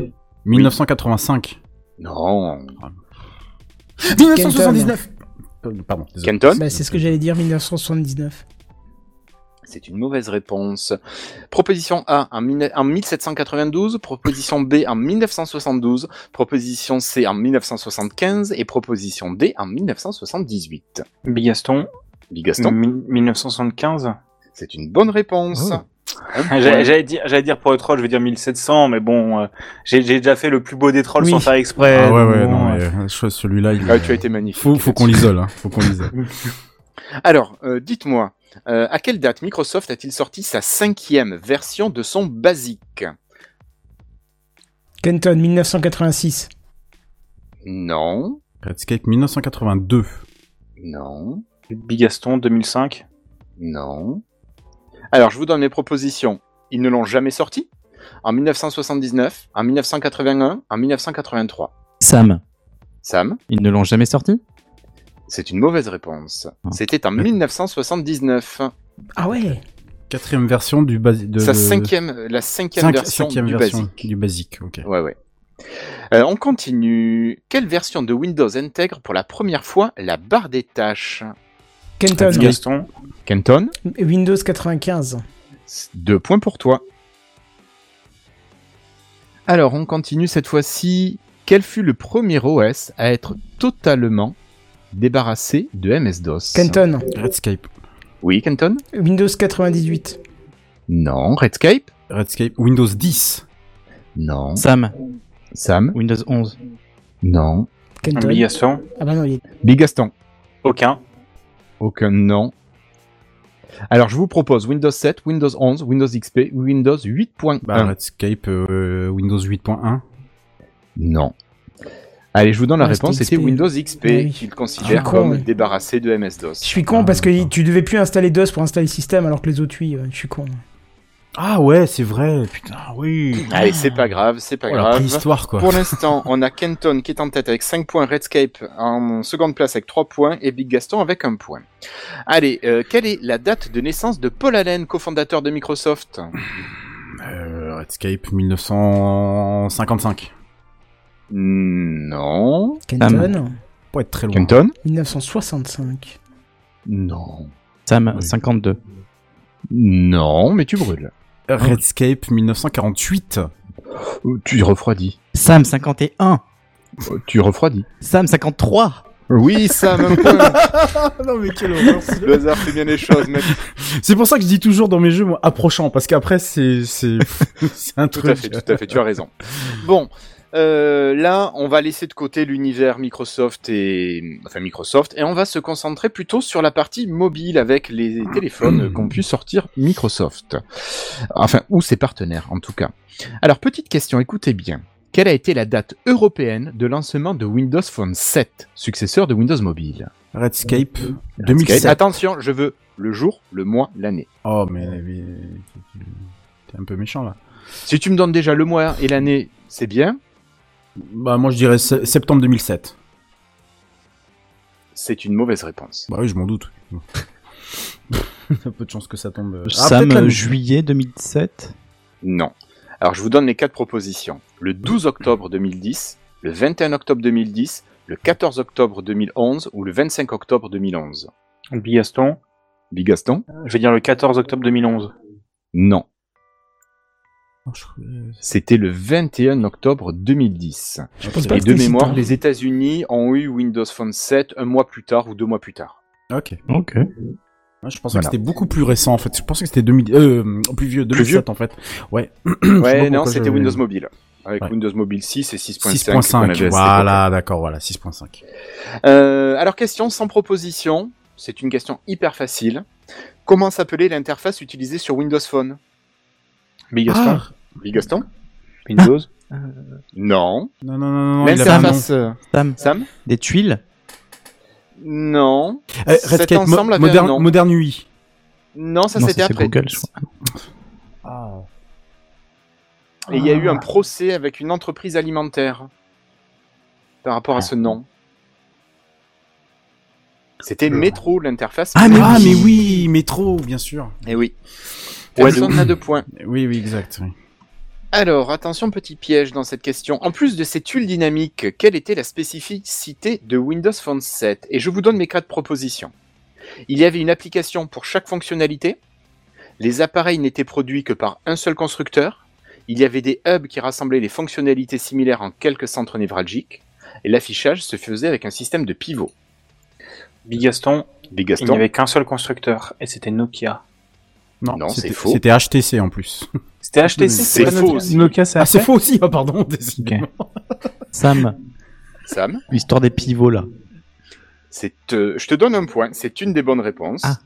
[SPEAKER 2] 1985.
[SPEAKER 8] Non.
[SPEAKER 2] 1979 Pardon, désolé.
[SPEAKER 8] Kenton
[SPEAKER 2] Euh,
[SPEAKER 1] Bah, c'est ce que j'allais dire, 1979.
[SPEAKER 8] C'est une mauvaise réponse. Proposition A en, mille- en 1792, proposition B en 1972, proposition C en 1975 et proposition D en 1978.
[SPEAKER 7] Bigaston.
[SPEAKER 2] Mm.
[SPEAKER 8] Bigaston,
[SPEAKER 7] 1975
[SPEAKER 8] c'est une bonne réponse.
[SPEAKER 2] Oh.
[SPEAKER 8] Un
[SPEAKER 2] [LAUGHS]
[SPEAKER 8] point.
[SPEAKER 7] J'allais j'allais dire, j'allais dire pour le troll, je vais dire 1700, mais bon, euh, j'ai j'ai déjà fait le plus beau des trolls
[SPEAKER 1] Oui.
[SPEAKER 7] sans faire exprès.
[SPEAKER 2] Ah ouais,
[SPEAKER 7] donc
[SPEAKER 2] ouais,
[SPEAKER 7] bon,
[SPEAKER 2] non,
[SPEAKER 7] euh,
[SPEAKER 2] mais, euh, je- celui-là, il
[SPEAKER 8] Ah, tu as été magnifique.
[SPEAKER 2] faut, faut qu'on l'isole, hein. Faut qu'on l'isole.
[SPEAKER 8] Alors, euh, dites-moi, euh, à quelle date Microsoft a-t-il sorti sa cinquième version de son basique
[SPEAKER 1] Kenton, 1986.
[SPEAKER 8] Non,
[SPEAKER 2] Redscape 1982.
[SPEAKER 8] non,
[SPEAKER 7] Bigaston 2005.
[SPEAKER 8] non. Alors, je vous donne mes propositions. Ils ne l'ont jamais sorti en 1979, en 1981, en 1983.
[SPEAKER 3] Sam,
[SPEAKER 8] Sam,
[SPEAKER 3] ils ne l'ont jamais sorti
[SPEAKER 8] c'est une mauvaise réponse.
[SPEAKER 2] Ah.
[SPEAKER 8] C'était en 1979.
[SPEAKER 1] Ah ouais
[SPEAKER 2] Quatrième version du basique. De...
[SPEAKER 8] Sa cinquième, la cinquième
[SPEAKER 2] Cinq-
[SPEAKER 8] version
[SPEAKER 2] cinquième
[SPEAKER 8] du
[SPEAKER 2] version
[SPEAKER 8] basique.
[SPEAKER 2] du basique, ok.
[SPEAKER 8] Ouais, ouais. Euh, on continue. Quelle version de Windows intègre pour la première fois la barre des tâches
[SPEAKER 1] Kenton,
[SPEAKER 7] Bigaston.
[SPEAKER 8] Kenton,
[SPEAKER 1] Windows 95.
[SPEAKER 8] deux points pour toi. Alors, on continue cette fois-ci. Quel fut le premier OS à être totalement débarrassé de MS-DOS
[SPEAKER 1] Kenton,
[SPEAKER 2] Redscape.
[SPEAKER 8] Oui, Kenton
[SPEAKER 1] Windows 98.
[SPEAKER 8] Non. Redscape
[SPEAKER 2] Redscape. Windows 10.
[SPEAKER 8] Non.
[SPEAKER 3] Sam,
[SPEAKER 8] Sam
[SPEAKER 3] Windows 11.
[SPEAKER 8] Non.
[SPEAKER 1] Kenton.
[SPEAKER 7] Bigaston.
[SPEAKER 1] Ah bah non, il est...
[SPEAKER 8] Bigaston
[SPEAKER 7] Aucun.
[SPEAKER 8] Aucun non. Alors, je vous propose Windows 7, Windows 11, Windows XP, Windows 8.1.
[SPEAKER 2] Bah, Redscape, euh, Windows 8.1.
[SPEAKER 8] Non. Allez, je vous donne la
[SPEAKER 1] Windows
[SPEAKER 8] réponse,
[SPEAKER 1] XP.
[SPEAKER 8] c'était Windows XP,
[SPEAKER 1] Oui.
[SPEAKER 8] qu'il considère
[SPEAKER 1] Ah, con,
[SPEAKER 8] comme
[SPEAKER 1] oui.
[SPEAKER 8] débarrassé de
[SPEAKER 1] Je
[SPEAKER 8] MS-DOS.
[SPEAKER 1] suis con
[SPEAKER 2] Ah,
[SPEAKER 1] parce que
[SPEAKER 2] d'accord.
[SPEAKER 1] tu devais plus installer DOS pour installer système alors que les autres oui, ouais, je suis con.
[SPEAKER 2] Ah ouais, c'est vrai, putain, oui.
[SPEAKER 8] Allez, c'est pas grave, c'est pas
[SPEAKER 2] Ah, Oh, la
[SPEAKER 8] grave.
[SPEAKER 2] préhistoire, quoi.
[SPEAKER 8] Pour l'instant, on a Kenton qui est en tête avec 5 points, Redscape en seconde place avec 3 points et Big Gaston avec 1 point. Allez, euh, quelle est la date de naissance de Paul Allen, cofondateur de Microsoft
[SPEAKER 2] Euh, Redscape 1955.
[SPEAKER 8] Non.
[SPEAKER 1] Kenton,
[SPEAKER 2] Pas être très loin.
[SPEAKER 8] Kenton
[SPEAKER 1] 1965.
[SPEAKER 8] Non.
[SPEAKER 3] Sam,
[SPEAKER 2] Oui.
[SPEAKER 3] 52.
[SPEAKER 8] Non, mais tu brûles.
[SPEAKER 2] Redscape 1948.
[SPEAKER 8] Euh, Tu refroidis.
[SPEAKER 3] Sam, 51.
[SPEAKER 8] Euh, Tu refroidis.
[SPEAKER 3] Sam, 53.
[SPEAKER 8] Oui, ça, même point.
[SPEAKER 2] [LAUGHS] non mais quelle horreur.
[SPEAKER 8] Le hasard fait bien les choses, mec.
[SPEAKER 2] C'est pour ça que je dis toujours dans mes jeux, moi, approchant, parce qu'après, c'est, c'est, [LAUGHS] c'est un
[SPEAKER 8] Tout
[SPEAKER 2] truc.
[SPEAKER 8] à fait, tout à fait. Tu as raison. Bon. euh, là, on va laisser de côté l'univers Microsoft et enfin Microsoft et on va se concentrer plutôt sur la partie mobile avec les téléphones qu'ont pu sortir Microsoft, enfin ou ses partenaires en tout cas. Alors petite question, écoutez bien. Quelle a été la date européenne de lancement de Windows Phone 7, successeur de Windows Mobile
[SPEAKER 2] Redscape 2007.
[SPEAKER 8] Attention, je veux le jour, le mois, l'année.
[SPEAKER 2] Oh, mais, mais- t'es un peu méchant, là.
[SPEAKER 8] Si tu me donnes déjà le mois et l'année, c'est bien.
[SPEAKER 2] Bah, moi, je dirais se- septembre 2007.
[SPEAKER 8] C'est une mauvaise réponse.
[SPEAKER 2] Bah oui, je m'en doute. [LAUGHS] T'as peu de chance que ça tombe. euh. Ah,
[SPEAKER 3] Sam,
[SPEAKER 2] peut-être la-
[SPEAKER 3] euh, juillet 2007.
[SPEAKER 8] Non. Alors je vous donne les quatre propositions. Le
[SPEAKER 2] Mhm.
[SPEAKER 8] 12 octobre 2010, le 21 octobre 2010, le 14 octobre 2011 ou le 25 octobre 2011.
[SPEAKER 7] Bigaston.
[SPEAKER 8] Bigaston
[SPEAKER 7] Je vais dire le 14 octobre 2011.
[SPEAKER 8] Non.
[SPEAKER 2] Non, je- euh,
[SPEAKER 8] C'était le 21 octobre 2010.
[SPEAKER 1] Je pense pas
[SPEAKER 8] Et
[SPEAKER 1] que
[SPEAKER 8] de
[SPEAKER 1] t'es si
[SPEAKER 8] mémoire,
[SPEAKER 1] tard.
[SPEAKER 8] les États-Unis ont eu Windows Phone 7 un mois plus tard ou deux mois plus tard.
[SPEAKER 2] Ok.
[SPEAKER 3] Ok.
[SPEAKER 2] Ouais, je pensais
[SPEAKER 8] Voilà.
[SPEAKER 2] que c'était beaucoup plus récent en fait. Je pensais que c'était 2000, euh, plus vieux, 2007 en fait. Ouais. [CLEARS THROAT]
[SPEAKER 8] Ouais, non, c'était Windows Mobile. Avec
[SPEAKER 2] Ouais.
[SPEAKER 8] Windows Mobile 6 et 6.5. qu'on avait à
[SPEAKER 2] 6.5.
[SPEAKER 8] cette
[SPEAKER 2] Voilà, d'accord, voilà, 6.5.
[SPEAKER 8] Euh, alors, question sans proposition. C'est une question hyper facile. Comment s'appelait l'interface utilisée sur Windows Phone
[SPEAKER 2] Ah.
[SPEAKER 7] Bigaston.
[SPEAKER 8] Bigaston
[SPEAKER 7] Windows.
[SPEAKER 8] Euh, Non.
[SPEAKER 2] Non, non, non, non. il a pas de nom.
[SPEAKER 8] L'interface euh,
[SPEAKER 3] Sam,
[SPEAKER 8] Sam
[SPEAKER 3] des tuiles.
[SPEAKER 8] Non.
[SPEAKER 2] Eh,
[SPEAKER 8] Cet
[SPEAKER 2] Redscape, mo-
[SPEAKER 8] ensemble avait un
[SPEAKER 2] moderne,
[SPEAKER 8] nom.
[SPEAKER 2] moderne UI.
[SPEAKER 8] Non, ça
[SPEAKER 3] Non,
[SPEAKER 8] c'était
[SPEAKER 3] ça, c'est
[SPEAKER 8] après.
[SPEAKER 3] Google, je crois.
[SPEAKER 8] Et il y a
[SPEAKER 2] Ah.
[SPEAKER 8] eu un procès avec une entreprise alimentaire par rapport à
[SPEAKER 2] Ah.
[SPEAKER 8] ce nom. C'était Metro l'interface.
[SPEAKER 2] Ah mais, ah, mais oui, métro, bien sûr.
[SPEAKER 8] Eh oui. Personne n'a deux points.
[SPEAKER 2] Oui, oui, exact. oui.
[SPEAKER 8] Alors, attention, petit piège dans cette question. En plus de ces tuiles dynamiques, quelle était la spécificité de Windows Phone 7 Et je vous donne mes quatre propositions. Il y avait une application pour chaque fonctionnalité, les appareils n'étaient produits que par un seul constructeur, il y avait des hubs qui rassemblaient les fonctionnalités similaires en quelques centres névralgiques, et l'affichage se faisait avec un système de pivot.
[SPEAKER 7] Bigaston, il n'y
[SPEAKER 8] Bigaston,
[SPEAKER 7] avait qu'un seul constructeur et c'était Nokia.
[SPEAKER 2] Non,
[SPEAKER 8] Non,
[SPEAKER 2] c'était
[SPEAKER 8] Bah, c'est faux.
[SPEAKER 2] C'était HTC en plus.
[SPEAKER 7] C'était HTC,
[SPEAKER 8] C'est
[SPEAKER 7] pas
[SPEAKER 8] faux
[SPEAKER 7] Nokia.
[SPEAKER 8] aussi.
[SPEAKER 11] Nokia, c'est
[SPEAKER 2] Ah, c'est
[SPEAKER 11] après
[SPEAKER 2] faux aussi, ah, pardon, décidément.
[SPEAKER 3] Sam,
[SPEAKER 8] Sam,
[SPEAKER 3] histoire des pivots là.
[SPEAKER 8] c'est, euh, je te donne un point, c'est une des bonnes réponses.
[SPEAKER 3] Ah.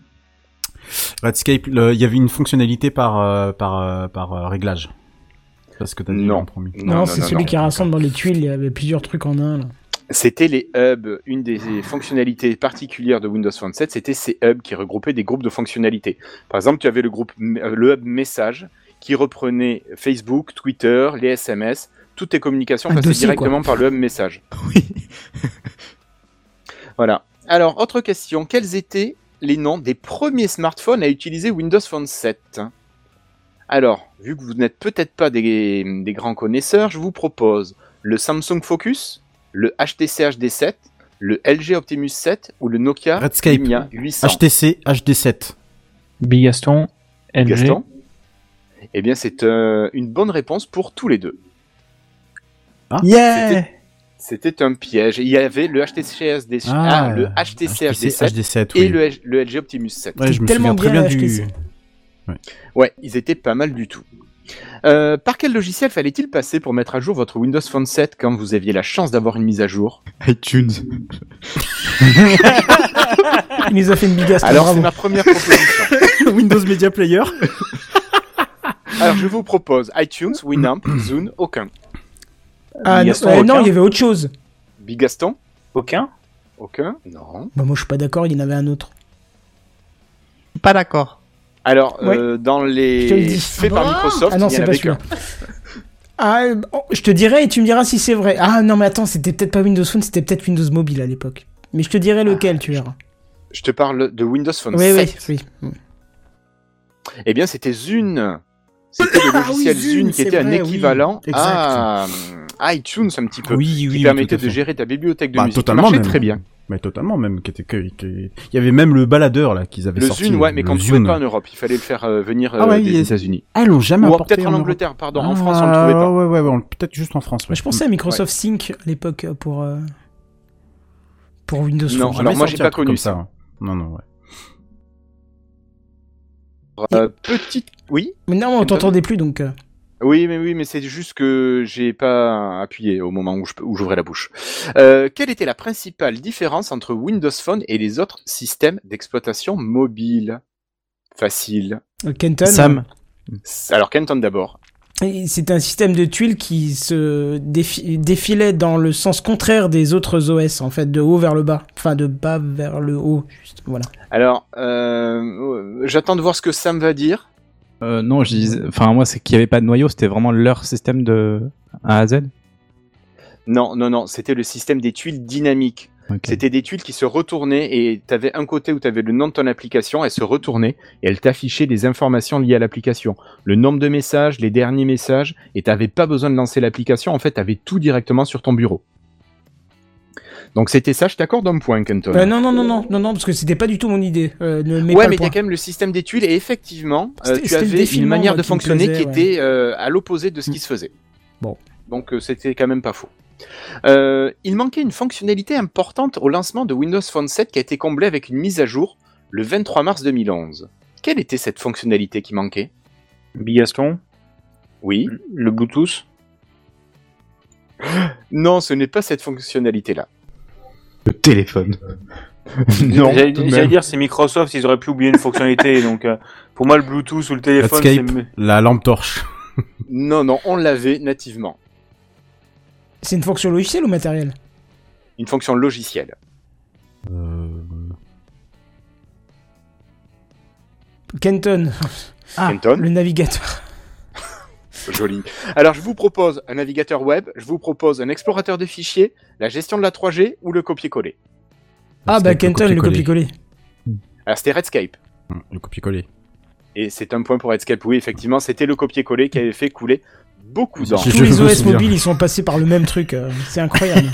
[SPEAKER 2] Redscape, le- il y avait une fonctionnalité par, euh, par, euh, par euh, réglage. Parce que t'as dit
[SPEAKER 8] Non.
[SPEAKER 2] en premier.
[SPEAKER 1] Non, c'est celui qui rassemble dans les tuiles, il y avait plusieurs trucs en un. Là.
[SPEAKER 8] C'était les hubs. Une des fonctionnalités particulières de Windows Phone 7, c'était ces hubs qui regroupaient des groupes de fonctionnalités. Par exemple, tu avais le groupe, euh, le hub message qui reprenait Facebook, Twitter, les SMS, toutes tes communications
[SPEAKER 1] Un
[SPEAKER 8] passaient
[SPEAKER 1] dossier,
[SPEAKER 8] directement par le
[SPEAKER 1] [LAUGHS]
[SPEAKER 8] hub message.
[SPEAKER 3] Oui.
[SPEAKER 8] [LAUGHS] Voilà. Alors, autre question. Quels étaient les noms des premiers smartphones à utiliser Windows Phone 7 Alors, vu que vous n'êtes peut-être pas des, des grands connaisseurs, je vous propose le Samsung Focus, le HTC HD7, le LG Optimus 7 ou le Nokia
[SPEAKER 2] Redscape.
[SPEAKER 8] Lumia 800.
[SPEAKER 2] HTC HD7.
[SPEAKER 11] Bigaston, LG.
[SPEAKER 8] Gaston Eh bien, c'est euh, une bonne réponse pour tous les deux.
[SPEAKER 11] Yeah
[SPEAKER 8] C'était un piège. Il y avait le HTC HD,
[SPEAKER 2] Ah,
[SPEAKER 8] ah, le HTC HD7
[SPEAKER 2] HD7,
[SPEAKER 8] et
[SPEAKER 2] oui.
[SPEAKER 8] le, le LG Optimus 7.
[SPEAKER 2] Ouais, je me
[SPEAKER 1] Tellement
[SPEAKER 2] souviens très
[SPEAKER 1] bien
[SPEAKER 2] bien
[SPEAKER 1] la
[SPEAKER 2] du.
[SPEAKER 1] HTC.
[SPEAKER 8] Ouais, ils étaient pas mal du tout. Euh, par quel logiciel fallait-il passer pour mettre à jour votre Windows Phone 7 quand vous aviez la chance d'avoir une mise à jour
[SPEAKER 3] iTunes.
[SPEAKER 1] Il nous a fait une bigasse.
[SPEAKER 8] Alors c'est
[SPEAKER 1] bravo.
[SPEAKER 8] ma première
[SPEAKER 2] [LAUGHS]
[SPEAKER 8] proposition.
[SPEAKER 2] Windows Media Player.
[SPEAKER 8] Alors je vous propose iTunes,
[SPEAKER 2] [COUGHS]
[SPEAKER 8] Winamp, Zune, aucun.
[SPEAKER 1] Ah, non,
[SPEAKER 7] Bigaston,
[SPEAKER 1] euh, non,
[SPEAKER 7] aucun.
[SPEAKER 1] il y avait autre chose.
[SPEAKER 8] Bigaston
[SPEAKER 7] Aucun
[SPEAKER 8] Aucun Non.
[SPEAKER 1] Bah, moi, je suis pas d'accord, il y en avait un autre.
[SPEAKER 3] Pas d'accord.
[SPEAKER 8] Alors euh, dans
[SPEAKER 1] Je te le
[SPEAKER 8] les
[SPEAKER 1] dis.
[SPEAKER 8] faits par
[SPEAKER 5] Ah
[SPEAKER 8] Microsoft,
[SPEAKER 1] Ah non,
[SPEAKER 8] Oh, il y
[SPEAKER 1] c'est
[SPEAKER 8] en
[SPEAKER 1] pas
[SPEAKER 8] avait
[SPEAKER 1] celui-là.
[SPEAKER 8] qu'un.
[SPEAKER 1] Ah, euh, oh, je te dirai et tu me diras si c'est vrai. Ah non, mais attends, c'était peut-être pas Windows Phone, c'était peut-être Windows Mobile à l'époque. Mais je te dirai lequel, tu verras.
[SPEAKER 8] Je te parle de Windows Phone
[SPEAKER 1] Oui,
[SPEAKER 8] 7.
[SPEAKER 1] oui, oui.
[SPEAKER 8] Eh bien, c'était Zune. C'était le
[SPEAKER 1] Ah oui,
[SPEAKER 8] logiciel
[SPEAKER 1] Zune,
[SPEAKER 8] Zune qui
[SPEAKER 1] c'est
[SPEAKER 8] était un
[SPEAKER 1] vrai, oui.
[SPEAKER 8] équivalent
[SPEAKER 1] Exact.
[SPEAKER 8] à hum, iTunes un petit peu.
[SPEAKER 2] Oui, oui.
[SPEAKER 8] qui
[SPEAKER 2] oui,
[SPEAKER 8] permettait
[SPEAKER 2] tout à
[SPEAKER 8] de
[SPEAKER 2] fait.
[SPEAKER 8] gérer ta bibliothèque de
[SPEAKER 2] Bah,
[SPEAKER 8] musique. qui
[SPEAKER 2] totalement,
[SPEAKER 8] marchait
[SPEAKER 2] même.
[SPEAKER 8] très bien.
[SPEAKER 2] Mais totalement, même. Qui était que, que- Il y avait même le baladeur, là, qu'ils avaient
[SPEAKER 8] Le
[SPEAKER 2] sorti.
[SPEAKER 8] Zune, ouais, mais
[SPEAKER 2] le
[SPEAKER 8] quand on trouvait
[SPEAKER 2] Zune.
[SPEAKER 8] pas en Europe, il fallait le faire euh, venir euh,
[SPEAKER 2] Ah ouais,
[SPEAKER 8] des
[SPEAKER 2] il y a-
[SPEAKER 8] États-Unis.
[SPEAKER 2] Ah, ils l'ont jamais
[SPEAKER 8] Ou
[SPEAKER 2] apporté.
[SPEAKER 8] peut-être en,
[SPEAKER 2] Europe.
[SPEAKER 8] Angleterre, pardon. en
[SPEAKER 2] Ah,
[SPEAKER 8] France, on le
[SPEAKER 1] Euh,
[SPEAKER 8] trouvait pas.
[SPEAKER 2] Ouais, ouais, ouais, on- peut-être juste en France. Ouais.
[SPEAKER 1] Moi, je pensais à Microsoft Sync à l'époque euh, pour, euh, pour Windows
[SPEAKER 8] Non,
[SPEAKER 1] Phone.
[SPEAKER 8] alors moi, j'ai
[SPEAKER 2] Sorti un
[SPEAKER 8] pas
[SPEAKER 2] truc
[SPEAKER 8] connu
[SPEAKER 2] comme ça. Non, non, ouais.
[SPEAKER 8] Euh, petite. Oui,
[SPEAKER 1] Mais non, on t'entendait plus donc. euh,
[SPEAKER 8] oui, mais oui, mais c'est juste que j'ai pas appuyé au moment où je- où j'ouvrais la bouche. Euh, quelle était la principale différence entre Windows Phone et les autres systèmes d'exploitation mobile Facile.
[SPEAKER 1] Kenton.
[SPEAKER 3] Sam,
[SPEAKER 8] Alors, Kenton d'abord.
[SPEAKER 1] Et C'était un système de tuiles qui se défi- défilait dans le sens contraire des autres OS, en fait, de haut vers le bas. Enfin, de bas vers le haut, juste, voilà.
[SPEAKER 8] Alors, euh, j'attends de voir ce que Sam va dire.
[SPEAKER 3] euh, non, je disais, enfin moi c'est qu'il n'y avait pas de noyau, c'était vraiment leur système de A à Z.
[SPEAKER 8] Non, non, non, c'était le système des tuiles dynamiques.
[SPEAKER 3] Ok.
[SPEAKER 8] C'était des tuiles qui se retournaient et tu avais un côté où tu avais le nom de ton application, elle se retournait et elle t'affichait des informations liées à l'application. Le nombre de messages, les derniers messages, et tu pas besoin de lancer l'application, en fait tu avais tout directement sur ton bureau. Donc c'était ça, je t'accorde un point, Kenton.
[SPEAKER 1] Euh, non, non, non, non, non, non, parce que c'était pas du tout mon idée. Euh, ne mets
[SPEAKER 8] ouais,
[SPEAKER 1] pas
[SPEAKER 8] mais
[SPEAKER 1] le
[SPEAKER 8] tu as
[SPEAKER 1] point.
[SPEAKER 8] quand même le système des tuiles et effectivement, euh,
[SPEAKER 1] C'était-
[SPEAKER 8] tu
[SPEAKER 1] c'était le
[SPEAKER 8] avais une
[SPEAKER 1] défilement,
[SPEAKER 8] manière
[SPEAKER 1] moi,
[SPEAKER 8] de
[SPEAKER 1] qui me
[SPEAKER 8] fonctionner
[SPEAKER 1] plaisait,
[SPEAKER 8] qui
[SPEAKER 1] ouais. Mm.
[SPEAKER 8] était euh, à l'opposé de ce qui se faisait.
[SPEAKER 1] Bon.
[SPEAKER 8] Donc euh, c'était quand même pas faux. Euh, il manquait une fonctionnalité importante au lancement de Windows Phone 7 qui a été comblée avec une mise à jour le 23 mars 2011. Quelle était cette fonctionnalité qui manquait
[SPEAKER 7] Bigaston
[SPEAKER 8] Oui.
[SPEAKER 7] Le Bluetooth
[SPEAKER 8] [GASPS] Non, ce n'est pas cette fonctionnalité-là.
[SPEAKER 3] le téléphone. non.
[SPEAKER 7] J'allais
[SPEAKER 3] tout de
[SPEAKER 7] j'allais
[SPEAKER 3] même.
[SPEAKER 7] dire, c'est Microsoft, ils auraient pu oublier une fonctionnalité. donc, euh, pour moi, le Bluetooth ou le téléphone, c'est.
[SPEAKER 2] Redscape, la lampe torche.
[SPEAKER 8] Non, non, on l'avait nativement.
[SPEAKER 1] C'est une fonction logicielle ou matérielle
[SPEAKER 8] Une fonction logicielle.
[SPEAKER 2] Euh,
[SPEAKER 1] Kenton,
[SPEAKER 3] Ah,
[SPEAKER 8] Kenton
[SPEAKER 1] le navigateur.
[SPEAKER 8] Joli. Alors, je vous propose un navigateur web, je vous propose un explorateur de fichiers, la gestion de la 3G ou le copier-coller.
[SPEAKER 1] Ah, bah
[SPEAKER 2] Redscape,
[SPEAKER 1] Kenton, le copier-coller.
[SPEAKER 8] Alors, c'était Redscape.
[SPEAKER 2] Hum, Le copier-coller.
[SPEAKER 8] Et c'est un point pour Redscape. Oui, effectivement, c'était le copier-coller qui avait fait couler beaucoup
[SPEAKER 2] [LAUGHS]
[SPEAKER 8] d'encre.
[SPEAKER 2] Je-
[SPEAKER 1] Tous
[SPEAKER 2] je
[SPEAKER 1] les
[SPEAKER 2] me
[SPEAKER 1] OS
[SPEAKER 2] souviens.
[SPEAKER 1] mobiles, ils sont passés par le même truc. euh, C'est incroyable.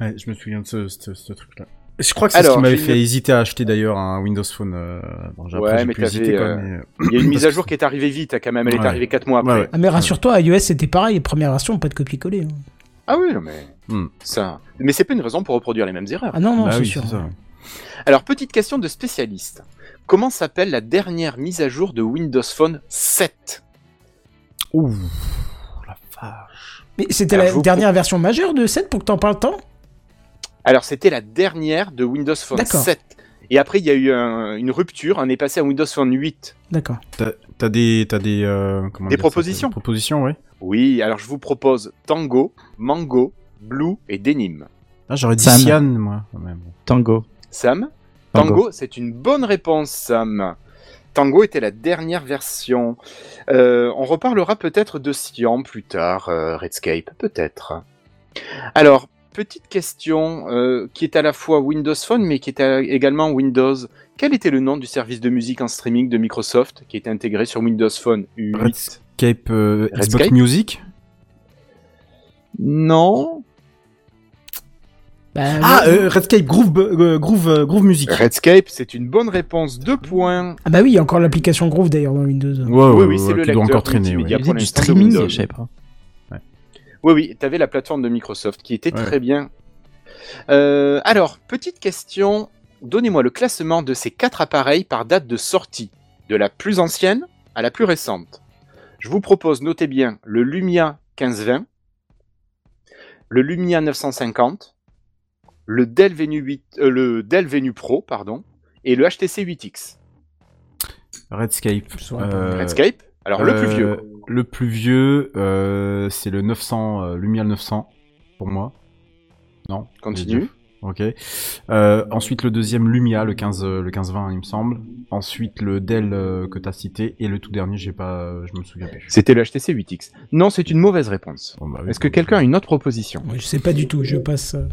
[SPEAKER 2] Ouais, je me souviens de ce, ce- ce truc-là. Je crois que c'est ce
[SPEAKER 8] Alors,
[SPEAKER 2] qui m'avait
[SPEAKER 8] j'ai
[SPEAKER 2] fait
[SPEAKER 8] une-
[SPEAKER 2] hésiter à acheter d'ailleurs un Windows Phone. euh, bon, j'ai- après,
[SPEAKER 8] ouais,
[SPEAKER 2] j'ai
[SPEAKER 8] mais
[SPEAKER 2] pu hésiter,
[SPEAKER 8] t'avais,
[SPEAKER 2] quoi,
[SPEAKER 8] euh,
[SPEAKER 2] mais, euh,
[SPEAKER 8] il y a une mise à jour qui est arrivée vite, hein, quand même. Elle
[SPEAKER 2] Ouais.
[SPEAKER 8] est arrivée 4 mois après.
[SPEAKER 2] Ouais, ouais.
[SPEAKER 1] Ah mais rassure-toi, iOS c'était pareil, première version, pas de copier-coller. hein.
[SPEAKER 8] Ah oui, non, mais
[SPEAKER 2] Hmm.
[SPEAKER 8] ça. Mais c'est pas une raison pour reproduire les mêmes erreurs.
[SPEAKER 1] Ah non, non, Bah c'est oui, sûr. c'est ça,
[SPEAKER 8] Alors, petite question de spécialiste. Comment s'appelle la dernière mise à jour de Windows Phone 7
[SPEAKER 2] Ouh,
[SPEAKER 1] Mais c'était
[SPEAKER 8] Alors,
[SPEAKER 1] la
[SPEAKER 8] je vous
[SPEAKER 1] dernière version majeure de 7 pour que t'en parles tant
[SPEAKER 8] Alors, c'était la dernière de Windows Phone
[SPEAKER 1] D'accord.
[SPEAKER 8] 7. Et après, il y a eu un- une rupture. On est passé à Windows Phone 8.
[SPEAKER 1] D'accord.
[SPEAKER 2] T'as- T'as des, t'as des, euh, comment
[SPEAKER 8] Des
[SPEAKER 2] dire ça,
[SPEAKER 8] propositions
[SPEAKER 2] Des propositions, ouais.
[SPEAKER 8] Oui, alors je vous propose Tango, Mango, Blue et Denim.
[SPEAKER 2] Ah, j'aurais dit
[SPEAKER 3] Sam.
[SPEAKER 2] Cyan, moi. quand même.
[SPEAKER 3] Tango.
[SPEAKER 8] Sam
[SPEAKER 3] Tango.
[SPEAKER 8] Tango, c'est une bonne réponse, Sam. Tango était la dernière version. Euh, on reparlera peut-être de Cyan plus tard, euh, Redscape, peut-être. Alors, petite question euh, qui est à la fois Windows Phone, mais qui est à- également Windows. Quel était le nom du service de musique en streaming de Microsoft qui était intégré sur Windows Phone 8
[SPEAKER 2] Redscape, euh, Xbox
[SPEAKER 8] Redscape
[SPEAKER 2] Music.
[SPEAKER 8] Non.
[SPEAKER 1] Bah,
[SPEAKER 2] Ah,
[SPEAKER 1] ouais.
[SPEAKER 2] euh, Redscape Groove, euh, Groove, euh, Groove Music.
[SPEAKER 8] Redscape, c'est une bonne réponse. Deux points.
[SPEAKER 1] Ah bah oui, il y a encore l'application Groove d'ailleurs dans Windows.
[SPEAKER 8] oui, oui, c'est le
[SPEAKER 2] qui
[SPEAKER 8] lecteur
[SPEAKER 2] doit encore traîner.
[SPEAKER 8] multimédia
[SPEAKER 2] ouais.
[SPEAKER 8] pour
[SPEAKER 3] du
[SPEAKER 8] l'instant de
[SPEAKER 3] streaming,
[SPEAKER 8] Windows.
[SPEAKER 3] je savais pas.
[SPEAKER 8] Oui, oui, tu avais la plateforme de Microsoft qui était
[SPEAKER 2] Ouais.
[SPEAKER 8] très bien. Euh, alors, petite question. Donnez-moi le classement de ces quatre appareils par date de sortie, de la plus ancienne à la plus récente. Je vous propose, notez bien, le Lumia 1520, le Lumia 950, le Dell Venu 8, euh, le Dell Venu Pro, pardon, et le HTC 8X.
[SPEAKER 2] Redscape.
[SPEAKER 1] saurais pas.
[SPEAKER 2] euh,
[SPEAKER 8] Redscape Alors, le plus
[SPEAKER 2] euh,
[SPEAKER 8] vieux.
[SPEAKER 2] Le plus vieux, euh, c'est le 900, euh, Lumia 900, pour moi. Non.
[SPEAKER 8] Continue.
[SPEAKER 2] j'ai dit. Ok. Euh, ensuite, le deuxième, Lumia, le 15, euh, le 15-20, il me semble. Ensuite, le Dell euh, que t'as cité. Et le tout dernier, j'ai pas, euh, je me souviens plus.
[SPEAKER 8] C'était le HTC 8X. Non, c'est une mauvaise réponse.
[SPEAKER 2] Bon, bah oui,
[SPEAKER 8] Est-ce que
[SPEAKER 2] bon.
[SPEAKER 8] quelqu'un a une autre proposition
[SPEAKER 1] Ouais, je sais pas du tout, je passe. euh.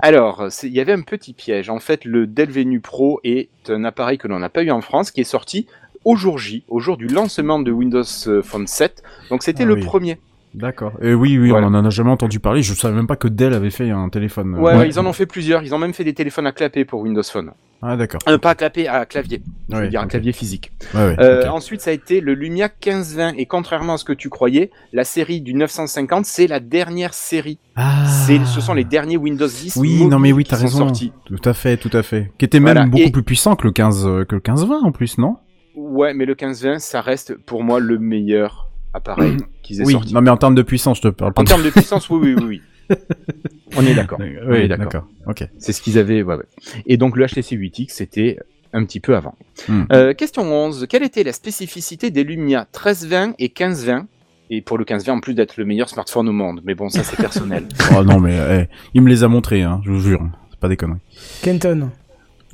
[SPEAKER 8] Alors, c'est- il y avait un petit piège. En fait, le Dell Venu Pro est un appareil que l'on n'a pas eu en France, qui est sorti au jour J, au jour du lancement de Windows euh, Phone 7. Donc c'était
[SPEAKER 2] Ah
[SPEAKER 8] le
[SPEAKER 2] oui.
[SPEAKER 8] premier.
[SPEAKER 2] D'accord. Et oui, oui,
[SPEAKER 8] Voilà.
[SPEAKER 2] on en a jamais entendu parler. Je savais même pas que Dell avait fait un téléphone. euh,
[SPEAKER 8] Ouais, ouais, ils en ont fait plusieurs. Ils ont même fait des téléphones à clapet pour Windows Phone.
[SPEAKER 2] Ah, d'accord.
[SPEAKER 8] Euh, pas à clapet, à clavier. Je veux
[SPEAKER 2] Ouais,
[SPEAKER 8] dire, un
[SPEAKER 2] ok.
[SPEAKER 8] clavier physique.
[SPEAKER 2] Ouais, ouais,
[SPEAKER 8] Euh,
[SPEAKER 2] ok.
[SPEAKER 8] Ensuite, ça a été le Lumia 1520. Et contrairement à ce que tu croyais, la série du 950, c'est la dernière série.
[SPEAKER 2] Ah.
[SPEAKER 8] C'est- Ce sont les derniers Windows 10
[SPEAKER 2] Oui,
[SPEAKER 8] mobiles
[SPEAKER 2] non mais oui, t'as
[SPEAKER 8] qui sont
[SPEAKER 2] raison.
[SPEAKER 8] sortis.
[SPEAKER 2] Tout à fait, tout à fait. Qui était même
[SPEAKER 8] Voilà,
[SPEAKER 2] beaucoup
[SPEAKER 8] et-
[SPEAKER 2] plus puissant que le 15 euh, que le 15-20 en plus, non
[SPEAKER 8] Ouais, mais le 1520, ça reste pour moi le meilleur appareil qu'ils aient
[SPEAKER 2] Mm. Oui.
[SPEAKER 8] sorti.
[SPEAKER 2] Non mais en termes de puissance, je te parle. pas
[SPEAKER 8] En termes de puissance, oui, oui, oui. oui. [LAUGHS] On est d'accord. On
[SPEAKER 2] Oui,
[SPEAKER 8] est
[SPEAKER 2] d'accord. Ok.
[SPEAKER 8] C'est ce qu'ils avaient. ouais, ouais. Et donc le HTC 8X, c'était un petit peu avant.
[SPEAKER 2] Hmm.
[SPEAKER 8] Euh, question 11. Quelle était la spécificité des Lumia 1320 et 1520 Et pour le 1520, en plus d'être le meilleur smartphone au monde. Mais bon, ça, c'est [LAUGHS] personnel.
[SPEAKER 2] oh non mais [LAUGHS] eh, il me les a montrés, hein, je vous jure. C'est pas des conneries.
[SPEAKER 1] Kenton,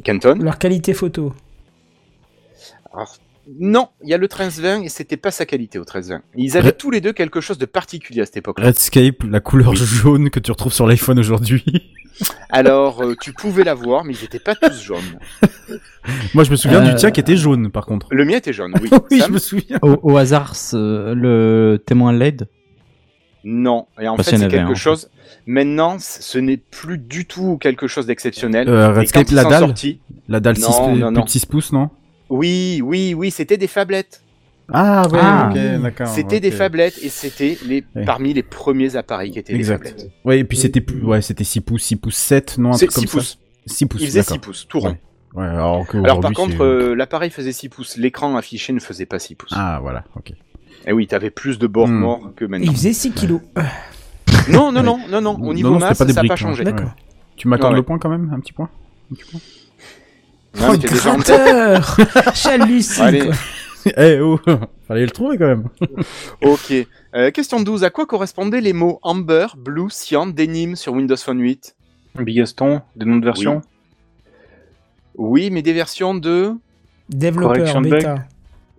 [SPEAKER 8] Canton
[SPEAKER 1] leur qualité photo.
[SPEAKER 8] Alors, Non, il y a le 1320 et c'était pas sa qualité au 1320. Ils avaient
[SPEAKER 2] Re-
[SPEAKER 8] tous les deux quelque chose de particulier à cette époque-là.
[SPEAKER 2] Redscape, la couleur jaune que tu retrouves sur l'iPhone aujourd'hui. [LAUGHS]
[SPEAKER 8] Alors, euh, tu pouvais l'avoir, mais ils n'étaient pas tous jaunes.
[SPEAKER 2] Moi, je me souviens
[SPEAKER 3] Euh,
[SPEAKER 2] du tien qui était jaune, par contre.
[SPEAKER 8] Le mien était jaune, [LAUGHS] oui.
[SPEAKER 2] [LAUGHS] oui,
[SPEAKER 8] Sam
[SPEAKER 2] je me souviens.
[SPEAKER 3] Au, au hasard, ce- le témoin LED.
[SPEAKER 8] Non, et en
[SPEAKER 3] Parce
[SPEAKER 8] fait,
[SPEAKER 3] qu'il y en
[SPEAKER 8] c'est
[SPEAKER 3] avait
[SPEAKER 8] quelque
[SPEAKER 3] un.
[SPEAKER 8] chose. Maintenant, c- ce n'est plus du tout quelque chose d'exceptionnel.
[SPEAKER 2] Euh,
[SPEAKER 8] Et
[SPEAKER 2] Redscape,
[SPEAKER 8] quand ils
[SPEAKER 2] la
[SPEAKER 8] sont
[SPEAKER 2] dalle
[SPEAKER 8] sortis-
[SPEAKER 2] La dalle
[SPEAKER 8] Non,
[SPEAKER 2] 6 plus
[SPEAKER 8] non,
[SPEAKER 2] de
[SPEAKER 8] non.
[SPEAKER 2] 6 pouces, non
[SPEAKER 8] Oui, oui, oui, c'était des phablettes.
[SPEAKER 2] Ah ouais,
[SPEAKER 3] Ah.
[SPEAKER 2] ok, d'accord.
[SPEAKER 8] C'était des
[SPEAKER 2] ok.
[SPEAKER 8] phablettes et c'était les
[SPEAKER 2] Ouais.
[SPEAKER 8] parmi les premiers appareils qui étaient des
[SPEAKER 2] Exact.
[SPEAKER 8] phablettes.
[SPEAKER 2] Ouais, et puis c'était plus ouais, c'était 6 pouces, 6 pouces 7, non, un
[SPEAKER 8] C'est
[SPEAKER 2] truc comme
[SPEAKER 8] 6 pouces.
[SPEAKER 2] ça. 6 pouces.
[SPEAKER 8] Ils faisaient 6
[SPEAKER 2] d'accord.
[SPEAKER 8] pouces, tout rond.
[SPEAKER 2] Ouais. Ouais, alors que
[SPEAKER 8] Alors par
[SPEAKER 2] aujourd'hui,
[SPEAKER 8] contre,
[SPEAKER 2] c'est-
[SPEAKER 8] euh, l'appareil faisait 6 pouces, l'écran affiché ne faisait pas 6 pouces.
[SPEAKER 2] Ah voilà, OK.
[SPEAKER 8] Et oui, t'avais plus de bords
[SPEAKER 2] Hmm.
[SPEAKER 8] morts que
[SPEAKER 1] Et il
[SPEAKER 8] maintenant.
[SPEAKER 1] faisait 6 kilos. Euh,
[SPEAKER 8] Non, non, non, non, non, au niveau
[SPEAKER 2] non, c'était
[SPEAKER 8] masse,
[SPEAKER 2] pas des
[SPEAKER 8] ça n'a pas
[SPEAKER 2] briques, hein.
[SPEAKER 8] changé.
[SPEAKER 1] D'accord.
[SPEAKER 2] Ouais. Tu m'accordes
[SPEAKER 8] Ouais,
[SPEAKER 2] le
[SPEAKER 8] ouais.
[SPEAKER 2] point quand même Un petit point
[SPEAKER 8] Non, mais
[SPEAKER 1] oh,
[SPEAKER 8] t'es déjà en tête.
[SPEAKER 1] gratteur [LAUGHS] J'hallucine
[SPEAKER 8] Allez.
[SPEAKER 1] quoi.
[SPEAKER 2] [LAUGHS] Eh oh [LAUGHS] Fallait le trouver quand même
[SPEAKER 8] Ok. Euh, question 12. À quoi correspondaient les mots Amber, Blue, Cyan, Denim sur Windows Phone 8
[SPEAKER 11] Bigaston, des noms de versions.
[SPEAKER 8] Oui, mais des versions de...
[SPEAKER 1] Développeur
[SPEAKER 11] Correction de
[SPEAKER 1] bêta.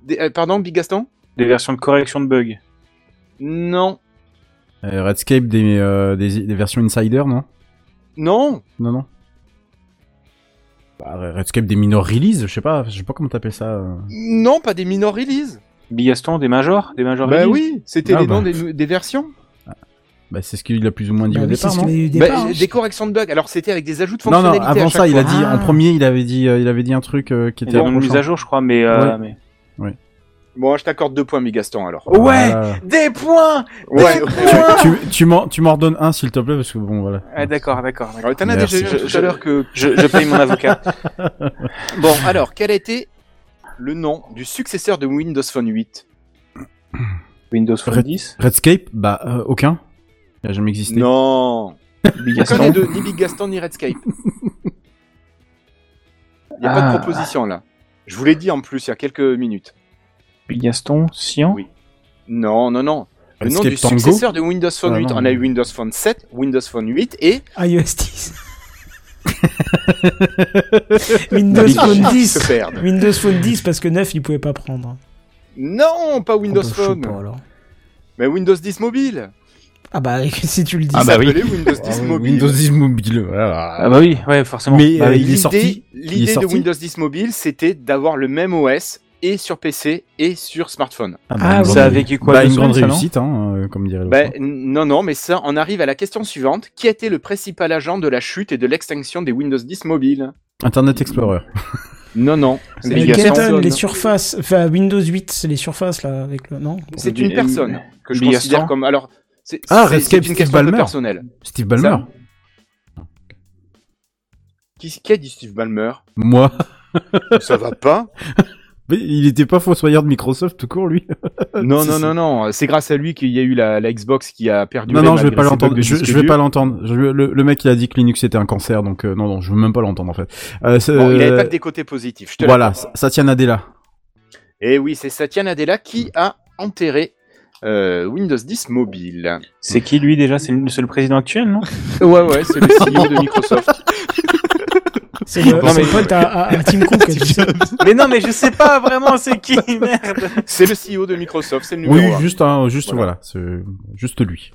[SPEAKER 8] Des- euh, pardon, Big Gaston
[SPEAKER 11] Des versions de correction de bugs.
[SPEAKER 8] Non.
[SPEAKER 2] Euh, Redscape des, euh, des, des versions Insider, non
[SPEAKER 8] Non
[SPEAKER 2] Non, non Bah, Redscape des minor release, je sais pas, je sais pas comment t'appelles ça. euh.
[SPEAKER 8] Non, pas des minor releases.
[SPEAKER 11] Bigaston, des majors Des majors
[SPEAKER 8] Bah
[SPEAKER 11] release
[SPEAKER 8] oui, c'était
[SPEAKER 2] Ah
[SPEAKER 8] les
[SPEAKER 2] bah.
[SPEAKER 8] noms des, des versions.
[SPEAKER 2] Bah, c'est ce qu'il a plus ou moins dit
[SPEAKER 1] Bah
[SPEAKER 2] au
[SPEAKER 1] oui,
[SPEAKER 2] départ,
[SPEAKER 1] c'est ce
[SPEAKER 2] non
[SPEAKER 1] qu'il a dit au
[SPEAKER 8] Bah,
[SPEAKER 1] départ, hein.
[SPEAKER 8] des corrections de bugs. Alors c'était avec des ajouts de
[SPEAKER 2] Non, non,
[SPEAKER 8] fonctionnalités. à
[SPEAKER 2] avant
[SPEAKER 8] chaque
[SPEAKER 2] ça, il a
[SPEAKER 8] fois. Ah.
[SPEAKER 2] dit, en premier, il avait dit, euh, il avait dit un truc euh, qui
[SPEAKER 11] Il
[SPEAKER 2] était
[SPEAKER 11] y a une
[SPEAKER 2] approchant.
[SPEAKER 11] mise à jour, je crois, mais. euh,
[SPEAKER 2] Ouais.
[SPEAKER 11] mais-
[SPEAKER 8] Bon, je t'accorde deux points, mais Gaston, alors.
[SPEAKER 7] Ouais,
[SPEAKER 2] Voilà.
[SPEAKER 7] des points.
[SPEAKER 8] Oh, Ouais.
[SPEAKER 2] tu, tu, tu m'en, tu m'en redonnes un, s'il te plaît, parce que bon, voilà.
[SPEAKER 7] Ah, d'accord, d'accord. d'accord.
[SPEAKER 8] T'en as
[SPEAKER 2] Merci.
[SPEAKER 8] déjà eu un tout
[SPEAKER 7] Je-
[SPEAKER 8] à l'heure que.
[SPEAKER 7] Je, je paye mon
[SPEAKER 8] [LAUGHS]
[SPEAKER 7] avocat.
[SPEAKER 8] Bon, alors, quel a été le nom du successeur de Windows Phone 8
[SPEAKER 11] Windows Phone 10
[SPEAKER 2] Redscape, bah, euh, aucun. Il a jamais existé.
[SPEAKER 8] Non
[SPEAKER 11] Big
[SPEAKER 8] Aucun
[SPEAKER 11] Gaston
[SPEAKER 8] des deux, ni Big Gaston ni Redscape. Il n'y a pas
[SPEAKER 11] Ah.
[SPEAKER 8] de proposition là. Je vous l'ai dit en plus il y a quelques minutes.
[SPEAKER 11] Big Gaston Sian
[SPEAKER 8] Oui. Non, non, non. Le nom
[SPEAKER 2] Redscape
[SPEAKER 8] du
[SPEAKER 2] Tango
[SPEAKER 8] successeur de Windows Phone
[SPEAKER 2] Ah,
[SPEAKER 8] 8.
[SPEAKER 2] non,
[SPEAKER 8] On a
[SPEAKER 2] mais-
[SPEAKER 8] eu Windows Phone 7, Windows Phone 8 et.
[SPEAKER 1] iOS 10. Windows
[SPEAKER 2] Big
[SPEAKER 1] Phone
[SPEAKER 8] Shit.
[SPEAKER 1] 10.
[SPEAKER 8] Se perdre.
[SPEAKER 1] Windows Phone 10 parce que 9 il pouvait pas prendre.
[SPEAKER 8] Non, pas Windows
[SPEAKER 1] Oh, bah, je sais pas,
[SPEAKER 8] Phone
[SPEAKER 1] alors.
[SPEAKER 8] Mais Windows 10 Mobile
[SPEAKER 1] Ah bah [LAUGHS] si tu le dis.
[SPEAKER 3] Ah
[SPEAKER 8] Il
[SPEAKER 3] bah oui.
[SPEAKER 8] s'appelait Windows 10 Mobile.
[SPEAKER 2] Windows 10 mobile. voilà.
[SPEAKER 11] Ah bah oui, ouais, forcément.
[SPEAKER 2] Mais
[SPEAKER 11] Bah
[SPEAKER 2] euh,
[SPEAKER 11] oui.
[SPEAKER 2] il est
[SPEAKER 8] L'idée-
[SPEAKER 2] sorti. il est
[SPEAKER 8] L'idée de
[SPEAKER 2] sorti
[SPEAKER 8] Windows 10 Mobile, c'était d'avoir le même OS et sur PC et sur smartphone.
[SPEAKER 1] Ah,
[SPEAKER 2] Ah, une
[SPEAKER 1] oui.
[SPEAKER 2] grande-
[SPEAKER 11] ça a vécu quoi
[SPEAKER 2] bah,
[SPEAKER 11] deux
[SPEAKER 2] une grande
[SPEAKER 11] semaines, ça, non
[SPEAKER 2] réussite, hein, euh, comme dirait l'autre.
[SPEAKER 8] Ben, n- non, non, mais ça, on arrive à la question suivante. Qui était le principal agent de la chute et de l'extinction des Windows 10 Mobile
[SPEAKER 2] Internet Explorer.
[SPEAKER 8] Non, non. c'est
[SPEAKER 1] Mais
[SPEAKER 8] une
[SPEAKER 7] Gaston,
[SPEAKER 1] Gaten,
[SPEAKER 8] personne.
[SPEAKER 1] les surfaces, enfin Windows 8, c'est les surfaces là avec le non.
[SPEAKER 8] C'est une
[SPEAKER 11] Big-
[SPEAKER 8] personne que je
[SPEAKER 11] Big
[SPEAKER 8] considère
[SPEAKER 11] Gaston.
[SPEAKER 8] comme. Alors, c'est
[SPEAKER 2] Ah,
[SPEAKER 8] c'est- c'est
[SPEAKER 2] Redscape
[SPEAKER 8] une
[SPEAKER 2] Steve
[SPEAKER 8] question un peu
[SPEAKER 2] Ballmer.
[SPEAKER 8] personnelle.
[SPEAKER 2] Steve Ballmer.
[SPEAKER 8] Ça- Qui, qui a dit Steve Ballmer
[SPEAKER 2] Moi. [LAUGHS]
[SPEAKER 8] Ça va pas
[SPEAKER 2] Mais il était pas fossoyeur de Microsoft tout court, lui.
[SPEAKER 8] Non,
[SPEAKER 2] Si,
[SPEAKER 8] non,
[SPEAKER 2] si.
[SPEAKER 8] non, non. C'est grâce à lui qu'il y a eu la, la Xbox qui a perdu.
[SPEAKER 2] Non, non, je vais pas l'entendre. Je, je vais pas l'entendre. Je- Le, le mec, il a dit que Linux était un cancer, donc euh, non, non, je veux même pas l'entendre en fait. Euh, c'est,
[SPEAKER 8] Bon, il avait
[SPEAKER 2] euh,
[SPEAKER 8] pas que des côtés positifs. Je te
[SPEAKER 2] voilà, Satya Nadella.
[SPEAKER 8] Et oui, c'est Satya Nadella qui a enterré euh, Windows 10 Mobile.
[SPEAKER 11] C'est qui lui déjà C'est le, c'est le président actuel, non
[SPEAKER 8] Ouais, ouais, c'est le
[SPEAKER 2] E
[SPEAKER 8] CEO [LAUGHS] de Microsoft.
[SPEAKER 1] C'est le,
[SPEAKER 11] Non,
[SPEAKER 1] c'est
[SPEAKER 11] mais-
[SPEAKER 1] le pote à, à- à Tim Cook. qui a dit ça.
[SPEAKER 7] [LAUGHS] mais non, mais je sais pas vraiment
[SPEAKER 11] [LAUGHS]
[SPEAKER 7] c'est qui, merde.
[SPEAKER 8] C'est le CEO de Microsoft, c'est le numéro
[SPEAKER 2] Oui,
[SPEAKER 8] un.
[SPEAKER 2] juste, un, juste
[SPEAKER 8] Voilà.
[SPEAKER 2] voilà, c'est juste lui.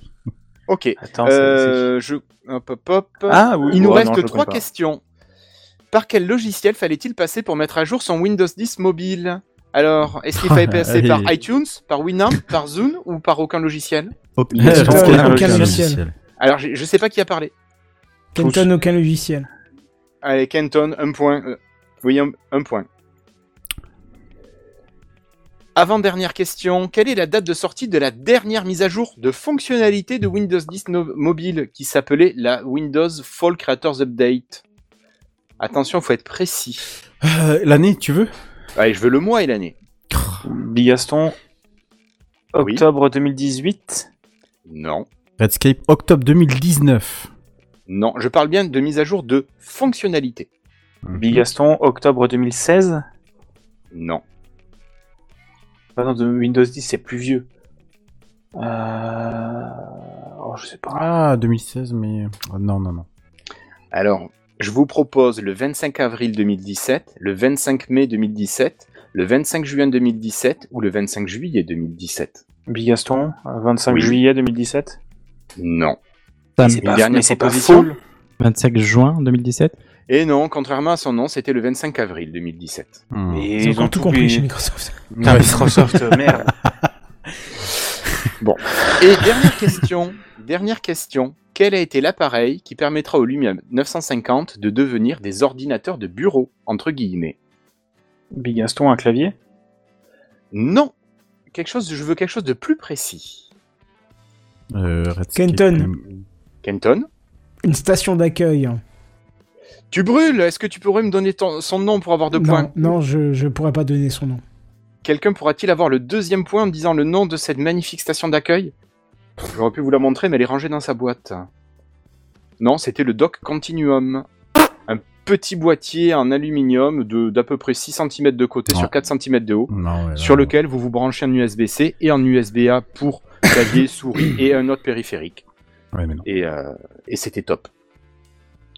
[SPEAKER 8] Ok.
[SPEAKER 11] Attends, c'est-
[SPEAKER 8] Euh, je... Hop, hop, hop.
[SPEAKER 11] Ah, oui.
[SPEAKER 8] Il nous
[SPEAKER 11] Ouais,
[SPEAKER 8] reste
[SPEAKER 11] non, je le
[SPEAKER 8] trois
[SPEAKER 11] connais pas.
[SPEAKER 8] questions. Par quel logiciel fallait-il passer pour mettre à jour son Windows 10 Mobile Alors, est-ce
[SPEAKER 11] [LAUGHS]
[SPEAKER 8] qu'il fallait
[SPEAKER 11] Ah
[SPEAKER 8] passer par
[SPEAKER 2] Allez.
[SPEAKER 8] iTunes, par Winamp, par Zoom ou par aucun logiciel
[SPEAKER 3] Aucun-
[SPEAKER 2] Euh,
[SPEAKER 1] Kenton,
[SPEAKER 2] Pascal
[SPEAKER 1] aucun
[SPEAKER 2] Logiciel.
[SPEAKER 1] logiciel.
[SPEAKER 8] Alors, j'ai- je sais pas qui a parlé.
[SPEAKER 1] Kenton aucun logiciel.
[SPEAKER 8] Allez, Kenton, un point. Euh, oui, un, un point. Avant-dernière question. Quelle est la date de sortie de la dernière mise à jour de fonctionnalité de Windows 10 no- mobile qui s'appelait la Windows Fall Creators Update Attention, faut être précis.
[SPEAKER 2] Euh, L'année, tu veux
[SPEAKER 8] Allez, je veux le mois et l'année.
[SPEAKER 11] Big Gaston,
[SPEAKER 8] Oui.
[SPEAKER 11] octobre 2018.
[SPEAKER 8] Non.
[SPEAKER 2] Redscape, octobre 2019.
[SPEAKER 8] Non, je parle bien de mise à jour de fonctionnalité. Mhm.
[SPEAKER 11] Big Gaston, octobre 2016.
[SPEAKER 8] Non.
[SPEAKER 11] Par exemple, Windows 10, c'est plus vieux. Euh... Oh, je sais pas.
[SPEAKER 2] Ah, 2016, mais ah, non, non, non.
[SPEAKER 8] Alors, je vous propose le 25 avril 2017, le 25 mai 2017, le 25 juin 2017 ou le 25 juillet 2017.
[SPEAKER 11] Big Gaston, euh, 25
[SPEAKER 8] Oui.
[SPEAKER 11] juillet 2017.
[SPEAKER 8] Non.
[SPEAKER 3] Sam,
[SPEAKER 11] C'est pas,
[SPEAKER 8] dernière
[SPEAKER 11] mais c'est pas
[SPEAKER 8] proposition.
[SPEAKER 11] full.
[SPEAKER 3] 25 juin [LAUGHS] 2017.
[SPEAKER 8] Et non, contrairement à son nom, c'était le 25 avril 2017.
[SPEAKER 2] Hmm.
[SPEAKER 11] Et
[SPEAKER 1] Ils ont encore tout compris
[SPEAKER 11] oublié.
[SPEAKER 1] chez Microsoft.
[SPEAKER 11] Putain, Microsoft, euh, merde.
[SPEAKER 1] [LAUGHS]
[SPEAKER 8] Et dernière question, dernière question. Quel a été l'appareil qui permettra aux Lumia 950 de devenir des ordinateurs de bureau, entre guillemets
[SPEAKER 11] Big Gaston, un clavier.
[SPEAKER 8] Non quelque chose, Je veux quelque chose de plus précis.
[SPEAKER 2] Euh, Redscape. euh,
[SPEAKER 1] Kenton.
[SPEAKER 8] Kenton
[SPEAKER 1] Une station d'accueil.
[SPEAKER 8] Tu brûles Est-ce que tu pourrais me donner ton- son nom pour avoir deux points
[SPEAKER 1] Non, non, je je pourrais pas donner son nom.
[SPEAKER 8] Quelqu'un pourra-t-il avoir le deuxième point en me disant le nom de cette magnifique station d'accueil J'aurais pu vous la montrer, mais elle est rangée dans sa boîte. Non, c'était le Doc Continuum. Un petit boîtier en aluminium de- d'à peu près 6 cm de côté
[SPEAKER 2] Ouais.
[SPEAKER 8] sur 4 cm de haut,
[SPEAKER 2] Non, ouais,
[SPEAKER 8] sur
[SPEAKER 2] là,
[SPEAKER 8] lequel vous vous branchez un USB-C et un USB-A pour clavier, [COUGHS] souris et un autre périphérique.
[SPEAKER 2] ouais, mais non.
[SPEAKER 8] Et, euh, et c'était top.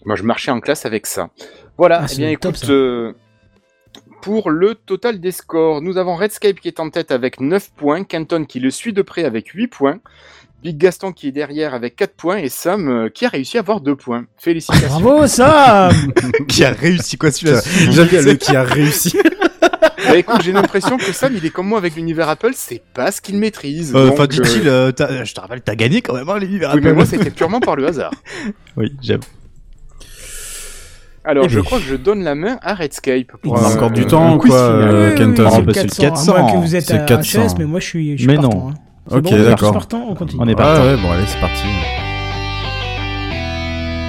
[SPEAKER 8] Moi, je marchais en classe avec ça. Voilà,
[SPEAKER 1] Ah,
[SPEAKER 8] eh
[SPEAKER 1] c'est
[SPEAKER 8] bien
[SPEAKER 1] top,
[SPEAKER 8] écoute,
[SPEAKER 1] ça.
[SPEAKER 8] euh, pour le total des scores, nous avons Redscape qui est en tête avec 9 points, Kenton qui le suit de près avec 8 points, Big Gaston qui est derrière avec 4 points et Sam euh, qui a réussi à avoir 2 points.
[SPEAKER 2] [LAUGHS]
[SPEAKER 8] Félicitations.
[SPEAKER 1] Bravo ça
[SPEAKER 3] Qui a réussi quoi celui-là
[SPEAKER 2] J'aime bien le qui a réussi.
[SPEAKER 8] Bah, écoute, j'ai l'impression que Sam, il est comme moi avec l'univers Apple, c'est pas ce qu'il maîtrise.
[SPEAKER 3] Euh,
[SPEAKER 8] donc,
[SPEAKER 3] Enfin, dit-il,
[SPEAKER 8] euh,
[SPEAKER 3] euh, t'as- je te rappelle, t'as gagné quand même hein, l'univers
[SPEAKER 8] oui, mais
[SPEAKER 3] Apple.
[SPEAKER 8] moi, c'était purement par le hasard.
[SPEAKER 3] Oui, j'avoue.
[SPEAKER 8] Alors,
[SPEAKER 3] Eh
[SPEAKER 8] je
[SPEAKER 3] bien.
[SPEAKER 8] crois que je donne la main à Redscape. Pour,
[SPEAKER 2] On a
[SPEAKER 8] euh,
[SPEAKER 2] encore du
[SPEAKER 8] un
[SPEAKER 2] temps,
[SPEAKER 8] quiz
[SPEAKER 2] quoi,
[SPEAKER 8] final.
[SPEAKER 2] euh, Kenton.
[SPEAKER 1] c'est
[SPEAKER 2] Ah,
[SPEAKER 1] le
[SPEAKER 2] bah, c'est le
[SPEAKER 1] 400, à moins que vous êtes
[SPEAKER 2] c'est
[SPEAKER 1] à
[SPEAKER 2] 400.
[SPEAKER 1] HS, mais moi, je suis- je suis
[SPEAKER 3] Mais
[SPEAKER 1] partant,
[SPEAKER 3] non.
[SPEAKER 1] hein. C'est
[SPEAKER 2] Ok,
[SPEAKER 1] bon, je
[SPEAKER 2] d'accord.
[SPEAKER 1] suis partant, on continue.
[SPEAKER 3] On est
[SPEAKER 2] Ah
[SPEAKER 3] partant.
[SPEAKER 2] ouais, bon, allez, c'est parti.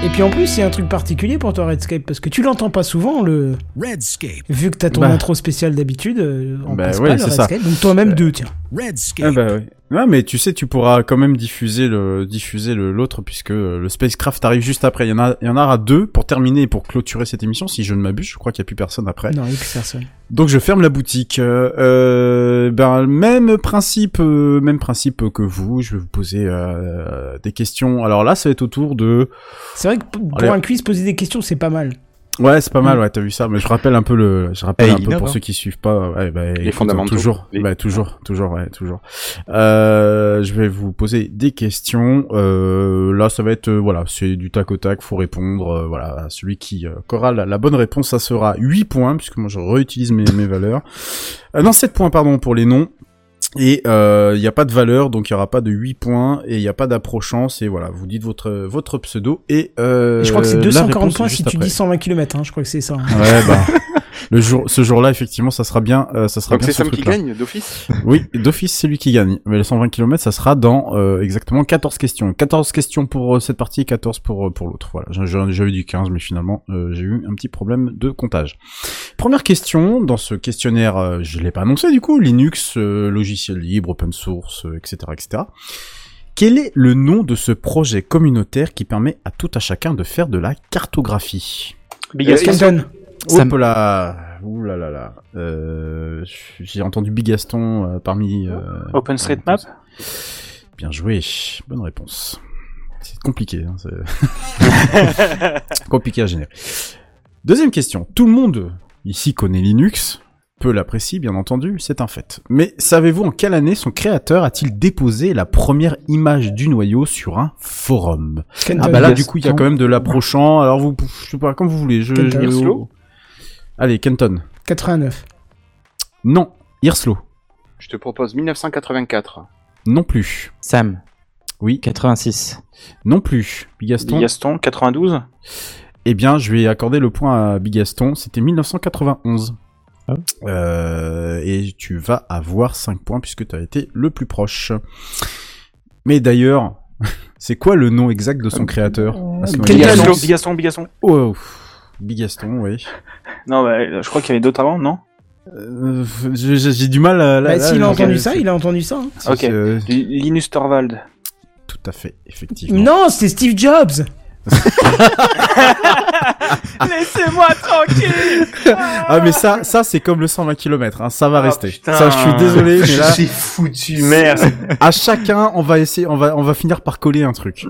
[SPEAKER 1] Et puis en plus, il y a un truc particulier pour toi, Redscape, parce que tu l'entends pas souvent, le.
[SPEAKER 4] Redscape.
[SPEAKER 1] Vu que t'as ton
[SPEAKER 2] Bah.
[SPEAKER 1] intro spécial d'habitude, euh, on
[SPEAKER 2] Bah
[SPEAKER 1] passe
[SPEAKER 2] ouais,
[SPEAKER 1] pas le
[SPEAKER 2] c'est ça. Euh,
[SPEAKER 1] Redscape, donc toi-même deux, tiens.
[SPEAKER 4] Redscape.
[SPEAKER 2] Ah bah oui. Ouais, mais tu sais, tu pourras quand même diffuser le diffuser le l'autre puisque euh, le spacecraft arrive juste après. Il y en a il y en aura deux pour terminer et pour clôturer cette émission. Si je ne m'abuse, je crois qu'il y a plus personne après.
[SPEAKER 1] Non, il y a plus personne.
[SPEAKER 2] Donc je ferme la boutique. Euh, euh, ben même principe, euh, même principe que vous. Je vais vous poser euh, des questions. Alors là, ça va être autour de.
[SPEAKER 1] C'est vrai que p- pour
[SPEAKER 2] Allez.
[SPEAKER 1] un quiz, poser des questions, c'est pas mal.
[SPEAKER 2] Ouais, c'est pas
[SPEAKER 1] Mm.
[SPEAKER 2] mal. Ouais, t'as vu ça. Mais je rappelle un peu le. Je rappelle
[SPEAKER 3] Eh,
[SPEAKER 2] un
[SPEAKER 3] il
[SPEAKER 2] peu
[SPEAKER 3] innove,
[SPEAKER 2] pour
[SPEAKER 3] hein.
[SPEAKER 2] ceux qui suivent pas. ouais, bah, écoute, euh,
[SPEAKER 8] fondamentaux.
[SPEAKER 2] Toujours.
[SPEAKER 8] Les-
[SPEAKER 2] bah, toujours. Toujours. Ouais, toujours. Euh, je vais vous poser des questions. Euh, là, ça va être euh, voilà, c'est du tac au tac. Faut répondre. euh, voilà, celui qui euh, qu'aura la- la bonne réponse, ça sera 8 points puisque moi je réutilise mes, mes valeurs. Euh, non, 7 points pardon pour les noms. Et il n'y a pas de valeur, donc il n'y aura pas de 8 points, et il n'y a pas d'approchant, c'est voilà, vous dites votre, votre pseudo, et, euh,
[SPEAKER 1] Et je crois que c'est
[SPEAKER 2] la
[SPEAKER 1] 240
[SPEAKER 2] réponse
[SPEAKER 1] points si
[SPEAKER 2] juste
[SPEAKER 1] tu
[SPEAKER 2] après.
[SPEAKER 1] dis 120 km, hein, je crois que c'est ça.
[SPEAKER 2] Ouais, bah. [LAUGHS] Le jour, ce jour-là, effectivement, ça sera bien, euh, ça sera
[SPEAKER 8] Donc,
[SPEAKER 2] bien
[SPEAKER 8] c'est
[SPEAKER 2] ce
[SPEAKER 8] Sam qui
[SPEAKER 2] truc-là.
[SPEAKER 8] gagne d'office
[SPEAKER 2] Oui, d'office, c'est lui qui gagne. Mais les 120 km, ça sera dans euh, exactement 14 questions. 14 questions pour euh, cette partie et 14 pour, euh, pour l'autre. Voilà, J'en- j'en- j'avais dit 15, mais finalement, euh, j'ai eu un petit problème de comptage. Première question, dans ce questionnaire, euh, je l'ai pas annoncé du coup, Linux, euh, logiciel libre, open source, euh, etc., etc. Quel est le nom de ce projet communautaire qui permet à tout à chacun de faire de la cartographie
[SPEAKER 11] Bigaston.
[SPEAKER 1] Kenton.
[SPEAKER 3] Sam.
[SPEAKER 2] Hop là Ouh là là là Euh, J'ai entendu Bigaston euh, parmi... euh,
[SPEAKER 11] OpenStreetMap
[SPEAKER 2] Bien joué, bonne réponse. C'est compliqué, hein, c'est compliqué à générer. Deuxième question, tout le monde ici connaît Linux, peu l'apprécie bien entendu, c'est un fait. Mais savez-vous en quelle année son créateur a-t-il déposé la première image du noyau sur un forum Ah
[SPEAKER 1] Kenton.
[SPEAKER 2] bah là
[SPEAKER 11] Bigaston.
[SPEAKER 2] du coup il y a quand même de l'approchant, alors vous, je sais pas, comme vous voulez. Je,
[SPEAKER 1] Kenton.
[SPEAKER 2] je-
[SPEAKER 8] Hirslo
[SPEAKER 2] Allez, Kenton.
[SPEAKER 1] 89.
[SPEAKER 2] Non, Hirslo,
[SPEAKER 8] Je te propose 1984.
[SPEAKER 2] non plus.
[SPEAKER 3] Sam,
[SPEAKER 2] Oui,
[SPEAKER 3] 86.
[SPEAKER 2] non plus. Bigaston.
[SPEAKER 11] Bigaston, 92
[SPEAKER 2] Eh bien, je vais accorder le point à Bigaston. C'était 1991.
[SPEAKER 3] Ah.
[SPEAKER 2] Euh, et tu vas avoir 5 points puisque tu as été le plus proche. Mais d'ailleurs, [LAUGHS] c'est quoi le nom exact de son créateur à ce moment-là
[SPEAKER 11] Bigaston,
[SPEAKER 2] Bigaston.
[SPEAKER 11] Bigaston, Bigaston.
[SPEAKER 2] Oh, pff, Bigaston, oui.
[SPEAKER 11] Non, bah, je crois qu'il y avait d'autres avant, non
[SPEAKER 2] Euh, je- je- J'ai du mal
[SPEAKER 1] Bah,
[SPEAKER 2] à... là- là,
[SPEAKER 1] s'il a
[SPEAKER 2] je-
[SPEAKER 1] entendu
[SPEAKER 2] je-
[SPEAKER 1] ça, il a entendu ça. hein.
[SPEAKER 2] c'est-
[SPEAKER 11] Ok.
[SPEAKER 2] c'est-
[SPEAKER 11] Li- Linus Torvald.
[SPEAKER 2] Tout à fait, effectivement.
[SPEAKER 1] Non, c'était Steve Jobs.
[SPEAKER 11] Laissez-moi tranquille
[SPEAKER 2] Ah mais ça, ça c'est comme le 120 km, hein, ça va
[SPEAKER 11] Ah,
[SPEAKER 2] rester.
[SPEAKER 11] putain.
[SPEAKER 2] Ça, je suis désolé,
[SPEAKER 11] [LAUGHS]
[SPEAKER 2] mais là...
[SPEAKER 11] suis foutu, [LAUGHS] merde
[SPEAKER 2] à chacun, on va essayer, on va, on va finir par coller un truc.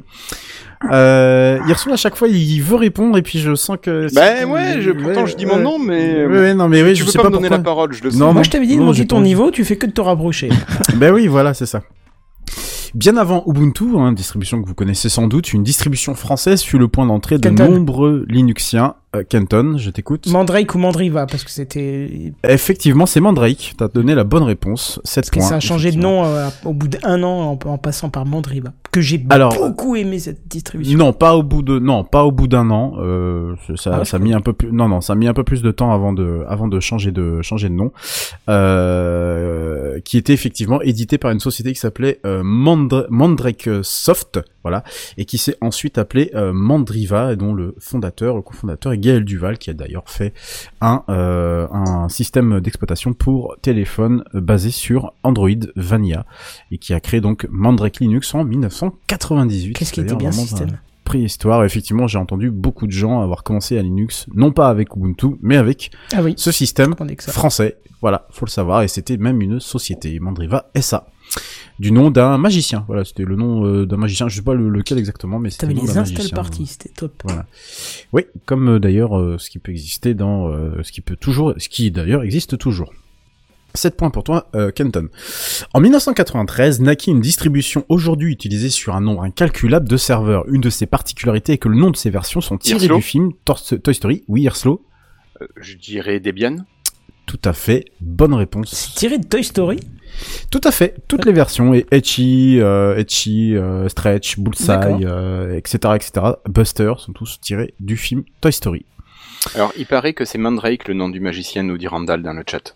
[SPEAKER 2] Euh, Hirson, à chaque fois, il veut répondre et puis je sens que.
[SPEAKER 8] Ben ouais, je, pourtant je dis mon nom, mais. euh,
[SPEAKER 2] Ouais, ouais, non, mais oui,
[SPEAKER 8] tu
[SPEAKER 2] je
[SPEAKER 8] veux
[SPEAKER 2] sais
[SPEAKER 8] pas
[SPEAKER 2] pas
[SPEAKER 8] me donner
[SPEAKER 2] pourquoi.
[SPEAKER 8] la parole, je le sais.
[SPEAKER 2] Non,
[SPEAKER 1] Moi,
[SPEAKER 2] mais-
[SPEAKER 1] je t'avais dit de
[SPEAKER 2] non,
[SPEAKER 1] monter
[SPEAKER 2] j'ai
[SPEAKER 1] ton
[SPEAKER 2] pas envie.
[SPEAKER 1] niveau, tu fais que de te rapprocher.
[SPEAKER 2] Ben oui, voilà, c'est ça. Bien avant Ubuntu, hein, distribution que vous connaissez sans doute, une distribution française fut le point d'entrée de
[SPEAKER 1] Kenton.
[SPEAKER 2] nombreux Linuxiens. Euh, Kenton, je t'écoute.
[SPEAKER 1] Mandrake ou Mandriva, parce que c'était.
[SPEAKER 2] Effectivement, c'est Mandrake. T'as donné la bonne réponse. 7
[SPEAKER 1] Parce que
[SPEAKER 2] points.
[SPEAKER 1] ça a changé de
[SPEAKER 2] effectivement.
[SPEAKER 1] nom euh, au bout d'un an en, en passant par Mandriva. Que j'ai
[SPEAKER 2] Alors-
[SPEAKER 1] beaucoup aimé cette distribution.
[SPEAKER 2] Non, pas au bout de non, pas au bout d'un an. euh, ça- ça,
[SPEAKER 1] Ah ouais,
[SPEAKER 2] ça a mis un peu plus non non, ça a mis un peu plus de temps avant de avant de changer de changer de nom, euh, qui était effectivement édité par une société qui s'appelait euh, Mandra- Mandrake Soft, voilà, et qui s'est ensuite appelée euh, Mandriva, et dont le fondateur, le cofondateur est Gaël Duval, qui a d'ailleurs fait un euh, un système d'exploitation pour téléphone euh, basé sur Android Vanilla, et qui a créé donc Mandrake Linux en 1998.
[SPEAKER 1] Qu'est-ce qui était
[SPEAKER 2] C'est-à-dire
[SPEAKER 1] bien ce
[SPEAKER 2] vraiment un-
[SPEAKER 1] système
[SPEAKER 2] préhistoire. Effectivement, j'ai entendu beaucoup de gens avoir commencé à Linux, non pas avec Ubuntu, mais avec
[SPEAKER 1] Ah oui,
[SPEAKER 2] ce système
[SPEAKER 1] on est que ça.
[SPEAKER 2] français. Voilà, faut le savoir. Et c'était même une société, Mandriva SA, du nom d'un magicien. Voilà, c'était le nom euh, d'un magicien. Je sais pas le- lequel exactement, mais c'était
[SPEAKER 1] T'avais
[SPEAKER 2] le nom
[SPEAKER 1] les
[SPEAKER 2] d'un
[SPEAKER 1] install
[SPEAKER 2] magicien.
[SPEAKER 1] parties, c'était top.
[SPEAKER 2] Voilà. Oui, comme euh, d'ailleurs euh, ce qui peut exister dans euh, ce qui peut toujours, ce qui d'ailleurs existe toujours. 7 points pour toi, euh, Kenton. En 1993, naquit une distribution aujourd'hui utilisée sur un nombre incalculable de serveurs. Une de ses particularités est que le nom de ces versions sont tirées
[SPEAKER 8] Irslo
[SPEAKER 2] du film Tor- Toy Story. Oui, Irslo.
[SPEAKER 8] Euh, Je dirais Debian.
[SPEAKER 2] Tout
[SPEAKER 8] Tout à fait, bonne réponse.
[SPEAKER 1] C'est tiré de Toy Story
[SPEAKER 8] Tout à fait, toutes les versions, et Etchy, euh, Etchy, euh, Stretch,
[SPEAKER 1] D'accord.
[SPEAKER 8] Bullseye, euh, etc., etc., Buster, sont tous tirés du film Toy Story.
[SPEAKER 12] Alors, il paraît que c'est Mandrake, le nom du magicien, nous dit Randall dans le chat.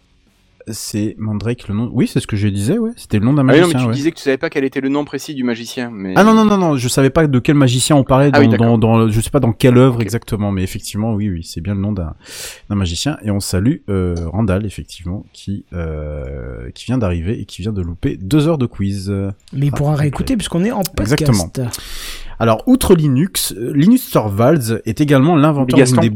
[SPEAKER 8] C'est Mandrake le nom. Oui, c'est ce que je disais, ouais. C'était le nom d'un
[SPEAKER 12] Ah oui, non,
[SPEAKER 8] magicien.
[SPEAKER 12] mais tu
[SPEAKER 8] ouais.
[SPEAKER 12] disais que tu savais pas quel était le nom précis du magicien. Mais...
[SPEAKER 8] Ah non non non non, je savais pas de quel magicien on parlait dans,
[SPEAKER 12] Ah oui,
[SPEAKER 8] dans,
[SPEAKER 12] d'accord.
[SPEAKER 8] dans le- je sais pas dans quelle œuvre exactement, mais effectivement oui oui c'est bien le nom d'un d'un magicien et on salue euh, Randall effectivement qui euh, qui vient d'arriver et qui vient de louper deux heures de quiz.
[SPEAKER 1] Mais il
[SPEAKER 8] Ah,
[SPEAKER 1] pourra
[SPEAKER 8] ok.
[SPEAKER 1] réécouter puisqu'on est en podcast.
[SPEAKER 8] Exactement. Alors outre Linux, euh, Linus Torvalds est également l'inventeur d'une
[SPEAKER 1] Bigaston.
[SPEAKER 8] des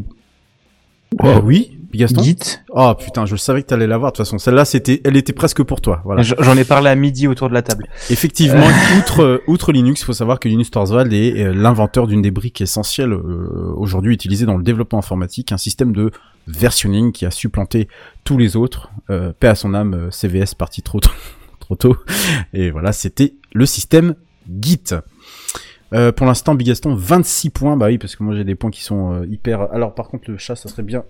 [SPEAKER 8] Oh oui, Bigaston. Git. Oh putain, je savais que t'allais l'avoir de toute façon. Celle-là c'était elle était presque pour toi, voilà.
[SPEAKER 2] J- J'en ai parlé à midi autour de la table.
[SPEAKER 8] Effectivement, outre, Ah, euh, outre Linux, il faut savoir que Linus Torvald est euh, l'inventeur d'une des briques essentielles euh, aujourd'hui utilisée dans le développement informatique, un système de versionning qui a supplanté tous les autres. Euh, paix à son âme, euh, CVS parti trop [LAUGHS] tôt. trop tôt. Et voilà, c'était le système Git. Euh, pour l'instant, Bigaston, 26 points. Bah oui, parce que moi j'ai des points qui sont euh, hyper. Alors par contre, le chat, ça serait bien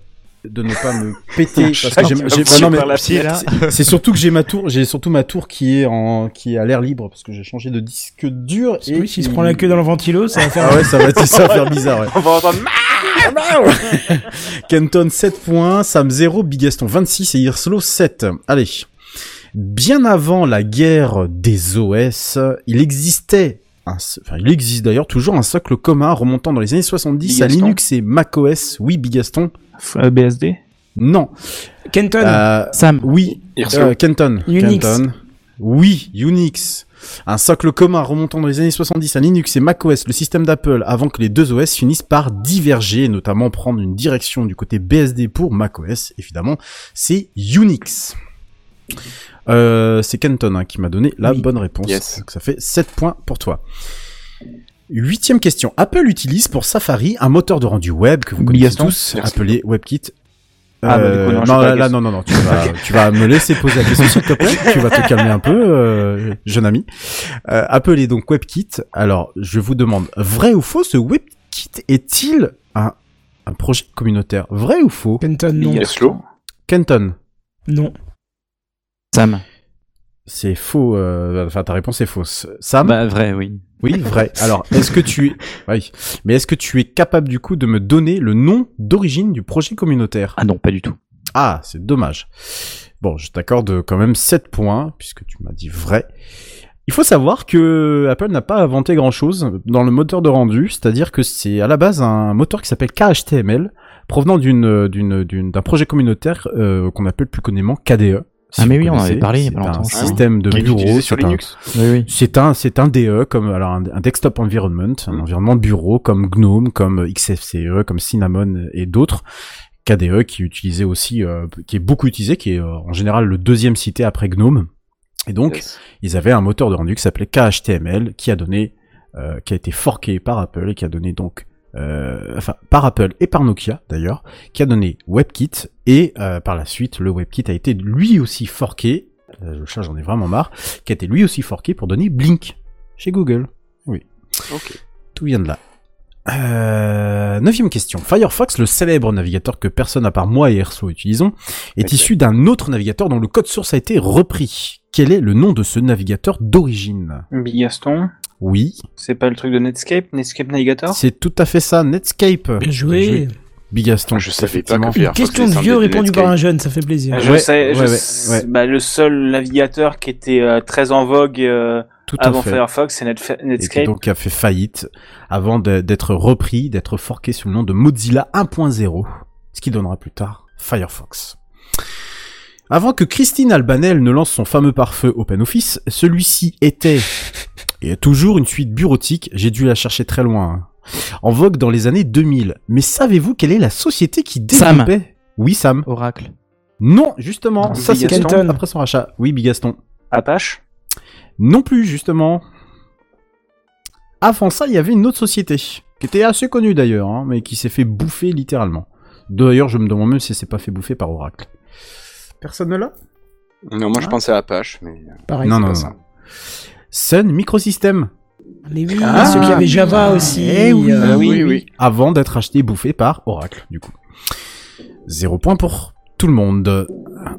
[SPEAKER 8] de ne pas
[SPEAKER 7] [LAUGHS]
[SPEAKER 8] me péter parce que j'ai j'ai-
[SPEAKER 7] Tu vas
[SPEAKER 8] bah
[SPEAKER 7] me tuer
[SPEAKER 8] non, mais
[SPEAKER 7] par la hein.
[SPEAKER 8] c'est-
[SPEAKER 7] pied, là.
[SPEAKER 8] c'est- c'est surtout que j'ai ma tour j'ai surtout ma tour qui est en qui est à l'air libre parce que j'ai changé de disque dur et
[SPEAKER 1] Oui, s'il se prend la queue dans le ventilo, ça va faire.
[SPEAKER 8] ah ouais ça va être- ça va faire bizarre ouais.
[SPEAKER 7] On va entendre.
[SPEAKER 8] Kenton 7 points, Sam 0, Bigaston 26 et Irslo 7. Allez. Bien avant la guerre des OS, il existait un so- enfin, il existe d'ailleurs toujours un socle commun remontant dans les années 70 à
[SPEAKER 3] Bigaston.
[SPEAKER 8] Linux et macOS. Oui, Bigaston.
[SPEAKER 3] Euh, BSD
[SPEAKER 8] Non.
[SPEAKER 1] Kenton.
[SPEAKER 8] Euh, Sam. Oui.
[SPEAKER 3] Irslo.
[SPEAKER 8] Euh, Kenton.
[SPEAKER 1] Unix.
[SPEAKER 8] Kenton. Oui, Unix. Un socle commun remontant dans les années 70 à Linux et macOS, le système d'Apple, avant que les deux OS finissent par diverger, et notamment prendre une direction du côté BSD pour macOS, évidemment, c'est Unix. Euh, c'est Kenton hein, qui m'a donné la bonne réponse.
[SPEAKER 12] Yes.
[SPEAKER 8] Donc ça fait 7 points pour toi. Huitième question. Apple utilise pour Safari un moteur de rendu web que vous connaissez
[SPEAKER 2] Gaston.
[SPEAKER 8] tous,
[SPEAKER 2] Merci.
[SPEAKER 8] appelé WebKit. Euh,
[SPEAKER 2] Ah, bah, du coup, non, je sais
[SPEAKER 8] non,
[SPEAKER 2] pas,
[SPEAKER 8] là, là, non,
[SPEAKER 2] Gaston.
[SPEAKER 8] non,
[SPEAKER 2] [LAUGHS]
[SPEAKER 8] non, tu vas, tu vas me laisser poser la question, s'il te plaît. tu vas te calmer un peu, euh, jeune ami. Euh, appelez donc WebKit. Alors, je vous demande, vrai ou faux, ce WebKit est-il un, un projet communautaire Vrai ou faux
[SPEAKER 1] Kenton, non.
[SPEAKER 12] Yeslo.
[SPEAKER 8] Kenton.
[SPEAKER 1] Non.
[SPEAKER 3] Sam.
[SPEAKER 8] C'est faux. euh, Enfin, ta réponse est fausse. Sam
[SPEAKER 3] Bah, vrai, oui.
[SPEAKER 8] Oui, vrai. Alors, est-ce que tu es... Oui. Mais est-ce que tu es capable, du coup, de me donner le nom d'origine du projet communautaire
[SPEAKER 3] Ah non, pas du tout.
[SPEAKER 8] Ah, c'est dommage. Bon, je t'accorde quand même 7 points, puisque tu m'as dit vrai. Il faut savoir que Apple n'a pas inventé grand-chose dans le moteur de rendu, c'est-à-dire que c'est à la base un moteur qui s'appelle KHTML, provenant d'une d'une d'une- d'un projet communautaire euh, qu'on appelle plus communément KDE.
[SPEAKER 3] Ah, mais
[SPEAKER 8] vous
[SPEAKER 3] oui, on en avait
[SPEAKER 8] connaissez.
[SPEAKER 3] parlé il y a
[SPEAKER 8] C'est
[SPEAKER 3] pas longtemps, Ah
[SPEAKER 8] un
[SPEAKER 3] ça.
[SPEAKER 8] système de
[SPEAKER 3] Il est
[SPEAKER 8] bureau
[SPEAKER 3] utilisé sur
[SPEAKER 8] c'est un-
[SPEAKER 3] Linux. Oui, oui.
[SPEAKER 8] c'est un, c'est un DE comme alors un, un desktop environment, un environnement de bureau comme GNOME, comme XFCE, E, comme Cinnamon et d'autres. KDE qui est utilisé aussi, euh, qui est beaucoup utilisé, qui est euh, en général le deuxième cité après GNOME. Et donc, ils avaient un moteur de rendu qui s'appelait KHTML, qui a donné, euh, qui a été forqué par Apple et qui a donné donc, euh, enfin, par Apple et par Nokia d'ailleurs, qui a donné WebKit et euh, par la suite, le WebKit a été lui aussi forqué. euh, le chat, j'en ai vraiment marre, qui a été lui aussi forqué pour donner Blink chez Google. Oui. Tout vient de là. Euh, neuvième question. Firefox, le célèbre navigateur que personne à part moi et Erso utilisons, est issu d'un autre navigateur dont le code source a été repris. Quel est le nom de ce navigateur d'origine
[SPEAKER 13] Bigaston.
[SPEAKER 8] Oui.
[SPEAKER 13] C'est pas le truc de Netscape Netscape Navigator
[SPEAKER 8] C'est tout à fait ça, Netscape.
[SPEAKER 1] Ah. Bien joué.
[SPEAKER 8] Bigaston. Je savais pas
[SPEAKER 1] Une question de vieux répondue par un jeune, ça fait plaisir.
[SPEAKER 7] Je
[SPEAKER 8] Ouais,
[SPEAKER 7] sais, je
[SPEAKER 8] ouais,
[SPEAKER 7] sais-
[SPEAKER 8] ouais, ouais.
[SPEAKER 7] bah, le seul navigateur qui était euh, très en vogue euh,
[SPEAKER 8] Tout à
[SPEAKER 7] avant
[SPEAKER 8] fait.
[SPEAKER 7] Firefox, c'est Netf-
[SPEAKER 8] Et qui
[SPEAKER 7] Netscape.
[SPEAKER 8] donc a fait faillite avant de- d'être repris, d'être forqué sous le nom de Mozilla 1.0, ce qui donnera plus tard Firefox. Avant que Christine Albanel ne lance son fameux pare-feu OpenOffice, celui-ci était et toujours une suite bureautique, j'ai dû la chercher très loin, hein, en vogue dans les années 2000. Mais savez-vous quelle est la société qui
[SPEAKER 3] Sam.
[SPEAKER 8] développait Oui, Sam.
[SPEAKER 3] Oracle.
[SPEAKER 8] Non, justement,
[SPEAKER 3] Ah,
[SPEAKER 8] ça c'est
[SPEAKER 3] Bigaston.
[SPEAKER 8] Kenton après son rachat. Oui, Bigaston.
[SPEAKER 7] Apache
[SPEAKER 8] Non plus, justement. Avant ça, il y avait une autre société, qui était assez connue d'ailleurs, hein, mais qui s'est fait bouffer littéralement. D'ailleurs, je me demande même si c'est pas fait bouffer par Ah. Oracle. Personne ne l'a
[SPEAKER 12] Non, moi je pensais à Apache, mais.
[SPEAKER 8] Non,
[SPEAKER 12] c'est
[SPEAKER 8] non,
[SPEAKER 12] pas
[SPEAKER 8] non.
[SPEAKER 12] ça.
[SPEAKER 8] Sun Microsystem.
[SPEAKER 1] Mais oui, Ah, ceux qui avaient Java aussi.
[SPEAKER 8] Ah. Eh oui,
[SPEAKER 1] euh,
[SPEAKER 8] oui, oui. Avant d'être acheté et bouffé par Oracle, du coup. Zéro point pour
[SPEAKER 2] tout le monde.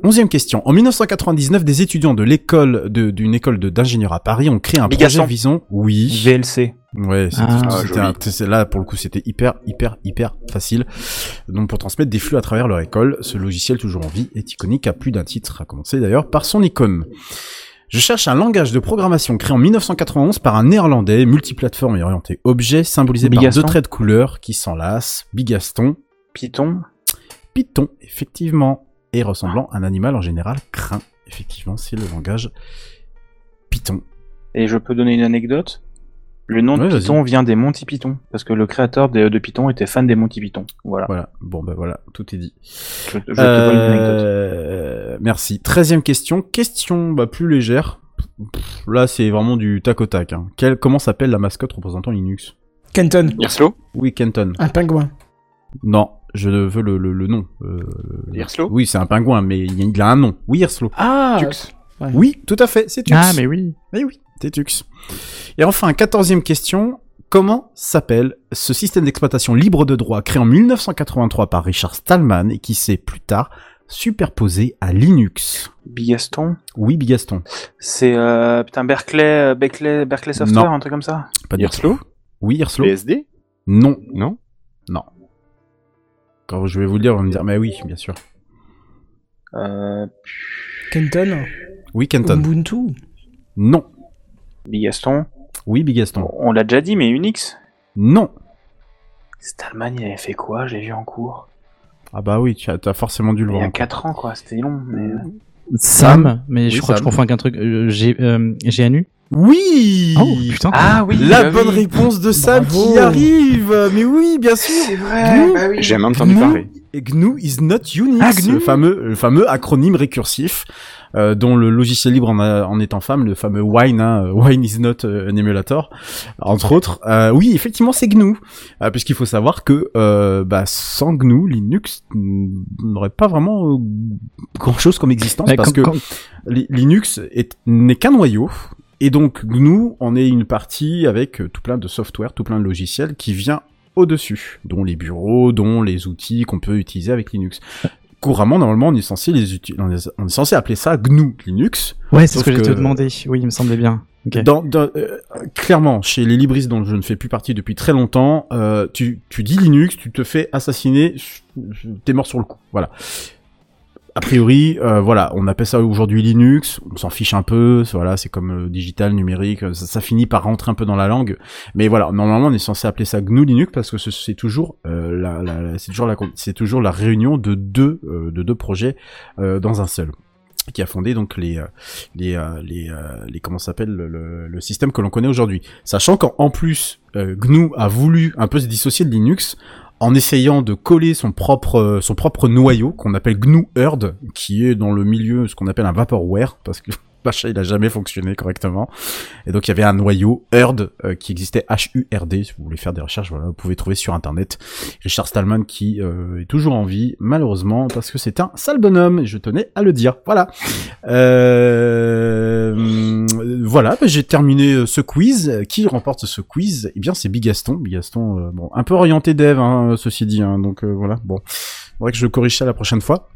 [SPEAKER 2] Onzième question. En 1999, des étudiants de l'école de- d'une école de- d'ingénieurs à Paris ont créé un projet
[SPEAKER 14] Mégasson.
[SPEAKER 2] visant. Oui.
[SPEAKER 14] VLC.
[SPEAKER 2] Ouais, c'est-
[SPEAKER 14] Ah,
[SPEAKER 2] c'était un- c'est- là pour le coup c'était hyper hyper hyper facile. Donc pour transmettre des flux à travers leur école, ce logiciel toujours en vie est iconique à plus d'un titre, à commencer d'ailleurs par son icône. Je cherche un langage de programmation créé en 1991 par un néerlandais multiplateforme et orienté objet symbolisé
[SPEAKER 14] Bigaston.
[SPEAKER 2] par deux traits de couleur qui s'enlacent, Bigaston, Python, Python effectivement et ressemblant à un animal en général craint. Effectivement, c'est le langage Python.
[SPEAKER 14] Et je peux donner une anecdote Le nom
[SPEAKER 2] Ouais,
[SPEAKER 14] de
[SPEAKER 2] vas-y.
[SPEAKER 14] Python vient des Monty Python, parce que le créateur de, de Python était fan des Monty Python. Voilà.
[SPEAKER 2] Voilà, bon ben voilà, tout est dit.
[SPEAKER 14] Je, je te vole une anecdote.
[SPEAKER 2] Euh, Merci. Treizième question. Question bah, plus légère. Pff, Là, c'est vraiment du tac au tac. hein. Quelle- comment s'appelle la mascotte représentant Linux
[SPEAKER 1] Kenton.
[SPEAKER 8] Yerslo
[SPEAKER 2] Oui, Kenton.
[SPEAKER 1] Un pingouin.
[SPEAKER 2] Non, je veux le, le- le nom. Euh,
[SPEAKER 8] Hirslo
[SPEAKER 2] Oui, c'est un pingouin, mais il y a- il a un nom. Oui, Hirslo.
[SPEAKER 1] Ah ouais.
[SPEAKER 2] Oui, tout à fait, c'est Tux.
[SPEAKER 3] Ah, mais oui.
[SPEAKER 2] Mais oui, c'est Tux. Et enfin, quatorzième question. Comment s'appelle ce système d'exploitation libre de droit créé en 1983 par Richard Stallman et qui s'est plus tard superposé à Linux
[SPEAKER 14] Bigaston
[SPEAKER 2] Oui, Bigaston.
[SPEAKER 14] C'est euh, putain Berkeley, euh, Berkeley, Berkeley Software,
[SPEAKER 2] Non.
[SPEAKER 14] un truc comme ça.
[SPEAKER 2] Pas du
[SPEAKER 8] Hirslo
[SPEAKER 2] tout. Oui, Hirslo.
[SPEAKER 8] BSD
[SPEAKER 2] Non.
[SPEAKER 8] Non
[SPEAKER 2] Non. Quand je vais vous le dire, on va me dire, mais oui, bien sûr.
[SPEAKER 14] Euh,
[SPEAKER 1] Kenton.
[SPEAKER 2] Oui, Kenton.
[SPEAKER 1] Ubuntu.
[SPEAKER 2] Non.
[SPEAKER 14] Bigaston.
[SPEAKER 2] Oui, Bigaston.
[SPEAKER 14] On l'a déjà dit, mais Unix.
[SPEAKER 2] Non.
[SPEAKER 14] Stallman, il avait fait quoi J'ai vu en cours.
[SPEAKER 2] Ah bah oui, tu as, t'as forcément dû le
[SPEAKER 14] Il y
[SPEAKER 2] voir.
[SPEAKER 14] a 4 ans, quoi. C'était long,
[SPEAKER 8] Euh,
[SPEAKER 14] mais.
[SPEAKER 3] Sam, mais je
[SPEAKER 2] Oui,
[SPEAKER 3] crois que je
[SPEAKER 2] Sam.
[SPEAKER 3] confonds avec un truc. euh, J'ai euh, GNU
[SPEAKER 2] Oui
[SPEAKER 3] Oh putain
[SPEAKER 14] Ah oui
[SPEAKER 2] La
[SPEAKER 14] bah
[SPEAKER 2] bonne
[SPEAKER 14] oui.
[SPEAKER 2] réponse de Sam
[SPEAKER 1] Bravo.
[SPEAKER 2] qui arrive Mais oui, bien sûr
[SPEAKER 14] C'est vrai,
[SPEAKER 2] Gnou.
[SPEAKER 14] bah oui.
[SPEAKER 8] J'ai même entendu
[SPEAKER 2] GNU.
[SPEAKER 8] parler.
[SPEAKER 2] Et GNU is not Unix,
[SPEAKER 3] Ah, GNU.
[SPEAKER 2] le fameux, le fameux acronyme récursif euh, dont le logiciel libre en, a- en étant femme, le fameux Wine, hein, euh, Wine is not euh, an emulator, entre autres. Euh, oui, effectivement, c'est GNU, Euh, puisqu'il faut savoir que euh, bah, sans GNU, Linux n'aurait pas vraiment euh, grand-chose comme existence
[SPEAKER 3] Ouais,
[SPEAKER 2] parce
[SPEAKER 3] quand-
[SPEAKER 2] que
[SPEAKER 3] quand-
[SPEAKER 2] Li- Linux est- n'est qu'un noyau. Et donc, GNU en est une partie avec euh, tout plein de software, tout plein de logiciels qui vient au-dessus, dont les bureaux, dont les outils qu'on peut utiliser avec Linux. Couramment, normalement, on est censé les uti- on est, on est censé appeler ça GNU Linux.
[SPEAKER 3] Ouais, c'est
[SPEAKER 2] Sauf
[SPEAKER 3] ce que, j'ai
[SPEAKER 2] que-
[SPEAKER 3] te demandé. Oui, il me semblait bien. Ok.
[SPEAKER 2] Dans- dans- euh, clairement, chez les libristes dont je ne fais plus partie depuis très longtemps, euh, tu, tu dis Linux, tu te fais assassiner, t'es mort sur le coup. Voilà. A priori, euh, voilà, on appelle ça aujourd'hui Linux, on s'en fiche un peu, c'est- voilà, c'est comme euh, digital, numérique, euh, ça, ça finit par rentrer un peu dans la langue. Mais voilà, normalement, on est censé appeler ça GNU Linux parce que ce- c'est toujours, euh, la, la- la- c'est toujours la, con- c'est toujours la réunion de deux, euh, de deux projets euh, dans un seul qui a fondé donc les euh, les euh, les, euh, les- comment ça s'appelle le, le- le système que l'on connaît aujourd'hui sachant qu'en en plus euh, GNU a voulu un peu se dissocier de Linux en essayant de coller son propre euh, son propre noyau qu'on appelle GNU Herd qui est dans le milieu ce qu'on appelle un vaporware parce que [LAUGHS] Pacha, il a jamais fonctionné correctement. Et donc, il y avait un noyau HURD euh, qui existait H-U-R-D. Si vous voulez faire des recherches, voilà, vous pouvez trouver sur Internet. Richard Stallman qui euh, est toujours en vie, malheureusement, parce que c'est un sale bonhomme. et Je tenais à le dire. Voilà. Euh, voilà, bah, j'ai terminé euh, ce quiz. Qui remporte ce quiz Eh bien, c'est Bigaston. Bigaston, euh, bon, un peu orienté dev, hein, ceci dit. hein, donc euh, voilà, bon, faudrait que je corrige ça la prochaine fois.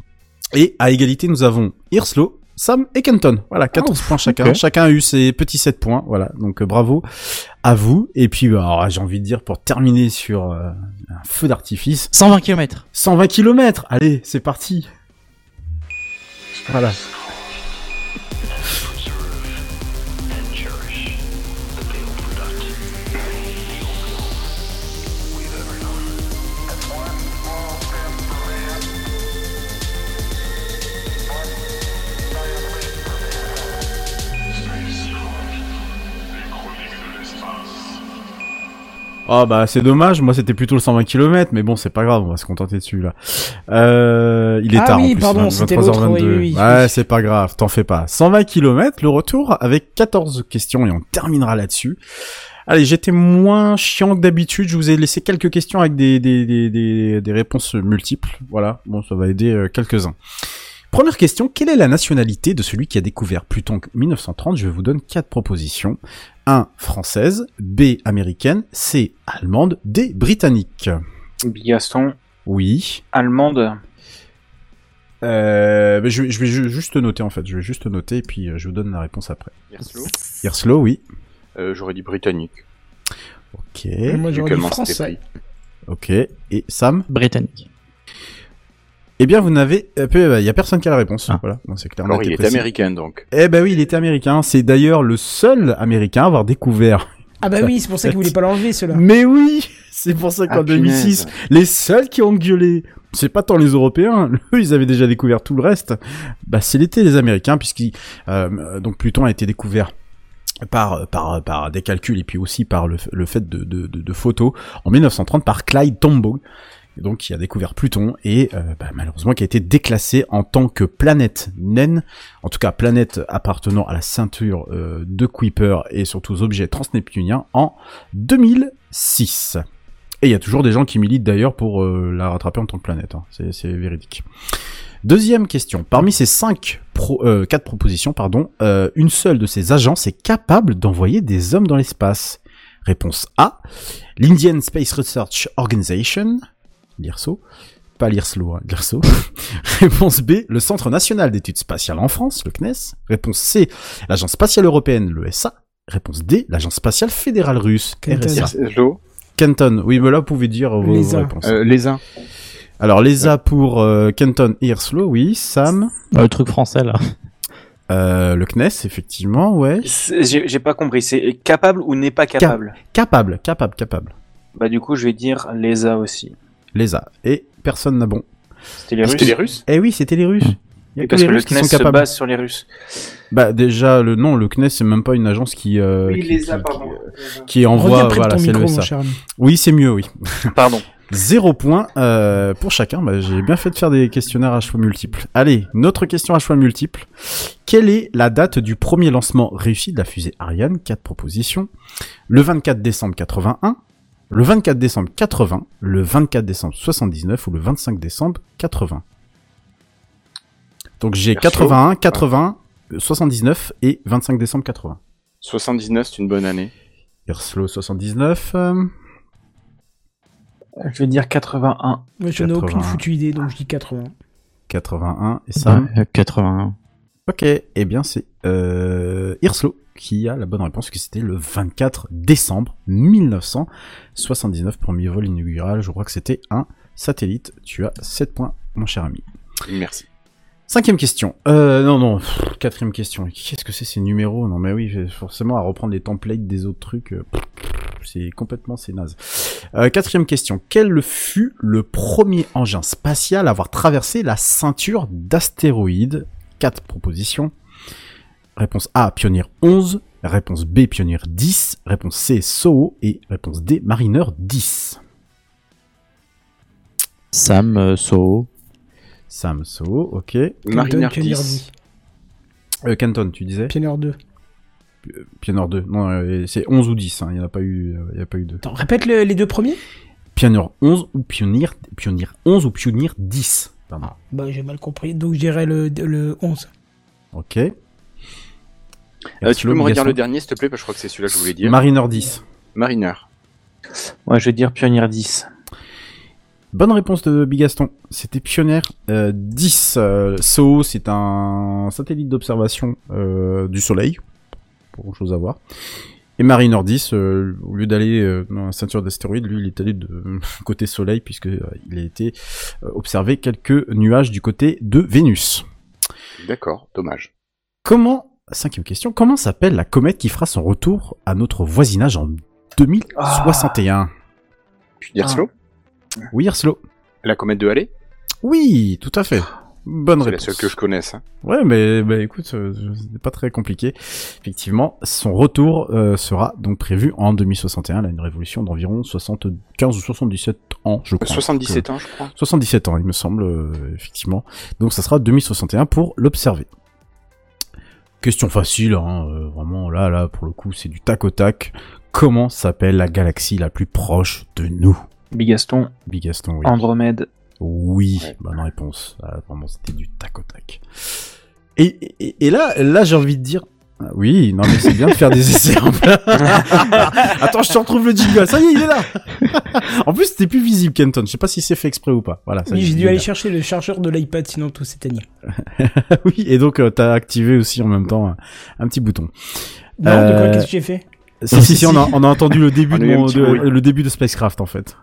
[SPEAKER 2] Et à égalité, nous avons Hirslo, Sam et Kenton. Voilà, 14 points chacun.
[SPEAKER 3] ok.
[SPEAKER 2] Chacun a eu ses petits 7 points. Voilà, donc euh, bravo à vous. Et puis, bah, alors, j'ai envie de dire pour terminer sur euh, un feu d'artifice,
[SPEAKER 3] 120 km.
[SPEAKER 2] 120 km. Allez, c'est parti. Voilà. Oh bah c'est dommage, moi c'était plutôt le 120 km, mais bon c'est pas grave, on va se contenter de celui-là. Euh, il est
[SPEAKER 1] Ah
[SPEAKER 2] tard
[SPEAKER 1] oui,
[SPEAKER 2] en plus,
[SPEAKER 1] pardon,
[SPEAKER 2] vingt-
[SPEAKER 1] c'était
[SPEAKER 2] 23h22.
[SPEAKER 1] l'autre, oui, oui, oui.
[SPEAKER 2] ouais, c'est pas grave, t'en fais pas. 120 km, le retour avec 14 questions et on terminera là-dessus. Allez, j'étais moins chiant que d'habitude, je vous ai laissé quelques questions avec des, des, des, des, des réponses multiples, voilà, bon ça va aider euh, quelques-uns. Première question, quelle est la nationalité de celui qui a découvert Pluton en 1930 Je vous donne quatre propositions. 1. Française, B. Américaine, C. Allemande, D. Britannique.
[SPEAKER 14] Bigaston,
[SPEAKER 2] Oui.
[SPEAKER 14] Allemande.
[SPEAKER 2] Euh, ben, je, vais- je vais ju- juste noter en fait, je vais juste noter et puis euh, je vous donne la réponse après.
[SPEAKER 8] Yerslo
[SPEAKER 2] Yerslo, oui.
[SPEAKER 8] Euh, J'aurais dit britannique.
[SPEAKER 2] Ok.
[SPEAKER 8] Et moi, j'aurais Duquel dit Manchester français.
[SPEAKER 2] Ok. Et Sam
[SPEAKER 3] Britannique.
[SPEAKER 2] Eh bien, vous n'avez. euh, peu- bah, Il y a personne qui a la réponse. Voilà. Non, c'est clair.
[SPEAKER 8] Ah. Alors,
[SPEAKER 2] net et
[SPEAKER 8] il est
[SPEAKER 2] précis.
[SPEAKER 8] américain, donc.
[SPEAKER 2] Eh ben oui, il était américain. C'est d'ailleurs le seul américain à avoir découvert.
[SPEAKER 1] Ah bah oui, c'est pour ça qu'ils voulaient pas l'enlever, ceux-là.
[SPEAKER 2] Mais oui [LAUGHS] C'est pour ça qu'en
[SPEAKER 1] Ah,
[SPEAKER 2] 2006,
[SPEAKER 1] punaise.
[SPEAKER 2] les seuls qui ont gueulé, c'est pas tant les Européens, [LAUGHS] eux ils avaient déjà découvert tout le reste, bah c'est l'été les Américains, puisqu'ils... euh, donc Pluton a été découvert par, par, par des calculs et puis aussi par le, le fait de, de, de, de photos en 1930 par Clyde Tombaugh. Et donc qui a découvert Pluton et euh, bah, malheureusement qui a été déclassé en tant que planète naine, en tout cas planète appartenant à la ceinture euh, de Kuiper et surtout aux objets transneptuniens en 2006. Et il y a toujours des gens qui militent d'ailleurs pour euh, la rattraper en tant que planète, hein. c'est c'est véridique. Deuxième question, parmi ces cinq pro, euh, quatre propositions, pardon, euh, une seule de ces agences est capable d'envoyer des hommes dans l'espace. Réponse A, l'Indian Space Research Organization, l'IRSO, pas l'IRSLO, hein, l'IRSO. [LAUGHS] Réponse B, le Centre National d'Études Spatiales en France, le CNES. Réponse C, l'Agence Spatiale Européenne, l'ESA. Réponse D, l'Agence Spatiale Fédérale Russe, RSA.
[SPEAKER 8] Yerslo
[SPEAKER 2] Kenton, oui, mais là, vous pouvez dire vos,
[SPEAKER 8] Les
[SPEAKER 2] vos
[SPEAKER 8] A.
[SPEAKER 2] réponses.
[SPEAKER 8] Euh, les A.
[SPEAKER 2] Alors, les A pour euh, Kenton et Hirslo, oui. Sam
[SPEAKER 3] Bah,
[SPEAKER 2] euh,
[SPEAKER 3] Le truc français, là.
[SPEAKER 2] le CNES, effectivement, ouais.
[SPEAKER 11] C'est- J'ai j'ai pas compris, c'est capable ou n'est pas capable
[SPEAKER 2] Capable, capable, capable.
[SPEAKER 11] Bah du coup je vais dire les A aussi.
[SPEAKER 2] Les A. Et personne n'a bon.
[SPEAKER 11] C'était les Russes C'était les Russes
[SPEAKER 2] Eh oui, c'était les Russes. Il y a
[SPEAKER 11] Mmh. Et
[SPEAKER 2] que
[SPEAKER 11] parce
[SPEAKER 2] les
[SPEAKER 11] que le
[SPEAKER 2] Russes qui
[SPEAKER 11] CNES
[SPEAKER 2] sont
[SPEAKER 11] se
[SPEAKER 2] capables.
[SPEAKER 11] base sur les Russes.
[SPEAKER 2] Bah, déjà, le nom, le CNES, c'est même pas une agence qui, euh,
[SPEAKER 11] Oui,
[SPEAKER 2] qui,
[SPEAKER 11] les A,
[SPEAKER 2] qui-
[SPEAKER 11] pardon.
[SPEAKER 2] qui
[SPEAKER 1] Reviens près
[SPEAKER 2] envoie.
[SPEAKER 1] de
[SPEAKER 2] Voilà,
[SPEAKER 1] ton
[SPEAKER 2] c'est le
[SPEAKER 1] micro, mon
[SPEAKER 2] SA.
[SPEAKER 1] cher ami.
[SPEAKER 2] Oui, c'est mieux, oui.
[SPEAKER 11] Pardon.
[SPEAKER 2] Zéro point euh, pour chacun. Bah, J'ai bien fait de faire des questionnaires à choix multiples. Allez, notre question à choix multiples. Quelle est la date du premier lancement réussi de la fusée Ariane 4 propositions. Le 24 décembre 81, le 24 décembre 80, le 24 décembre 79 ou le 25 décembre 80. Donc j'ai
[SPEAKER 8] Perso.
[SPEAKER 2] 81, 80, 79 et 25 décembre 80.
[SPEAKER 8] 79, c'est une bonne année.
[SPEAKER 2] Hirslo 79. euh,
[SPEAKER 14] Je vais dire 81.
[SPEAKER 1] Moi, je n'ai aucune
[SPEAKER 2] 81.
[SPEAKER 1] foutue idée, donc je dis 80.
[SPEAKER 2] 81 et ça.
[SPEAKER 3] Ouais, euh, 81.
[SPEAKER 2] Ok, eh bien c'est euh, Hirslo qui a la bonne réponse, que c'était le 24 décembre 1979, premier vol inaugural, je crois que c'était un satellite. Tu as 7 points, mon cher ami.
[SPEAKER 8] Merci.
[SPEAKER 2] Cinquième question. Euh, non, non, pff, quatrième question. Qu'est-ce que c'est ces numéros Non, mais oui, j'ai forcément à reprendre les templates des autres trucs. euh, pff, C'est complètement, c'est naze. Euh, quatrième question. Quel fut le premier engin spatial à avoir traversé la ceinture d'astéroïdes Quatre propositions. Réponse A, Pioneer 11. Réponse B, Pioneer 10. Réponse C, Soho. Et réponse D, Mariner 10.
[SPEAKER 3] Sam, euh, Soho.
[SPEAKER 2] Sam, Soho, ok.
[SPEAKER 1] Kenton,
[SPEAKER 8] Mariner
[SPEAKER 1] Kenner
[SPEAKER 8] 10.
[SPEAKER 2] Euh, Canton, tu disais
[SPEAKER 1] Pioneer 2.
[SPEAKER 2] Pioneer 2. Non, euh, c'est 11 ou 10, hein, il n'y en a pas eu, euh, il y a pas eu deux.
[SPEAKER 1] Répète le- les deux premiers
[SPEAKER 2] Pioneer 11 ou Pioneer, Pioneer 11 ou Pioneer 10. Pardon.
[SPEAKER 8] Ah.
[SPEAKER 1] Bah, j'ai mal compris, donc je dirais le, le 11.
[SPEAKER 2] Ok.
[SPEAKER 8] Euh, tu peux me redire
[SPEAKER 2] Gaston
[SPEAKER 8] le dernier, s'il te plaît, parce que je crois que c'est celui-là que je voulais dire.
[SPEAKER 2] Mariner 10.
[SPEAKER 8] Mariner.
[SPEAKER 14] Ouais, je vais dire Pionnier 10.
[SPEAKER 2] Bonne réponse de Bigaston. C'était Pioneer euh, 10. Euh, SOHO, c'est un satellite d'observation euh, du Soleil. Pas grand chose à voir. Et Mariner 10, euh, au lieu d'aller euh, dans la ceinture d'astéroïdes, lui, il est allé de [LAUGHS] côté Soleil, puisque euh, il a été euh, observé quelques nuages du côté de Vénus.
[SPEAKER 8] D'accord, dommage.
[SPEAKER 2] Comment, cinquième question, comment s'appelle la comète qui fera son retour à notre voisinage en 2061
[SPEAKER 8] Yerslo
[SPEAKER 2] Oui, Arslo.
[SPEAKER 8] La comète de Halley
[SPEAKER 2] Oui, tout à fait. Bonne
[SPEAKER 8] C'est la
[SPEAKER 2] réponse.
[SPEAKER 8] seule que je connaisse. hein.
[SPEAKER 2] Ouais, mais bah, écoute, euh, c'est pas très compliqué. Effectivement, son retour euh, sera donc prévu en 2061, là, une révolution d'environ 75 ou 77 ans, je crois.
[SPEAKER 8] 77 ans, je crois.
[SPEAKER 2] 77 ans, il me semble, euh, effectivement. Donc ça sera 2061 pour l'observer. Question facile, hein, euh, vraiment, là, là, pour le coup, c'est du tac au tac. Comment s'appelle la galaxie la plus proche de nous
[SPEAKER 14] Bigaston,
[SPEAKER 2] Bigaston, oui.
[SPEAKER 14] Andromède.
[SPEAKER 2] Oui, bonne réponse. Ah, vraiment, c'était du tac au tac. Et, et- et là, là j'ai envie de dire, Ah Oui, non mais c'est bien de
[SPEAKER 1] [LAUGHS]
[SPEAKER 2] faire des essais en plein. Attends, je te retrouve le jingle. Ça y est, il est là. en plus, c'était plus visible, Kenton. Je sais pas si c'est fait exprès ou pas. Voilà. ça,
[SPEAKER 1] Oui,
[SPEAKER 2] je
[SPEAKER 1] j'ai
[SPEAKER 2] dis
[SPEAKER 1] dû aller
[SPEAKER 2] là. Euh,
[SPEAKER 1] chercher le chargeur de l'iPad, sinon tout s'éteignait.
[SPEAKER 2] oui, et donc euh, t'as activé aussi en même temps un, un petit bouton.
[SPEAKER 1] Non, de quoi, qu'est-ce que j'ai fait
[SPEAKER 2] Si si si, on a, on a entendu le début
[SPEAKER 1] On
[SPEAKER 2] de,
[SPEAKER 1] a eu un
[SPEAKER 2] mon-
[SPEAKER 1] petit
[SPEAKER 2] de-
[SPEAKER 1] bruit.
[SPEAKER 2] le début de Spacecraft en fait,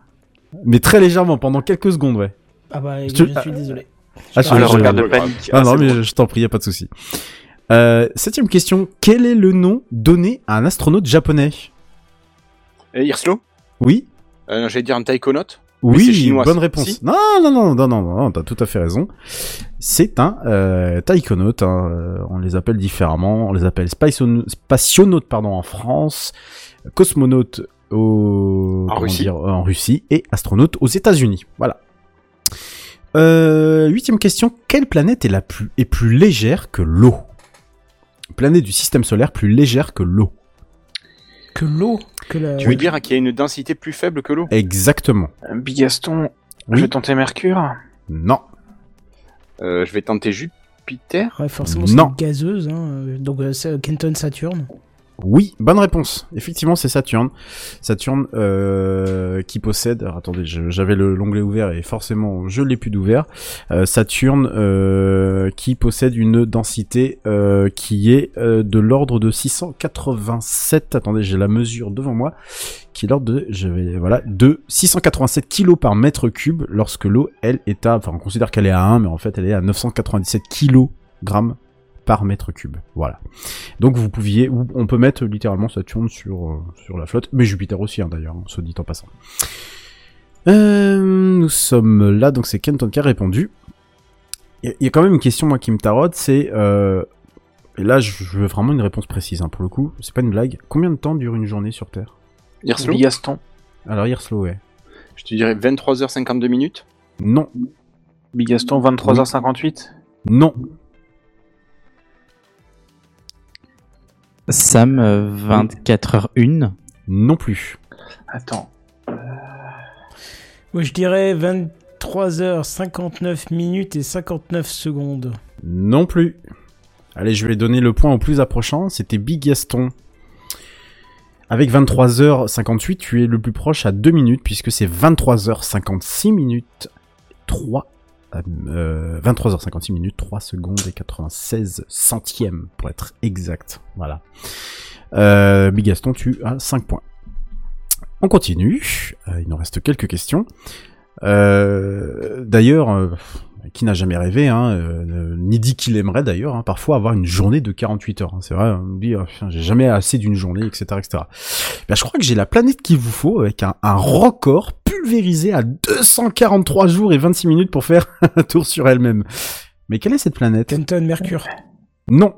[SPEAKER 2] mais très légèrement pendant quelques secondes, ouais.
[SPEAKER 1] Ah bah,
[SPEAKER 2] Je
[SPEAKER 1] je,
[SPEAKER 2] te-
[SPEAKER 1] suis désolé. Je
[SPEAKER 2] Ah,
[SPEAKER 1] sais pas.
[SPEAKER 2] je- je-
[SPEAKER 7] regard
[SPEAKER 2] je-
[SPEAKER 7] de panique.
[SPEAKER 2] Ah,
[SPEAKER 7] Ah,
[SPEAKER 2] non,
[SPEAKER 7] c'est
[SPEAKER 2] mais je- je t'en prie, y a pas de souci. Euh, septième question. Quel est le nom donné à un astronaute japonais
[SPEAKER 8] Et Hirslo
[SPEAKER 2] Oui
[SPEAKER 8] Eh, euh, J'allais dire un taïkonote Mais c'est
[SPEAKER 2] Oui,
[SPEAKER 8] chinois,
[SPEAKER 2] bonne
[SPEAKER 8] ça.
[SPEAKER 2] réponse.
[SPEAKER 8] Si
[SPEAKER 2] non, non, non, non, non, non, t'as tout à fait raison. C'est un euh, taïkonaute, hein, euh, on les appelle différemment, on les appelle spationautes, spationautes pardon, en France, cosmonautes au, comment
[SPEAKER 8] Russie.
[SPEAKER 2] dire, en Russie et astronautes aux États-Unis. Voilà. Euh, huitième question, quelle planète est la plus, est plus légère que l'eau Planète du système solaire plus légère que l'eau.
[SPEAKER 1] Que l'eau, que la...
[SPEAKER 8] Tu veux dire qu'il y a une densité plus faible que l'eau
[SPEAKER 2] Exactement.
[SPEAKER 14] Bigaston,
[SPEAKER 2] Oui.
[SPEAKER 14] je vais tenter Mercure.
[SPEAKER 2] Non.
[SPEAKER 8] Euh, Je vais tenter Jupiter.
[SPEAKER 1] Ouais, forcément, c'est
[SPEAKER 2] Non.
[SPEAKER 1] une gazeuse, hein, euh, donc euh, c'est, euh, Kenton Saturne.
[SPEAKER 2] Oui, bonne réponse. Effectivement, c'est Saturne. Saturne euh, qui possède. alors, attendez, je- j'avais le- l'onglet ouvert et forcément, je l'ai plus d'ouvert. Euh, Saturne euh, qui possède une densité euh, qui est euh, de l'ordre de 687. Attendez, j'ai la mesure devant moi. Qui est l'ordre de, je vais, voilà, de 687 kilos par mètre cube lorsque l'eau, elle, est à. Enfin, on considère qu'elle est à 1, mais en fait, elle est à 997 kilogrammes par mètre cube. Voilà. Donc vous pouviez, ou- on peut mettre littéralement Saturne sur, euh, sur la flotte, mais Jupiter aussi hein, d'ailleurs, hein, soit dit en passant. Euh, nous sommes là, donc c'est Kenton qui a répondu. Il y- y a quand même une question moi qui me taraude, c'est euh, et là je je veux vraiment une réponse précise hein, pour le coup, c'est pas une blague. Combien de temps dure une journée sur Terre
[SPEAKER 8] Hirslo
[SPEAKER 14] Bigaston.
[SPEAKER 2] Alors Hirslo, ouais.
[SPEAKER 8] Je te dirais 23h52 minutes.
[SPEAKER 2] Non,
[SPEAKER 14] Bigaston, 23h58.
[SPEAKER 2] non.
[SPEAKER 3] Sam, euh, 24h01.
[SPEAKER 2] Non plus.
[SPEAKER 14] Attends.
[SPEAKER 1] Ouais, je dirais 23h59 minutes et 59 secondes.
[SPEAKER 2] Non plus. Allez, je vais donner le point au plus approchant. C'était Big Gaston. Avec 23h58, tu es le plus proche à 2 minutes, puisque c'est 23h56 minutes 3. euh, 23h56 minutes 3 secondes et 96 centièmes, pour être exact. Voilà. Euh, Big Gaston, tu as 5 points. On continue. Euh, il nous reste quelques questions. Euh, d'ailleurs, euh, qui n'a jamais rêvé, hein, euh, euh, ni dit qu'il aimerait d'ailleurs, hein, parfois avoir une journée de 48 heures. hein. c'est vrai, on dit, Ah, putain, j'ai jamais assez d'une journée, etc. etc. Ben, je crois que j'ai la planète qu'il vous faut avec un, un record pulvérisé à 243 jours et 26 minutes pour faire [LAUGHS] un tour sur elle-même. Mais quelle est cette planète
[SPEAKER 1] Kenton, Mercure.
[SPEAKER 2] Non.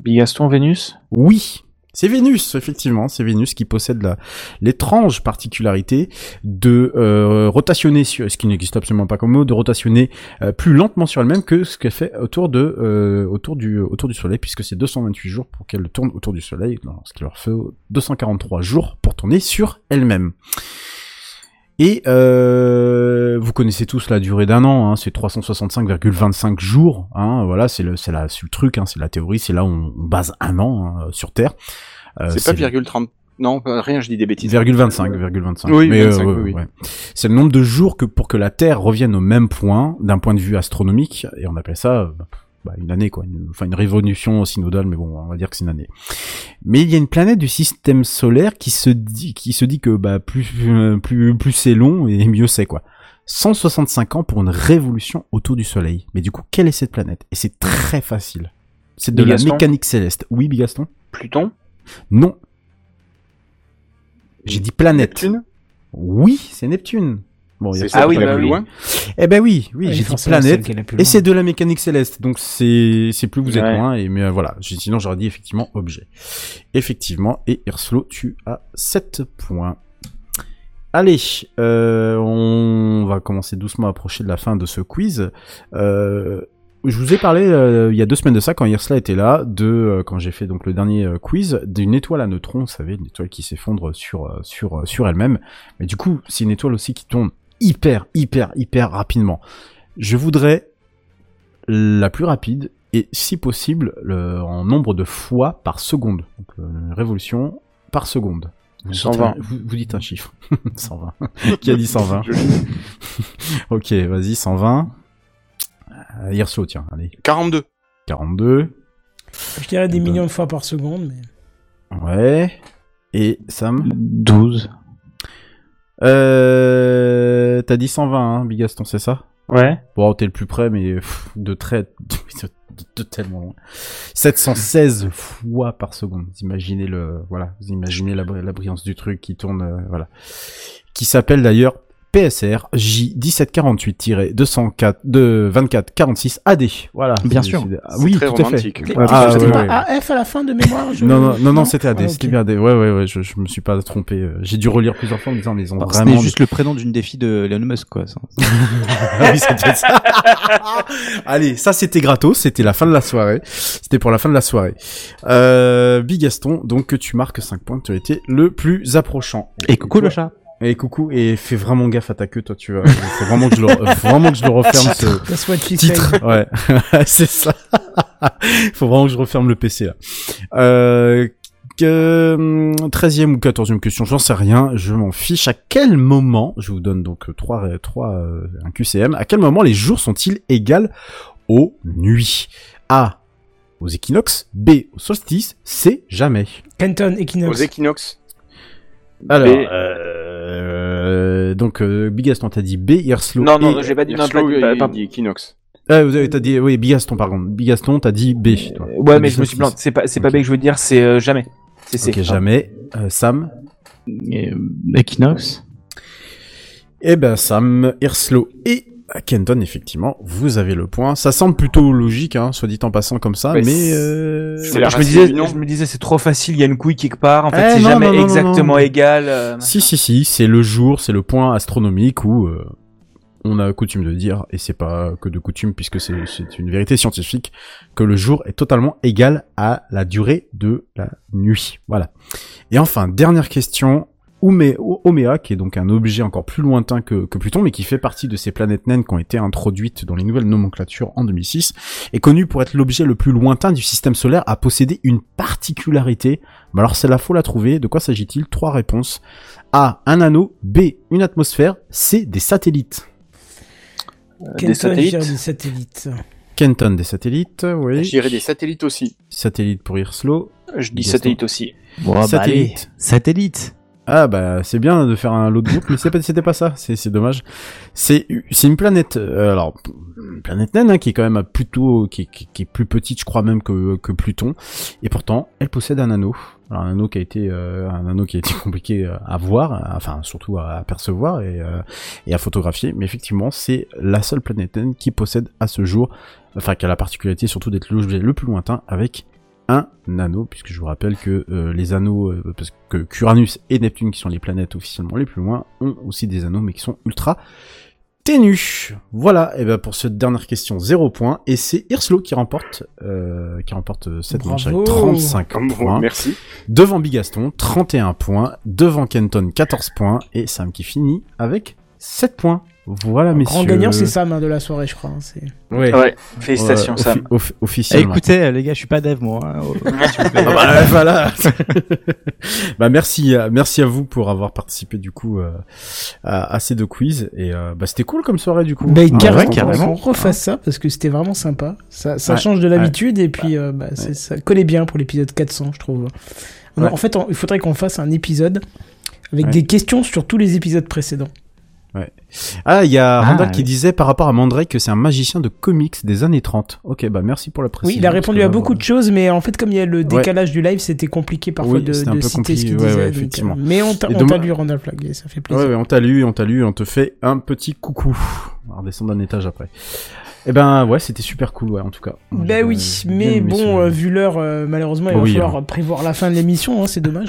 [SPEAKER 14] Bigaston, Vénus
[SPEAKER 2] Oui. C'est Vénus, effectivement, c'est Vénus qui possède la- l'étrange particularité de euh, rotationner, sur, ce qui n'existe absolument pas comme mot, de rotationner euh, plus lentement sur elle-même que ce qu'elle fait autour, de, euh, autour, du, autour du Soleil, puisque c'est 228 jours pour qu'elle tourne autour du Soleil, non, ce qui leur fait 243 jours pour tourner sur elle-même. Et euh, vous connaissez tous la durée d'un an, hein, c'est 365,25 jours. Hein, voilà, c'est le, c'est la- c'est le truc, hein, c'est la théorie, c'est là où on, on base un an hein, sur Terre. Euh,
[SPEAKER 8] c'est pas virgule 30. Non, pas- rien, je dis des bêtises.
[SPEAKER 2] Virgule 25, virgule 25.
[SPEAKER 8] Oui,
[SPEAKER 2] Mais,
[SPEAKER 8] 25,
[SPEAKER 2] euh,
[SPEAKER 8] oui, oui.
[SPEAKER 2] ouais. C'est le nombre de jours que pour que la Terre revienne au même point d'un point de vue astronomique, et on appelle ça euh, bah, une année, quoi. Une- Enfin, une révolution synodale, mais bon, on va dire que c'est une année. Mais il y a une planète du système solaire qui se dit, qui se dit que bah, plus, euh, plus, plus c'est long et mieux c'est, quoi. 165 ans pour une révolution autour du Soleil. Mais du coup, quelle est cette planète Et c'est très facile. C'est de
[SPEAKER 14] Bigaston.
[SPEAKER 2] la mécanique céleste. Oui, Bigaston
[SPEAKER 14] Pluton
[SPEAKER 2] Non. J'ai dit planète. Oui, c'est Neptune. Bon, il y a
[SPEAKER 8] C'est bah celle
[SPEAKER 2] pas de
[SPEAKER 8] qui est la
[SPEAKER 2] problème.
[SPEAKER 8] plus loin
[SPEAKER 2] Eh ben oui, oui,
[SPEAKER 8] Oui,
[SPEAKER 2] j'ai dit
[SPEAKER 8] forcément, celle
[SPEAKER 2] planète.
[SPEAKER 8] qui est la plus
[SPEAKER 2] Et
[SPEAKER 8] loin.
[SPEAKER 2] c'est de la mécanique céleste, donc c'est c'est plus vous êtes
[SPEAKER 14] Ouais.
[SPEAKER 2] loin. Et mais euh, voilà, J'ai- sinon j'aurais dit effectivement objet. Effectivement, et Hirslo, tu as 7 points. Allez, euh, on va commencer doucement à approcher de la fin de ce quiz. Euh, je vous ai parlé euh, il y a deux semaines de ça, quand Hirsla était là, de euh, quand j'ai fait donc le dernier euh, quiz, d'une étoile à neutrons, vous savez, une étoile qui s'effondre sur euh, sur euh, sur elle-même. Mais du coup, c'est une étoile aussi qui tourne hyper hyper hyper rapidement. Je voudrais la plus rapide et si possible le- en nombre de fois par seconde. Donc euh, révolution par seconde. Vous dites
[SPEAKER 14] 120.
[SPEAKER 2] un- vous, vous dites un chiffre. [LAUGHS] 120. [LAUGHS] [LAUGHS] Qui a dit 120 Ok, vas-y, 120. Euh, Hirslo, tiens, allez.
[SPEAKER 8] 42.
[SPEAKER 2] 42.
[SPEAKER 1] Je dirais des millions de fois par seconde, mais.
[SPEAKER 2] Ouais. Et Sam 12. Euh, T'as dit 120, hein, Bigaston, c'est ça
[SPEAKER 14] Ouais.
[SPEAKER 2] Bon, t'es le plus près, mais pff, de très. [LAUGHS] de, de tellement loin. 716 fois par seconde. Vous imaginez, le, voilà, vous imaginez la, bri- la brillance du truc qui tourne. euh, voilà. Qui s'appelle d'ailleurs PSR J1748-224-46 AD. Voilà.
[SPEAKER 3] Bien
[SPEAKER 2] C'est-
[SPEAKER 3] sûr.
[SPEAKER 2] c'est- ah,
[SPEAKER 3] C'est
[SPEAKER 2] Oui,
[SPEAKER 3] très
[SPEAKER 2] tout à fait.
[SPEAKER 3] romantique.
[SPEAKER 2] Ah,
[SPEAKER 1] C'était
[SPEAKER 2] ouais,
[SPEAKER 1] pas
[SPEAKER 2] ouais.
[SPEAKER 1] AF à la fin de mémoire je-
[SPEAKER 2] Non, non, non, non, c'était AD,
[SPEAKER 1] Ah,
[SPEAKER 2] c'était
[SPEAKER 1] ok.
[SPEAKER 2] bien AD. Ouais, ouais, ouais, je, je me suis pas trompé. euh, J'ai dû relire plusieurs fois en me disant, mais ils ont
[SPEAKER 3] Alors,
[SPEAKER 2] vraiment.
[SPEAKER 3] C'était juste le prénom d'une défi de Elon Musk, quoi. ça.
[SPEAKER 2] Ah oui, c'est peut-être ça. [LAUGHS] Allez, ça c'était gratos, c'était la fin de la soirée. C'était pour la fin de la soirée. Euh, Bigaston, donc que tu marques 5 points, tu as été le plus approchant.
[SPEAKER 3] [LAUGHS] Et coucou
[SPEAKER 2] toi-
[SPEAKER 3] le chat.
[SPEAKER 2] Et coucou, et fais vraiment gaffe à ta queue, toi, tu vois. Faut vraiment que je le, vraiment que je le referme, ce
[SPEAKER 1] That's what she
[SPEAKER 2] titre.
[SPEAKER 1] said.
[SPEAKER 2] Ouais, [LAUGHS] c'est ça. [LAUGHS] Faut vraiment que je referme le PC, là. Euh, que, hum, 13e ou 14e question, j'en sais rien, je m'en fiche. À quel moment, je vous donne donc euh, 3, 3, euh, un QCM, à quel moment les jours sont-ils égales aux nuits A, aux équinoxes, B, aux solstices, C, jamais.
[SPEAKER 1] Kenton, Equinox.
[SPEAKER 8] Aux équinoxes.
[SPEAKER 2] Alors,
[SPEAKER 8] B.
[SPEAKER 2] euh, donc euh, Bigaston t'a dit B, Hirslo.
[SPEAKER 7] Non, non,
[SPEAKER 2] et-
[SPEAKER 7] j'ai pas dit non,
[SPEAKER 8] Hirslo,
[SPEAKER 7] pas dit-
[SPEAKER 8] il-
[SPEAKER 7] pas-
[SPEAKER 8] il
[SPEAKER 7] pas-
[SPEAKER 8] dit équinoxe.
[SPEAKER 2] Ah, vous avez, t'as dit, oui, Bigaston, par contre. Bigaston, t'as dit B. toi.
[SPEAKER 11] Ouais,
[SPEAKER 2] T'as
[SPEAKER 11] mais
[SPEAKER 2] dit
[SPEAKER 11] je me suis
[SPEAKER 2] solstice.
[SPEAKER 11] planté. C'est pas, c'est pas B que je veux dire, c'est euh, jamais. C'est C.
[SPEAKER 2] Ok, jamais. Euh, Sam
[SPEAKER 3] euh, Equinox.
[SPEAKER 2] Eh ben, Sam, Hirslo et Kenton, effectivement, vous avez le point. Ça semble plutôt logique, hein, soit dit en passant comme ça,
[SPEAKER 11] Ouais,
[SPEAKER 2] mais...
[SPEAKER 11] c'est-
[SPEAKER 2] euh,
[SPEAKER 11] Je me, disais, je me disais, c'est trop facile, il y a une couille quelque part. En fait,
[SPEAKER 2] Eh,
[SPEAKER 11] c'est
[SPEAKER 2] non,
[SPEAKER 11] jamais
[SPEAKER 2] non, non, non,
[SPEAKER 11] exactement
[SPEAKER 2] non.
[SPEAKER 11] égal. euh,
[SPEAKER 2] Si, si, si, c'est le jour, c'est le point astronomique où euh, on a coutume de dire, et c'est pas que de coutume puisque c'est c'est une vérité scientifique, que le jour est totalement égal à la durée de la nuit. Voilà. Et enfin, dernière question. Oumé- O- Oméa, qui est donc un objet encore plus lointain que, que Pluton, mais qui fait partie de ces planètes naines qui ont été introduites dans les nouvelles nomenclatures en 2006, est connu pour être l'objet le plus lointain du système solaire à posséder une particularité. Mais alors celle-là, faut la trouver. De quoi s'agit-il Trois réponses. A. Un anneau. B. Une atmosphère. C. Des satellites.
[SPEAKER 1] Kenton, je dirais des satellites.
[SPEAKER 2] Kenton, des satellites, oui.
[SPEAKER 8] Je dirais des satellites aussi.
[SPEAKER 2] Satellite pour Hirslo.
[SPEAKER 11] Je dis
[SPEAKER 2] Gaston.
[SPEAKER 11] satellite aussi.
[SPEAKER 3] Bon, bah, allez.
[SPEAKER 2] satellite.
[SPEAKER 3] Satellite.
[SPEAKER 2] Ah bah c'est bien de faire un lot de groupe, mais c'est pas- c'était pas ça, c'est c'est dommage. C'est c'est une planète, euh, alors une planète naine hein, qui est quand même plutôt qui, est- qui, qui est plus petite, je crois même que, que Pluton, et pourtant elle possède un anneau, alors, un anneau qui a été euh, un anneau qui a été [LAUGHS] compliqué euh, à voir, à- enfin surtout à apercevoir et, euh, et à photographier, mais effectivement c'est la seule planète naine qui possède à ce jour, enfin qui a la particularité surtout d'être l'objet le plus lointain avec un anneau, puisque je vous rappelle que euh, les anneaux, euh, parce que Uranus et Neptune, qui sont les planètes officiellement les plus loin, ont aussi des anneaux, mais qui sont ultra ténus. Voilà, et ben pour cette dernière question, 0 point, et c'est Hirslo qui remporte, euh, qui remporte euh, cette manche avec
[SPEAKER 1] Bravo.
[SPEAKER 2] 35
[SPEAKER 8] Bravo,
[SPEAKER 2] points.
[SPEAKER 8] merci.
[SPEAKER 2] Devant Bigaston, 31 points, devant Kenton, 14 points, et Sam qui finit avec 7 points. Voilà, messieurs.
[SPEAKER 1] Grand gagnant, c'est Sam hein, de la soirée, je crois. hein, c'est-
[SPEAKER 2] Ouais.
[SPEAKER 7] Ouais, félicitations,
[SPEAKER 2] Ouais,
[SPEAKER 7] Sam.
[SPEAKER 2] offi- offi-
[SPEAKER 3] Eh,
[SPEAKER 2] officiellement.
[SPEAKER 3] écoutez, euh, les gars, je suis pas dev, moi. [LAUGHS] hein. Oh, s'il vous plaît.
[SPEAKER 2] Ah
[SPEAKER 1] [LAUGHS]
[SPEAKER 2] bah, voilà. [LAUGHS] bah merci, à- merci à vous pour avoir participé du coup euh, à, à ces deux quiz et euh, bah c'était cool comme soirée du coup.
[SPEAKER 1] Bah,
[SPEAKER 2] Ah,
[SPEAKER 1] carrément,
[SPEAKER 2] ouais, carrément.
[SPEAKER 1] on refasse ça parce que c'était vraiment sympa. Ça, ça
[SPEAKER 2] Ouais,
[SPEAKER 1] change de
[SPEAKER 2] ouais.
[SPEAKER 1] l'habitude et puis euh, bah, c'est- ça collait bien pour l'épisode 400, je trouve. On a-
[SPEAKER 2] Ouais.
[SPEAKER 1] En fait, on- il faudrait qu'on fasse un épisode avec
[SPEAKER 2] Ouais.
[SPEAKER 1] des questions sur tous les épisodes précédents.
[SPEAKER 2] Ouais. Ah il y a
[SPEAKER 3] Ah,
[SPEAKER 2] Randall qui
[SPEAKER 3] oui.
[SPEAKER 2] disait par rapport à Mandrake que c'est un magicien de comics des années 30. Ok bah merci pour la
[SPEAKER 1] Oui,
[SPEAKER 2] précision.
[SPEAKER 1] il a répondu à beaucoup de choses, mais en fait, comme il y a le
[SPEAKER 2] Ouais.
[SPEAKER 1] décalage du live, c'était compliqué parfois
[SPEAKER 2] Oui,
[SPEAKER 1] de,
[SPEAKER 2] c'était
[SPEAKER 1] de
[SPEAKER 2] un peu
[SPEAKER 1] citer ce
[SPEAKER 2] compliqué,
[SPEAKER 1] qu'il
[SPEAKER 2] ouais,
[SPEAKER 1] disait.
[SPEAKER 2] ouais,
[SPEAKER 1] donc, euh,
[SPEAKER 2] effectivement.
[SPEAKER 1] mais on t'a
[SPEAKER 2] Et
[SPEAKER 1] on
[SPEAKER 2] dommage-
[SPEAKER 1] t'a lu Randall Flagg, et ça fait plaisir.
[SPEAKER 2] Ouais, ouais, on t'a lu, on t'a lu, on te fait un petit coucou. On va redescendre d'un étage après. Et ben ouais, c'était super cool ouais en tout cas. Moi, j'ai
[SPEAKER 1] Ben
[SPEAKER 2] bien-
[SPEAKER 1] oui,
[SPEAKER 2] bien
[SPEAKER 1] mais
[SPEAKER 2] aimé ce-
[SPEAKER 1] bon, euh, vu l'heure, euh, malheureusement, il va
[SPEAKER 2] Oui,
[SPEAKER 1] falloir
[SPEAKER 2] hein.
[SPEAKER 1] prévoir la fin de l'émission, hein, c'est
[SPEAKER 2] [LAUGHS]
[SPEAKER 1] dommage.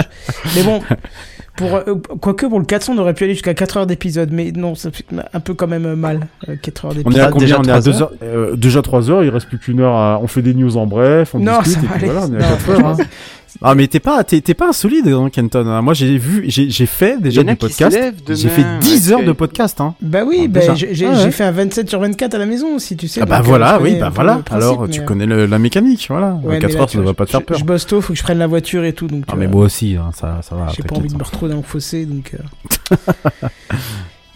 [SPEAKER 1] mais bon, pour, euh, quoique pour le 400, on aurait pu aller jusqu'à 4 heures d'épisode, mais non, ça fait un peu quand même euh, mal, euh, 4 heures
[SPEAKER 2] On est
[SPEAKER 1] d'épisode.
[SPEAKER 2] à
[SPEAKER 3] Déjà
[SPEAKER 2] combien On est à
[SPEAKER 3] trois
[SPEAKER 2] 2
[SPEAKER 3] heures
[SPEAKER 2] heures euh, Déjà 3 heures, il reste plus qu'une heure à... On fait des news en bref, on
[SPEAKER 1] Non,
[SPEAKER 2] discute,
[SPEAKER 1] ça
[SPEAKER 2] et
[SPEAKER 1] va
[SPEAKER 2] puis
[SPEAKER 1] aller.
[SPEAKER 2] voilà, on est à
[SPEAKER 1] Non, [LAUGHS]
[SPEAKER 2] 4 heures. hein. Ah mais t'es pas t'es t'es pas insolide hein, Kenton. hein. Moi j'ai vu j'ai j'ai fait déjà
[SPEAKER 1] Il y en a
[SPEAKER 2] des
[SPEAKER 1] qui se
[SPEAKER 2] podcasts.
[SPEAKER 1] lèvent demain,
[SPEAKER 2] J'ai fait 10
[SPEAKER 1] ouais,
[SPEAKER 2] heures de
[SPEAKER 1] c'est-
[SPEAKER 2] podcast hein.
[SPEAKER 1] Bah oui,
[SPEAKER 2] Ah,
[SPEAKER 1] bah,
[SPEAKER 2] déjà.
[SPEAKER 1] j'ai j'ai-
[SPEAKER 2] Ah ouais.
[SPEAKER 1] j'ai fait un 27 sur 24 à la maison, si tu sais.
[SPEAKER 2] Ah bah
[SPEAKER 1] donc, euh,
[SPEAKER 2] voilà,
[SPEAKER 1] je
[SPEAKER 2] oui,
[SPEAKER 1] connais un
[SPEAKER 2] bah
[SPEAKER 1] peu
[SPEAKER 2] voilà.
[SPEAKER 1] le principe,
[SPEAKER 2] Alors
[SPEAKER 1] mais,
[SPEAKER 2] tu
[SPEAKER 1] euh,
[SPEAKER 2] connais le- la mécanique, voilà.
[SPEAKER 1] ouais, mais
[SPEAKER 2] 4
[SPEAKER 1] là,
[SPEAKER 2] heures,
[SPEAKER 1] tu
[SPEAKER 2] ça
[SPEAKER 1] vois,
[SPEAKER 2] va pas te faire
[SPEAKER 1] je-
[SPEAKER 2] peur.
[SPEAKER 1] Je bosse tôt, faut que je prenne la voiture et tout, donc.
[SPEAKER 2] Ah
[SPEAKER 1] euh,
[SPEAKER 2] mais moi aussi, hein, ça, ça va.
[SPEAKER 1] J'ai pas
[SPEAKER 2] t'inquiète,
[SPEAKER 1] envie de
[SPEAKER 2] ça.
[SPEAKER 1] me retrouver dans le fossé, donc. euh. [LAUGHS]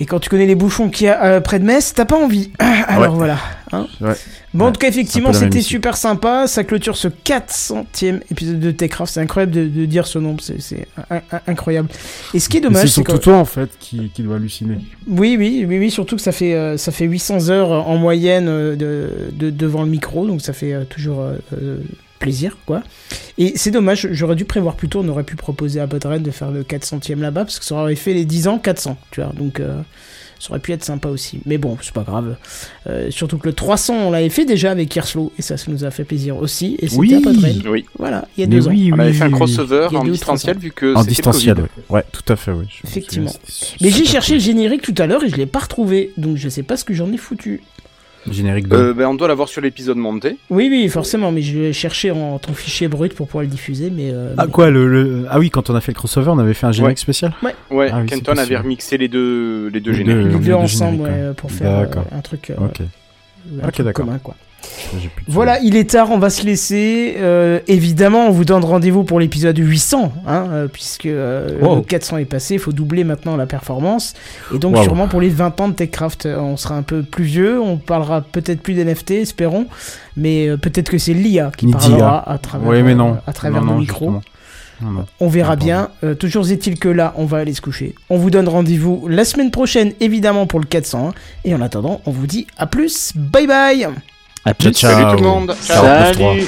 [SPEAKER 1] Et quand tu connais les bouchons qu'il y a euh, près de Metz, t'as pas envie. [CLEARS THROAT] Alors
[SPEAKER 2] Ouais.
[SPEAKER 1] voilà. hein.
[SPEAKER 2] Ouais.
[SPEAKER 1] Bon, en
[SPEAKER 2] Ouais,
[SPEAKER 1] tout cas, effectivement,
[SPEAKER 2] c'est un peu la
[SPEAKER 1] c'était
[SPEAKER 2] même ici.
[SPEAKER 1] super sympa. Ça clôture ce 400e épisode de Techcraft. C'est incroyable de, de dire ce nombre, c'est- c'est in- in- incroyable. Et ce qui est
[SPEAKER 2] Mais
[SPEAKER 1] dommage,
[SPEAKER 2] C'est
[SPEAKER 1] c'est que...
[SPEAKER 2] surtout toi en fait qui qui doit halluciner.
[SPEAKER 1] Oui, oui, oui, oui, surtout que ça fait, euh, ça fait 800 heures euh, en moyenne euh, de, de- devant le micro, donc ça fait euh, toujours euh, euh, plaisir, quoi. Et c'est dommage, j'aurais dû prévoir plus tôt, on aurait pu proposer à Podren de faire le 400e là-bas, parce que ça aurait fait les 10 ans 400, tu vois, donc euh, ça aurait pu être sympa aussi. Mais bon, c'est pas grave. Euh, surtout que le 300, on l'avait fait déjà avec Kerslow, et ça, ça nous a fait plaisir aussi, et c'était
[SPEAKER 2] Oui.
[SPEAKER 1] à Podren.
[SPEAKER 8] Oui.
[SPEAKER 1] Voilà, il y a
[SPEAKER 2] Mais
[SPEAKER 1] deux ans.
[SPEAKER 2] oui,
[SPEAKER 8] On avait fait un
[SPEAKER 2] oui, oui.
[SPEAKER 8] crossover
[SPEAKER 1] Il y a
[SPEAKER 8] en
[SPEAKER 1] deux ou trois
[SPEAKER 8] distanciel
[SPEAKER 1] ans.
[SPEAKER 8] vu que
[SPEAKER 2] en
[SPEAKER 8] c'était
[SPEAKER 2] distanciel,
[SPEAKER 8] Covid.
[SPEAKER 2] ouais. Ouais, tout à fait, oui. Je me
[SPEAKER 1] Effectivement.
[SPEAKER 2] souviens, c'était
[SPEAKER 1] Mais j'ai
[SPEAKER 2] super
[SPEAKER 1] cherché le générique tout à l'heure et je l'ai pas retrouvé, donc je sais pas ce que j'en ai foutu.
[SPEAKER 2] cool. générique de.
[SPEAKER 8] Euh, ben, on doit l'avoir sur l'épisode monté.
[SPEAKER 1] Oui, oui, forcément, mais je vais chercher en ton fichier brut pour pouvoir le diffuser, mais... euh,
[SPEAKER 2] Ah
[SPEAKER 1] mais-
[SPEAKER 2] quoi le, le- ah oui quand on a fait le crossover on avait fait un générique
[SPEAKER 8] Ouais.
[SPEAKER 2] spécial.
[SPEAKER 1] Ouais.
[SPEAKER 8] Ouais,
[SPEAKER 2] Ah oui, c'est
[SPEAKER 8] Kenton avait
[SPEAKER 2] possible.
[SPEAKER 8] remixé les deux, les deux
[SPEAKER 2] Les
[SPEAKER 8] génériques.
[SPEAKER 2] deux-
[SPEAKER 1] les deux
[SPEAKER 2] deux
[SPEAKER 1] ensemble
[SPEAKER 2] génériques,
[SPEAKER 1] ouais,
[SPEAKER 2] ouais.
[SPEAKER 1] pour faire euh,
[SPEAKER 2] hein. D'accord.
[SPEAKER 1] un truc, euh,
[SPEAKER 2] Ok.
[SPEAKER 1] un
[SPEAKER 2] Ok,
[SPEAKER 1] truc
[SPEAKER 2] d'accord.
[SPEAKER 1] commun, quoi.
[SPEAKER 2] J'ai plus de-
[SPEAKER 1] Voilà, il est tard, on va se laisser. Euh, évidemment, on vous donne rendez-vous pour l'épisode 800, hein, euh, puisque euh,
[SPEAKER 2] Wow.
[SPEAKER 1] le 400 est passé, il faut doubler maintenant la performance. Et donc,
[SPEAKER 2] Wow.
[SPEAKER 1] sûrement pour les 20 ans de TechCraft, euh, on sera un peu plus vieux, on parlera peut-être plus d'NFT, espérons, mais euh, peut-être que c'est l'IA qui
[SPEAKER 2] Ni
[SPEAKER 1] parlera
[SPEAKER 2] d'IA.
[SPEAKER 1] à travers,
[SPEAKER 2] Oui mais non.
[SPEAKER 1] euh, à travers
[SPEAKER 2] Non,
[SPEAKER 1] nos
[SPEAKER 2] non,
[SPEAKER 1] micros.
[SPEAKER 2] justement. Non, non.
[SPEAKER 1] On verra
[SPEAKER 2] Pardon.
[SPEAKER 1] bien. Euh, toujours est-il que là, on va aller se coucher. On vous donne rendez-vous la semaine prochaine, évidemment, pour le 401. Et en attendant, on vous dit à plus. Bye bye.
[SPEAKER 3] À
[SPEAKER 2] Ciao,
[SPEAKER 3] plus.
[SPEAKER 2] ciao.
[SPEAKER 8] Salut tout le monde.
[SPEAKER 2] Ciao.
[SPEAKER 8] Salut.
[SPEAKER 2] 49.3.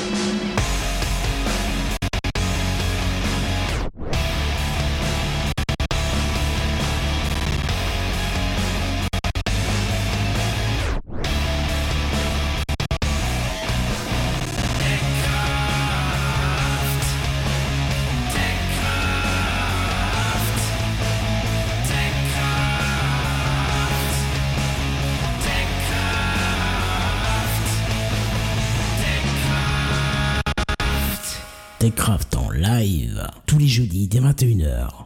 [SPEAKER 4] Techcraft en live tous les jeudis dès 21h.